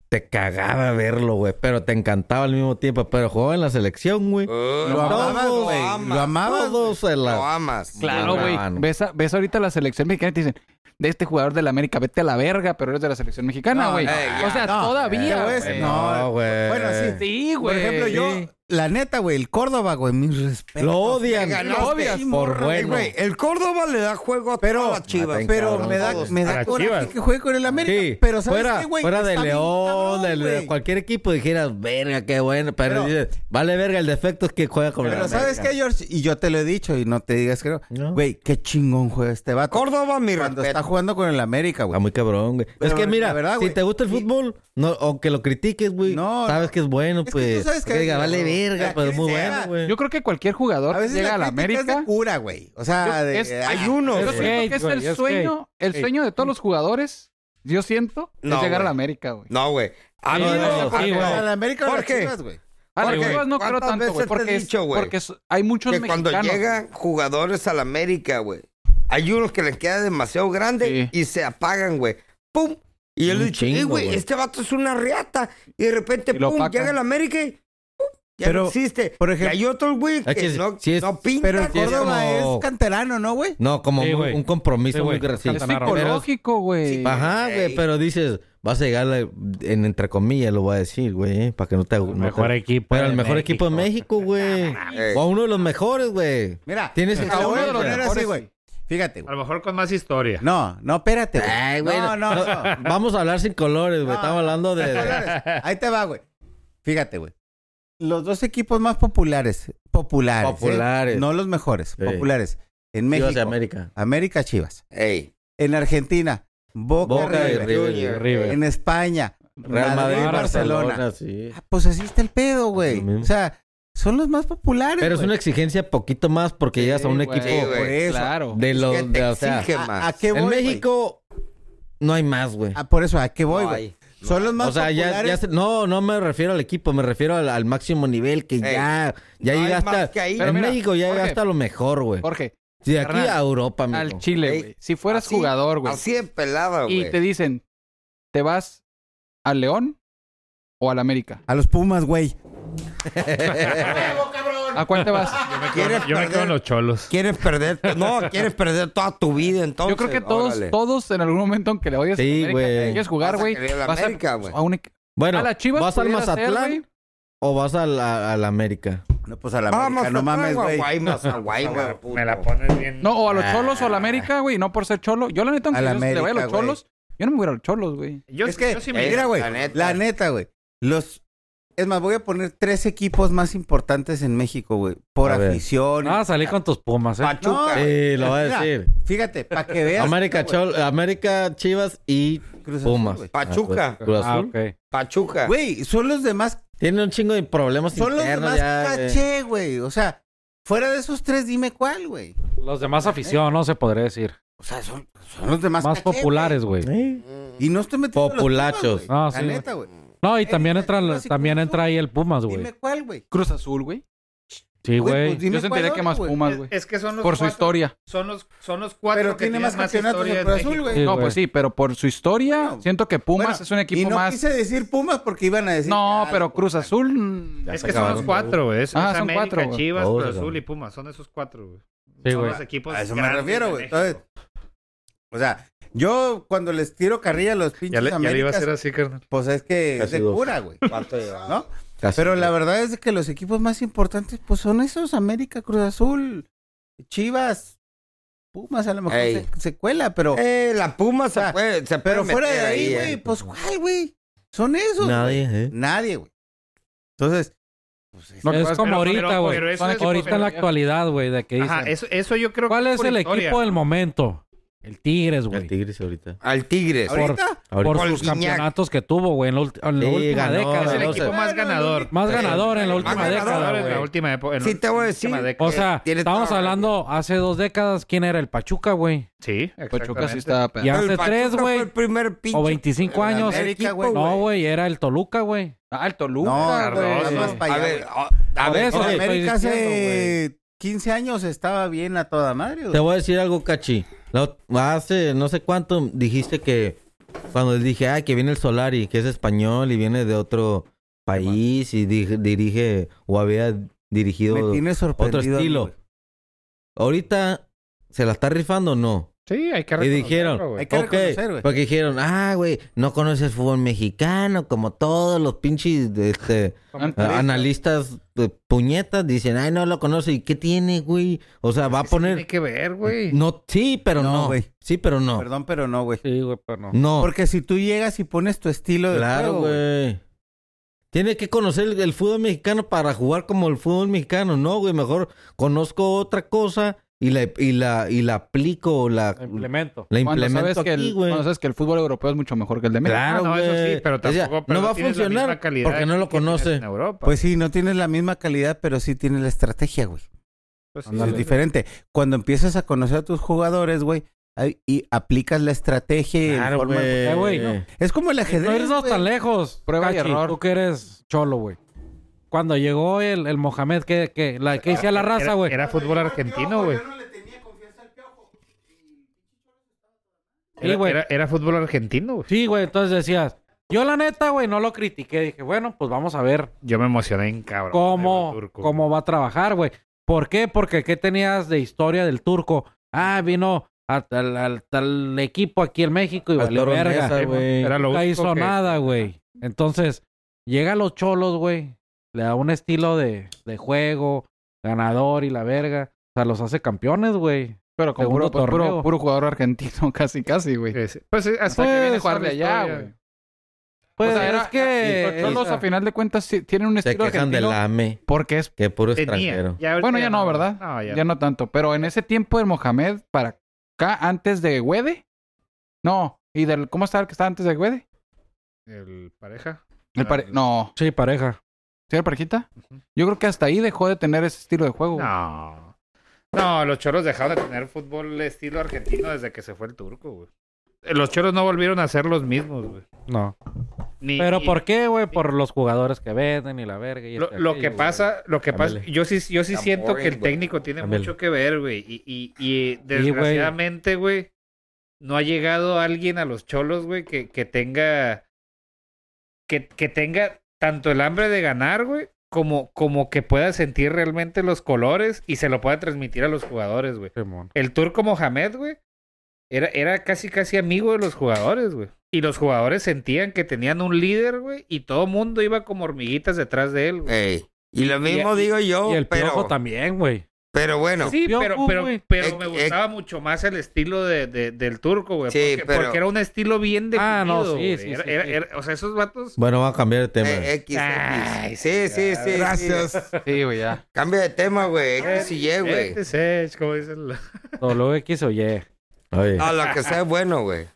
Speaker 2: te cagaba verlo, güey. Pero te encantaba al mismo tiempo. Pero jugaba en la selección, güey.
Speaker 5: Lo
Speaker 7: Lo amabas,
Speaker 2: Todos,
Speaker 7: güey.
Speaker 5: amas.
Speaker 7: Lo amabas.
Speaker 2: Todos se
Speaker 5: Lo
Speaker 2: la...
Speaker 5: amas.
Speaker 4: Claro,
Speaker 2: Ah,
Speaker 4: güey.
Speaker 2: no.
Speaker 4: Ves, a- ves ahorita la selección mexicana y te dicen, de este jugador de la América, vete a la verga, pero eres de la selección mecana,
Speaker 7: No,
Speaker 4: güey.
Speaker 7: eh,
Speaker 4: o sea,
Speaker 7: no,
Speaker 4: todavía.
Speaker 7: eh,
Speaker 4: güey.
Speaker 7: pues,
Speaker 2: No, güey.
Speaker 7: Bueno, sí.
Speaker 4: Sí,
Speaker 7: Por
Speaker 4: güey.
Speaker 7: ejemplo, yo,
Speaker 4: Sí.
Speaker 7: la neta, güey, el Córdoba, güey, mis respetos.
Speaker 2: Lo odian.
Speaker 5: Te ganaste.
Speaker 2: Lo odian por
Speaker 5: Ey,
Speaker 2: bueno.
Speaker 5: güey, el Córdoba le da juego a
Speaker 7: Pero-
Speaker 5: todas las chivas.
Speaker 2: Ah,
Speaker 7: Pero
Speaker 2: Cabrón,
Speaker 7: me da,
Speaker 2: todos.
Speaker 7: me
Speaker 6: A
Speaker 7: da
Speaker 6: las
Speaker 7: coraje
Speaker 6: Chivas.
Speaker 7: que juegue con el América.
Speaker 2: Sí,
Speaker 7: Pero ¿sabes
Speaker 2: fuera,
Speaker 7: qué, güey?
Speaker 2: fuera
Speaker 7: Está
Speaker 2: de
Speaker 7: bien
Speaker 2: León,
Speaker 7: cabrón,
Speaker 2: del- de
Speaker 7: güey.
Speaker 2: cualquier equipo, dijeras, verga, qué bueno. Pero,
Speaker 7: Pero-
Speaker 2: dices, vale verga, el defecto es que juega con el
Speaker 7: Pero ¿sabes
Speaker 2: América.
Speaker 7: qué, George? Y yo te lo he dicho y no te digas que no.
Speaker 2: No.
Speaker 7: Güey, qué chingón juega este vato.
Speaker 5: Córdoba, mi
Speaker 7: Cuando
Speaker 5: respeto.
Speaker 7: está jugando con el América,
Speaker 2: Está
Speaker 7: güey.
Speaker 2: Ah, muy cabrón, güey.
Speaker 7: Pero
Speaker 2: es que
Speaker 7: la
Speaker 2: mira,
Speaker 7: verdad,
Speaker 2: si
Speaker 7: güey,
Speaker 2: te gusta el
Speaker 7: y-
Speaker 2: fútbol, no, aunque lo critiques, güey,
Speaker 7: No,
Speaker 2: sabes que es bueno,
Speaker 7: Es que tú
Speaker 2: pues.
Speaker 7: sabes que-
Speaker 2: que diga, vale verga,
Speaker 7: La
Speaker 2: pero es muy
Speaker 7: crítica-
Speaker 2: bueno, güey.
Speaker 4: Yo creo que cualquier jugador
Speaker 7: A veces
Speaker 4: llega a la
Speaker 7: crítica es
Speaker 4: América.
Speaker 7: de cura, güey. O sea,
Speaker 4: Yo-
Speaker 7: de,
Speaker 4: es-
Speaker 7: ah,
Speaker 5: Hay uno.
Speaker 4: Yo
Speaker 3: Es
Speaker 4: siento
Speaker 3: hate,
Speaker 4: que es
Speaker 3: güey,
Speaker 4: el
Speaker 3: es
Speaker 4: sueño, el
Speaker 3: Hate.
Speaker 4: sueño de todos los jugadores, yo siento,
Speaker 5: No,
Speaker 4: es llegar a la
Speaker 5: güey.
Speaker 4: América, güey.
Speaker 5: No, güey.
Speaker 4: Ah,
Speaker 5: A
Speaker 3: Sí,
Speaker 5: mí
Speaker 3: güey,
Speaker 5: no,
Speaker 3: sí,
Speaker 5: porque-
Speaker 3: güey.
Speaker 7: a la América o las
Speaker 5: Jorge,
Speaker 7: Chivas, güey.
Speaker 4: A las
Speaker 5: Jorge,
Speaker 4: Chivas no creo
Speaker 5: ¿cuántas
Speaker 4: tanto, güey,
Speaker 5: veces te he
Speaker 4: porque, es-
Speaker 5: dicho, güey?
Speaker 4: porque es- hay muchos
Speaker 5: que cuando
Speaker 4: mexicanos.
Speaker 5: llegan jugadores a la América, güey, hay unos que les queda demasiado grande
Speaker 4: Sí.
Speaker 5: y se apagan, güey. ¡Pum! Y yo
Speaker 2: Un
Speaker 5: le digo, "Ey,
Speaker 2: chingo,
Speaker 5: güey,
Speaker 2: güey.
Speaker 5: este vato es una riata. Y de repente,
Speaker 4: Y lo
Speaker 5: ¡pum!
Speaker 4: opacan.
Speaker 5: Llega a la América y ¡pum! Ya
Speaker 7: Pero,
Speaker 5: no existe.
Speaker 7: por
Speaker 5: Y
Speaker 7: ejemplo-
Speaker 5: hay otros, güey, que,
Speaker 2: Es que si-
Speaker 5: no,
Speaker 2: si es-
Speaker 5: no pintan.
Speaker 7: Pero el
Speaker 2: Sí, es
Speaker 7: Córdoba
Speaker 2: como-
Speaker 7: es canterano, ¿no, güey?
Speaker 2: No, como
Speaker 3: Sí,
Speaker 2: un,
Speaker 3: güey.
Speaker 2: un compromiso
Speaker 3: Sí,
Speaker 2: muy
Speaker 3: güey.
Speaker 2: gracito.
Speaker 4: Es
Speaker 3: Pero-
Speaker 4: psicológico, güey.
Speaker 2: Ajá, güey,
Speaker 5: Ey.
Speaker 2: pero dices, vas a llegar la- en entre comillas, lo voy a decir, güey, eh, para que no te. no te-
Speaker 3: Mejor equipo.
Speaker 2: Pero
Speaker 3: de
Speaker 2: el mejor equipo de México, güey.
Speaker 5: Ey.
Speaker 2: O a uno de los mejores, güey.
Speaker 7: Mira,
Speaker 2: Tienes
Speaker 7: te
Speaker 2: que-
Speaker 7: la voy
Speaker 4: Uno
Speaker 7: a
Speaker 4: de los
Speaker 7: poner
Speaker 4: mejores,
Speaker 7: así, güey.
Speaker 4: sí.
Speaker 7: Fíjate,
Speaker 6: A
Speaker 7: güey.
Speaker 6: lo mejor con más historia.
Speaker 7: No, no, espérate, güey.
Speaker 2: Ay, güey,
Speaker 7: No, no, no.
Speaker 2: no. Vamos a hablar sin colores, güey.
Speaker 7: No,
Speaker 2: Estamos hablando de.
Speaker 7: Colores. Ahí te va, güey. Fíjate, güey. Los dos equipos más populares, populares, ¿eh?
Speaker 2: Populares.
Speaker 7: no los mejores,
Speaker 2: Sí.
Speaker 7: populares. En México,
Speaker 2: Chivas de América.
Speaker 7: América Chivas.
Speaker 5: Ey.
Speaker 7: En Argentina, Boca,
Speaker 2: Boca y
Speaker 7: River.
Speaker 2: River.
Speaker 3: River.
Speaker 7: En España,
Speaker 2: Real Madrid,
Speaker 7: Barcelona.
Speaker 2: Barcelona, sí.
Speaker 7: Ah, Pues así está el pedo,
Speaker 2: Es
Speaker 7: güey.
Speaker 2: lo mismo.
Speaker 7: O sea, son los más populares.
Speaker 2: Pero es
Speaker 7: güey.
Speaker 2: una exigencia poquito más porque llegas a un
Speaker 4: Sí, güey.
Speaker 2: equipo
Speaker 5: Sí, güey.
Speaker 7: por eso.
Speaker 4: Claro.
Speaker 2: de los.
Speaker 5: que te
Speaker 2: de- o sea,
Speaker 5: exige
Speaker 7: ¿A, a
Speaker 5: más.
Speaker 7: qué voy,
Speaker 2: en
Speaker 7: güey?
Speaker 2: México no hay más, güey.
Speaker 7: Ah, por eso, ¿a qué voy,
Speaker 5: No
Speaker 7: güey?
Speaker 5: hay,
Speaker 7: son los más
Speaker 2: O sea, ya,
Speaker 7: populares.
Speaker 2: ya se- no, no me refiero al equipo, me refiero al, al máximo nivel que ya, ya
Speaker 5: No hay
Speaker 2: llegaste.
Speaker 5: más
Speaker 2: a-
Speaker 5: que ahí.
Speaker 4: Pero
Speaker 2: en
Speaker 4: mira,
Speaker 2: México ya
Speaker 4: Jorge.
Speaker 2: llegaste a lo mejor, güey.
Speaker 4: Jorge,
Speaker 2: De aquí
Speaker 4: carnal,
Speaker 2: a Europa, mijo.
Speaker 4: al Chile,
Speaker 5: Ey,
Speaker 4: güey. Si fueras
Speaker 5: así,
Speaker 4: jugador, güey.
Speaker 5: Así de pelada,
Speaker 4: y
Speaker 5: güey.
Speaker 4: te dicen, ¿te vas al León o al América?
Speaker 7: A los Pumas, güey.
Speaker 4: ¿A cuál te vas?
Speaker 6: Yo me
Speaker 5: ¿Quieres
Speaker 6: quedo, yo me
Speaker 5: perder?
Speaker 6: quedo en los cholos.
Speaker 5: Quieres perder, no, quieres perder toda tu vida entonces.
Speaker 4: Yo creo que todos,
Speaker 5: órale.
Speaker 4: todos en algún momento, aunque le odies a
Speaker 2: Sí,
Speaker 4: América,
Speaker 2: güey.
Speaker 4: que quieres jugar,
Speaker 5: Vas a
Speaker 4: güey,
Speaker 5: querer a la
Speaker 4: vas a-
Speaker 5: América, güey.
Speaker 4: a un equ-
Speaker 2: Bueno,
Speaker 4: A la Chivas
Speaker 2: ¿vas al
Speaker 4: pudiera ser,
Speaker 2: Mazatlán
Speaker 4: güey.
Speaker 2: o vas al, a- al América?
Speaker 7: No, pues a la
Speaker 5: Vamos,
Speaker 7: América, no mames, güey.
Speaker 6: Me la pones bien. Ah.
Speaker 4: No, o a los cholos o a la América, güey, no por ser cholo. Yo la neta, aunque
Speaker 7: A la
Speaker 4: yo le voy a los
Speaker 7: América, güey.
Speaker 4: cholos, yo no me voy a los cholos, güey.
Speaker 6: Yo,
Speaker 7: es que,
Speaker 6: yo sí me-
Speaker 7: mira, güey,
Speaker 5: la neta.
Speaker 7: la neta, güey. Los, es más, voy a poner tres equipos más importantes en México, güey. Por
Speaker 2: A ver.
Speaker 7: afición.
Speaker 3: No, Ah, salí con tus pumas, ¿eh?
Speaker 7: Pachuca.
Speaker 2: Sí, lo voy a
Speaker 7: Mira,
Speaker 2: decir.
Speaker 7: Fíjate, para que veas.
Speaker 2: América,
Speaker 7: güey.
Speaker 2: Chol- América, Chivas y
Speaker 7: Cruz Azul,
Speaker 2: Pumas.
Speaker 7: güey.
Speaker 5: Pachuca.
Speaker 2: Ah, pues, Cruz
Speaker 3: Ah,
Speaker 2: Azul.
Speaker 3: ok.
Speaker 5: Pachuca.
Speaker 7: Güey, son los demás,
Speaker 2: Tiene un chingo de problemas
Speaker 7: son los
Speaker 2: internos
Speaker 7: demás
Speaker 2: ya. eh.
Speaker 7: caché, güey. O sea, fuera de esos tres, dime cuál, güey.
Speaker 3: Los demás afición, no se podría decir.
Speaker 7: O sea, son, son los demás
Speaker 3: Más
Speaker 7: caché, güey.
Speaker 3: populares, güey.
Speaker 2: Sí.
Speaker 7: Y no estoy metiendo los
Speaker 2: Populachos.
Speaker 3: No,
Speaker 7: Pumas, güey. la
Speaker 3: sí,
Speaker 7: neta, güey.
Speaker 3: No, y
Speaker 7: Eh,
Speaker 3: también
Speaker 7: eh,
Speaker 3: entra,
Speaker 7: no,
Speaker 3: la-
Speaker 7: sí,
Speaker 3: también
Speaker 7: Cruz
Speaker 3: entra ahí el Pumas, güey.
Speaker 7: Dime cuál, güey.
Speaker 4: Cruz Azul, güey.
Speaker 3: Sí,
Speaker 7: Güey,
Speaker 3: güey.
Speaker 7: pues, dime
Speaker 4: Yo sentiría
Speaker 7: cuál
Speaker 4: que
Speaker 7: otro,
Speaker 4: más
Speaker 7: güey.
Speaker 4: Pumas, güey.
Speaker 6: Es que son los
Speaker 4: Por su
Speaker 6: cuatro-
Speaker 4: historia.
Speaker 6: Son los, son los cuatro
Speaker 7: Pero
Speaker 6: que
Speaker 7: tiene
Speaker 6: tienen
Speaker 7: más
Speaker 6: más,
Speaker 7: campeonatos
Speaker 6: historia
Speaker 7: el
Speaker 6: en
Speaker 7: Cruz Azul,
Speaker 6: México.
Speaker 7: güey.
Speaker 3: Sí,
Speaker 4: no,
Speaker 3: güey.
Speaker 4: pues sí, pero por su historia,
Speaker 7: Bueno.
Speaker 4: siento que Pumas
Speaker 7: Bueno,
Speaker 4: es un
Speaker 7: y
Speaker 4: equipo
Speaker 7: no
Speaker 4: más.
Speaker 7: quise decir Pumas porque iban a decir.
Speaker 4: No,
Speaker 7: "Ah,
Speaker 4: pero Cruz Azul. mm,
Speaker 2: Ya
Speaker 6: Es
Speaker 2: se
Speaker 6: que son los
Speaker 2: acabaron.
Speaker 6: cuatro, güey. Es
Speaker 4: Ah,
Speaker 6: es
Speaker 4: son
Speaker 6: América,
Speaker 4: cuatro, güey.
Speaker 6: Chivas,
Speaker 2: Todos
Speaker 6: Cruz
Speaker 2: acabaron.
Speaker 6: Azul y Pumas. Son esos cuatro, güey.
Speaker 3: Sí,
Speaker 6: son
Speaker 3: güey.
Speaker 6: los equipos.
Speaker 7: A eso me
Speaker 6: grandes de
Speaker 7: refiero, güey.
Speaker 6: México.
Speaker 7: Entonces, o sea, yo cuando les tiro carrilla a los
Speaker 6: Ya
Speaker 7: pinches
Speaker 6: le, ya le iba a
Speaker 7: Américas,
Speaker 6: hacer así, carnal.
Speaker 7: pues es que es
Speaker 2: Casi
Speaker 7: de
Speaker 2: dos.
Speaker 7: cura, güey. ¿No?
Speaker 2: Casi.
Speaker 7: Pero la verdad es que los equipos más importantes, pues son esos, América, Cruz Azul, Chivas, Pumas, a lo mejor
Speaker 5: Ey.
Speaker 7: se, se cuela, pero,
Speaker 5: Eh, la Puma
Speaker 7: O sea,
Speaker 5: se puede, se
Speaker 7: pero
Speaker 5: puede
Speaker 7: fuera de
Speaker 5: meter
Speaker 7: ahí, güey,
Speaker 5: eh.
Speaker 7: pues ¿cuál, güey? Son esos.
Speaker 2: Nadie,
Speaker 7: güey.
Speaker 2: ¿eh?
Speaker 7: Nadie, güey. Entonces, pues, es-
Speaker 4: No,
Speaker 3: Es
Speaker 4: pero-
Speaker 3: como
Speaker 6: pero-
Speaker 3: ahorita,
Speaker 6: pero
Speaker 3: güey.
Speaker 6: eso es
Speaker 3: Ahorita
Speaker 6: equipo-
Speaker 3: en la actualidad, güey, de que
Speaker 6: Ajá,
Speaker 3: dicen.
Speaker 6: eso, eso yo creo
Speaker 3: ¿Cuál
Speaker 6: que
Speaker 3: es
Speaker 6: por
Speaker 3: el
Speaker 6: historia.
Speaker 3: equipo del momento? El Tigres,
Speaker 2: El
Speaker 3: güey.
Speaker 2: Tigres ahorita.
Speaker 5: Al Tigres.
Speaker 3: Ahorita,
Speaker 2: Ahorita.
Speaker 3: por sus
Speaker 5: Iñak.
Speaker 3: campeonatos que tuvo, güey, en la, ulti- en la
Speaker 2: Sí,
Speaker 3: última
Speaker 2: ganó,
Speaker 6: Es
Speaker 3: década.
Speaker 6: el
Speaker 2: ganó,
Speaker 3: o sea,
Speaker 6: equipo más ganador.
Speaker 3: más ganador en la
Speaker 5: Más
Speaker 3: última
Speaker 5: ganador
Speaker 3: década,
Speaker 6: en la
Speaker 3: güey.
Speaker 6: última época. en
Speaker 5: Sí,
Speaker 6: la
Speaker 5: te voy a
Speaker 6: última
Speaker 5: decir.
Speaker 6: década.
Speaker 3: O sea,
Speaker 5: Tienes
Speaker 3: estamos
Speaker 5: toda la
Speaker 3: hablando hace dos décadas quién era el Pachuca, güey.
Speaker 6: Sí,
Speaker 4: Pachuca
Speaker 6: exactamente.
Speaker 4: sí está. pe-
Speaker 3: Y
Speaker 5: El
Speaker 3: hace
Speaker 5: Pachuca
Speaker 3: tres,
Speaker 5: fue
Speaker 3: güey.
Speaker 5: El primer pinche.
Speaker 3: O 25
Speaker 7: el
Speaker 3: años.
Speaker 7: América,
Speaker 5: equipo,
Speaker 7: güey.
Speaker 3: No, güey, era el Toluca, güey.
Speaker 4: Ah, el
Speaker 7: No,
Speaker 4: Toluca,
Speaker 7: güey,
Speaker 4: güey.
Speaker 7: más
Speaker 4: Sí.
Speaker 7: pa' allá,
Speaker 5: A
Speaker 7: güey.
Speaker 5: ver, a- a
Speaker 3: Por
Speaker 5: ver,
Speaker 3: eso
Speaker 7: En
Speaker 3: te estoy
Speaker 7: América hace
Speaker 3: diciendo,
Speaker 7: 15 años estaba bien a toda madre,
Speaker 2: Te
Speaker 7: güey.
Speaker 2: voy a decir algo, Cachi. La ot- hace no sé cuánto dijiste que cuando les dije, ay, que viene el Solari, que es español y viene de otro país y di- dirige o había
Speaker 7: Me
Speaker 2: dirigido
Speaker 7: tiene sorprendido.
Speaker 2: otro
Speaker 7: a mí,
Speaker 2: estilo.
Speaker 7: güey.
Speaker 2: Ahorita se la está rifando o no.
Speaker 6: Sí, hay que
Speaker 2: Y
Speaker 6: reconocerlo,
Speaker 2: dijeron,
Speaker 6: güey.
Speaker 7: Hay que
Speaker 2: ok,
Speaker 7: reconocer, güey.
Speaker 2: porque dijeron, ah, güey, no conoce el fútbol mexicano, como todos los pinches este,
Speaker 4: Antes-
Speaker 2: Ah, analistas eh, puñetas dicen, ay, no lo conoce. ¿Y qué tiene, güey? O sea, va a
Speaker 6: Sí
Speaker 2: poner...
Speaker 6: Tiene que ver, güey.
Speaker 2: No, sí, pero
Speaker 7: No,
Speaker 2: no.
Speaker 7: güey.
Speaker 2: Sí, pero no.
Speaker 7: Perdón, pero no, güey.
Speaker 3: Sí, güey, pero no.
Speaker 2: No.
Speaker 7: Porque si tú llegas y pones tu estilo de
Speaker 2: claro,
Speaker 7: juego,
Speaker 2: güey. Tiene que conocer el, el fútbol mexicano para jugar como el fútbol mexicano. No, güey, mejor conozco otra cosa y la, y la, y la aplico o la,
Speaker 3: Implemento.
Speaker 2: la
Speaker 4: Cuando sabes,
Speaker 2: implemento
Speaker 4: que
Speaker 2: aquí,
Speaker 4: el,
Speaker 2: güey.
Speaker 4: cuando sabes que el fútbol europeo es mucho mejor que el de México.
Speaker 2: Claro,
Speaker 6: Ah, no,
Speaker 2: güey.
Speaker 6: eso sí, pero
Speaker 2: O sea,
Speaker 6: tampoco. pero
Speaker 2: no va a
Speaker 6: tienes la misma
Speaker 2: funcionar
Speaker 6: calidad
Speaker 2: porque no lo
Speaker 6: que tienes
Speaker 2: conoce.
Speaker 6: En Europa.
Speaker 7: Pues sí, no tienes la misma calidad, pero sí tienes la estrategia, güey.
Speaker 6: Pues sí,
Speaker 7: Es diferente. Cuando empiezas a conocer a tus jugadores, güey, ahí- y aplicas la estrategia y el
Speaker 2: Claro,
Speaker 7: forma-
Speaker 3: Eh, güey,
Speaker 2: güey.
Speaker 3: no.
Speaker 7: Es como el ajedrez.
Speaker 3: No irnos
Speaker 7: güey.
Speaker 3: tan lejos.
Speaker 4: Prueba y
Speaker 3: Cachi,
Speaker 4: error.
Speaker 3: Tú que eres cholo, güey. Cuando llegó el, el Mohamed, que, que, la, que hacía la raza,
Speaker 6: Era-
Speaker 3: güey.
Speaker 6: Era fútbol argentino, güey.
Speaker 3: Sí,
Speaker 6: Era-
Speaker 3: güey.
Speaker 6: Era era fútbol argentino, güey.
Speaker 3: Sí, güey, entonces decías. Yo la neta, güey, no lo critiqué. Dije, bueno, pues vamos a ver
Speaker 6: Yo me emocioné en cabrón.
Speaker 3: cómo,
Speaker 6: del turco.
Speaker 3: cómo va a trabajar, güey. ¿Por qué? Porque ¿qué tenías de historia del turco? Ah, vino a- al, al- al equipo aquí en México y
Speaker 2: Al
Speaker 3: valió
Speaker 2: Toro
Speaker 3: verga.
Speaker 2: Nesa, güey.
Speaker 6: Era lo
Speaker 3: Nunca
Speaker 6: único
Speaker 3: hizo
Speaker 6: que-
Speaker 3: nada, güey. Entonces, llega a los cholos, güey. Le da un estilo de, de juego, ganador y la verga. O sea, los hace campeones, güey.
Speaker 4: Pero con
Speaker 3: Segundo
Speaker 4: puro, pues, puro-
Speaker 3: torneo.
Speaker 4: puro jugador argentino, casi, casi, güey.
Speaker 6: Es- Pues eh, hasta
Speaker 4: Hasta que
Speaker 6: que
Speaker 4: viene a
Speaker 6: viene
Speaker 4: jugar de allá, güey.
Speaker 3: Pues
Speaker 4: O sea, era-
Speaker 3: es que...
Speaker 4: Los cholos,
Speaker 3: esa-
Speaker 4: a final de cuentas, sí tienen un
Speaker 2: Se
Speaker 4: estilo
Speaker 2: quejan
Speaker 4: argentino.
Speaker 2: del AME,
Speaker 4: Porque es.
Speaker 2: E. que puro
Speaker 6: Tenía.
Speaker 2: extranjero.
Speaker 6: Ya ahorita
Speaker 4: Bueno, ya no, ¿verdad?
Speaker 6: No, ya
Speaker 4: Ya no tanto. Pero en ese tiempo de Mohamed, para acá, antes de Güede. No. ¿Y del. ¿Cómo estaba el que estaba antes de Güede?
Speaker 6: ah, El pareja.
Speaker 4: El pare- No.
Speaker 3: Ah, Sí, pareja.
Speaker 4: ¿Sí era parejita? Yo creo que hasta ahí dejó de tener ese estilo de juego. güey.
Speaker 6: No. No, los choros dejaron de tener fútbol estilo argentino desde que se fue el turco, güey. Eh, Los choros no volvieron a ser los mismos, güey.
Speaker 3: No.
Speaker 6: Ni-
Speaker 3: Pero
Speaker 6: ni-
Speaker 3: ¿por qué, güey? Por los jugadores que venden y la verga. Y
Speaker 6: Lo,
Speaker 3: este,
Speaker 6: lo
Speaker 3: aquello,
Speaker 6: que
Speaker 3: güey.
Speaker 6: pasa, lo que pasa, yo sí, yo sí
Speaker 5: Tan
Speaker 6: siento que el
Speaker 5: boring, güey.
Speaker 6: técnico tiene
Speaker 2: Cámbiale.
Speaker 6: mucho que ver, güey. Y, y, y desgraciadamente, güey, no ha llegado alguien a los cholos, güey, que, que tenga, que, que tenga tanto el hambre de ganar, güey, como, como que pueda sentir realmente los colores y se lo pueda transmitir a los jugadores, güey. El turco Mohamed, güey, era, era casi casi amigo de los jugadores, güey. Y los jugadores sentían que tenían un líder, güey, y todo mundo iba como hormiguitas detrás de él, güey.
Speaker 5: Ey, y lo mismo
Speaker 6: y-
Speaker 5: digo yo,
Speaker 3: Y el piojo
Speaker 5: pero,
Speaker 3: también, güey.
Speaker 5: pero bueno.
Speaker 6: sí,
Speaker 3: Piojo,
Speaker 6: pero, pero,
Speaker 3: güey.
Speaker 6: pero
Speaker 5: Eh,
Speaker 6: me
Speaker 5: eh.
Speaker 6: gustaba mucho más el estilo de, de- del turco, güey.
Speaker 5: Sí,
Speaker 6: porque,
Speaker 5: pero-
Speaker 6: porque era un estilo bien definido.
Speaker 3: Ah, no, sí,
Speaker 6: güey.
Speaker 3: sí, sí,
Speaker 6: Era- era-
Speaker 3: sí.
Speaker 6: era- o sea, esos vatos.
Speaker 2: Bueno, vamos a cambiar de tema.
Speaker 5: eh, X, X.
Speaker 6: Ay,
Speaker 5: sí, sí, sí. sí.
Speaker 1: Gracias.
Speaker 4: Sí, güey, ya.
Speaker 5: Cambio de tema, güey. X y Y, güey.
Speaker 6: Este Sech, como dicen la-
Speaker 3: WX o Y.
Speaker 2: Oye,
Speaker 5: A lo que sea bueno, güey.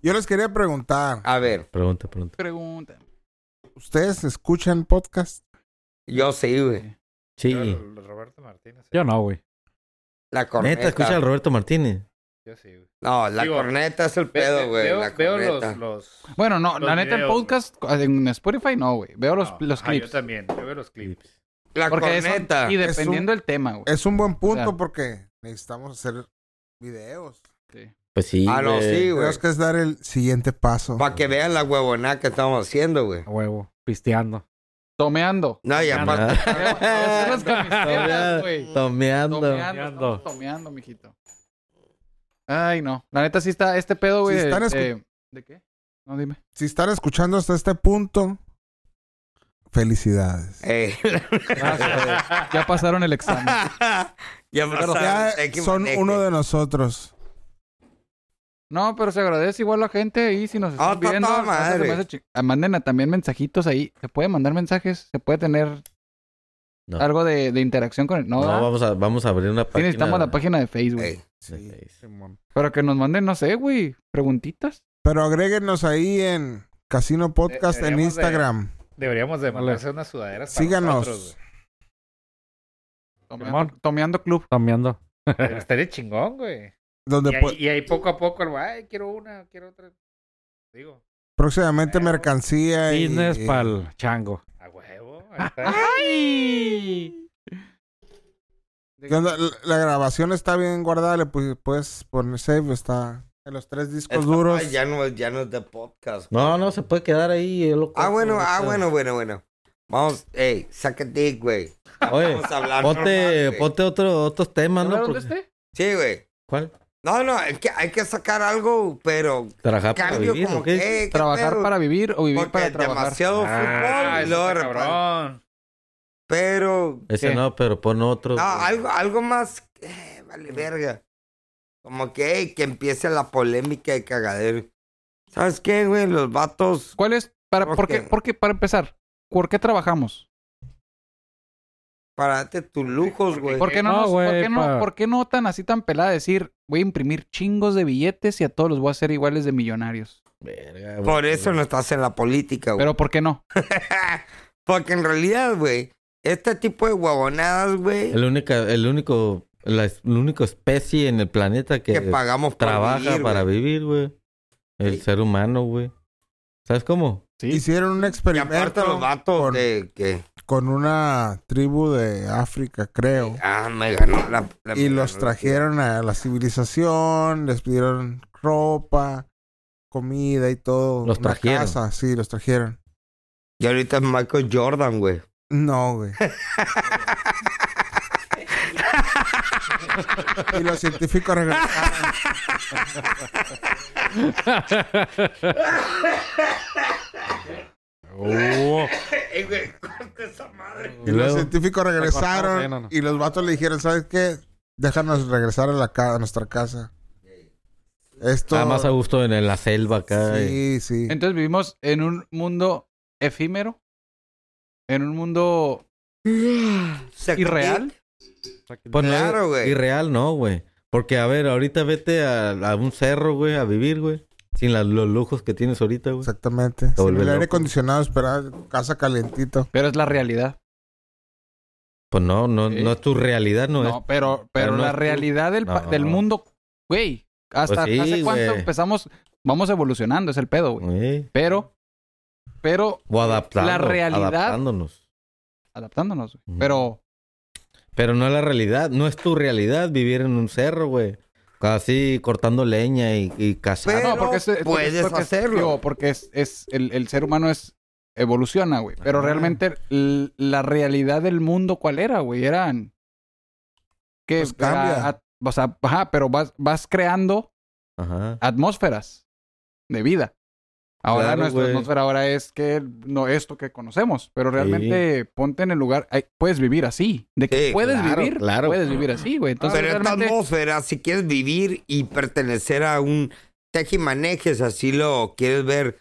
Speaker 1: Yo les quería preguntar,
Speaker 5: A ver,
Speaker 2: pregunta, pues. pregunta.
Speaker 4: Pregunta.
Speaker 1: ¿ustedes escuchan podcast?
Speaker 5: yo sí, güey.
Speaker 2: Sí.
Speaker 6: Yo, Roberto Martínez.
Speaker 3: Yo no, güey.
Speaker 5: La
Speaker 2: Neta,
Speaker 5: corneta.
Speaker 2: escucha al Roberto Martínez.
Speaker 6: eh, Yo sí, güey.
Speaker 5: No, la
Speaker 6: Digo,
Speaker 5: corneta es el
Speaker 6: Ve-
Speaker 5: pedo,
Speaker 6: ve-
Speaker 5: güey.
Speaker 6: Veo,
Speaker 5: La
Speaker 6: veo
Speaker 5: corneta.
Speaker 6: los, los-
Speaker 4: Bueno, no,
Speaker 6: Los
Speaker 4: la neta,
Speaker 6: videos,
Speaker 4: en podcast, en Spotify no, güey. Veo los,
Speaker 6: Ah,
Speaker 4: los
Speaker 6: ah, Yo
Speaker 4: clips.
Speaker 6: también, yo veo los
Speaker 1: pues.
Speaker 6: clips.
Speaker 5: La
Speaker 4: Porque eso-
Speaker 5: corneta.
Speaker 4: y
Speaker 1: Es
Speaker 4: dependiendo del tema, güey.
Speaker 1: Es un buen punto
Speaker 4: O sea.
Speaker 1: porque necesitamos hacer videos.
Speaker 2: Pues sí.
Speaker 5: Ah, no, sí, güey.
Speaker 1: Tenemos que es dar el siguiente paso.
Speaker 5: Para que vean la huevonada que estamos haciendo, güey.
Speaker 3: A huevo. Pisteando.
Speaker 4: Tomeando.
Speaker 5: No, y
Speaker 1: Ah.
Speaker 5: aparte.
Speaker 4: Ah, Son las camisetas, güey.
Speaker 2: Tomeando.
Speaker 4: Tomeando. estamos Tomeando, mijito. Ay, no. La neta, sí está este pedo, güey.
Speaker 1: Si
Speaker 4: de-
Speaker 1: están
Speaker 4: de,
Speaker 1: escu-
Speaker 4: ¿De qué? No, dime.
Speaker 1: Si están escuchando hasta este punto, felicidades.
Speaker 5: Ey.
Speaker 4: Ya pasaron el examen.
Speaker 5: ya
Speaker 1: Ya
Speaker 5: pasaron, tequi
Speaker 1: son
Speaker 5: maneque.
Speaker 1: uno de nosotros.
Speaker 4: No, pero se agradece igual la gente ahí si nos
Speaker 5: Ah,
Speaker 4: están
Speaker 5: está
Speaker 4: viendo.
Speaker 5: toda
Speaker 4: no se me
Speaker 5: madre.
Speaker 4: hace chi- ah, Manden a- también mensajitos ahí. Se puede mandar mensajes, se puede tener
Speaker 2: No.
Speaker 4: algo de, de interacción con el. No,
Speaker 2: No,
Speaker 4: ¿verdad?
Speaker 2: vamos a, vamos a abrir una
Speaker 4: Sí,
Speaker 2: página.
Speaker 4: necesitamos la página de Facebook.
Speaker 5: Ey.
Speaker 2: Sí.
Speaker 4: Pero que nos manden, no sé, güey, preguntitas.
Speaker 1: Pero agréguenos ahí en Casino Podcast en
Speaker 6: Deberíamos de-
Speaker 1: Instagram.
Speaker 6: Deberíamos de mandarse unas sudaderas para
Speaker 1: Síganos.
Speaker 6: nosotros, güey.
Speaker 4: Tomeando, Tomeando Club.
Speaker 3: Cambiando.
Speaker 6: Pero Estaría chingón, güey.
Speaker 1: Donde
Speaker 6: Y ahí,
Speaker 1: po-
Speaker 6: y ahí poco a poco, el güey, ay, quiero una, quiero otra. Digo,
Speaker 1: próximamente mercancía y-
Speaker 3: Business
Speaker 1: y,
Speaker 3: pa'l chango.
Speaker 6: a huevo. ahí está.
Speaker 4: ¡Ay!
Speaker 1: ¿Qué onda? La, la grabación está bien guardada, le pu- puedes poner save, está en los tres discos
Speaker 5: Esta
Speaker 1: duros.
Speaker 5: madre Ya no, es- ya no es de podcast. güey.
Speaker 2: No, no, se puede quedar ahí. yo lo
Speaker 5: Ah,
Speaker 2: corto,
Speaker 5: bueno,
Speaker 2: no
Speaker 5: ah,
Speaker 2: sé.
Speaker 5: bueno, bueno, bueno. Vamos, ey, saca dick, güey.
Speaker 2: Oye,
Speaker 5: Vamos a hablar.
Speaker 2: Eh, ponte,
Speaker 5: normal, güey.
Speaker 2: ponte otro, otros temas, ¿no?
Speaker 4: ¿Hablaron de
Speaker 2: Porque-
Speaker 4: este?
Speaker 5: Sí, güey.
Speaker 2: ¿Cuál?
Speaker 5: No, no, es que hay que sacar algo, pero
Speaker 2: Trabajar para
Speaker 5: cambio
Speaker 2: vivir,
Speaker 5: como
Speaker 2: ¿o qué?
Speaker 5: que.
Speaker 4: ¿Trabajar para vivir o vivir
Speaker 5: Porque
Speaker 4: para trabajar?
Speaker 5: demasiado
Speaker 6: Ah,
Speaker 5: fútbol y
Speaker 6: eso
Speaker 5: luego de
Speaker 6: está
Speaker 5: repente-
Speaker 6: cabrón.
Speaker 5: Pero.
Speaker 2: Ese
Speaker 4: ¿Qué?
Speaker 2: no, pero pon otro.
Speaker 5: No,
Speaker 2: güey.
Speaker 5: algo, algo más. eh, vale, verga. Como que, ey, que empiece la polémica de cagadero. ¿Sabes qué, güey? Los vatos.
Speaker 4: ¿Cuál es? Para,
Speaker 5: ¿Por
Speaker 4: ¿por qué?
Speaker 5: qué?
Speaker 4: Porque, para empezar, ¿por qué trabajamos?
Speaker 5: Para darte tus lujos, güey.
Speaker 4: ¿Por qué no,
Speaker 3: No,
Speaker 4: nos-
Speaker 3: güey,
Speaker 4: ¿por qué no,
Speaker 3: pa-
Speaker 4: por qué no tan así tan pelada decir, voy a imprimir chingos de billetes y a todos los voy a hacer iguales de millonarios?
Speaker 2: Verga, güey.
Speaker 5: Por eso no estás en la política, güey.
Speaker 4: Pero ¿por qué no?
Speaker 5: Porque en realidad, güey, este tipo de huevonadas, güey,
Speaker 2: El, única, el único... La, es- la única especie en el planeta que,
Speaker 5: que pagamos por
Speaker 2: trabaja
Speaker 5: vivir,
Speaker 2: para
Speaker 5: güey.
Speaker 2: vivir, güey. El
Speaker 5: Sí.
Speaker 2: ser humano, güey. ¿Sabes cómo?
Speaker 1: Hicieron un
Speaker 5: Y aparte los
Speaker 1: experimento
Speaker 5: vatos
Speaker 1: con,
Speaker 5: de que...
Speaker 1: con una tribu de África, creo.
Speaker 5: Ah, me ganó la... la-
Speaker 1: y
Speaker 5: me
Speaker 1: los
Speaker 5: ganó la-
Speaker 1: trajeron a la civilización, les pidieron ropa, comida y todo.
Speaker 2: Los
Speaker 1: una
Speaker 2: trajeron.
Speaker 1: casa, sí, los trajeron.
Speaker 5: Y ahorita es Michael Jordan, güey.
Speaker 1: No, güey. y los científicos regresaron.
Speaker 5: Ey, güey, corta esa madre.
Speaker 1: Y los
Speaker 2: Oh, luego? Ah,
Speaker 1: científicos regresaron
Speaker 3: sí, no, no.
Speaker 1: y los vatos le dijeron, ¿sabes qué? Déjanos regresar a, la ca- a nuestra casa. Esto...
Speaker 2: Está más a gusto en, en la selva acá. eh. y-
Speaker 1: sí, sí.
Speaker 4: Entonces vivimos en un mundo efímero, en un mundo
Speaker 5: Saca
Speaker 4: irreal.
Speaker 2: Pues no,
Speaker 5: Claro, güey.
Speaker 2: Irreal, no, güey. Porque, a ver, ahorita vete a, a un cerro, güey, a vivir, güey. Sin las- los lujos que tienes ahorita, güey.
Speaker 1: Exactamente. Sin
Speaker 2: vuelve
Speaker 1: el aire
Speaker 2: loco.
Speaker 1: acondicionado, esperar casa calentito.
Speaker 4: Pero es la realidad.
Speaker 2: Pues no, no,
Speaker 4: Sí.
Speaker 2: no es tu realidad, no,
Speaker 4: No,
Speaker 2: es.
Speaker 4: pero, pero
Speaker 2: pero no
Speaker 4: la
Speaker 2: es tu-
Speaker 4: realidad del, pa-
Speaker 2: No.
Speaker 4: del mundo, güey, hasta
Speaker 2: Pues sí,
Speaker 4: hace cuánto
Speaker 2: güey.
Speaker 4: empezamos, vamos evolucionando, es el pedo, güey.
Speaker 2: Eh,
Speaker 4: Pero, pero
Speaker 2: O adaptando,
Speaker 4: La realidad-
Speaker 2: adaptándonos.
Speaker 4: adaptándonos, güey.
Speaker 2: Ujú.
Speaker 4: Pero
Speaker 2: Pero no es la realidad, no es tu realidad vivir en un cerro, güey. Así cortando leña y, y cazando.
Speaker 5: Pero
Speaker 4: no, porque es- es-
Speaker 5: puedes
Speaker 4: porque es-
Speaker 5: hacerlo.
Speaker 4: digo, porque es, es el, el ser humano es evoluciona, güey. Pero realmente l- la realidad del mundo, ¿cuál era, güey? Eran... Que
Speaker 1: Pues cambia.
Speaker 4: a- a- o sea, ajá, pero vas, vas creando
Speaker 2: Ajá.
Speaker 4: atmósferas de vida. Ahora
Speaker 2: Claro,
Speaker 4: nuestra
Speaker 2: güey.
Speaker 4: atmósfera ahora es que no esto que conocemos, pero realmente ponte en el lugar, ay, puedes vivir así, de que
Speaker 7: Sí,
Speaker 4: puedes
Speaker 7: claro,
Speaker 4: vivir,
Speaker 7: claro.
Speaker 4: puedes vivir así, güey. Entonces
Speaker 5: Ah, Pero esta
Speaker 4: realmente-
Speaker 5: atmósfera, si quieres vivir y pertenecer a un tejimanejes, así lo quieres ver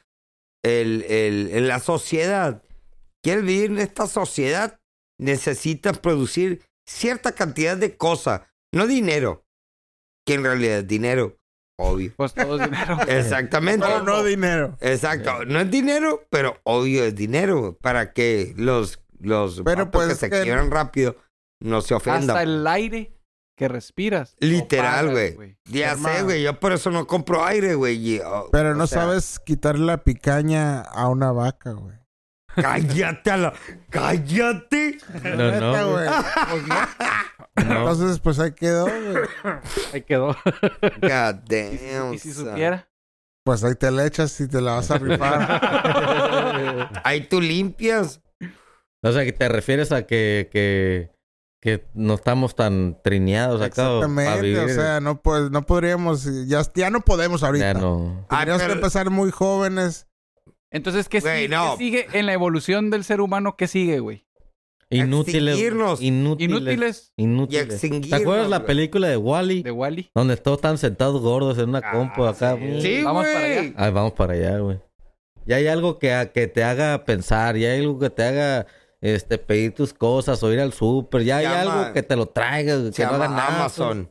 Speaker 5: el, el- en la sociedad, quieres vivir en esta sociedad, necesitas producir cierta cantidad de cosas, no dinero, que en realidad es dinero, obvio.
Speaker 4: pues todo es dinero.
Speaker 5: Exactamente.
Speaker 1: Pero no dinero.
Speaker 5: Exacto, no es dinero, pero obvio es dinero para que los los
Speaker 1: Pero
Speaker 5: vatos
Speaker 1: pues
Speaker 5: que
Speaker 1: es
Speaker 5: se
Speaker 1: que-
Speaker 5: quiebran rápido no se ofendan.
Speaker 4: Hasta el aire que respiras. lo
Speaker 5: Literal,
Speaker 4: pagas,
Speaker 5: güey. Ya sé,
Speaker 1: Hermano.
Speaker 5: güey. Yo por eso no compro aire, güey. y, oh,
Speaker 1: Pero
Speaker 5: o
Speaker 1: no
Speaker 5: sea,
Speaker 1: sabes quitarle la picaña a una vaca, güey.
Speaker 5: Cállate a la. Cállate.
Speaker 2: No,
Speaker 1: Neta,
Speaker 2: no.
Speaker 1: güey. Entonces, pues ahí quedó, güey.
Speaker 3: Ahí quedó.
Speaker 5: God damn,
Speaker 4: Y si
Speaker 5: son.
Speaker 4: supiera,
Speaker 1: Pues ahí te la echas y te la vas a rifar.
Speaker 5: Ahí tú limpias.
Speaker 2: O sea, que te refieres a que, que, que no estamos tan trineados acá. o- para
Speaker 1: Exactamente. O
Speaker 2: vivir.
Speaker 1: sea, no, pues, no podríamos. Ya, ya no podemos ahorita.
Speaker 2: Ya no.
Speaker 5: Ay,
Speaker 1: Tenemos que
Speaker 5: pero-
Speaker 1: empezar muy jóvenes.
Speaker 4: entonces ¿qué,
Speaker 5: Güey,
Speaker 4: sigue,
Speaker 5: no.
Speaker 4: qué sigue en la evolución del ser humano? ¿Qué sigue, güey?
Speaker 2: Inútiles.
Speaker 5: Extinguirnos.
Speaker 2: Inútiles. Inútiles.
Speaker 4: Inútiles
Speaker 5: Y
Speaker 2: ¿Te
Speaker 5: extinguirnos,
Speaker 2: acuerdas la
Speaker 5: güey.
Speaker 2: película de Wally?
Speaker 4: de Wally.
Speaker 2: Donde todos están sentados gordos en una
Speaker 6: Ah,
Speaker 2: compu acá.
Speaker 6: sí.
Speaker 5: Sí,
Speaker 4: Vamos para
Speaker 5: güey.
Speaker 2: Ay, vamos para allá, güey. Ya hay algo que, a- que te haga pensar, ya hay algo que te haga este, pedir tus cosas o ir al súper, ya hay
Speaker 5: Se llama-
Speaker 2: algo que te lo traiga, güey,
Speaker 5: Se
Speaker 2: que no
Speaker 5: llama
Speaker 2: haga nada.
Speaker 5: Amazon.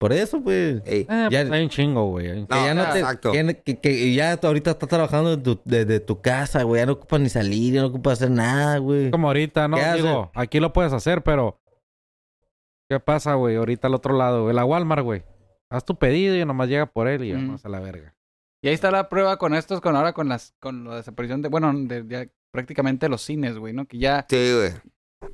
Speaker 2: Por eso, pues.
Speaker 5: Ey.
Speaker 3: Eh,
Speaker 2: Ya-
Speaker 3: pues hay un chingo, güey. hay un-
Speaker 5: No,
Speaker 2: que ya no te-
Speaker 5: exacto.
Speaker 2: que- que- que ya tú ahorita estás trabajando desde tu, desde tu casa, güey. Ya no ocupas ni salir, ya no ocupas hacer nada, güey.
Speaker 3: Como ahorita, ¿no?
Speaker 2: ¿Qué
Speaker 3: Digo, aquí lo puedes hacer, pero... ¿Qué pasa, güey? Ahorita al otro lado, güey. La Walmart, güey. Haz tu pedido y nomás llega por él y
Speaker 4: Mm.
Speaker 3: vamos a la verga.
Speaker 4: Y ahí está la prueba con estos, con ahora con las, con la desaparición de, bueno, de, de prácticamente los cines, güey, ¿no? Que ya
Speaker 5: Sí, güey.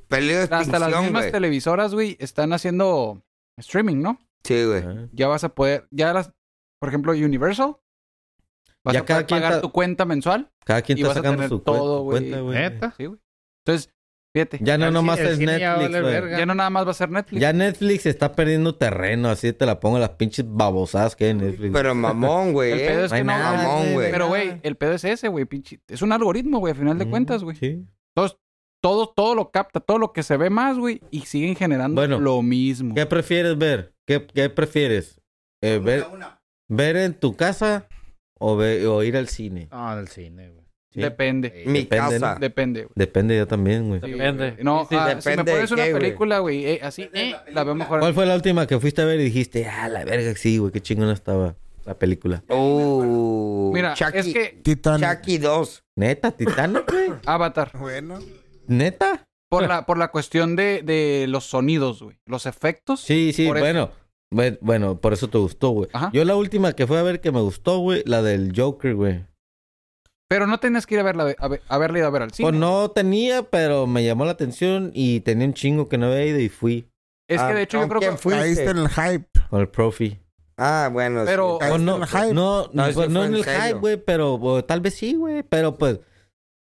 Speaker 5: Peligro de
Speaker 4: hasta las
Speaker 5: extinción,
Speaker 4: mismas
Speaker 5: güey.
Speaker 4: televisoras, güey, están haciendo streaming, ¿no?
Speaker 5: Sí, güey.
Speaker 2: Ah.
Speaker 4: Ya vas a poder, ya las, por ejemplo, Universal, vas
Speaker 2: Ya
Speaker 4: a
Speaker 2: cada
Speaker 4: poder
Speaker 2: quien
Speaker 4: pagar
Speaker 2: está-
Speaker 4: tu cuenta mensual.
Speaker 2: Cada quien
Speaker 4: Y
Speaker 2: está
Speaker 4: vas a
Speaker 2: sacando
Speaker 4: tener
Speaker 2: su
Speaker 4: todo,
Speaker 2: cuen-
Speaker 4: güey.
Speaker 2: cuenta, güey.
Speaker 6: ¿Neta?
Speaker 4: Sí, güey. Entonces, fíjate, ya,
Speaker 2: Ya no
Speaker 6: El
Speaker 2: nomás
Speaker 6: cine- el
Speaker 2: es
Speaker 6: cine ya
Speaker 2: Netflix,
Speaker 6: vale
Speaker 2: güey.
Speaker 6: verga.
Speaker 4: no nada más va a ser Netflix.
Speaker 2: Ya Netflix está perdiendo terreno, así te la pongo las pinches babosadas que hay en Netflix.
Speaker 5: Pero mamón, güey.
Speaker 4: El
Speaker 5: ¿eh?
Speaker 4: pedo es
Speaker 2: No hay
Speaker 4: que no,
Speaker 2: nada,
Speaker 5: mamón,
Speaker 2: güey,
Speaker 5: güey.
Speaker 2: no hay
Speaker 4: pero güey,
Speaker 2: nada.
Speaker 4: el pedo es ese, güey, pinche- es un algoritmo, güey, a final de
Speaker 2: Mm,
Speaker 4: cuentas, güey.
Speaker 2: sí.
Speaker 4: Todo, todo lo capta, todo lo que se ve más, güey, y siguen generando
Speaker 2: Bueno,
Speaker 4: lo mismo.
Speaker 2: ¿Qué prefieres ver? ¿Qué, qué prefieres? Eh, ver, ¿Ver en tu casa o, ve- o ir al cine?
Speaker 6: No, del cine, güey.
Speaker 2: Sí.
Speaker 4: Depende,
Speaker 5: Mi
Speaker 2: Depende,
Speaker 5: casa.
Speaker 4: depende, güey.
Speaker 2: Depende yo también, güey.
Speaker 4: Sí,
Speaker 3: Depende.
Speaker 4: güey. No,
Speaker 3: Sí, sí,
Speaker 4: ah, si
Speaker 5: depende
Speaker 4: me
Speaker 5: de
Speaker 4: pones una
Speaker 5: qué, güey.
Speaker 4: película, güey, eh, así, eh, la, veo mejor.
Speaker 2: ¿Cuál fue la última que fuiste a ver y dijiste, ah, la verga, sí, güey, qué chingona estaba la película?
Speaker 5: Uh,
Speaker 4: Mira,
Speaker 5: Chucky,
Speaker 4: es que
Speaker 1: Titán.
Speaker 5: Chucky 2.
Speaker 2: ¿Neta, Titanic, Ah, güey?
Speaker 4: Avatar,
Speaker 1: Bueno.
Speaker 2: ¿Neta?
Speaker 4: por la, por la cuestión de, de los sonidos, güey, los efectos.
Speaker 2: Sí, sí,
Speaker 4: Por eso.
Speaker 2: bueno. Bue- Bueno, por eso te gustó, güey.
Speaker 4: Ajá.
Speaker 2: Yo la última que fue a ver que me gustó, güey, la del Joker, güey.
Speaker 4: Pero no tenías que ir a verla, a, ver- a verla ido a ver al cine.
Speaker 2: Pues no tenía, pero me llamó la atención y tenía un chingo que no había ido y fui
Speaker 4: Es que de hecho yo creo que...
Speaker 1: Caíste en el hype.
Speaker 2: con el profi.
Speaker 5: Ah, bueno. sí.
Speaker 4: Pero-
Speaker 1: Caíste
Speaker 2: Pues no,
Speaker 1: en el hype.
Speaker 2: No,
Speaker 5: No,
Speaker 2: no,
Speaker 5: sí
Speaker 2: pues no
Speaker 5: fue
Speaker 2: en
Speaker 5: en
Speaker 2: el
Speaker 5: serio.
Speaker 2: hype, güey, pero o, tal vez sí, güey, pero pues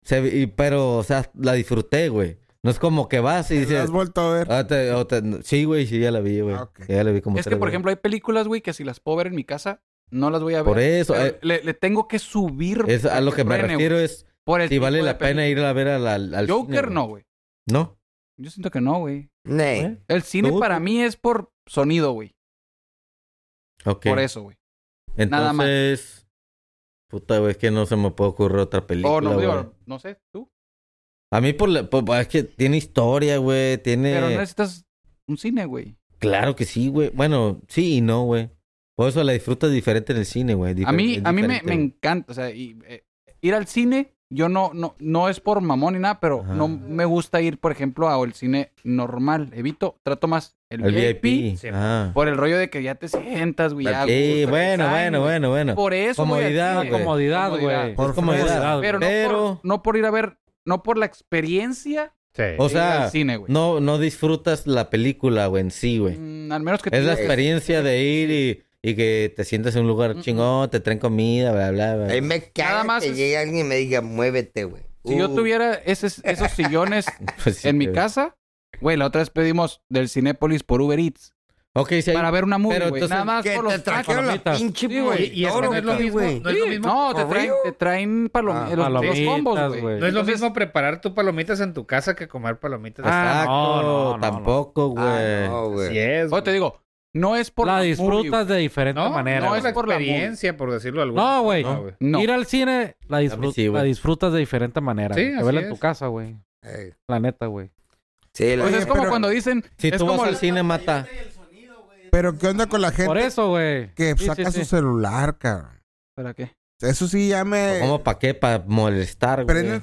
Speaker 2: se vi- y- pero o sea, la disfruté, güey. No es como que vas y
Speaker 1: ¿Lo
Speaker 2: dices,
Speaker 1: has vuelto a ver?
Speaker 2: ah, te- o te- sí, güey, sí ya la vi, güey.
Speaker 1: Ah, ok.
Speaker 2: Ya la vi como
Speaker 4: Es que,
Speaker 2: tres
Speaker 4: por
Speaker 2: veces.
Speaker 4: ejemplo, hay películas, güey, que si las puedo ver en mi casa, no las voy a ver.
Speaker 2: por eso
Speaker 4: Pero
Speaker 2: eh,
Speaker 4: le, le tengo que subir.
Speaker 2: es a lo que me
Speaker 4: Rene, güey,
Speaker 2: refiero es
Speaker 4: Por el
Speaker 2: si
Speaker 4: tipo
Speaker 2: vale
Speaker 4: de
Speaker 2: la pena
Speaker 4: película.
Speaker 2: ir a ver al, al, al cine,
Speaker 4: Joker no, güey.
Speaker 2: No.
Speaker 4: Yo siento que no, güey.
Speaker 5: Ney.
Speaker 2: ¿Eh?
Speaker 4: El cine
Speaker 2: ¿Tú?
Speaker 4: para mí es por sonido, güey.
Speaker 2: Ok.
Speaker 4: Por eso, güey.
Speaker 2: Entonces,
Speaker 4: nada más.
Speaker 2: puta, güey, es que no se me puede ocurrir otra película.
Speaker 4: O Oh, no, digo,
Speaker 2: güey.
Speaker 4: no sé, tú.
Speaker 2: A mí por, la- por- es que tiene historia, güey, tiene
Speaker 4: Pero no necesitas un cine, güey.
Speaker 2: Claro que sí, güey. Bueno, sí y no, güey. Por eso la disfrutas diferente en el cine, güey.
Speaker 4: A
Speaker 2: Difer-
Speaker 4: mí,
Speaker 2: es
Speaker 4: a mí me,
Speaker 2: diferente,
Speaker 4: me
Speaker 2: güey.
Speaker 4: encanta, o sea, y, eh, ir al cine, yo no, no, no es por mamón ni nada, pero
Speaker 2: Ajá.
Speaker 4: no me gusta ir, por ejemplo, a el cine normal. Evito, trato más el,
Speaker 2: El
Speaker 4: VIP,
Speaker 2: VIP.
Speaker 6: sí.
Speaker 2: Ah.
Speaker 4: por el rollo de que ya te sientas, güey. ya,
Speaker 2: Sí,
Speaker 4: gusto,
Speaker 2: bueno,
Speaker 4: design,
Speaker 2: bueno,
Speaker 4: güey.
Speaker 2: bueno, bueno.
Speaker 4: Por eso, voy al
Speaker 2: Comodidad,
Speaker 4: cine,
Speaker 2: güey.
Speaker 3: Comodidad,
Speaker 4: Comodidad.
Speaker 3: güey.
Speaker 1: Por
Speaker 2: comodidad.
Speaker 3: Comodidad, güey.
Speaker 4: Pero, No,
Speaker 2: Pero-
Speaker 4: por, no por ir a ver, no por la experiencia
Speaker 6: Sí.
Speaker 2: O
Speaker 4: de ir
Speaker 2: sea,
Speaker 4: al cine, güey.
Speaker 2: no, no disfrutas la película, güey, en sí, güey.
Speaker 4: Mm, al menos que
Speaker 2: Es la
Speaker 4: tengas-
Speaker 2: experiencia de ir y, y que te sientas en un lugar
Speaker 4: Mm.
Speaker 2: chingón, te traen comida, bla, bla, bla.
Speaker 5: Ahí me caga
Speaker 4: más
Speaker 5: que
Speaker 4: es-
Speaker 5: llegue alguien y me diga, muévete, güey. Uh.
Speaker 4: Si yo tuviera esos, esos sillones
Speaker 2: Pues sí,
Speaker 4: en mi
Speaker 2: güey.
Speaker 4: casa, güey, la otra vez pedimos del Cinépolis por Uber Eats
Speaker 2: Ok, si hay-
Speaker 4: para ver una movie,
Speaker 2: pero
Speaker 4: güey.
Speaker 2: entonces-
Speaker 4: Nada más
Speaker 5: Que
Speaker 4: por
Speaker 5: te
Speaker 4: los tacos.
Speaker 5: trajeron la
Speaker 3: palomitas.
Speaker 5: pinche
Speaker 4: Sí, güey.
Speaker 6: Y- y es que no es lo
Speaker 5: güey.
Speaker 6: mismo, no es lo
Speaker 4: Sí,
Speaker 6: mismo.
Speaker 4: No, te
Speaker 5: ¿Por
Speaker 4: traen,
Speaker 5: real?
Speaker 4: te traen palom-
Speaker 5: Ah,
Speaker 4: los- los,
Speaker 3: palomitas,
Speaker 4: combos,
Speaker 3: güey.
Speaker 4: güey.
Speaker 6: No es lo
Speaker 4: Entonces,
Speaker 6: mismo preparar tu palomitas en tu casa que comer palomitas.
Speaker 3: Ah,
Speaker 2: Exacto,
Speaker 3: no, no, no,
Speaker 2: tampoco, güey.
Speaker 5: Ah, no, güey.
Speaker 6: Así es.
Speaker 4: Oye, te digo, no es por
Speaker 3: la
Speaker 4: movie,
Speaker 3: disfrutas de diferente
Speaker 6: No,
Speaker 3: manera.
Speaker 6: no
Speaker 3: güey.
Speaker 6: es la
Speaker 4: por la
Speaker 6: experiencia, por decirlo de alguna
Speaker 3: No, güey.
Speaker 6: forma,
Speaker 4: No.
Speaker 3: Ir al cine la, disfrut-
Speaker 2: A mí sí, güey.
Speaker 3: la disfrutas de diferente manera.
Speaker 6: Sí,
Speaker 3: güey. Te
Speaker 6: así
Speaker 3: vela en
Speaker 6: es.
Speaker 3: tu casa, güey.
Speaker 5: Ey.
Speaker 3: La neta, güey.
Speaker 5: Sí, la-
Speaker 4: Pues es como
Speaker 1: pero-
Speaker 4: cuando dicen,
Speaker 2: Si
Speaker 4: es
Speaker 2: tú vas
Speaker 4: como
Speaker 2: al
Speaker 4: el-
Speaker 2: cine, mata.
Speaker 1: Pero ¿qué onda con la gente
Speaker 3: Por eso, güey.
Speaker 1: que
Speaker 3: Sí, sí,
Speaker 1: saca
Speaker 3: sí.
Speaker 1: su celular, cabrón?
Speaker 4: ¿Para qué?
Speaker 1: Eso sí ya me...
Speaker 2: ¿Cómo para qué? Para molestar, güey.
Speaker 1: prenden,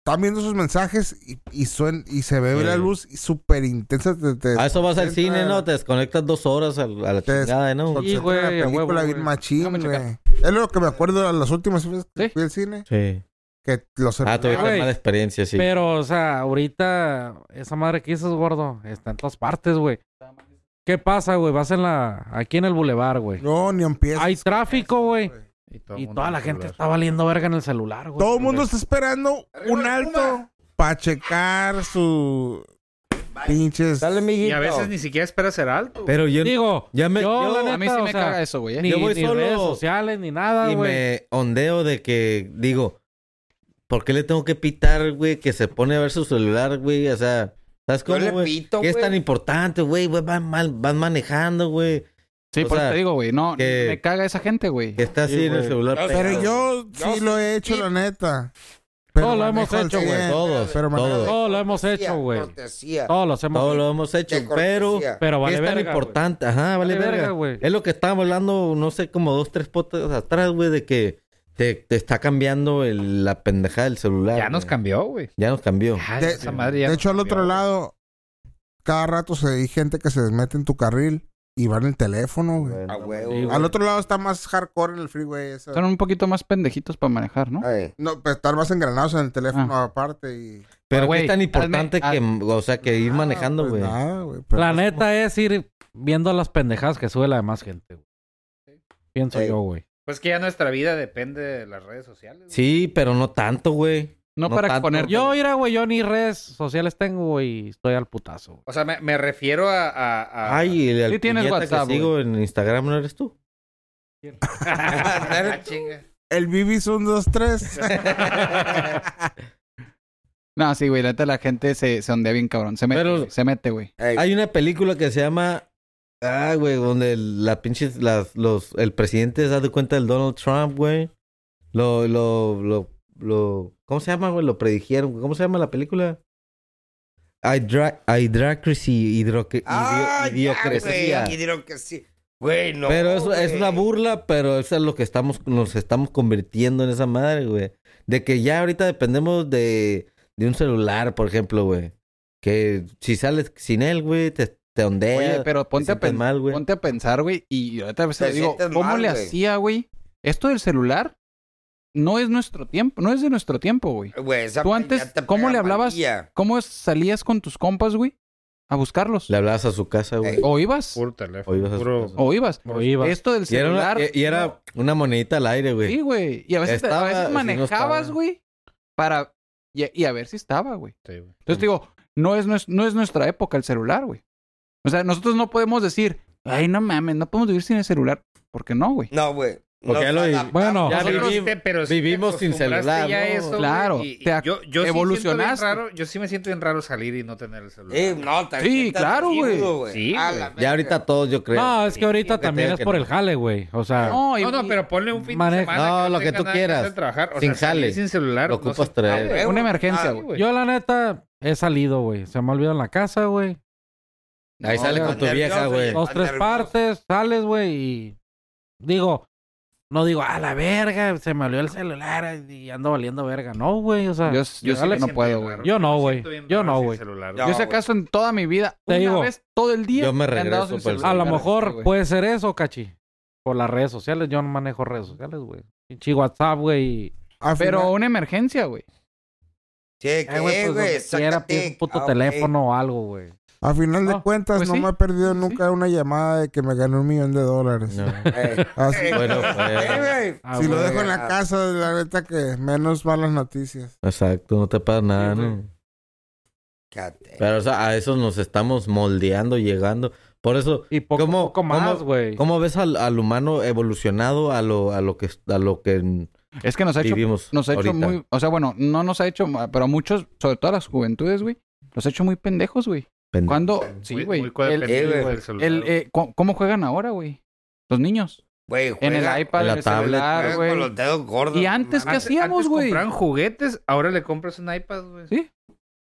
Speaker 1: están viendo sus mensajes y, y, suen- y se ve
Speaker 2: Sí.
Speaker 1: la luz súper intensa. Te, te-
Speaker 2: A eso vas al
Speaker 1: Entra-
Speaker 2: cine, ¿no? Te desconectas dos horas al- a la
Speaker 1: Te des-
Speaker 2: chingada, ¿no?
Speaker 1: concentra
Speaker 3: güey,
Speaker 1: la
Speaker 3: a
Speaker 1: película
Speaker 3: huevo,
Speaker 1: bien
Speaker 3: güey.
Speaker 1: machín,
Speaker 4: Déjame checar.
Speaker 1: güey. Es lo que me acuerdo de las últimas veces que
Speaker 4: Sí.
Speaker 1: fui al cine.
Speaker 2: Sí.
Speaker 1: Que los
Speaker 2: Ah,
Speaker 1: celulares-
Speaker 2: tuviste
Speaker 3: güey.
Speaker 2: mala experiencia, sí.
Speaker 3: Pero, o sea, ahorita esa madre que dices, gordo, está en todas partes, güey. ¿Qué pasa, güey? Vas en la... aquí en el bulevar, güey.
Speaker 1: No, ni empieza.
Speaker 3: Hay tráfico, güey.
Speaker 6: Y, todo el
Speaker 3: Y
Speaker 6: mundo
Speaker 3: toda
Speaker 6: en
Speaker 3: la
Speaker 6: el
Speaker 3: gente
Speaker 6: celular.
Speaker 3: está valiendo verga en el celular, güey.
Speaker 1: Todo el mundo está esperando un alto para checar su pinches.
Speaker 5: Dale,
Speaker 6: Y
Speaker 5: amiguito.
Speaker 6: a veces ni siquiera espera ser alto.
Speaker 2: Pero yo,
Speaker 3: Digo,
Speaker 2: ya me,
Speaker 3: yo, la
Speaker 2: yo-
Speaker 4: A mí
Speaker 3: neta,
Speaker 4: sí
Speaker 3: o
Speaker 4: me
Speaker 3: sea,
Speaker 4: caga eso, güey. ¿eh?
Speaker 3: ni,
Speaker 2: Yo voy
Speaker 3: ni
Speaker 2: solo
Speaker 3: redes sociales, ni nada,
Speaker 2: y
Speaker 3: güey.
Speaker 2: me ondeo de que digo, ¿por qué le tengo que pitar, güey? Que se pone a ver su celular, güey. O sea, ¿sabes
Speaker 5: Yo
Speaker 2: cómo,
Speaker 5: le
Speaker 2: güey?
Speaker 5: pito,
Speaker 2: ¿Qué es tan
Speaker 5: güey.
Speaker 2: importante, güey? Güey, Van, mal- van manejando, güey.
Speaker 4: Sí,
Speaker 2: o
Speaker 4: por
Speaker 2: sea,
Speaker 4: eso te digo, güey. No,
Speaker 2: que-
Speaker 4: me caga esa gente, güey.
Speaker 2: Que está así
Speaker 5: Sí,
Speaker 2: en el
Speaker 5: güey.
Speaker 2: celular.
Speaker 5: Yo sé,
Speaker 2: pegado.
Speaker 1: Pero yo
Speaker 5: Yo
Speaker 1: sí lo he hecho,
Speaker 5: sí.
Speaker 1: la neta.
Speaker 3: Todos lo
Speaker 1: manejo
Speaker 3: hemos
Speaker 1: al
Speaker 3: hecho, güey,
Speaker 1: 100,
Speaker 2: todos,
Speaker 1: Pero manejo-
Speaker 2: todos.
Speaker 3: Todo lo hemos
Speaker 5: Cortesía,
Speaker 3: hecho, güey.
Speaker 5: cortesía,
Speaker 3: Todos lo hacemos.
Speaker 2: Todo lo hemos hecho,
Speaker 5: de
Speaker 2: pero...
Speaker 5: cortesía.
Speaker 3: Pero
Speaker 2: ¿Qué
Speaker 3: vale
Speaker 2: es tan
Speaker 3: verga, güey.
Speaker 2: importante? Ajá, vale,
Speaker 3: Vale verga,
Speaker 2: verga.
Speaker 3: güey.
Speaker 2: Es lo que estábamos hablando, no sé, como dos, tres potas atrás, güey, de que te, te está cambiando el- la pendejada del celular.
Speaker 6: Ya nos
Speaker 2: güey.
Speaker 6: cambió, güey.
Speaker 2: Ya nos cambió.
Speaker 6: Ay,
Speaker 1: De-
Speaker 6: esa madre ya
Speaker 1: De
Speaker 6: nos
Speaker 1: hecho, al
Speaker 6: cambió,
Speaker 1: otro
Speaker 6: güey.
Speaker 1: lado, cada rato se hay gente que se mete en tu carril y va en el teléfono, güey.
Speaker 5: A huevo.
Speaker 3: Sí, güey.
Speaker 1: Al otro lado está más hardcore en el freeway. Eso.
Speaker 4: Son un poquito más pendejitos para manejar, ¿no?
Speaker 5: Ey.
Speaker 1: No, pero estar más engranados en el teléfono aparte y...
Speaker 2: Ah. Pero
Speaker 4: güey,
Speaker 2: ¿qué es tan
Speaker 4: hazme-
Speaker 2: importante que, o sea, que ir manejando,
Speaker 1: Pues
Speaker 2: güey?
Speaker 1: nada, güey, pero-
Speaker 3: La neta es ir viendo las pendejadas que sube la demás gente, güey. Pienso
Speaker 5: Ey.
Speaker 3: yo, güey.
Speaker 6: Pues que ya nuestra vida depende de las redes sociales. güey.
Speaker 2: sí, pero no tanto, güey.
Speaker 4: No,
Speaker 2: No
Speaker 4: para
Speaker 2: tanto.
Speaker 4: poner.
Speaker 3: Yo, mira, güey, yo ni redes sociales tengo, güey, y estoy al putazo. güey.
Speaker 6: O sea, me, me refiero a... a, a-
Speaker 2: Ay, el, el
Speaker 4: Sí tienes
Speaker 2: puñeta
Speaker 4: WhatsApp,
Speaker 2: que sigo en Instagram, ¿no eres tú?
Speaker 6: Ah, chinga.
Speaker 1: El Bibis 1, 2, 3.
Speaker 4: No, sí, güey. La neta, la gente se, se ondea bien, cabrón. Se mete,
Speaker 2: Pero-
Speaker 4: güey, se mete, güey.
Speaker 5: Ey.
Speaker 2: Hay una película que se llama... Ah, güey, donde el- la pinche... Las, los, el presidente se da de cuenta del Donald Trump, güey. Lo, lo, lo, lo... ¿Cómo se llama, güey? Lo predijeron. güey. ¿Cómo se llama la película? Hydra- Hydracracy, hidro, idio-
Speaker 5: Ah,
Speaker 2: idiocracia.
Speaker 5: ya, güey. Y dijeron que sí. Güey, no.
Speaker 2: pero es, es
Speaker 5: güey.
Speaker 2: una burla, pero eso es lo que estamos, nos estamos convirtiendo en esa madre, güey. De que ya ahorita dependemos de, de un celular, por ejemplo, güey. Que si sales sin él, güey, te, te ondea.
Speaker 4: Oye, pero ponte a,
Speaker 2: sientes
Speaker 4: pen-
Speaker 2: mal, güey.
Speaker 4: ponte a pensar, güey. Y ahorita a veces
Speaker 5: Te
Speaker 4: digo,
Speaker 5: sientes
Speaker 4: ¿cómo
Speaker 5: mal,
Speaker 4: le
Speaker 5: güey.
Speaker 4: hacía, güey? Esto del celular no es nuestro tiempo. No es de nuestro tiempo, güey.
Speaker 5: Güey, esa
Speaker 4: Tú
Speaker 5: pe-
Speaker 4: antes,
Speaker 5: ya te
Speaker 4: ¿cómo
Speaker 5: pega
Speaker 4: le hablabas?
Speaker 5: amarilla.
Speaker 4: ¿Cómo salías con tus compas, güey? A buscarlos.
Speaker 2: Le hablabas a su casa, güey.
Speaker 5: Ey.
Speaker 4: O ibas.
Speaker 6: Puro teléfono.
Speaker 2: Oídos a su
Speaker 6: puro-
Speaker 2: casa.
Speaker 4: O ibas.
Speaker 3: O iba.
Speaker 4: Esto del
Speaker 2: Y era, una, e
Speaker 4: celular.
Speaker 2: y- y era una monedita al aire, güey.
Speaker 4: Sí, güey. Y a veces, te- a
Speaker 2: Estaba,
Speaker 4: veces
Speaker 2: sí, no
Speaker 4: manejabas,
Speaker 2: estaba.
Speaker 4: güey, para... Y, y a ver si estaba, güey.
Speaker 6: Sí, güey.
Speaker 4: Entonces te digo, no es, nues- no es nuestra época el celular, güey. O sea, nosotros no podemos decir, ay, no mames, no podemos vivir sin el celular. Porque no, güey.
Speaker 5: No, güey.
Speaker 2: Porque ya
Speaker 5: Nos
Speaker 2: lo-
Speaker 5: adaptamos.
Speaker 3: bueno,
Speaker 2: Ya
Speaker 6: Nosotros
Speaker 2: vivi-
Speaker 6: te- Este, pero sí
Speaker 2: vivimos
Speaker 6: te
Speaker 2: sin celular,
Speaker 6: acostumbraste ya
Speaker 2: ¿no?
Speaker 6: a eso, güey,
Speaker 4: Claro,
Speaker 6: y- y
Speaker 4: te ac-
Speaker 6: yo, yo sí
Speaker 4: evolucionaste.
Speaker 6: siento bien raro- yo sí me siento bien raro salir y no tener el celular.
Speaker 5: Eh, no, te
Speaker 4: Sí,
Speaker 5: sientas
Speaker 4: claro, güey. Ah.
Speaker 5: desnudo,
Speaker 6: Sí,
Speaker 5: A
Speaker 6: güey.
Speaker 5: la verga.
Speaker 2: Ya ahorita todos, yo creo.
Speaker 3: No, es que ahorita
Speaker 2: que
Speaker 3: también
Speaker 2: te-
Speaker 3: es
Speaker 2: que
Speaker 3: por
Speaker 2: no.
Speaker 3: el jale, güey. O sea,
Speaker 4: No, y-
Speaker 6: No, no, pero ponle un fin
Speaker 3: Maneja-
Speaker 6: de semana.
Speaker 2: No, lo
Speaker 6: tengas
Speaker 2: que tú
Speaker 6: nada hacer
Speaker 2: quieras.
Speaker 6: de trabajar. O
Speaker 2: Sin
Speaker 6: sea, salir
Speaker 2: jale.
Speaker 6: Sin celular.
Speaker 2: Lo
Speaker 6: no
Speaker 2: ocupas
Speaker 6: se
Speaker 2: traer.
Speaker 6: puede, güey.
Speaker 4: Una emergencia,
Speaker 6: Ah,
Speaker 4: güey.
Speaker 6: güey.
Speaker 3: yo la neta he salido, güey. Se me ha olvidado en la casa, güey.
Speaker 2: Ahí
Speaker 4: No,
Speaker 2: sale
Speaker 4: ya,
Speaker 2: con tu
Speaker 5: nervioso,
Speaker 2: vieja, güey.
Speaker 5: ya.
Speaker 3: Dos, tres
Speaker 5: nervioso.
Speaker 3: partes, sales, güey, y digo, no digo, a la verga, se me olvidó el celular y ando valiendo verga. No, güey, o sea,
Speaker 4: Yo, yo
Speaker 6: Yo sí
Speaker 4: sí que
Speaker 6: me
Speaker 4: no
Speaker 6: siento
Speaker 4: puedo,
Speaker 6: bien
Speaker 4: güey.
Speaker 6: raro.
Speaker 3: Yo no,
Speaker 6: Me
Speaker 3: güey.
Speaker 6: siento bien
Speaker 3: Yo
Speaker 6: raro
Speaker 3: no,
Speaker 6: sin
Speaker 3: güey.
Speaker 6: celular,
Speaker 5: Yo
Speaker 4: Yo
Speaker 5: No,
Speaker 4: si
Speaker 5: güey.
Speaker 4: acaso en toda mi vida,
Speaker 3: Te
Speaker 4: una
Speaker 3: digo,
Speaker 4: vez todo el día,
Speaker 2: yo me
Speaker 4: he andado
Speaker 2: regreso
Speaker 4: sin
Speaker 2: por el
Speaker 4: celular,
Speaker 3: a lo
Speaker 4: güey.
Speaker 3: mejor
Speaker 4: Sí, güey.
Speaker 3: puede ser eso, cachi. Por las redes sociales, yo no manejo redes sociales, güey. Pinche WhatsApp, güey. y-
Speaker 1: Al
Speaker 4: Pero
Speaker 1: final-
Speaker 4: una emergencia, güey.
Speaker 5: Sí, que,
Speaker 3: Eh, güey, pues,
Speaker 5: güey,
Speaker 3: donde quiera,
Speaker 5: sácate.
Speaker 3: pide un puto
Speaker 5: Ah, ok.
Speaker 3: teléfono o algo, güey.
Speaker 1: A final de
Speaker 3: Ah,
Speaker 1: cuentas,
Speaker 3: pues
Speaker 1: no
Speaker 3: sí.
Speaker 1: me he perdido nunca una llamada de que me gané un millón de dólares.
Speaker 5: Eh,
Speaker 1: Así-
Speaker 2: Bueno, pues,
Speaker 5: güey.
Speaker 3: Ah,
Speaker 1: si lo
Speaker 5: güey.
Speaker 1: dejo en la casa, la neta que menos malas noticias.
Speaker 2: exacto, no te pasa nada, ¿no?
Speaker 5: Fíjate.
Speaker 2: Pero o sea, a eso nos estamos moldeando, llegando. Por eso,
Speaker 3: Y poco,
Speaker 2: ¿Cómo-
Speaker 3: poco más, güey.
Speaker 2: ¿cómo ves al, al humano evolucionado a lo, a lo que a lo que
Speaker 4: Es que nos ha hecho,
Speaker 2: vivimos
Speaker 4: nos ha hecho
Speaker 2: ahorita?
Speaker 4: muy, o sea, bueno, no nos ha hecho, pero a muchos, sobre todo a las juventudes, güey, nos ha hecho muy pendejos, güey.
Speaker 2: Pende-
Speaker 4: ¿Cuándo? Sí,
Speaker 6: Muy-
Speaker 4: güey.
Speaker 6: muy
Speaker 4: El-
Speaker 6: codependiente
Speaker 5: el-
Speaker 6: del celular.
Speaker 4: el, eh, cu- ¿Cómo juegan ahora, güey? Los niños.
Speaker 5: Güey,
Speaker 4: En
Speaker 5: juega-
Speaker 4: el iPad,
Speaker 2: en la
Speaker 4: en el
Speaker 2: tablet,
Speaker 4: celular,
Speaker 5: juega con
Speaker 4: güey.
Speaker 5: los dedos gordos.
Speaker 4: Y antes, ¿qué
Speaker 5: Mamá,
Speaker 6: Antes-
Speaker 4: hacíamos,
Speaker 6: antes
Speaker 4: güey?
Speaker 6: Compraban juguetes, ahora le compras un iPad, güey.
Speaker 4: Sí.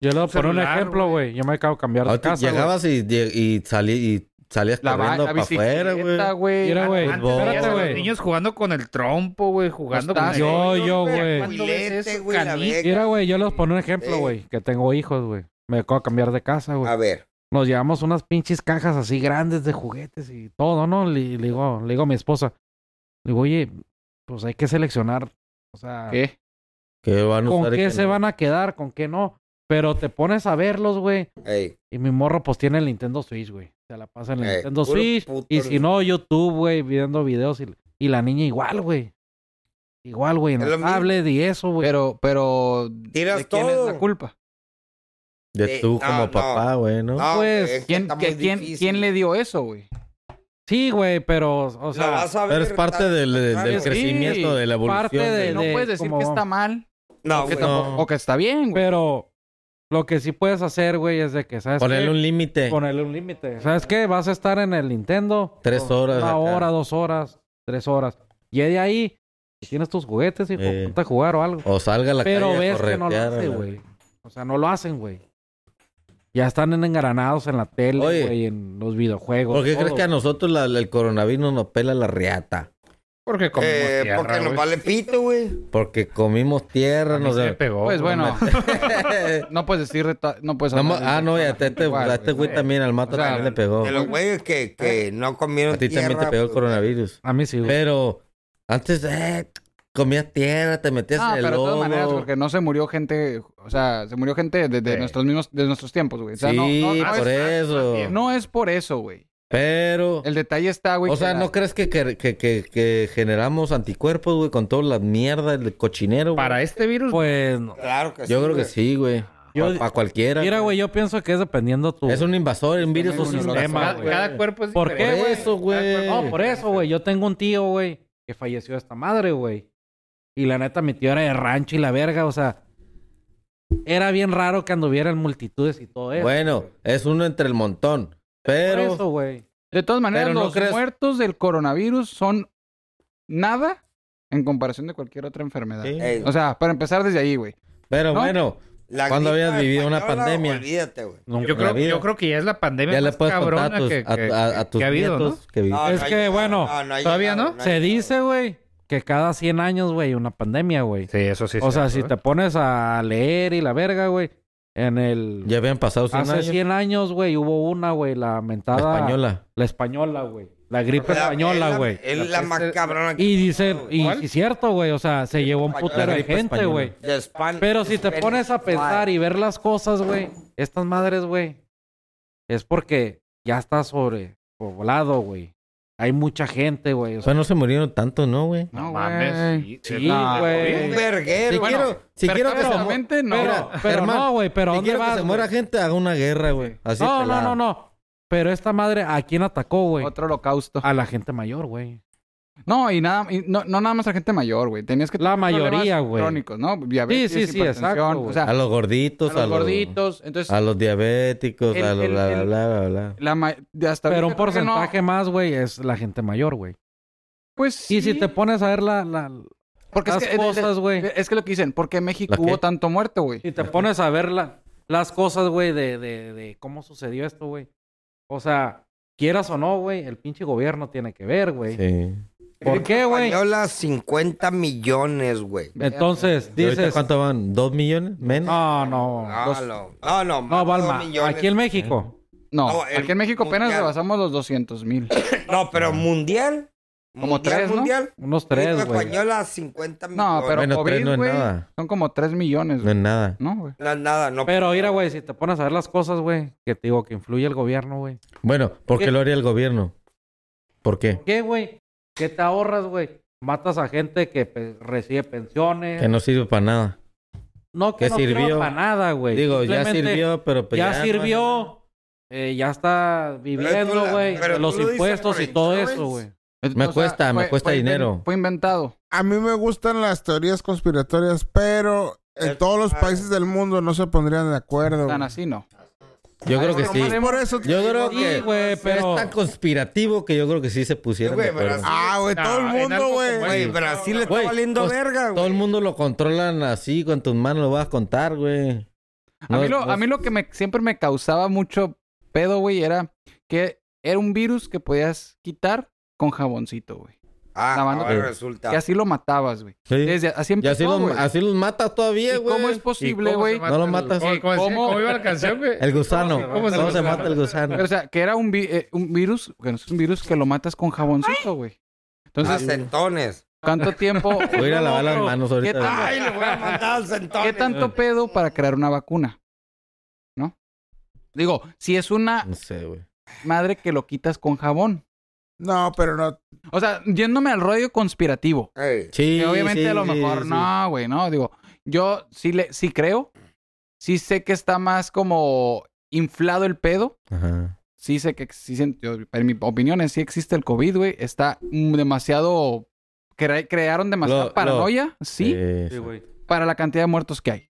Speaker 3: Yo le voy a
Speaker 6: un
Speaker 3: poner un
Speaker 6: celular,
Speaker 3: ejemplo, güey. Yo me acabo de cambiar de
Speaker 2: Ahorita
Speaker 3: casa. güey.
Speaker 2: llegabas y, lleg- y, salí- y salías
Speaker 4: La, ba-
Speaker 2: corriendo
Speaker 4: la
Speaker 2: para afuera, güey.
Speaker 4: bicicleta, güey.
Speaker 3: Mira, güey.
Speaker 6: Antes
Speaker 2: Fútbol.
Speaker 6: veías a los
Speaker 3: güey.
Speaker 6: niños jugando con el trompo, güey, jugando con
Speaker 4: Hasta-
Speaker 6: el
Speaker 3: Yo, yo, güey.
Speaker 6: ¿Cuándo ves
Speaker 5: Filete,
Speaker 6: eso,
Speaker 5: güey, la
Speaker 6: canijo?
Speaker 5: verga.
Speaker 3: Mira, güey, yo les pongo un ejemplo,
Speaker 5: Sí.
Speaker 3: güey. Que tengo hijos, güey. Me acabo de cambiar de casa, güey.
Speaker 5: A ver.
Speaker 3: nos llevamos unas pinches cajas así grandes de juguetes y todo, ¿no? Le, le digo, le digo a mi esposa, le digo, oye, pues hay que seleccionar, o sea,
Speaker 4: ¿Qué?
Speaker 2: Que van a
Speaker 3: con
Speaker 2: usar y
Speaker 3: qué
Speaker 2: que
Speaker 3: se
Speaker 2: no.
Speaker 3: van a quedar, con qué no. Pero te pones a verlos, güey.
Speaker 5: Ey,
Speaker 3: Y mi morro, pues tiene el Nintendo Switch, güey. Se la pasa en el
Speaker 5: Eh,
Speaker 3: Nintendo
Speaker 5: puro
Speaker 3: Switch.
Speaker 5: puto
Speaker 3: Y si
Speaker 5: Nintendo.
Speaker 3: no, YouTube, güey, viendo videos. Y, y la niña igual, güey. Igual, güey. En
Speaker 5: Es lo
Speaker 3: la
Speaker 5: mismo.
Speaker 3: tablet y eso, güey.
Speaker 4: Pero, pero.
Speaker 5: Tiras
Speaker 4: ¿de quién es
Speaker 5: todo.
Speaker 4: la culpa?
Speaker 2: De
Speaker 5: Sí,
Speaker 2: tú
Speaker 5: no,
Speaker 2: como
Speaker 5: no.
Speaker 2: papá, güey, ¿no?
Speaker 5: no,
Speaker 3: pues,
Speaker 5: güey, es que
Speaker 4: ¿Quién,
Speaker 5: está
Speaker 4: que-
Speaker 5: muy
Speaker 4: quién,
Speaker 5: difícil.
Speaker 4: quién le dio eso, güey?
Speaker 3: Sí, güey, pero, o
Speaker 5: Lo
Speaker 3: sea,
Speaker 5: vas a
Speaker 2: Pero
Speaker 5: ver
Speaker 2: es parte
Speaker 5: tan-
Speaker 2: del, del-
Speaker 5: tan
Speaker 2: del
Speaker 5: raro.
Speaker 4: cre-
Speaker 2: crecimiento, de la evolución.
Speaker 3: parte
Speaker 2: de-
Speaker 4: No
Speaker 3: de-
Speaker 4: puedes decir
Speaker 3: como-
Speaker 4: que está mal
Speaker 5: No,
Speaker 4: que
Speaker 5: güey.
Speaker 4: tampoco-
Speaker 2: no.
Speaker 4: o que está bien, güey.
Speaker 3: pero lo que sí puedes hacer, güey, es de que, ¿sabes
Speaker 2: Ponerle
Speaker 3: qué?
Speaker 2: un límite.
Speaker 3: Ponerle un límite. ¿Sabes qué? Vas a estar en el Nintendo.
Speaker 2: Tres
Speaker 3: por
Speaker 2: horas
Speaker 3: Una
Speaker 2: acá.
Speaker 3: hora, dos horas, tres horas. Y de ahí, si tienes tus juguetes, hijo,
Speaker 2: Eh.
Speaker 3: ponte a jugar o algo.
Speaker 2: O salga a la
Speaker 3: Pero
Speaker 2: calle a
Speaker 3: ves que no lo
Speaker 2: corretear,
Speaker 3: hacen,
Speaker 2: ¿no?
Speaker 3: güey. O sea, no lo hacen, güey. Ya están en- engranados en la tele,
Speaker 2: Oye.
Speaker 3: güey, en los videojuegos.
Speaker 2: ¿Por qué
Speaker 3: todo,
Speaker 2: crees que a nosotros la- el coronavirus nos pela la riata?
Speaker 6: Porque comimos
Speaker 5: Eh,
Speaker 6: tierra,
Speaker 5: porque nos
Speaker 6: güey.
Speaker 5: vale pito, güey.
Speaker 2: Porque comimos
Speaker 6: A
Speaker 2: tierra,
Speaker 6: mí
Speaker 2: nos...
Speaker 6: se me pegó.
Speaker 4: Pues
Speaker 6: güey,
Speaker 4: bueno,
Speaker 6: me-
Speaker 4: no puedes decir. de ta- No
Speaker 3: pues,
Speaker 4: puedes
Speaker 2: No ma-
Speaker 4: hablar de-
Speaker 2: ah, no, y a este,
Speaker 4: Igual,
Speaker 2: a este güey también, al mata
Speaker 4: O sea,
Speaker 2: también le pegó.
Speaker 5: De los güeyes que, que no comieron
Speaker 2: A ti también te
Speaker 5: tierra,
Speaker 2: pegó el
Speaker 5: pues,
Speaker 2: coronavirus.
Speaker 3: ¿Eh? A mí sí, güey.
Speaker 2: Pero antes, eh, comías tierra, te metías
Speaker 4: Ah,
Speaker 2: en el
Speaker 4: pero de todas
Speaker 2: lodo.
Speaker 4: maneras, porque no se murió gente, o sea, se murió gente de, de
Speaker 2: Sí.
Speaker 4: nuestros mismos, de nuestros tiempos, güey. O sea,
Speaker 2: sí,
Speaker 4: no, no, no
Speaker 2: por
Speaker 4: es,
Speaker 2: eso.
Speaker 4: no es por eso, güey.
Speaker 2: pero,
Speaker 4: El detalle está, güey.
Speaker 2: o
Speaker 4: que
Speaker 2: sea,
Speaker 4: la-
Speaker 2: ¿no crees que, que, que, que- que generamos anticuerpos, güey, con toda la mierda, el cochinero? güey?
Speaker 6: Para este virus,
Speaker 3: Pues, no.
Speaker 5: Claro que sí.
Speaker 2: Yo creo que
Speaker 5: güey.
Speaker 2: sí, güey.
Speaker 3: Yo-
Speaker 2: Para cualquiera.
Speaker 3: Mira, güey, yo pienso que es dependiendo tu...
Speaker 2: Es un invasor, un virus,
Speaker 4: muy
Speaker 2: es un
Speaker 4: vulnerable.
Speaker 2: invasor,
Speaker 6: cada,
Speaker 2: güey.
Speaker 6: cada cuerpo es
Speaker 3: ¿Por qué,
Speaker 2: Por
Speaker 6: diferente.
Speaker 3: güey?
Speaker 2: eso, güey.
Speaker 3: No, por eso, güey. Yo tengo un tío, güey, que falleció esta madre, güey. Y la neta, mi tío era de rancho y la verga, o sea. Era bien raro que anduvieran multitudes y todo eso.
Speaker 2: Bueno, es uno entre el montón. Pero...
Speaker 3: Por eso, güey.
Speaker 4: De todas maneras,
Speaker 2: Pero no
Speaker 4: los
Speaker 2: crees-
Speaker 4: muertos del coronavirus son nada en comparación de cualquier otra enfermedad.
Speaker 2: Sí.
Speaker 5: Ey,
Speaker 4: O sea, para empezar desde ahí, güey.
Speaker 2: Pero
Speaker 4: ¿No?
Speaker 2: bueno,
Speaker 5: la
Speaker 2: ¿cuándo
Speaker 5: gripa
Speaker 2: habías vivido una
Speaker 5: española,
Speaker 2: pandemia?
Speaker 5: Olvídate, güey.
Speaker 3: Nunca.
Speaker 6: Yo creo,
Speaker 2: La vida.
Speaker 6: yo creo que ya es la pandemia
Speaker 2: ya le
Speaker 6: más
Speaker 2: puedes
Speaker 6: cabrona
Speaker 2: contar a tus,
Speaker 6: que,
Speaker 2: a-
Speaker 6: que-
Speaker 2: a- a
Speaker 6: que
Speaker 2: tus
Speaker 6: ha habido, ¿no?
Speaker 2: nietos que vi-
Speaker 5: No,
Speaker 3: Es
Speaker 5: no ha
Speaker 3: que,
Speaker 5: llegado,
Speaker 3: bueno,
Speaker 5: no ha
Speaker 6: todavía
Speaker 5: llegado,
Speaker 6: no.
Speaker 5: ha
Speaker 3: Se
Speaker 5: llegado.
Speaker 3: dice, güey, que cada 100 años, güey, una pandemia, güey.
Speaker 6: Sí, eso sí.
Speaker 3: o
Speaker 6: es
Speaker 3: sea,
Speaker 6: cierto,
Speaker 3: si te
Speaker 6: ¿eh?
Speaker 3: pones a leer y la verga, güey, en el...
Speaker 2: Ya habían pasado 100
Speaker 3: hace
Speaker 2: años.
Speaker 3: 100 años, güey, hubo una, güey, la
Speaker 2: La
Speaker 3: mentada...
Speaker 2: española.
Speaker 3: La española, güey. La gripe
Speaker 5: La- es
Speaker 3: española,
Speaker 5: la-
Speaker 3: güey.
Speaker 5: Es la más cabrona que-
Speaker 3: Y dicen, y,
Speaker 6: ¿Cuál?
Speaker 3: y cierto, güey, o sea, se llevó un
Speaker 5: española.
Speaker 3: putero
Speaker 2: La
Speaker 3: de
Speaker 2: gripe
Speaker 3: gente,
Speaker 2: española.
Speaker 3: güey.
Speaker 5: de Span-
Speaker 3: Pero si te pones a pensar y ver las cosas, güey, estas madres, güey, es porque ya está sobrepoblado, güey. Hay mucha gente, güey. O
Speaker 2: O
Speaker 3: sea,
Speaker 2: sea, no se murieron tanto, ¿no, güey?
Speaker 6: No
Speaker 4: No,
Speaker 6: mames.
Speaker 4: güey.
Speaker 3: Sí,
Speaker 6: no,
Speaker 3: güey.
Speaker 5: Un
Speaker 6: güey.
Speaker 5: verguero.
Speaker 2: Si
Speaker 5: Bueno,
Speaker 2: quiero, si
Speaker 4: per
Speaker 2: quiero que se,
Speaker 4: cápita,
Speaker 2: mu-
Speaker 4: mente, no.
Speaker 3: pero, pero
Speaker 2: Germán,
Speaker 3: no, güey, pero ¿a
Speaker 2: si
Speaker 3: ¿dónde
Speaker 2: quiero que
Speaker 3: vas?
Speaker 2: se
Speaker 3: güey?
Speaker 2: muera gente, haga una guerra, güey. Así
Speaker 3: no, no,
Speaker 2: pelada.
Speaker 3: no, no. Pero esta madre, ¿a quién atacó, güey?
Speaker 4: Otro holocausto.
Speaker 3: A la gente mayor, güey.
Speaker 4: No, y nada, y no, no nada más a gente mayor, güey. Tenías que
Speaker 3: La
Speaker 4: tener problemas
Speaker 3: mayoría, güey.
Speaker 4: Crónicos, ¿no? Diabetes,
Speaker 3: Sí, sí, sí,
Speaker 4: hipertensión,
Speaker 3: exacto, güey.
Speaker 4: O sea,
Speaker 2: A los gorditos,
Speaker 4: a los gorditos. Entonces,
Speaker 2: a los diabéticos,
Speaker 4: El-
Speaker 2: a los
Speaker 4: el-
Speaker 2: bla, bla,
Speaker 4: el-
Speaker 2: bla, bla, bla.
Speaker 4: la ma- de hasta
Speaker 3: Pero un
Speaker 4: ahorita creo que no.
Speaker 3: porcentaje más, güey, es la gente mayor, güey.
Speaker 4: pues
Speaker 3: Y si te pones a ver la, la-
Speaker 4: Porque
Speaker 3: las
Speaker 4: es que, eh,
Speaker 3: cosas, güey.
Speaker 4: Es que lo que dicen, ¿por qué en México
Speaker 2: ¿La qué?
Speaker 4: hubo tanto muerto, güey?
Speaker 3: Si te pones a ver la- las cosas, güey, de, de, de cómo sucedió esto, güey. O sea, quieras o no, güey, el pinche gobierno tiene que ver, güey.
Speaker 2: Sí.
Speaker 3: ¿Por qué, güey?
Speaker 5: Española, 50 millones, güey.
Speaker 3: Entonces,
Speaker 2: ¿Y ahorita
Speaker 3: dices...
Speaker 2: cuánto van? ¿Dos millones? ¿Menos?
Speaker 3: No, no.
Speaker 5: No,
Speaker 3: los-
Speaker 5: no, no, no,
Speaker 3: no,
Speaker 5: más de dos
Speaker 3: Balma.
Speaker 5: millones.
Speaker 3: Aquí en México.
Speaker 4: No,
Speaker 5: No, el
Speaker 4: aquí en México apenas
Speaker 5: mundial.
Speaker 4: rebasamos los 200 mil.
Speaker 5: No, pero mundial,
Speaker 4: Como tres, ¿no?
Speaker 5: mundial.
Speaker 3: Unos
Speaker 5: Gripe
Speaker 3: tres, güey.
Speaker 5: española 50 millones.
Speaker 4: No, pero
Speaker 2: Bueno, tres
Speaker 4: COVID,
Speaker 2: no es
Speaker 4: güey,
Speaker 2: nada.
Speaker 4: son como 3 millones,
Speaker 2: No
Speaker 4: güey.
Speaker 2: es nada.
Speaker 4: ¿no, güey?
Speaker 5: No, nada, no.
Speaker 3: Pero mira, güey, si te pones a ver las cosas, güey, que te digo que influye el gobierno, güey.
Speaker 2: Bueno, ¿por qué
Speaker 3: ¿Qué?
Speaker 2: lo haría el gobierno? ¿Por qué?
Speaker 3: ¿Qué, güey? ¿Qué te ahorras, güey? Matas a gente que pe- recibe pensiones.
Speaker 2: Que no sirve para nada.
Speaker 3: no, que
Speaker 2: que
Speaker 3: no
Speaker 2: sirvió.
Speaker 3: sirvió para nada, güey.
Speaker 2: Digo, ya
Speaker 3: Simplemente
Speaker 2: sirvió, pero pues
Speaker 3: ya
Speaker 2: no-
Speaker 3: sirvió. eh, ya está
Speaker 5: Pero tú
Speaker 3: viviendo,
Speaker 5: la-
Speaker 3: güey.
Speaker 5: pero
Speaker 3: de Los
Speaker 5: tú lo dices
Speaker 3: impuestos
Speaker 5: por
Speaker 3: y todo
Speaker 5: insurance.
Speaker 3: eso, güey.
Speaker 2: Me cuesta, Ah, me
Speaker 4: fue-
Speaker 2: cuesta
Speaker 4: fue inven-
Speaker 2: dinero.
Speaker 4: Fue inventado.
Speaker 1: A mí me gustan las teorías conspiratorias, pero en
Speaker 5: Es-
Speaker 1: todos los
Speaker 5: ah.
Speaker 1: países del mundo no se pondrían de acuerdo.
Speaker 4: Tan
Speaker 1: güey.
Speaker 4: así, no.
Speaker 2: Yo creo que
Speaker 1: Nomás
Speaker 2: sí.
Speaker 1: Por eso te
Speaker 2: Yo
Speaker 1: digo
Speaker 2: creo
Speaker 1: que-
Speaker 3: Sí,
Speaker 2: que
Speaker 3: güey, pero...
Speaker 2: es tan conspirativo que yo creo que sí se pusieron
Speaker 5: Güey,
Speaker 2: de acuerdo.
Speaker 5: pero
Speaker 1: Ah, güey,
Speaker 6: No,
Speaker 1: todo el
Speaker 6: en
Speaker 1: mundo,
Speaker 6: algo
Speaker 1: güey.
Speaker 6: como
Speaker 5: Güey,
Speaker 6: eso.
Speaker 5: Brasil le está
Speaker 2: Güey,
Speaker 5: valiendo
Speaker 2: pues,
Speaker 5: verga,
Speaker 2: Todo el
Speaker 5: güey.
Speaker 2: mundo lo controlan así, con tus manos lo vas a contar, güey.
Speaker 4: A
Speaker 2: No-
Speaker 4: mí, lo,
Speaker 2: no-
Speaker 4: a mí lo que me, siempre me causaba mucho pedo, güey, era que era un virus que podías quitar con jaboncito, güey.
Speaker 5: Ah,
Speaker 4: lavando-
Speaker 5: ahora
Speaker 2: Sí.
Speaker 5: resulta.
Speaker 4: Que así lo matabas, güey.
Speaker 2: Sí.
Speaker 4: Desde así
Speaker 2: Y así,
Speaker 4: empezó,
Speaker 2: los-
Speaker 4: güey.
Speaker 2: así los matas todavía,
Speaker 4: ¿Y
Speaker 2: güey.
Speaker 4: cómo es posible,
Speaker 6: ¿Y cómo se
Speaker 4: güey?
Speaker 6: mata
Speaker 2: No lo
Speaker 6: el-
Speaker 2: matas.
Speaker 6: ¿Cómo, cómo,
Speaker 4: ¿Cómo?
Speaker 6: cómo iba la canción, güey?
Speaker 2: El gusano. ¿Cómo se, mata el gusano?
Speaker 4: Pero, O sea, que era un, vi- eh, un virus, bueno, es un virus que lo matas con jaboncito, güey.
Speaker 5: A
Speaker 4: Entonces,
Speaker 5: centones.
Speaker 4: ¿cuánto tiempo?
Speaker 2: Voy a ir a lavar las manos
Speaker 4: ¿Qué
Speaker 2: ahorita.
Speaker 4: tan-
Speaker 5: Ay, le voy a mandar al centones.
Speaker 4: ¿Qué tanto pedo para crear una vacuna? ¿No? Digo, si es una
Speaker 2: No sé, güey.
Speaker 4: madre que lo quitas con jabón.
Speaker 1: No, pero no.
Speaker 4: O sea, yéndome al rollo conspirativo.
Speaker 5: Ey,
Speaker 2: Sí,
Speaker 4: que obviamente
Speaker 2: sí,
Speaker 4: a lo
Speaker 2: sí,
Speaker 4: mejor
Speaker 2: sí.
Speaker 4: no, güey, no. Digo, yo sí le, sí creo. Sí sé que está más como inflado el pedo.
Speaker 2: Ajá.
Speaker 4: Sí sé que existen, yo- en mi opinión, sí existe el COVID, güey. Está mm, demasiado. cre- crearon demasiada
Speaker 2: Lo- lo-
Speaker 4: paranoia, sí,
Speaker 2: Eh,
Speaker 3: Sí, güey.
Speaker 4: para la cantidad de muertos que hay.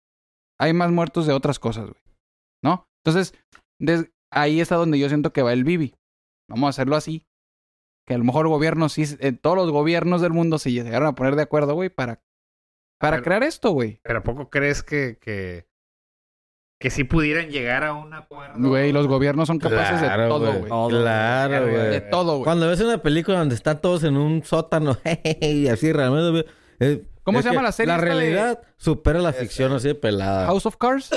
Speaker 4: Hay más muertos de otras cosas, güey. ¿No? Entonces, des- ahí está donde yo siento que va el Bibi. Vamos a hacerlo así. Que a lo mejor gobiernos, sí, eh, todos los gobiernos del mundo se llegaron a poner de acuerdo, güey, para, para
Speaker 6: Pero-
Speaker 4: crear esto, güey.
Speaker 6: ¿Pero a poco crees que, que, que si pudieran llegar a un acuerdo?
Speaker 4: Güey, los gobiernos son capaces
Speaker 2: Claro,
Speaker 4: de todo,
Speaker 2: güey.
Speaker 4: güey.
Speaker 2: Claro,
Speaker 6: Verga,
Speaker 2: güey.
Speaker 4: De todo, güey.
Speaker 2: Cuando ves una película donde están todos en un sótano y así realmente... eh,
Speaker 4: ¿Cómo
Speaker 2: es
Speaker 4: se llama
Speaker 2: que
Speaker 4: la serie
Speaker 2: La
Speaker 4: esta de-
Speaker 2: realidad supera la ficción así de pelada.
Speaker 4: House of Cards.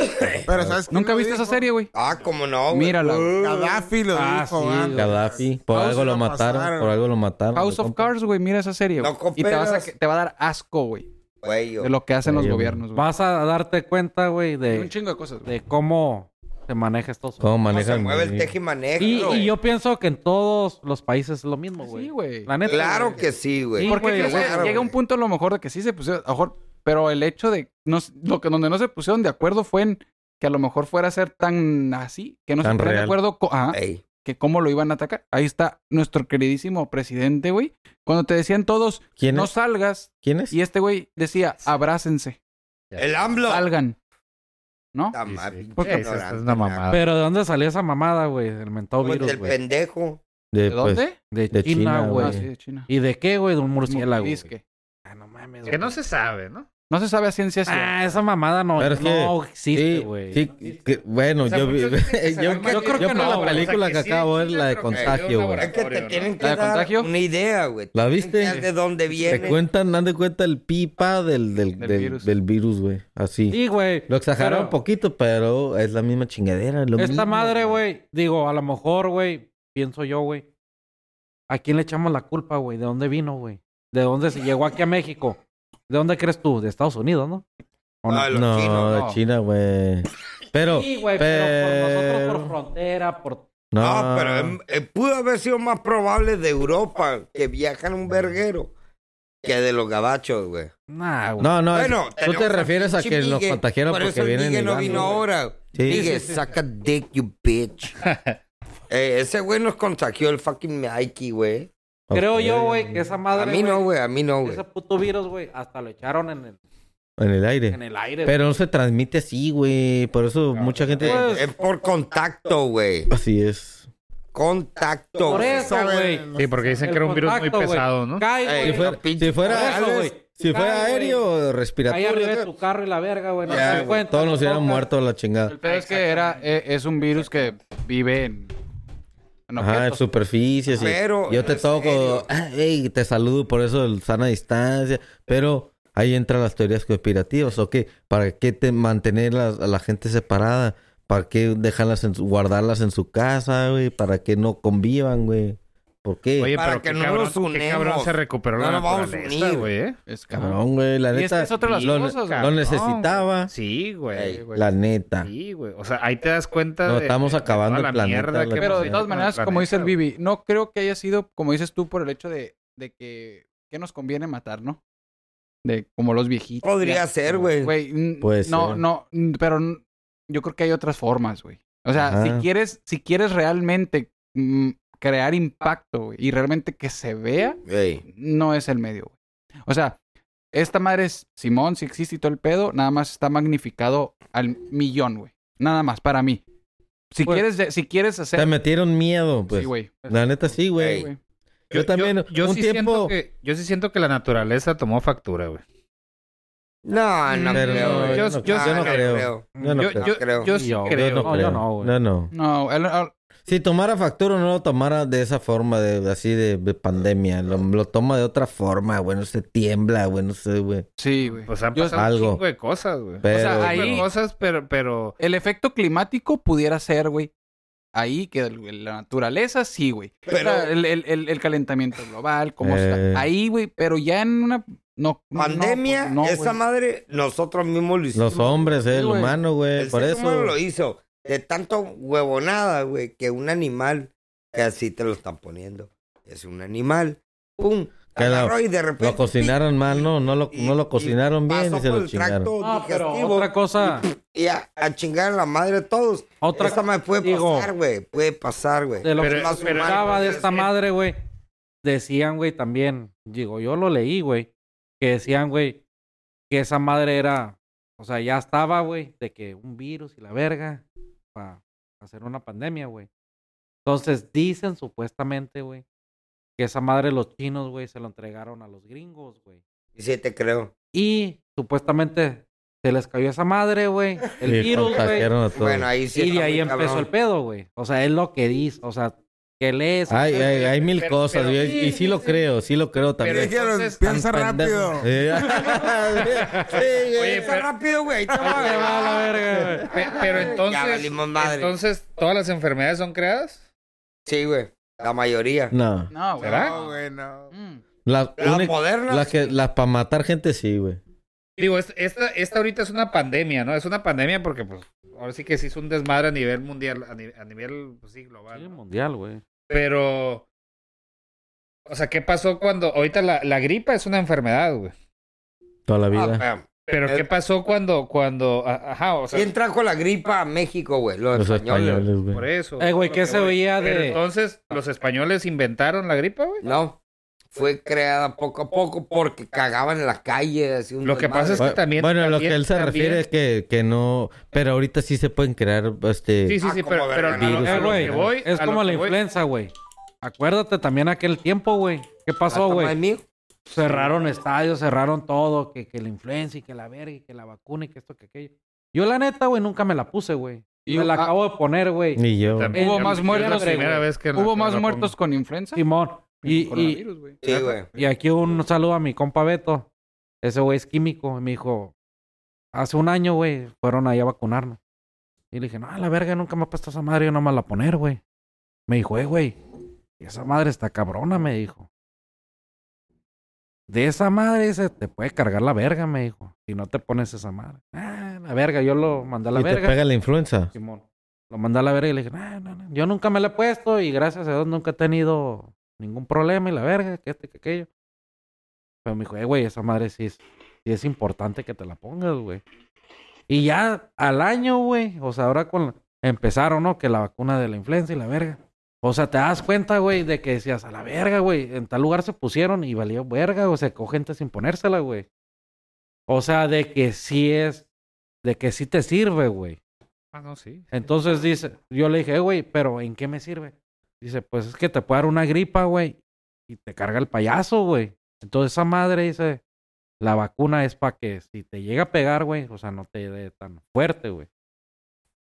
Speaker 1: Pero ¿sabes quién
Speaker 4: ¿Nunca
Speaker 1: lo
Speaker 4: viste esa
Speaker 1: dijo?
Speaker 4: serie, güey?
Speaker 5: Ah, como no, güey.
Speaker 4: Mírala, Oh, güey.
Speaker 1: Gaddafi lo
Speaker 3: Ah,
Speaker 1: dijo,
Speaker 3: sí,
Speaker 1: güey.
Speaker 3: güey.
Speaker 2: Gaddafi. Por
Speaker 1: House
Speaker 2: algo lo
Speaker 1: lo
Speaker 2: mataron.
Speaker 1: pasaron.
Speaker 2: Por algo lo mataron.
Speaker 4: House
Speaker 2: güey,
Speaker 4: of
Speaker 2: compa.
Speaker 4: Cards, güey, mira esa serie, güey.
Speaker 5: No
Speaker 4: y te, vas a,
Speaker 5: cooperas.
Speaker 4: que- te va a dar asco, güey,
Speaker 5: Güey, yo.
Speaker 4: de lo que hacen los
Speaker 2: Sí, güey.
Speaker 4: gobiernos, güey.
Speaker 3: Vas a darte cuenta, güey,
Speaker 4: De un
Speaker 3: de,
Speaker 4: chingo de cosas, güey.
Speaker 3: de cómo se maneja estos...
Speaker 2: ¿Cómo
Speaker 5: ¿Cómo
Speaker 2: manejan?
Speaker 5: se mueve el tejimanejo.
Speaker 3: Y,
Speaker 5: güey?
Speaker 3: y yo pienso que en todos los países es lo mismo, güey.
Speaker 4: Sí, güey.
Speaker 3: La neta,
Speaker 5: Claro
Speaker 3: güey.
Speaker 5: que sí, güey.
Speaker 3: Sí,
Speaker 4: ¿Por qué
Speaker 3: güey,
Speaker 4: crees que
Speaker 5: claro,
Speaker 4: llega un
Speaker 5: güey.
Speaker 4: punto a lo mejor de que sí se pusieron, a lo mejor, pero el hecho de no, s- lo que donde no se pusieron de acuerdo fue en que a lo mejor fuera a ser tan así, que no
Speaker 2: Tan
Speaker 4: se pusieron de
Speaker 2: real.
Speaker 4: acuerdo co- ajá,
Speaker 5: Ey,
Speaker 4: que cómo lo iban a atacar. Ahí está nuestro queridísimo presidente, güey. Cuando te decían todos,
Speaker 2: ¿Quién
Speaker 4: no
Speaker 2: es?
Speaker 4: salgas,
Speaker 2: ¿Quién es?
Speaker 4: y este güey decía, abrácense,
Speaker 5: El AMLO.
Speaker 4: salgan. ¿No?
Speaker 5: Puta
Speaker 4: Pues
Speaker 6: Sí, sí.
Speaker 5: madre,
Speaker 6: Porque
Speaker 5: ignorante,
Speaker 6: esa es una
Speaker 5: nada.
Speaker 6: mamada.
Speaker 3: Pero ¿de dónde salió esa mamada, güey? El mentado
Speaker 5: Pues
Speaker 3: virus,
Speaker 5: del
Speaker 3: güey.
Speaker 5: pendejo.
Speaker 2: De,
Speaker 4: ¿De
Speaker 2: pues,
Speaker 4: dónde?
Speaker 3: De,
Speaker 2: de China,
Speaker 3: China,
Speaker 4: Ah,
Speaker 2: güey.
Speaker 4: sí,
Speaker 3: güey.
Speaker 4: de China.
Speaker 3: ¿Y de qué, güey? De un murciélago. güey.
Speaker 4: Disque.
Speaker 3: Ah, no mames,
Speaker 6: Que no se sabe, ¿no?
Speaker 4: No se sabe a ciencia cierta.
Speaker 3: Ah, esa mamada no,
Speaker 2: Pero es que-
Speaker 3: no existe,
Speaker 2: Sí,
Speaker 3: güey.
Speaker 2: sí, que- bueno,
Speaker 6: O sea,
Speaker 2: yo
Speaker 4: pues,
Speaker 2: vi.
Speaker 6: muchos dicen que se
Speaker 2: yo,
Speaker 6: arma-
Speaker 2: yo
Speaker 3: creo
Speaker 2: creo
Speaker 3: que
Speaker 2: que
Speaker 3: no,
Speaker 2: la
Speaker 3: güey.
Speaker 2: película
Speaker 6: O sea, que
Speaker 2: que
Speaker 6: sí
Speaker 2: acabo de ver,
Speaker 6: existe,
Speaker 2: la de
Speaker 6: pero que
Speaker 2: contagio,
Speaker 6: es
Speaker 2: güey.
Speaker 5: Es que te
Speaker 6: Laboratorio,
Speaker 5: tienen que
Speaker 4: ¿La de
Speaker 5: dar
Speaker 4: contagio?
Speaker 5: una idea, güey.
Speaker 2: ¿La
Speaker 5: Tienen que
Speaker 2: viste?
Speaker 5: saber de dónde
Speaker 2: Te
Speaker 5: viene.
Speaker 2: cuentan, dan de cuenta el pipa del, del,
Speaker 4: Del
Speaker 2: del-
Speaker 4: virus.
Speaker 2: del virus, güey. Así.
Speaker 3: Sí, güey.
Speaker 2: Lo exageraron
Speaker 3: Pero
Speaker 2: un poquito, pero es la misma chingadera. Lo
Speaker 3: Esta
Speaker 2: mismo,
Speaker 3: madre, güey. Digo, a lo mejor, güey, pienso yo, güey. ¿A quién le echamos la culpa, güey? ¿De dónde vino, güey? ¿De dónde se llegó aquí a México? ¿De dónde crees tú? De Estados Unidos, ¿no? ¿O no?
Speaker 5: Ah, los
Speaker 2: No,
Speaker 5: chinos.
Speaker 2: de
Speaker 4: no.
Speaker 2: China, güey. Pero.
Speaker 3: Sí, güey, pero por
Speaker 2: pero-
Speaker 3: nosotros, por frontera, por...
Speaker 2: No,
Speaker 5: No, pero em, eh, pudo haber sido más probable de Europa que viajan un verguero que de los gabachos, güey.
Speaker 3: Nah, güey.
Speaker 2: No, no, es-
Speaker 5: Bueno,
Speaker 2: tú te
Speaker 5: tenemos
Speaker 2: refieres a
Speaker 5: pinche
Speaker 2: que los
Speaker 5: Migue.
Speaker 2: contagiaron
Speaker 5: Por
Speaker 2: porque
Speaker 5: eso el
Speaker 2: vienen
Speaker 5: Migue
Speaker 2: y
Speaker 5: no
Speaker 2: van,
Speaker 5: vino
Speaker 2: güey.
Speaker 5: ahora.
Speaker 2: Sí.
Speaker 5: Migue, saca dick, you bitch. Eh, ese güey nos contagió el fucking Mikey, güey.
Speaker 3: Creo yo,
Speaker 2: Ok.
Speaker 3: güey, que esa
Speaker 5: A
Speaker 3: madre...
Speaker 5: mí no, güey, a mí no, güey.
Speaker 3: Ese puto virus, güey, hasta lo echaron en el,
Speaker 2: En el aire.
Speaker 3: en el aire.
Speaker 2: Pero no se transmite así, güey. Por eso mucha gente.
Speaker 3: Pues,
Speaker 5: Eh, Es por contacto, güey.
Speaker 2: Así es.
Speaker 5: Contacto.
Speaker 3: Por
Speaker 5: güey.
Speaker 3: eso, güey.
Speaker 6: Sí, porque dicen que era un virus muy
Speaker 3: contacto, güey.
Speaker 6: pesado, ¿no?
Speaker 3: Cae,
Speaker 5: Ey,
Speaker 3: güey.
Speaker 2: Si fuera,
Speaker 5: pinche-
Speaker 2: si fuera,
Speaker 3: Por eso, güey.
Speaker 2: si fuera
Speaker 3: Cae,
Speaker 2: aéreo,
Speaker 3: Ahí arriba de
Speaker 2: respiratorio,
Speaker 3: tu carro y la verga, güey. No
Speaker 2: ya,
Speaker 3: te
Speaker 2: güey,
Speaker 3: das cuenta.
Speaker 2: todos nos hubieran
Speaker 3: tocas.
Speaker 2: muerto a la chingada.
Speaker 4: El pedo es que era, eh, es un virus que vive en, en
Speaker 2: Ajá, en
Speaker 4: objetos.
Speaker 2: superficies. y-
Speaker 5: Pero,
Speaker 2: yo te
Speaker 5: en
Speaker 2: toco,
Speaker 5: serio.
Speaker 2: ah, ey, te saludo, por eso el sana distancia. Pero ahí entran las teorías conspirativas, ¿ok? ¿Para qué te mantener las- a la gente separada? ¿Para qué dejarlas en su- guardarlas en su casa, güey? ¿Para que no convivan, güey? ¿Por qué?
Speaker 6: Oye,
Speaker 5: Para
Speaker 6: pero
Speaker 5: que
Speaker 6: qué
Speaker 5: no
Speaker 6: cabrón,
Speaker 5: nos
Speaker 6: qué
Speaker 5: unemos.
Speaker 6: cabrón se recuperó
Speaker 5: No
Speaker 6: la
Speaker 5: nos vamos a
Speaker 6: naturaleza,
Speaker 5: unir.
Speaker 6: güey, ¿eh?
Speaker 4: Es cabrón.
Speaker 2: Cabrón, güey, la
Speaker 4: Y es
Speaker 2: neta.
Speaker 4: que es otra de las
Speaker 2: lo,
Speaker 4: cosas, güey.
Speaker 2: lo necesitaba.
Speaker 6: Sí, güey.
Speaker 2: Ey, la neta.
Speaker 6: Sí, güey. O sea, ahí te das cuenta
Speaker 2: No,
Speaker 6: de.
Speaker 2: estamos
Speaker 6: de-
Speaker 2: acabando
Speaker 6: de toda
Speaker 2: el
Speaker 6: la
Speaker 2: planeta,
Speaker 6: mierda
Speaker 2: güey.
Speaker 6: que
Speaker 4: Pero de
Speaker 6: hacemos
Speaker 4: todas
Speaker 6: con
Speaker 4: maneras,
Speaker 6: el
Speaker 4: como dice el
Speaker 6: planeta,
Speaker 4: Bibi, no creo que haya sido, como dices tú, por el hecho de, de que, que nos conviene matar, ¿no? De como los viejitos.
Speaker 5: Podría
Speaker 4: ya.
Speaker 5: ser, güey.
Speaker 4: Güey, mm,
Speaker 2: Puede
Speaker 4: no,
Speaker 2: ser.
Speaker 4: no, mm, pero mm, yo creo que hay otras formas, güey. O sea,
Speaker 2: Ajá.
Speaker 4: si quieres, si quieres realmente mm, crear impacto güey, y realmente que se vea,
Speaker 5: Ey.
Speaker 4: no es el medio, güey. O sea, esta madre es Simón, si existe y todo el pedo, nada más está magnificado al millón, güey. Nada más, para mí. Si
Speaker 3: Pues-
Speaker 4: quieres, de- si quieres hacer.
Speaker 2: Te metieron miedo, pues.
Speaker 4: sí, güey.
Speaker 2: la neta sí, güey.
Speaker 4: Sí, güey.
Speaker 2: Yo también, un
Speaker 6: sí siento
Speaker 2: tiempo-
Speaker 6: que- yo sí siento que la naturaleza tomó factura, güey.
Speaker 5: No, no
Speaker 2: Pero
Speaker 5: creo,
Speaker 2: no,
Speaker 5: güey.
Speaker 6: yo-
Speaker 2: no-
Speaker 6: yo-
Speaker 5: Ah,
Speaker 2: yo
Speaker 5: no
Speaker 2: no creo. Yo no
Speaker 6: yo,
Speaker 2: creo.
Speaker 6: yo-
Speaker 5: creo.
Speaker 6: yo sí
Speaker 3: Yo-
Speaker 6: creo.
Speaker 2: Yo no
Speaker 3: No, yo
Speaker 2: creo.
Speaker 3: no, güey.
Speaker 2: No, no.
Speaker 4: No, el- el-
Speaker 2: Si tomara factura, no lo tomara de esa forma, de así de, de pandemia. Lo, lo toma de otra forma, güey. No se tiembla, güey. No sé, güey.
Speaker 4: sí, güey.
Speaker 6: Pues han
Speaker 4: Yo-
Speaker 6: pasado
Speaker 2: Algo.
Speaker 6: un chingo de cosas, güey.
Speaker 2: Pero,
Speaker 4: ahí-
Speaker 6: Chingo de cosas, pero, pero
Speaker 4: El efecto climático pudiera ser, güey. Ahí que el- la naturaleza sí, güey.
Speaker 5: Pero-
Speaker 4: O sea, el, el- el- el calentamiento global, cómo
Speaker 2: Eh.
Speaker 4: está. Ahí, güey, pero ya en una. No, no,
Speaker 5: Pandemia,
Speaker 4: pues, no,
Speaker 5: esa
Speaker 4: güey.
Speaker 5: madre, nosotros mismos lo hicimos.
Speaker 2: los hombres, eh,
Speaker 4: Sí,
Speaker 2: el
Speaker 4: güey.
Speaker 2: humano, güey.
Speaker 5: El
Speaker 2: Por
Speaker 5: ser
Speaker 2: eso.
Speaker 5: humano lo hizo. De tanto huevonada, güey, que un animal que así te lo están poniendo. Es un animal. ¡Pum!
Speaker 2: Que lo-
Speaker 5: Agarró y de repente.
Speaker 2: Lo cocinaron mal, ¿no? No lo,
Speaker 5: y-
Speaker 2: no
Speaker 5: y
Speaker 2: lo cocinaron bien
Speaker 5: pasó
Speaker 2: y se
Speaker 5: por
Speaker 2: lo
Speaker 5: el
Speaker 2: chingaron.
Speaker 5: tracto
Speaker 3: Ah, pero
Speaker 5: digestivo
Speaker 3: otra cosa.
Speaker 5: Y a, a chingar a la madre a todos.
Speaker 3: Otra
Speaker 5: Esa madre puede
Speaker 3: digo,
Speaker 5: pasar, güey. Puede pasar, güey.
Speaker 3: De lo
Speaker 6: Pero-
Speaker 3: que
Speaker 5: más
Speaker 6: pero-
Speaker 5: humano,
Speaker 3: escuchaba de
Speaker 5: güey,
Speaker 3: esta
Speaker 5: es-
Speaker 3: madre, güey. Decían, güey, también. Digo, yo lo leí, güey. Que decían, güey, que esa madre era. O sea, ya estaba, güey, de que un virus y la verga. Para hacer una pandemia, güey. Entonces dicen supuestamente, güey, que esa madre los chinos, güey, se lo entregaron a los gringos, güey.
Speaker 5: Sí, te creo.
Speaker 3: Y supuestamente se les cayó esa madre, güey. El
Speaker 2: Y
Speaker 3: virus, güey.
Speaker 2: contagiaron a todos.
Speaker 5: Bueno, ahí sí.
Speaker 3: y de
Speaker 5: está
Speaker 3: ahí
Speaker 5: muy
Speaker 3: empezó
Speaker 5: cabrón.
Speaker 3: el pedo, güey. O sea, es lo que dice. O sea, que lees.
Speaker 2: Ay, ay, hay mil
Speaker 6: Pero-
Speaker 2: cosas,
Speaker 6: pero-
Speaker 2: güey. y sí lo creo, sí lo
Speaker 6: Pero
Speaker 2: creo también.
Speaker 1: Dijeron,
Speaker 6: entonces-
Speaker 1: piensa
Speaker 2: Tan pendejo.
Speaker 1: rápido.
Speaker 2: Sí. Sí, güey.
Speaker 6: Oye,
Speaker 5: Está rápido, güey. Ahí te va,
Speaker 3: Te
Speaker 5: güey.
Speaker 3: va a la verga, güey.
Speaker 6: Pe- pero
Speaker 5: Ya
Speaker 6: entonces,
Speaker 5: valimos madre.
Speaker 6: entonces, ¿todas las enfermedades son creadas?
Speaker 5: Sí, güey. La mayoría.
Speaker 2: No.
Speaker 4: No, güey.
Speaker 6: ¿Será?
Speaker 1: No, güey, no.
Speaker 4: Mm.
Speaker 2: Las
Speaker 5: Las
Speaker 2: únicas-
Speaker 5: modernas.
Speaker 2: las que las para matar gente sí, güey.
Speaker 6: Digo, es- esta, esta ahorita es una pandemia, ¿no? Es una pandemia porque, pues, ahora sí que se hizo un desmadre a nivel mundial, a, ni- a nivel, pues, sí, global.
Speaker 3: Sí,
Speaker 6: ¿no?
Speaker 3: mundial, güey.
Speaker 6: Pero, o sea, ¿qué pasó cuando, ahorita la, la gripa es una enfermedad, güey?
Speaker 2: Toda la
Speaker 5: Ah,
Speaker 2: vida.
Speaker 5: espérame.
Speaker 6: Pero, ¿qué pasó cuando, cuando, a- ajá, o sea,
Speaker 5: ¿Quién trajo la gripa a México, güey? Los,
Speaker 2: Los
Speaker 5: españoles.
Speaker 2: españoles,
Speaker 6: por
Speaker 2: güey.
Speaker 6: eso.
Speaker 3: Eh, güey,
Speaker 6: lo
Speaker 3: ¿qué
Speaker 6: que
Speaker 3: se
Speaker 6: voy.
Speaker 3: oía
Speaker 6: Pero
Speaker 3: de-
Speaker 6: entonces, ¿los españoles inventaron la gripa, güey?
Speaker 5: No. Fue creada poco a poco porque cagaban en la calle. Así un
Speaker 6: Lo que
Speaker 5: desmadre.
Speaker 6: pasa es que también-
Speaker 2: bueno, lo
Speaker 6: también-
Speaker 2: que él se
Speaker 6: también-
Speaker 2: refiere es que, que no, pero ahorita sí se pueden crear este
Speaker 6: Sí, sí,
Speaker 5: Ah,
Speaker 6: sí,
Speaker 5: como
Speaker 6: pero, pero
Speaker 5: verga,
Speaker 6: a lo-
Speaker 2: virus,
Speaker 6: a
Speaker 3: Eh,
Speaker 6: lo
Speaker 3: güey,
Speaker 6: que voy,
Speaker 3: es
Speaker 6: a lo
Speaker 3: como la
Speaker 6: que voy-
Speaker 3: influenza, güey. Acuérdate también aquel tiempo, güey. ¿Qué pasó,
Speaker 5: Toma
Speaker 3: güey?
Speaker 5: de mí.
Speaker 3: Cerraron estadios, cerraron todo. Que, que la influenza y que la verga y que la vacuna y que esto, que aquello. Yo, la neta, güey, nunca me la puse, güey.
Speaker 4: Y-
Speaker 3: me la
Speaker 4: ah.
Speaker 3: acabo de poner, güey.
Speaker 2: ni yo.
Speaker 6: También,
Speaker 4: Hubo
Speaker 6: yo-
Speaker 4: más
Speaker 6: yo
Speaker 4: muertos,
Speaker 6: es la
Speaker 4: güey.
Speaker 6: primera vez que la-
Speaker 4: Hubo
Speaker 6: que
Speaker 4: más
Speaker 6: la
Speaker 4: muertos con influenza.
Speaker 3: Simón. Y, y,
Speaker 4: coronavirus, güey.
Speaker 5: Sí, güey.
Speaker 3: Y aquí un saludo a mi compa Beto. Ese güey es químico. Y me dijo, hace un año, güey, fueron ahí a vacunarnos. Y le dije, no, a la verga, nunca me ha puesto esa madre, yo no me la poner, güey. Me dijo, eh, güey, esa madre está cabrona, me dijo. De esa madre, dice, te puede cargar la verga, me dijo. Si no te pones esa madre. Ah, la verga, yo lo mandé a la
Speaker 2: y te
Speaker 3: verga.
Speaker 2: pega la influenza.
Speaker 3: Simón. Lo mandé a la verga y le dije, "No, no, no, yo nunca me la he puesto y gracias a Dios nunca he tenido ningún problema y la verga, que este, que aquello. Pero me dijo, eh, güey, esa madre sí es, sí es importante que te la pongas, güey. Y ya al año, güey, o sea, ahora con la- empezaron, ¿no? Que la vacuna de la influenza y la verga. O sea, te das cuenta, güey, de que decías, a la verga, güey, en tal lugar se pusieron y valió verga, o sea, coge gente sin ponérsela, güey. O sea, de que sí es, de que sí te sirve, güey.
Speaker 6: Ah, no, sí.
Speaker 3: Entonces dice, yo le dije, "Eh, güey, pero ¿en qué me sirve? Dice, pues es que te puede dar una gripa, güey, y te carga el payaso, güey. Entonces esa madre dice, la vacuna es para que si te llega a pegar, güey, o sea, no te dé tan fuerte, güey.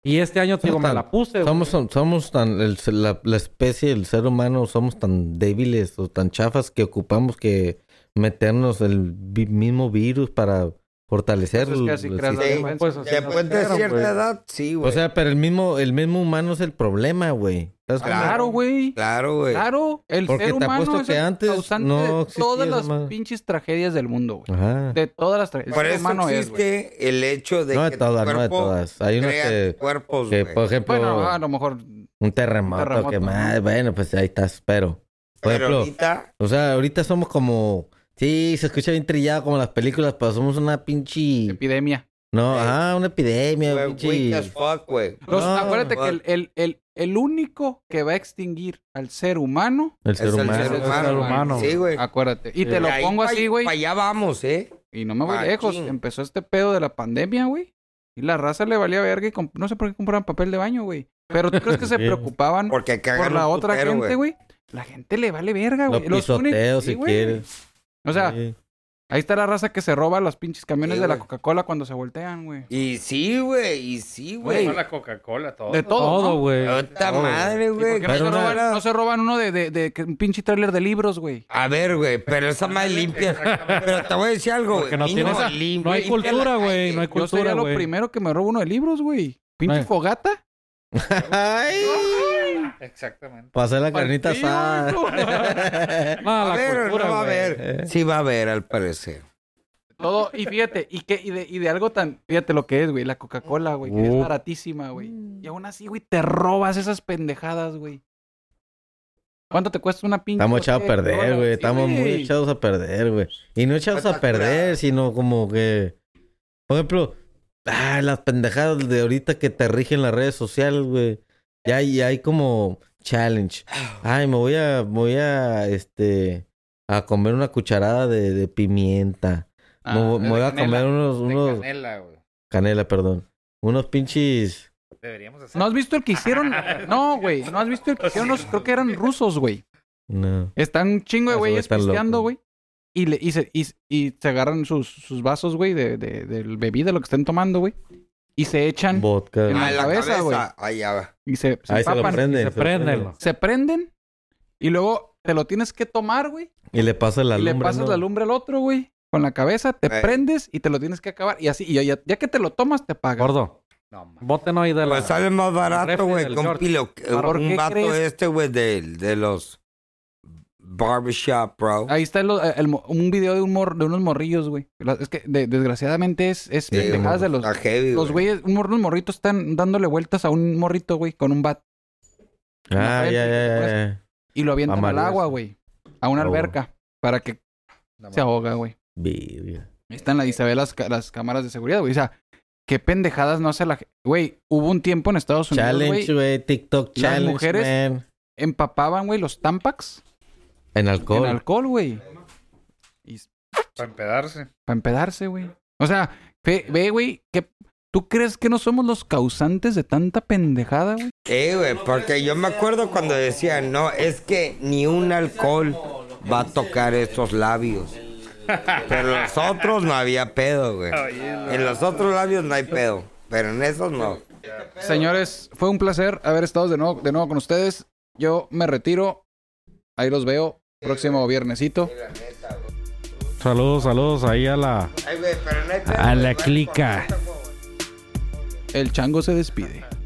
Speaker 3: Y este año, te digo, me
Speaker 2: tan-
Speaker 3: la puse, güey.
Speaker 2: Somos, somos tan, el- la, la especie, el ser humano, somos tan débiles o tan chafas que ocupamos que meternos el vi- mismo virus para fortalecer
Speaker 4: Entonces, que así
Speaker 2: el
Speaker 4: creas la
Speaker 5: sí.
Speaker 4: influenza.
Speaker 3: Pues, o sea,
Speaker 5: Después de
Speaker 3: Pero,
Speaker 5: cierta
Speaker 3: güey.
Speaker 5: edad, sí, güey.
Speaker 2: O sea, pero el mismo, el mismo humano es el problema, güey. ¿Sabes cómo?
Speaker 4: Claro, güey.
Speaker 5: Claro, güey.
Speaker 4: Claro. El
Speaker 2: Porque
Speaker 4: ser
Speaker 2: te
Speaker 4: humano
Speaker 2: apuesto
Speaker 4: es
Speaker 2: que
Speaker 4: el
Speaker 2: antes
Speaker 4: causante
Speaker 2: no
Speaker 4: de
Speaker 2: existía
Speaker 4: todas
Speaker 2: esa
Speaker 4: las
Speaker 2: madre.
Speaker 4: pinches tragedias del mundo, güey.
Speaker 2: Ajá.
Speaker 4: De todas las tragedias.
Speaker 5: Por
Speaker 4: El ser
Speaker 5: eso
Speaker 4: humano es, güey.
Speaker 5: existe el hecho de
Speaker 2: Mm. No de
Speaker 5: que tu
Speaker 2: todas, no de
Speaker 5: cuerpo
Speaker 2: todas. Hay unas
Speaker 5: crea
Speaker 2: que,
Speaker 5: cuerpos,
Speaker 2: que,
Speaker 5: güey.
Speaker 2: por ejemplo,
Speaker 4: Bueno, a lo mejor
Speaker 2: un terremoto,
Speaker 4: terremoto,
Speaker 2: que
Speaker 4: ¿no?
Speaker 2: más, bueno, pues ahí estás, pero. Por
Speaker 5: Pero
Speaker 2: ejemplo,
Speaker 5: ahorita,
Speaker 2: o sea, ahorita somos como. Sí, se escucha bien trillado como las películas, pero somos una pinche.
Speaker 4: epidemia.
Speaker 2: No,
Speaker 5: Eh.
Speaker 2: ajá, una epidemia,
Speaker 5: güey,
Speaker 2: pinche.
Speaker 5: weak as fuck, güey.
Speaker 4: Los-
Speaker 2: No.
Speaker 4: acuérdate que el, el, el, el único que va a extinguir al ser humano,
Speaker 2: El ser
Speaker 5: Es el
Speaker 2: humano.
Speaker 5: ser
Speaker 4: Es el
Speaker 5: humano.
Speaker 4: ser
Speaker 5: güey.
Speaker 3: humano,
Speaker 5: Sí, güey.
Speaker 4: acuérdate. Y te
Speaker 5: De
Speaker 4: lo
Speaker 5: ahí
Speaker 4: pongo
Speaker 5: pa-
Speaker 4: así, güey.
Speaker 5: pa' allá vamos, ¿eh?
Speaker 4: Y no me voy
Speaker 5: pa'
Speaker 4: lejos.
Speaker 5: chin.
Speaker 4: Empezó este pedo de la pandemia, güey. Y la raza le valía verga y comp- no sé por qué compraban papel de baño, güey. Pero ¿tú crees que se
Speaker 2: Bien.
Speaker 4: preocupaban por
Speaker 5: Porque cagan
Speaker 4: la
Speaker 5: un
Speaker 4: otra
Speaker 5: putero,
Speaker 4: gente, güey? La gente le vale verga,
Speaker 2: Lo
Speaker 4: güey. Los únicos-
Speaker 2: pisoteo
Speaker 4: sí,
Speaker 2: si
Speaker 4: güey.
Speaker 2: quieres.
Speaker 4: O sea,
Speaker 2: Sí.
Speaker 4: ahí está la raza que se roba los pinches camiones
Speaker 5: Sí,
Speaker 4: de la
Speaker 5: güey.
Speaker 4: Coca-Cola cuando se voltean, güey.
Speaker 5: Y sí, güey, y sí, güey.
Speaker 6: Toda la Coca-Cola, todo.
Speaker 4: De todo,
Speaker 3: Todo,
Speaker 4: ¿no?
Speaker 3: güey.
Speaker 5: Puta madre,
Speaker 4: ¿Y por
Speaker 5: güey.
Speaker 4: qué no, se
Speaker 2: Pero una-
Speaker 4: roban, no se roban uno de, de- de que- un pinche tráiler de libros, güey.
Speaker 5: A ver, güey, pero esa más limpia. Pero te voy a decir algo, güey.
Speaker 3: Porque no
Speaker 5: Mínimo
Speaker 3: tienes-
Speaker 5: limpia-
Speaker 3: no hay
Speaker 5: limpia la
Speaker 3: cultura,
Speaker 5: calle.
Speaker 3: güey, no hay
Speaker 4: Yo sería
Speaker 3: cultura,
Speaker 4: lo
Speaker 3: güey.
Speaker 4: primero que me robo uno de libros, güey. Pinche
Speaker 3: Ay.
Speaker 4: fogata.
Speaker 2: Ay,
Speaker 6: Exactamente.
Speaker 2: pasé la carnita
Speaker 4: Al frío, hijo.
Speaker 2: asada.
Speaker 3: No,
Speaker 5: A
Speaker 3: la
Speaker 5: ver,
Speaker 3: cultura,
Speaker 5: no va a
Speaker 3: güey.
Speaker 5: haber.
Speaker 2: Eh.
Speaker 5: Sí va a haber, al parecer.
Speaker 4: Todo, y fíjate, y, que, y, de, y de algo tan, fíjate lo que es, güey, la Coca-Cola, güey, que es
Speaker 3: Uh.
Speaker 4: baratísima, güey. Y aún así, güey, te robas esas pendejadas, güey. ¿Cuánto te cuesta una pinche?
Speaker 2: Estamos echados a
Speaker 4: botella de
Speaker 2: perder,
Speaker 4: cola?
Speaker 2: güey.
Speaker 4: Sí,
Speaker 2: Estamos muy echados a perder, güey. Y no echados a perder, sino como que. Por ejemplo, ah, las pendejadas de ahorita que te rigen las redes sociales, güey. Ya hay, hay como challenge. Ay, me voy a, me voy a, este, a comer una cucharada de, de pimienta.
Speaker 6: Ah,
Speaker 2: me, voy- me
Speaker 6: de
Speaker 2: voy a
Speaker 6: canela,
Speaker 2: comer unos,
Speaker 6: de
Speaker 2: unos, canela.
Speaker 6: canela, güey.
Speaker 2: perdón. Unos pinches.
Speaker 6: Deberíamos hacer.
Speaker 4: ¿No has visto el que hicieron? No, güey, no has visto el que hicieron los, creo que eran rusos, güey.
Speaker 2: No.
Speaker 4: Están un chingo de
Speaker 2: Esos güeyes
Speaker 4: güeyes
Speaker 2: están
Speaker 4: pisteando,
Speaker 2: locos.
Speaker 4: güey. Y, le- y, se, y, y se agarran sus, sus vasos, güey, de, de, del bebida, lo que estén tomando, güey. Y se echan,
Speaker 2: Vodka.
Speaker 4: Ah, En
Speaker 5: A
Speaker 4: la
Speaker 5: la
Speaker 4: cabeza,
Speaker 5: cabeza,
Speaker 4: güey.
Speaker 5: Allá va.
Speaker 4: y se, se
Speaker 2: Ahí se lo
Speaker 4: empapan.
Speaker 2: prenden.
Speaker 3: Se
Speaker 2: se lo prenden.
Speaker 3: prenden.
Speaker 4: se prenden y luego te lo tienes que tomar, güey.
Speaker 2: Y le pasa la
Speaker 4: Y le
Speaker 2: lumbre,
Speaker 4: pasas
Speaker 2: ¿no?
Speaker 4: la lumbre al otro, güey. Con la cabeza, te
Speaker 5: Ey.
Speaker 4: prendes y te lo tienes que acabar. Y así, y ya, ya- ya que te lo tomas, te pagas.
Speaker 3: Gordo,
Speaker 6: No, mames.
Speaker 3: bote no hay de la...
Speaker 5: Pues sale más barato,
Speaker 3: refri
Speaker 5: güey,
Speaker 3: del
Speaker 5: con
Speaker 3: George.
Speaker 5: pilo.
Speaker 4: ¿Por
Speaker 5: Un
Speaker 4: qué
Speaker 5: vato
Speaker 4: crees?
Speaker 5: este, güey, de, de los barbershop, bro.
Speaker 4: Ahí está el- el mo- un video de, un mor- de unos morrillos, güey. La- Es que de- desgraciadamente es, es
Speaker 5: Sí,
Speaker 4: pendejadas de los...
Speaker 5: Está heavy,
Speaker 4: Los güeyes, un mor- unos morritos están dándole vueltas a un morrito, güey, con un bat. pues,
Speaker 2: Ah, ya, ya, ya, ya.
Speaker 4: Y lo avientan al
Speaker 2: Amarillo,
Speaker 4: agua,
Speaker 2: sí.
Speaker 4: güey. A una
Speaker 2: Oh.
Speaker 4: alberca. Para que
Speaker 6: No mames.
Speaker 4: se ahoga, güey.
Speaker 2: Virga.
Speaker 4: Ahí están la, y se ve las, ca- las cámaras de seguridad, güey. O sea, qué pendejadas no hace la... ge- Güey, hubo un tiempo en Estados Unidos, güey,
Speaker 2: Challenge, güey. TikTok
Speaker 4: Las
Speaker 2: challenge,
Speaker 4: mujeres-
Speaker 2: man.
Speaker 4: empapaban, güey, los Tampax
Speaker 2: En alcohol.
Speaker 4: en alcohol, güey. Y
Speaker 6: Para empedarse.
Speaker 4: para empedarse, güey. O sea, fe- ve, güey, que tú crees que no somos los causantes de tanta pendejada, güey.
Speaker 5: Eh, güey, porque yo me acuerdo cuando decían, no, es que ni un alcohol va a tocar estos labios. Pero en los otros no había pedo, güey. En los otros labios no hay pedo, pero en esos no.
Speaker 4: Señores, fue un placer haber estado de nuevo, de nuevo con ustedes. Yo me retiro. Ahí los veo próximo viernesito.
Speaker 3: Saludos, saludos ahí a la...
Speaker 5: Ay, güey, pero no hay pedo.
Speaker 3: A la
Speaker 5: güey,
Speaker 3: clica.
Speaker 5: por eso, güey.
Speaker 4: El chango se despide.